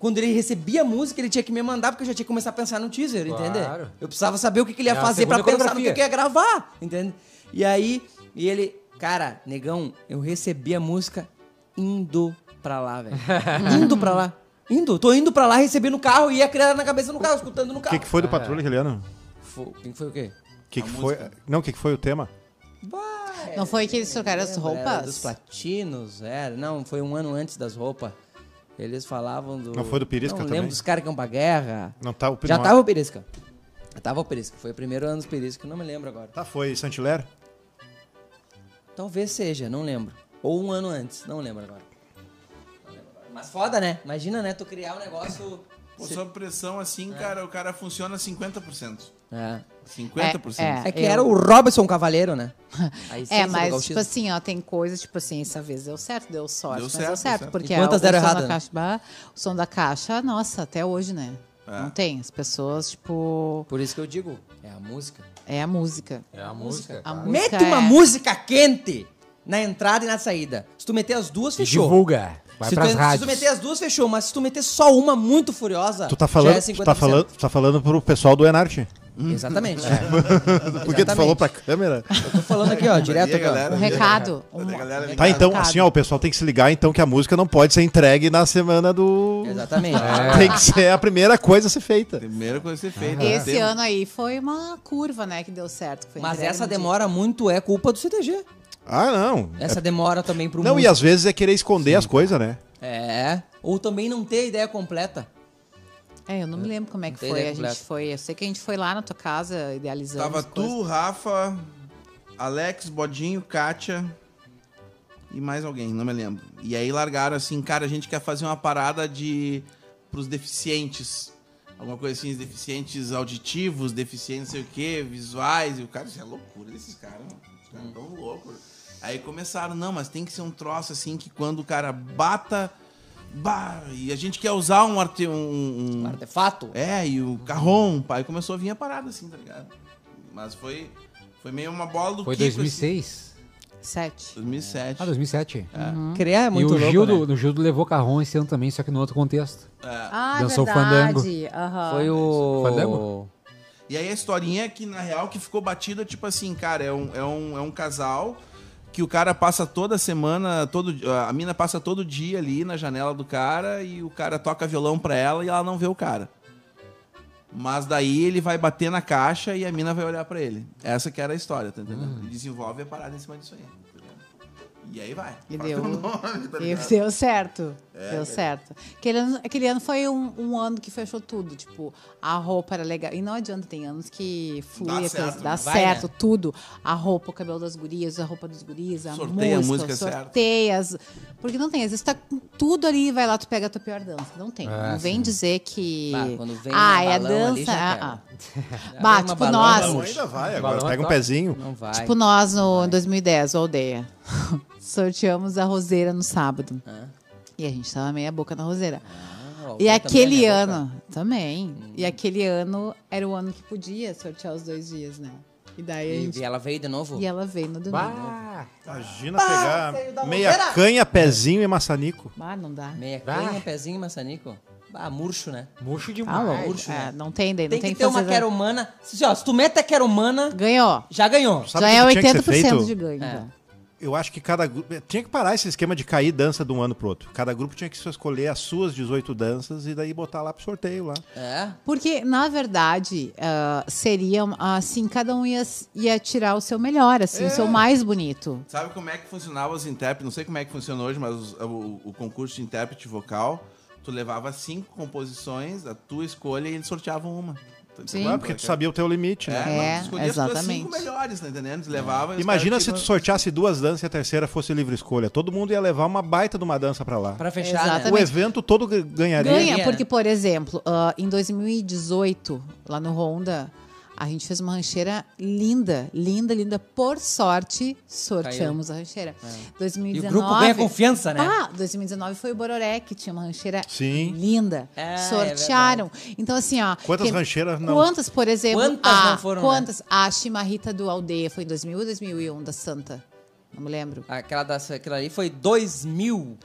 Speaker 5: Quando ele recebia a música, ele tinha que me mandar, porque eu já tinha que começar a pensar no teaser,
Speaker 1: Claro.
Speaker 5: entendeu? Eu precisava saber o que, que ele ia
Speaker 1: É a
Speaker 5: fazer pra
Speaker 1: segunda
Speaker 5: pensar no que
Speaker 1: coreografia.
Speaker 5: que eu ia gravar, entende? E aí, e ele, cara, negão, eu recebi a música indo pra lá, velho. indo pra lá. Indo, tô indo pra lá, recebi no carro, ia criar na cabeça no carro, escutando no
Speaker 4: O
Speaker 5: carro.
Speaker 4: que, que foi do Patrulha aquele ano?
Speaker 5: Fo- Quem foi o quê?
Speaker 4: O que, que foi? Não, o que, que foi o tema?
Speaker 5: Vai,
Speaker 3: Não foi que eles trocaram as
Speaker 5: lembra, É, era Dos
Speaker 3: roupas?
Speaker 5: platinos, era. Não, foi um ano antes das roupas. Eles falavam do.
Speaker 4: Não foi do Pirisca
Speaker 5: Não
Speaker 4: também?
Speaker 5: lembro dos caras que iam pra guerra.
Speaker 4: Não tá, o
Speaker 5: Já
Speaker 4: não-
Speaker 5: tava o Perisca. Já tava o Perisca. Foi o primeiro ano do Perisca, não me lembro agora.
Speaker 4: Tá, foi Santilero?
Speaker 5: Talvez seja, não lembro. Ou um ano antes, não lembro agora. Não lembro agora. Mas foda, né? Imagina, né? Tu criar um negócio.
Speaker 2: Pô, sob pressão assim,
Speaker 4: É.
Speaker 2: cara, o cara funciona 50%.
Speaker 5: É.
Speaker 2: 50%.
Speaker 3: É,
Speaker 5: É que
Speaker 3: eu-
Speaker 5: era o Robson Cavaleiro, né? Aí sim,
Speaker 3: É,
Speaker 5: sobre
Speaker 3: mas,
Speaker 5: gauchismo.
Speaker 3: tipo assim, ó, tem coisas, tipo assim, essa vez deu certo, deu sorte,
Speaker 2: Deu
Speaker 3: mas
Speaker 2: certo,
Speaker 3: deu certo.
Speaker 2: certo.
Speaker 3: Porque
Speaker 5: E quantas
Speaker 3: o,
Speaker 5: deram
Speaker 3: som da
Speaker 5: errado, né?
Speaker 3: caixa- bah, o som da caixa, nossa, até hoje, né?
Speaker 2: É.
Speaker 3: Não tem. As pessoas, tipo,
Speaker 5: Por isso que eu digo, é a música.
Speaker 3: é a música.
Speaker 1: É a música.
Speaker 3: A
Speaker 5: Mete
Speaker 3: música
Speaker 5: uma
Speaker 3: é-
Speaker 5: música quente na entrada e na saída. Se tu meter as duas, fechou.
Speaker 1: Divulga. Vai
Speaker 5: se, tu,
Speaker 1: pras
Speaker 5: se tu
Speaker 1: rádios.
Speaker 5: meter as duas, fechou. Mas se tu meter só uma muito furiosa.
Speaker 4: Tu tá
Speaker 5: já
Speaker 4: falando,
Speaker 5: é
Speaker 4: tu tá falando, Hum. tu tá falando pro pessoal do Enarte.
Speaker 5: 50%. Exatamente.
Speaker 4: Porque tu falou pra câmera.
Speaker 5: Tô falando aqui, ó, direto
Speaker 2: E a
Speaker 5: aqui, ó.
Speaker 2: galera,
Speaker 3: Um recado.
Speaker 2: a
Speaker 3: um-
Speaker 2: galera ligada.
Speaker 4: Tá, então,
Speaker 3: Cara.
Speaker 4: assim, ó, o pessoal tem que se ligar então que a música não pode ser entregue na semana do.
Speaker 5: Exatamente.
Speaker 4: É. Tem que ser a primeira coisa a ser feita.
Speaker 2: Primeira coisa a ser feita.
Speaker 3: Esse
Speaker 2: Tem- um-
Speaker 3: ano aí foi uma curva, né, que deu certo. que foi
Speaker 5: Mas
Speaker 3: entregue
Speaker 5: essa
Speaker 3: no dia.
Speaker 5: demora muito é culpa do CTG.
Speaker 4: Ah, não.
Speaker 5: Essa demora também É pro
Speaker 4: Não, e
Speaker 5: músico.
Speaker 4: às vezes é querer esconder as coisas, né?
Speaker 5: É. Ou também não ter a ideia completa.
Speaker 3: É, eu não me lembro como é que
Speaker 5: Tem
Speaker 3: foi.
Speaker 5: ideia
Speaker 3: A gente
Speaker 5: completa.
Speaker 3: foi. Eu sei que a gente foi lá na tua casa idealizando.
Speaker 2: Tava
Speaker 3: as coisas.
Speaker 2: tu, Rafa, Alex, Bodinho, Kátia e mais alguém, não me lembro. E aí largaram assim, cara, a gente quer fazer uma parada de pros deficientes. Alguma coisa assim, os deficientes auditivos, deficientes não sei o quê, visuais. E o cara, isso é loucura desses caras, mano. Os caras tão loucos. Aí começaram, não, mas tem que ser um troço assim que quando o cara bata. Bah, e a gente quer usar um, arte, um, um-
Speaker 5: Artefato.
Speaker 2: é, e o Carron, pai, começou a vir a parada assim, tá ligado? Mas foi, foi meio uma bola do
Speaker 1: Foi
Speaker 2: Kiko,
Speaker 1: 2006.
Speaker 2: assim.
Speaker 3: Sete.
Speaker 2: 2007.
Speaker 1: Ah, 2007.
Speaker 3: Hum.
Speaker 5: Criar é
Speaker 1: e
Speaker 5: muito
Speaker 1: o
Speaker 5: louco,
Speaker 1: Gildo,
Speaker 5: né?
Speaker 1: o Gildo levou carrão esse ano também, só que no outro contexto.
Speaker 3: Ah,
Speaker 1: Dançou o
Speaker 5: Ah,
Speaker 3: verdade. Aham.
Speaker 5: Foi o...
Speaker 1: Fandango?
Speaker 2: E aí a historinha é que, na real, que ficou batida, tipo assim, cara, é um, é um, é um casal que o cara passa toda semana, todo di- a mina passa todo dia ali na janela do cara e o cara toca violão pra ela e ela não vê o cara. Mas daí ele vai bater na caixa e a mina vai olhar pra ele. Essa que era a história, tá entendendo?
Speaker 3: Uhum.
Speaker 2: Ele desenvolve a parada em cima disso aí. tá ligado? E aí vai.
Speaker 3: E
Speaker 2: Faz
Speaker 3: deu.
Speaker 2: o nome, tá
Speaker 3: E
Speaker 2: ligado?
Speaker 3: deu certo.
Speaker 2: É,
Speaker 3: deu certo. Aquele ano, aquele ano foi um, um ano que fechou tudo. Tipo, a roupa era legal. E não adianta, tem anos que flui,
Speaker 2: Dá
Speaker 3: a coisa,
Speaker 2: certo,
Speaker 3: dá
Speaker 5: né? Vai,
Speaker 3: certo
Speaker 5: né?
Speaker 3: tudo. A roupa, o cabelo das gurias, a roupa dos gurias, a
Speaker 2: Sorteia a
Speaker 3: música,
Speaker 2: música certo.
Speaker 3: sorteia. as- Porque não tem, às vezes tá com tudo ali vai lá, tu pega a tua pior dança. Não tem.
Speaker 1: É,
Speaker 3: não vem dizer que.
Speaker 5: Ah, Bah, quando vem
Speaker 3: ah,
Speaker 5: um
Speaker 3: é a
Speaker 5: balão
Speaker 3: dança.
Speaker 5: ali, já
Speaker 3: ah, ah.
Speaker 5: Já vem
Speaker 3: Bah,
Speaker 5: uma
Speaker 3: tipo,
Speaker 5: balão,
Speaker 3: nós.
Speaker 5: balão,
Speaker 4: ainda vai agora.
Speaker 1: Balão
Speaker 4: Pega um
Speaker 1: atual.
Speaker 4: pezinho.
Speaker 5: Não vai.
Speaker 3: Tipo nós no, em 2010, o Aldeia. Sorteamos a roseira no sábado. E a gente tava meia boca na roseira.
Speaker 5: Ah,
Speaker 3: e
Speaker 5: eu
Speaker 3: aquele
Speaker 5: também, né,
Speaker 3: ano. Também. E
Speaker 5: Uhum.
Speaker 3: aquele ano era o ano que podia sortear os dois dias, né? E daí a
Speaker 5: E
Speaker 3: gente.
Speaker 5: e ela veio de novo?
Speaker 3: E ela veio no domingo.
Speaker 1: Bah,
Speaker 4: Imagina
Speaker 5: saiu Ah, da
Speaker 4: pegar meia
Speaker 5: roteira.
Speaker 4: canha, pezinho e maçanico.
Speaker 3: Ah, não dá.
Speaker 5: Meia
Speaker 1: Bah.
Speaker 5: canha, pezinho e maçanico? Ah, murcho, né?
Speaker 1: murcho
Speaker 3: Tá
Speaker 1: demais.
Speaker 3: louco. É, não tem daí, não
Speaker 5: Tem
Speaker 3: tem,
Speaker 5: que ter
Speaker 3: fazer
Speaker 5: uma
Speaker 3: nada.
Speaker 5: quero humana. Se, ó, se tu mete a quero humana,
Speaker 3: Ganhou.
Speaker 5: já ganhou.
Speaker 4: Sabe
Speaker 3: já
Speaker 4: o
Speaker 3: é
Speaker 4: que tinha que ser
Speaker 3: 80%
Speaker 4: feito?
Speaker 3: de ganho.
Speaker 5: É.
Speaker 3: já.
Speaker 4: Eu acho que cada grupo. Tinha que parar esse esquema de cair dança de um ano pro outro. Cada grupo tinha que só escolher as suas 18 danças e daí botar lá pro sorteio lá.
Speaker 5: É.
Speaker 3: Porque, na verdade, ah, seria ah, assim, cada um ia, ia tirar o seu melhor, assim, o seu
Speaker 5: É.
Speaker 3: mais bonito.
Speaker 2: Sabe como é que funcionava os intérpretes? Não sei como é que funciona hoje, mas os- o, o concurso de intérprete vocal, tu levava cinco composições, a tua escolha, e eles sorteavam uma. Tá
Speaker 3: Sim.
Speaker 4: Não é porque tu sabia o teu limite, né?
Speaker 3: É,
Speaker 2: mas tu escolhia as tuas
Speaker 3: exatamente.
Speaker 2: cinco melhores, tá entendendo? Tu levava, e os
Speaker 4: Imagina
Speaker 2: caras
Speaker 4: se tu
Speaker 2: tinham-
Speaker 4: sorteasse duas danças e a terceira fosse livre escolha. Todo mundo ia levar uma baita de uma dança pra lá.
Speaker 5: Pra fechar, né?
Speaker 3: Exatamente.
Speaker 4: O evento todo g- ganharia.
Speaker 5: Ganha.
Speaker 3: Ganha, porque, por exemplo, ah, em 2018, lá no Honda, a gente fez uma rancheira linda, linda, linda. Por sorte, sorteamos a rancheira.
Speaker 5: né?
Speaker 3: 2019.
Speaker 5: E o grupo ganha confiança, né?
Speaker 3: Ah, 2019 foi o Bororé, que tinha uma rancheira
Speaker 4: Sim.
Speaker 3: linda.
Speaker 5: É,
Speaker 3: Sortearam. então, assim, ó.
Speaker 4: Quantas
Speaker 3: tem-
Speaker 4: rancheiras não-
Speaker 3: Quantas, por exemplo?
Speaker 5: Quantas
Speaker 3: a,
Speaker 5: não foram, né?
Speaker 3: Quantas? A Chimarrita do Aldeia foi em 2000 ou 2001 da Santa? Não me lembro.
Speaker 5: Aquela, da, aquela ali foi 2000.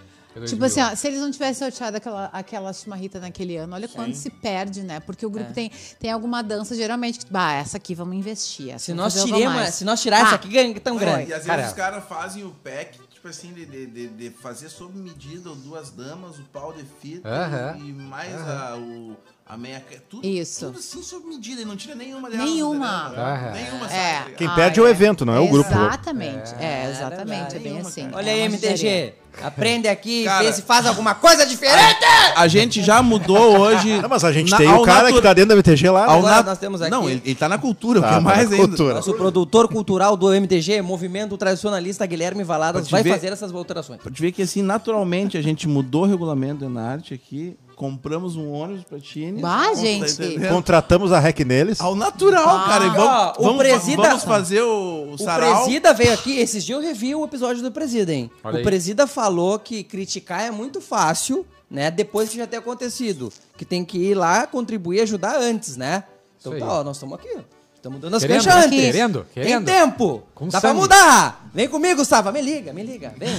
Speaker 3: Tipo assim, ó, se eles não tivessem sorteado aquela, aquela chimarrita naquele ano, olha quanto se perde, né? Porque o grupo
Speaker 5: É.
Speaker 3: tem, tem alguma dança, geralmente, que, bah, essa aqui vamos investir. essa
Speaker 5: Se nós,
Speaker 3: vamos fazer uma mais.
Speaker 5: tiremos, se nós tirar
Speaker 3: Ah,
Speaker 5: essa aqui, ganha tão
Speaker 2: Não,
Speaker 5: um grande.
Speaker 2: É, E às
Speaker 1: Cara.
Speaker 2: vezes os caras fazem o pack, tipo assim, de, de- de- de fazer sob medida ou duas damas, o pau de fita
Speaker 1: Aham.
Speaker 2: e mais a, o, a meia... ca- Tudo,
Speaker 3: Isso.
Speaker 2: tudo assim sob medida, e não tira nenhuma delas.
Speaker 3: Nenhuma.
Speaker 2: entendeu?
Speaker 1: Aham.
Speaker 2: Nenhuma,
Speaker 3: É.
Speaker 2: sabe?
Speaker 4: Quem
Speaker 3: Ah,
Speaker 4: perde é o evento, não é o grupo.
Speaker 3: Exatamente. É, exatamente. É, bem
Speaker 5: Nenhuma,
Speaker 3: assim.
Speaker 5: cara.
Speaker 3: É
Speaker 5: Olha aí,
Speaker 3: uma judiaria.
Speaker 5: MTG. Aprende aqui,
Speaker 2: Cara.
Speaker 5: vê se faz alguma coisa diferente.
Speaker 2: A gente já mudou hoje.
Speaker 4: Não, mas a gente
Speaker 2: na-
Speaker 4: tem
Speaker 2: ao
Speaker 4: o cara
Speaker 2: natu-
Speaker 4: que tá dentro da MTG lá.
Speaker 2: ao
Speaker 4: né?
Speaker 5: Agora nós temos aqui-
Speaker 2: Não, ele, ele tá na cultura,
Speaker 4: Tá,
Speaker 2: o que é
Speaker 4: tá na
Speaker 2: mais ainda.
Speaker 4: cultura.
Speaker 5: Nosso produtor cultural do MTG, Movimento Tradicionalista Guilherme Valadas,
Speaker 2: Pode
Speaker 5: vai
Speaker 2: ver.
Speaker 5: fazer essas alterações.
Speaker 2: Pode ver que assim, naturalmente, a gente mudou o regulamento da Enarte aqui, compramos um ônibus pra Tine.
Speaker 3: Bah,
Speaker 2: Tá
Speaker 3: gente.
Speaker 2: entendendo?
Speaker 4: Contratamos a REC neles.
Speaker 2: Ao natural, cara. E
Speaker 5: Ah, Ó,
Speaker 2: vamos,
Speaker 5: o
Speaker 2: vamos,
Speaker 5: presida-
Speaker 2: vamos fazer o, o
Speaker 5: O
Speaker 2: sarau.
Speaker 5: Presida veio aqui, esses dias eu revi o episódio do Presida, hein?
Speaker 1: Olha
Speaker 5: o
Speaker 1: aí.
Speaker 5: Presida falou que criticar é muito fácil, né? Depois que já tem acontecido. Que tem que ir lá, contribuir e ajudar antes, né? Então
Speaker 1: Isso
Speaker 5: tá,
Speaker 1: aí.
Speaker 5: ó, nós estamos aqui. Estamos dando as
Speaker 1: Querendo, né?
Speaker 5: canchas antes.
Speaker 1: querendo, querendo.
Speaker 5: Tem tempo.
Speaker 1: Com
Speaker 5: Dá pra
Speaker 1: sangue.
Speaker 5: mudar. Vem comigo, Sava. Me liga, me liga. Vem,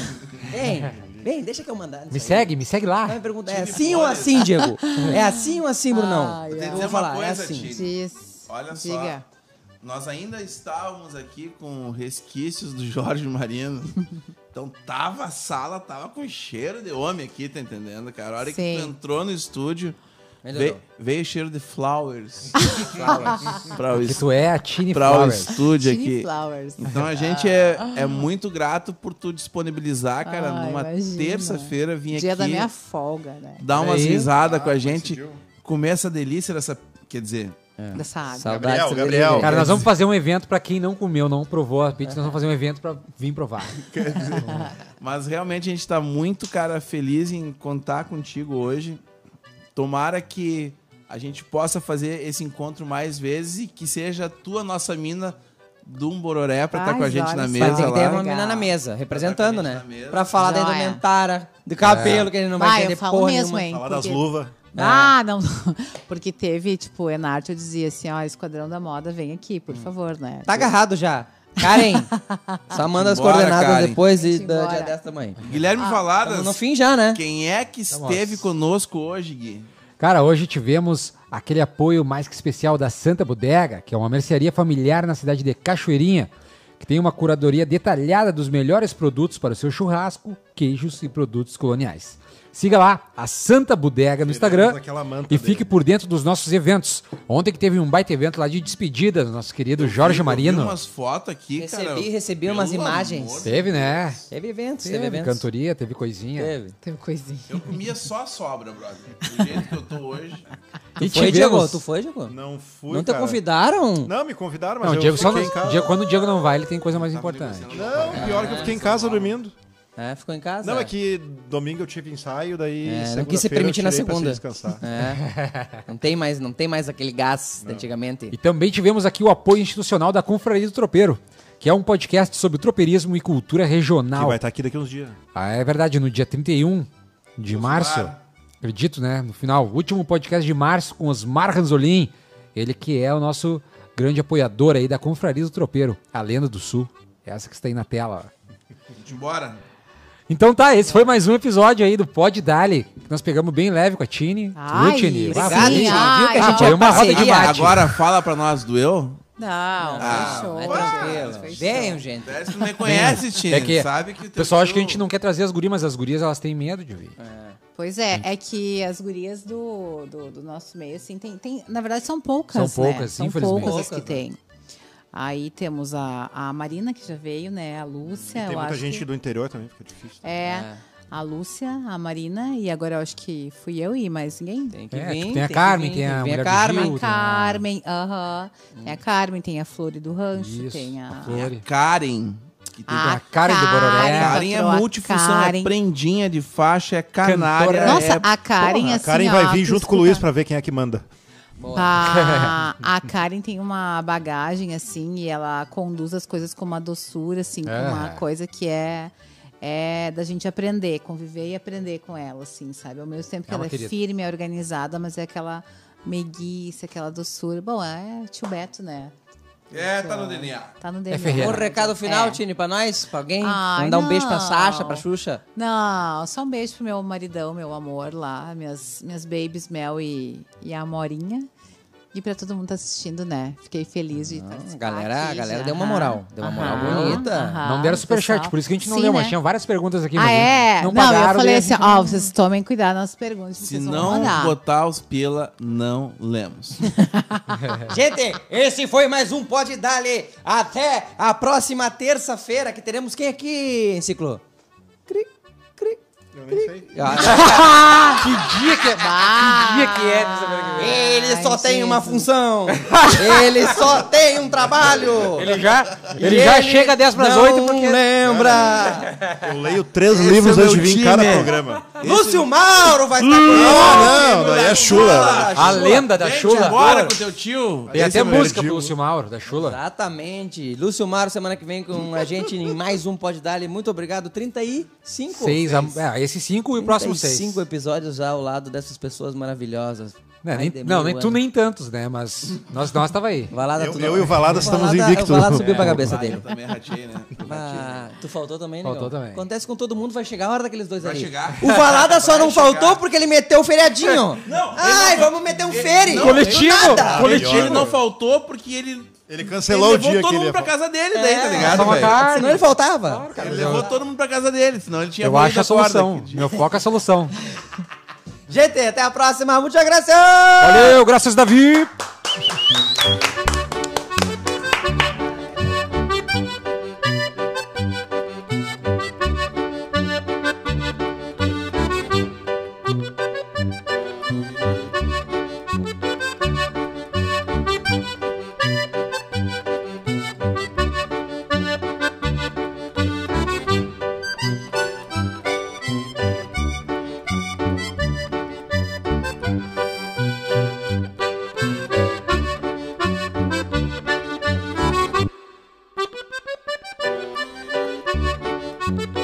Speaker 5: vem, vem. Deixa que eu mandar.
Speaker 1: Me segue, me segue
Speaker 5: Aí me
Speaker 1: lá.
Speaker 5: pergunta, é assim ou assim, Diego? É assim ou assim, Brunão?
Speaker 3: Ai,
Speaker 5: Eu
Speaker 2: ai.
Speaker 5: vou falar, é assim.
Speaker 2: Tini.
Speaker 3: Diz.
Speaker 2: Olha só.
Speaker 3: Diga.
Speaker 2: Nós ainda estávamos aqui com resquícios do Jorge Marino. Então tava a sala, tava com cheiro de homem aqui, tá entendendo, cara? A hora que
Speaker 3: Sim.
Speaker 2: tu entrou no estúdio,
Speaker 5: Melhorou.
Speaker 2: veio, veio cheiro de flowers. pra o,
Speaker 1: Que
Speaker 2: es-
Speaker 1: tu é a Tini
Speaker 2: pra o
Speaker 1: Flowers.
Speaker 2: estúdio
Speaker 3: Chili
Speaker 2: aqui.
Speaker 3: Flowers.
Speaker 2: Então a gente é, é muito grato por tu disponibilizar, cara,
Speaker 3: Ai,
Speaker 2: numa
Speaker 3: Ah, imagina.
Speaker 2: terça-feira vir
Speaker 3: Dia
Speaker 2: aqui
Speaker 3: da minha folga, né?
Speaker 2: dar umas
Speaker 1: Aí.
Speaker 2: risadas com a gente, comer essa delícia dessa. Quer dizer,
Speaker 4: É.
Speaker 3: Dessa água.
Speaker 5: Saudades
Speaker 4: Gabriel,
Speaker 5: dele,
Speaker 4: Gabriel.
Speaker 5: velho.
Speaker 1: Cara, nós vamos fazer um evento pra quem não comeu, não provou a pizza, nós vamos fazer um evento pra vir provar.
Speaker 2: mas realmente a gente tá muito, cara, feliz em contar contigo hoje. Tomara que a gente possa fazer esse encontro mais vezes e que seja tu a nossa mina do Bororé pra estar
Speaker 3: Ai,
Speaker 2: com a gente
Speaker 3: olha
Speaker 2: na
Speaker 3: só.
Speaker 5: Mas
Speaker 2: mesa
Speaker 5: tem que ter
Speaker 2: lá.
Speaker 5: uma mina
Speaker 3: Legal.
Speaker 5: na mesa, representando,
Speaker 2: Exatamente,
Speaker 5: né?
Speaker 2: na mesa.
Speaker 5: Pra falar da
Speaker 3: Joia.
Speaker 5: indumentária, do
Speaker 1: É.
Speaker 5: cabelo, que ele não vai
Speaker 3: Ah,
Speaker 5: entender
Speaker 3: eu falo
Speaker 5: porra
Speaker 3: mesmo,
Speaker 5: nenhuma. É.
Speaker 3: hein?
Speaker 4: Falar das
Speaker 3: porque-
Speaker 4: luvas.
Speaker 3: Ah, não. Porque teve, tipo, Enarte, eu dizia assim, ó, Esquadrão da Moda, vem aqui,
Speaker 4: Hum.
Speaker 3: por favor, né?
Speaker 5: Tá agarrado já. Karen, só manda as
Speaker 2: Bora,
Speaker 5: coordenadas
Speaker 2: Karen.
Speaker 5: depois e
Speaker 3: Gente,
Speaker 5: da,
Speaker 3: bora.
Speaker 5: dia dessa mãe.
Speaker 2: Guilherme
Speaker 5: Ah, Tamo
Speaker 2: Valadas,
Speaker 5: no fim já, né?
Speaker 2: quem é que esteve conosco hoje, Gui?
Speaker 1: Cara, hoje tivemos Aquele apoio mais que especial da Santa Bodega, que é uma mercearia familiar na cidade de Cachoeirinha, que tem uma curadoria detalhada dos melhores produtos para o seu churrasco, queijos e produtos coloniais. Siga lá a Santa Bodega no Instagram
Speaker 4: aquela manta
Speaker 1: e
Speaker 4: dele.
Speaker 1: fique por dentro dos nossos eventos. Ontem que teve um baita evento lá de despedida do nosso querido Jorge
Speaker 2: Eu vi
Speaker 1: Marino.
Speaker 2: umas fotos aqui, cara.
Speaker 5: Recebi, recebi
Speaker 2: Pelo
Speaker 5: umas
Speaker 2: amor
Speaker 5: imagens.
Speaker 2: de
Speaker 1: Teve, né?
Speaker 5: Teve eventos, teve,
Speaker 1: Teve,
Speaker 5: eventos.
Speaker 1: cantoria, teve coisinha.
Speaker 5: Teve.
Speaker 9: Teve coisinha.
Speaker 2: Eu comia só a sobra, brother. Do jeito que eu tô hoje.
Speaker 5: Tu
Speaker 1: E
Speaker 5: foi,
Speaker 1: tivemos-
Speaker 5: Diego? Tu foi, Diego?
Speaker 4: Não fui,
Speaker 5: Não te
Speaker 4: cara.
Speaker 5: convidaram?
Speaker 4: Não, me convidaram, mas
Speaker 1: Não,
Speaker 4: eu
Speaker 1: Diego só
Speaker 4: fiquei
Speaker 1: não-
Speaker 4: em casa. Tá
Speaker 1: Diego- quando o Diego não vai, ele tem coisa mais importante.
Speaker 4: Não, pior que eu fiquei em casa dormindo.
Speaker 5: É, ficou em casa.
Speaker 4: Não, é que domingo eu tive ensaio, daí
Speaker 5: É, não
Speaker 4: segunda-feira
Speaker 5: quis se permitir
Speaker 4: eu
Speaker 5: na
Speaker 4: tirei pra
Speaker 5: segunda.
Speaker 4: se descansar.
Speaker 5: É. Não tem mais, não tem mais aquele gás de antigamente.
Speaker 1: E também tivemos aqui o apoio institucional da Confraria do Tropeiro, que é um podcast sobre tropeirismo e cultura
Speaker 4: Que
Speaker 1: regional.
Speaker 4: vai estar aqui daqui uns dias.
Speaker 1: Ah, é verdade, no dia 31 de março, acredito, né? No final, último podcast de março com Osmar Ranzolin, ele que é o nosso grande apoiador aí da Confraria do Tropeiro, a lenda do sul, essa que está aí na tela. ó.
Speaker 2: Vamos embora?
Speaker 1: Então tá, esse foi mais um episódio aí do Pod Dali, que nós pegamos bem leve com a Tini.
Speaker 9: Ai,
Speaker 1: Viu, Tini?
Speaker 9: obrigada,
Speaker 1: Ah, foi-
Speaker 5: Tini.
Speaker 9: Ai,
Speaker 5: Viu que a
Speaker 1: ah,
Speaker 5: gente
Speaker 1: foi
Speaker 5: é
Speaker 1: uma roda de
Speaker 5: parceria.
Speaker 1: mate.
Speaker 2: Agora fala pra nós, doeu?
Speaker 3: Não,
Speaker 5: Ah,
Speaker 3: fechou.
Speaker 5: mas
Speaker 3: Ah,
Speaker 5: tranquilo.
Speaker 3: fechou.
Speaker 5: Venham, gente.
Speaker 2: Parece que não reconhece, Tini.
Speaker 1: É que
Speaker 2: sabe que
Speaker 1: O pessoal acha que a gente não quer trazer as gurias, mas as gurias elas têm medo de ouvir.
Speaker 3: Pois é, é que as gurias do, do, do nosso meio, assim, tem, tem. Na verdade, são poucas.
Speaker 1: São poucas,
Speaker 3: né? São
Speaker 1: infelizmente.
Speaker 3: poucas as que
Speaker 5: Poucas, né?
Speaker 3: tem. Aí temos a, a Marina, que já veio, né? A Lúcia.
Speaker 4: Tem
Speaker 3: eu
Speaker 4: muita
Speaker 3: acho
Speaker 4: gente
Speaker 3: que-
Speaker 4: do interior também, fica difícil.
Speaker 3: É. A Lúcia, a Marina, e agora eu acho que fui eu e mais ninguém.
Speaker 5: Tem que
Speaker 1: É,
Speaker 5: vir.
Speaker 1: tipo, tem a
Speaker 5: que
Speaker 1: Carmen,
Speaker 5: vir,
Speaker 1: tem a
Speaker 5: que vir
Speaker 1: mulher do
Speaker 5: Carmen.
Speaker 1: Gil, tem a-
Speaker 3: Carmen, aham. Tem a Carmen, tem a Flore do Rancho,
Speaker 1: Hum. Isso,
Speaker 3: tem
Speaker 1: a
Speaker 3: a.
Speaker 5: É.
Speaker 1: Flor.
Speaker 2: A Karen. Que tem
Speaker 5: Ah,
Speaker 1: a Karen do Bororé.
Speaker 2: Karen,
Speaker 3: patroa,
Speaker 2: é multifunção,
Speaker 3: Karen.
Speaker 2: é prendinha de faixa, é canária.
Speaker 3: Nossa,
Speaker 2: é...
Speaker 3: a Karen,
Speaker 4: Porra, a
Speaker 3: assim.
Speaker 4: Karen
Speaker 3: ó,
Speaker 4: vai
Speaker 3: tu
Speaker 4: vir junto com o
Speaker 3: escuta-
Speaker 4: Luiz pra ver quem é que manda.
Speaker 3: A, a Karen tem uma bagagem, assim, e ela conduz as coisas com uma doçura, assim,
Speaker 1: É.
Speaker 3: com uma coisa que é, é da gente aprender, conviver e aprender com ela, assim, sabe? Ao mesmo tempo que
Speaker 1: É uma
Speaker 3: ela
Speaker 1: querida.
Speaker 3: é firme, é organizada, mas é aquela meiguice, aquela doçura. Bom, é tio Beto, né?
Speaker 2: é, tá no DNA.
Speaker 3: Tá no DNA.
Speaker 1: É Ferreira.
Speaker 5: Um recado final,
Speaker 3: É.
Speaker 5: Tini, pra nós? Pra alguém?
Speaker 3: Ai,
Speaker 5: Mandar um beijo pra
Speaker 3: não.
Speaker 5: Sasha, pra Xuxa.
Speaker 3: Não, só um beijo pro meu maridão, meu amor lá, minhas, minhas babies, Mel e, e a Amorinha. E pra todo mundo que tá assistindo, né? Fiquei feliz de participar
Speaker 5: Ah, galera-
Speaker 3: aqui,
Speaker 5: galera
Speaker 3: já.
Speaker 5: deu uma moral, deu uma moral
Speaker 3: Aham,
Speaker 5: bonita.
Speaker 3: aham,
Speaker 1: não deram superchat,
Speaker 3: pessoal.
Speaker 1: por isso que a gente não
Speaker 3: Ah, Sim,
Speaker 1: leu,
Speaker 3: né?
Speaker 1: mas tinha várias perguntas aqui.
Speaker 3: Ah,
Speaker 1: mas
Speaker 3: é? Não,
Speaker 1: Não, pagaram, né?
Speaker 3: eu falei
Speaker 1: daí a
Speaker 3: assim,
Speaker 1: gente
Speaker 3: ó, vocês tomem cuidado nas perguntas,
Speaker 2: Se
Speaker 3: vocês vão
Speaker 2: não
Speaker 3: mandar.
Speaker 2: botar os pila, não lemos.
Speaker 5: Gente, esse foi mais um Pode Dali. Até a próxima terça-feira, que teremos quem aqui, Enciclo? Cri, cri.
Speaker 4: Eu nem sei.
Speaker 1: Que dia que é? Que dia que é? dessa
Speaker 3: Ah,
Speaker 1: vergonha?
Speaker 5: Ele
Speaker 3: Ai,
Speaker 5: só tem uma
Speaker 3: Jesus.
Speaker 5: função. Ele só tem um trabalho.
Speaker 1: Ele já,
Speaker 5: E
Speaker 1: ele já chega 10 para as
Speaker 5: não
Speaker 1: 8 porque...
Speaker 5: lembra.
Speaker 4: Eu leio três
Speaker 2: Esse
Speaker 4: livros
Speaker 2: é o
Speaker 4: antes de
Speaker 2: meu
Speaker 4: vir em cada
Speaker 2: time.
Speaker 4: programa.
Speaker 5: Lúcio Mauro vai estar Ah,
Speaker 4: Ah, não, daí é chula.
Speaker 1: Hum. A lenda Tá da Chula.
Speaker 2: Bora com teu tio.
Speaker 1: Tem
Speaker 4: Esse
Speaker 1: até
Speaker 4: é meu
Speaker 1: música
Speaker 4: digo.
Speaker 1: pro Lúcio Mauro, da Chula.
Speaker 5: Exatamente. Lúcio Mauro, semana que vem com a gente em mais um Pode Dali. Muito obrigado. 35?
Speaker 1: Seis, a- é, esse 5 e o próximo 6.
Speaker 5: cinco episódios ao lado dessas pessoas maravilhosas.
Speaker 1: Não,
Speaker 5: Ai,
Speaker 1: Né, nem,
Speaker 5: de
Speaker 1: não,
Speaker 5: mil
Speaker 1: nem- tu
Speaker 5: anos.
Speaker 1: nem tantos, né? Mas nós, nós tava aí.
Speaker 5: Vai lá, dá
Speaker 4: Eu-
Speaker 5: tudo-
Speaker 4: eu e o Valada estamos invictos.
Speaker 5: O Valada subiu pra cabeça
Speaker 2: Ah,
Speaker 5: dele.
Speaker 2: eu também ratei, né?
Speaker 5: Ah, tu faltou também, né?
Speaker 1: Faltou também.
Speaker 5: Acontece com todo mundo, vai chegar a hora daqueles dois
Speaker 2: Vai
Speaker 5: ali.
Speaker 2: chegar.
Speaker 5: O Valada só
Speaker 2: Vai
Speaker 5: não
Speaker 2: chegar.
Speaker 5: faltou porque ele meteu o feriadinho.
Speaker 2: Não,
Speaker 5: Ai,
Speaker 2: ele não-
Speaker 5: vamos meter um fere.
Speaker 2: não,
Speaker 1: Coletivo!
Speaker 5: Do nada.
Speaker 2: Coletivo
Speaker 4: melhor,
Speaker 2: ele não
Speaker 4: velho.
Speaker 2: faltou porque ele,
Speaker 4: Ele
Speaker 2: ele
Speaker 4: cancelou
Speaker 2: levou
Speaker 4: o dia
Speaker 2: todo
Speaker 4: que ele
Speaker 2: mundo
Speaker 4: ia
Speaker 2: pra
Speaker 4: falar.
Speaker 2: casa dele daí, tá ligado,
Speaker 1: É, Só uma
Speaker 2: velho?
Speaker 1: carne.
Speaker 5: Senão ele faltava.
Speaker 2: Ele levou todo mundo pra casa dele, senão ele tinha
Speaker 1: Eu
Speaker 2: morrido
Speaker 1: acho a
Speaker 2: da corda
Speaker 1: solução.
Speaker 2: aqui.
Speaker 1: Meu foco é a solução.
Speaker 5: Gente, até a próxima. Muitas graças.
Speaker 1: Valeu, graças, Davi!
Speaker 8: Thank you.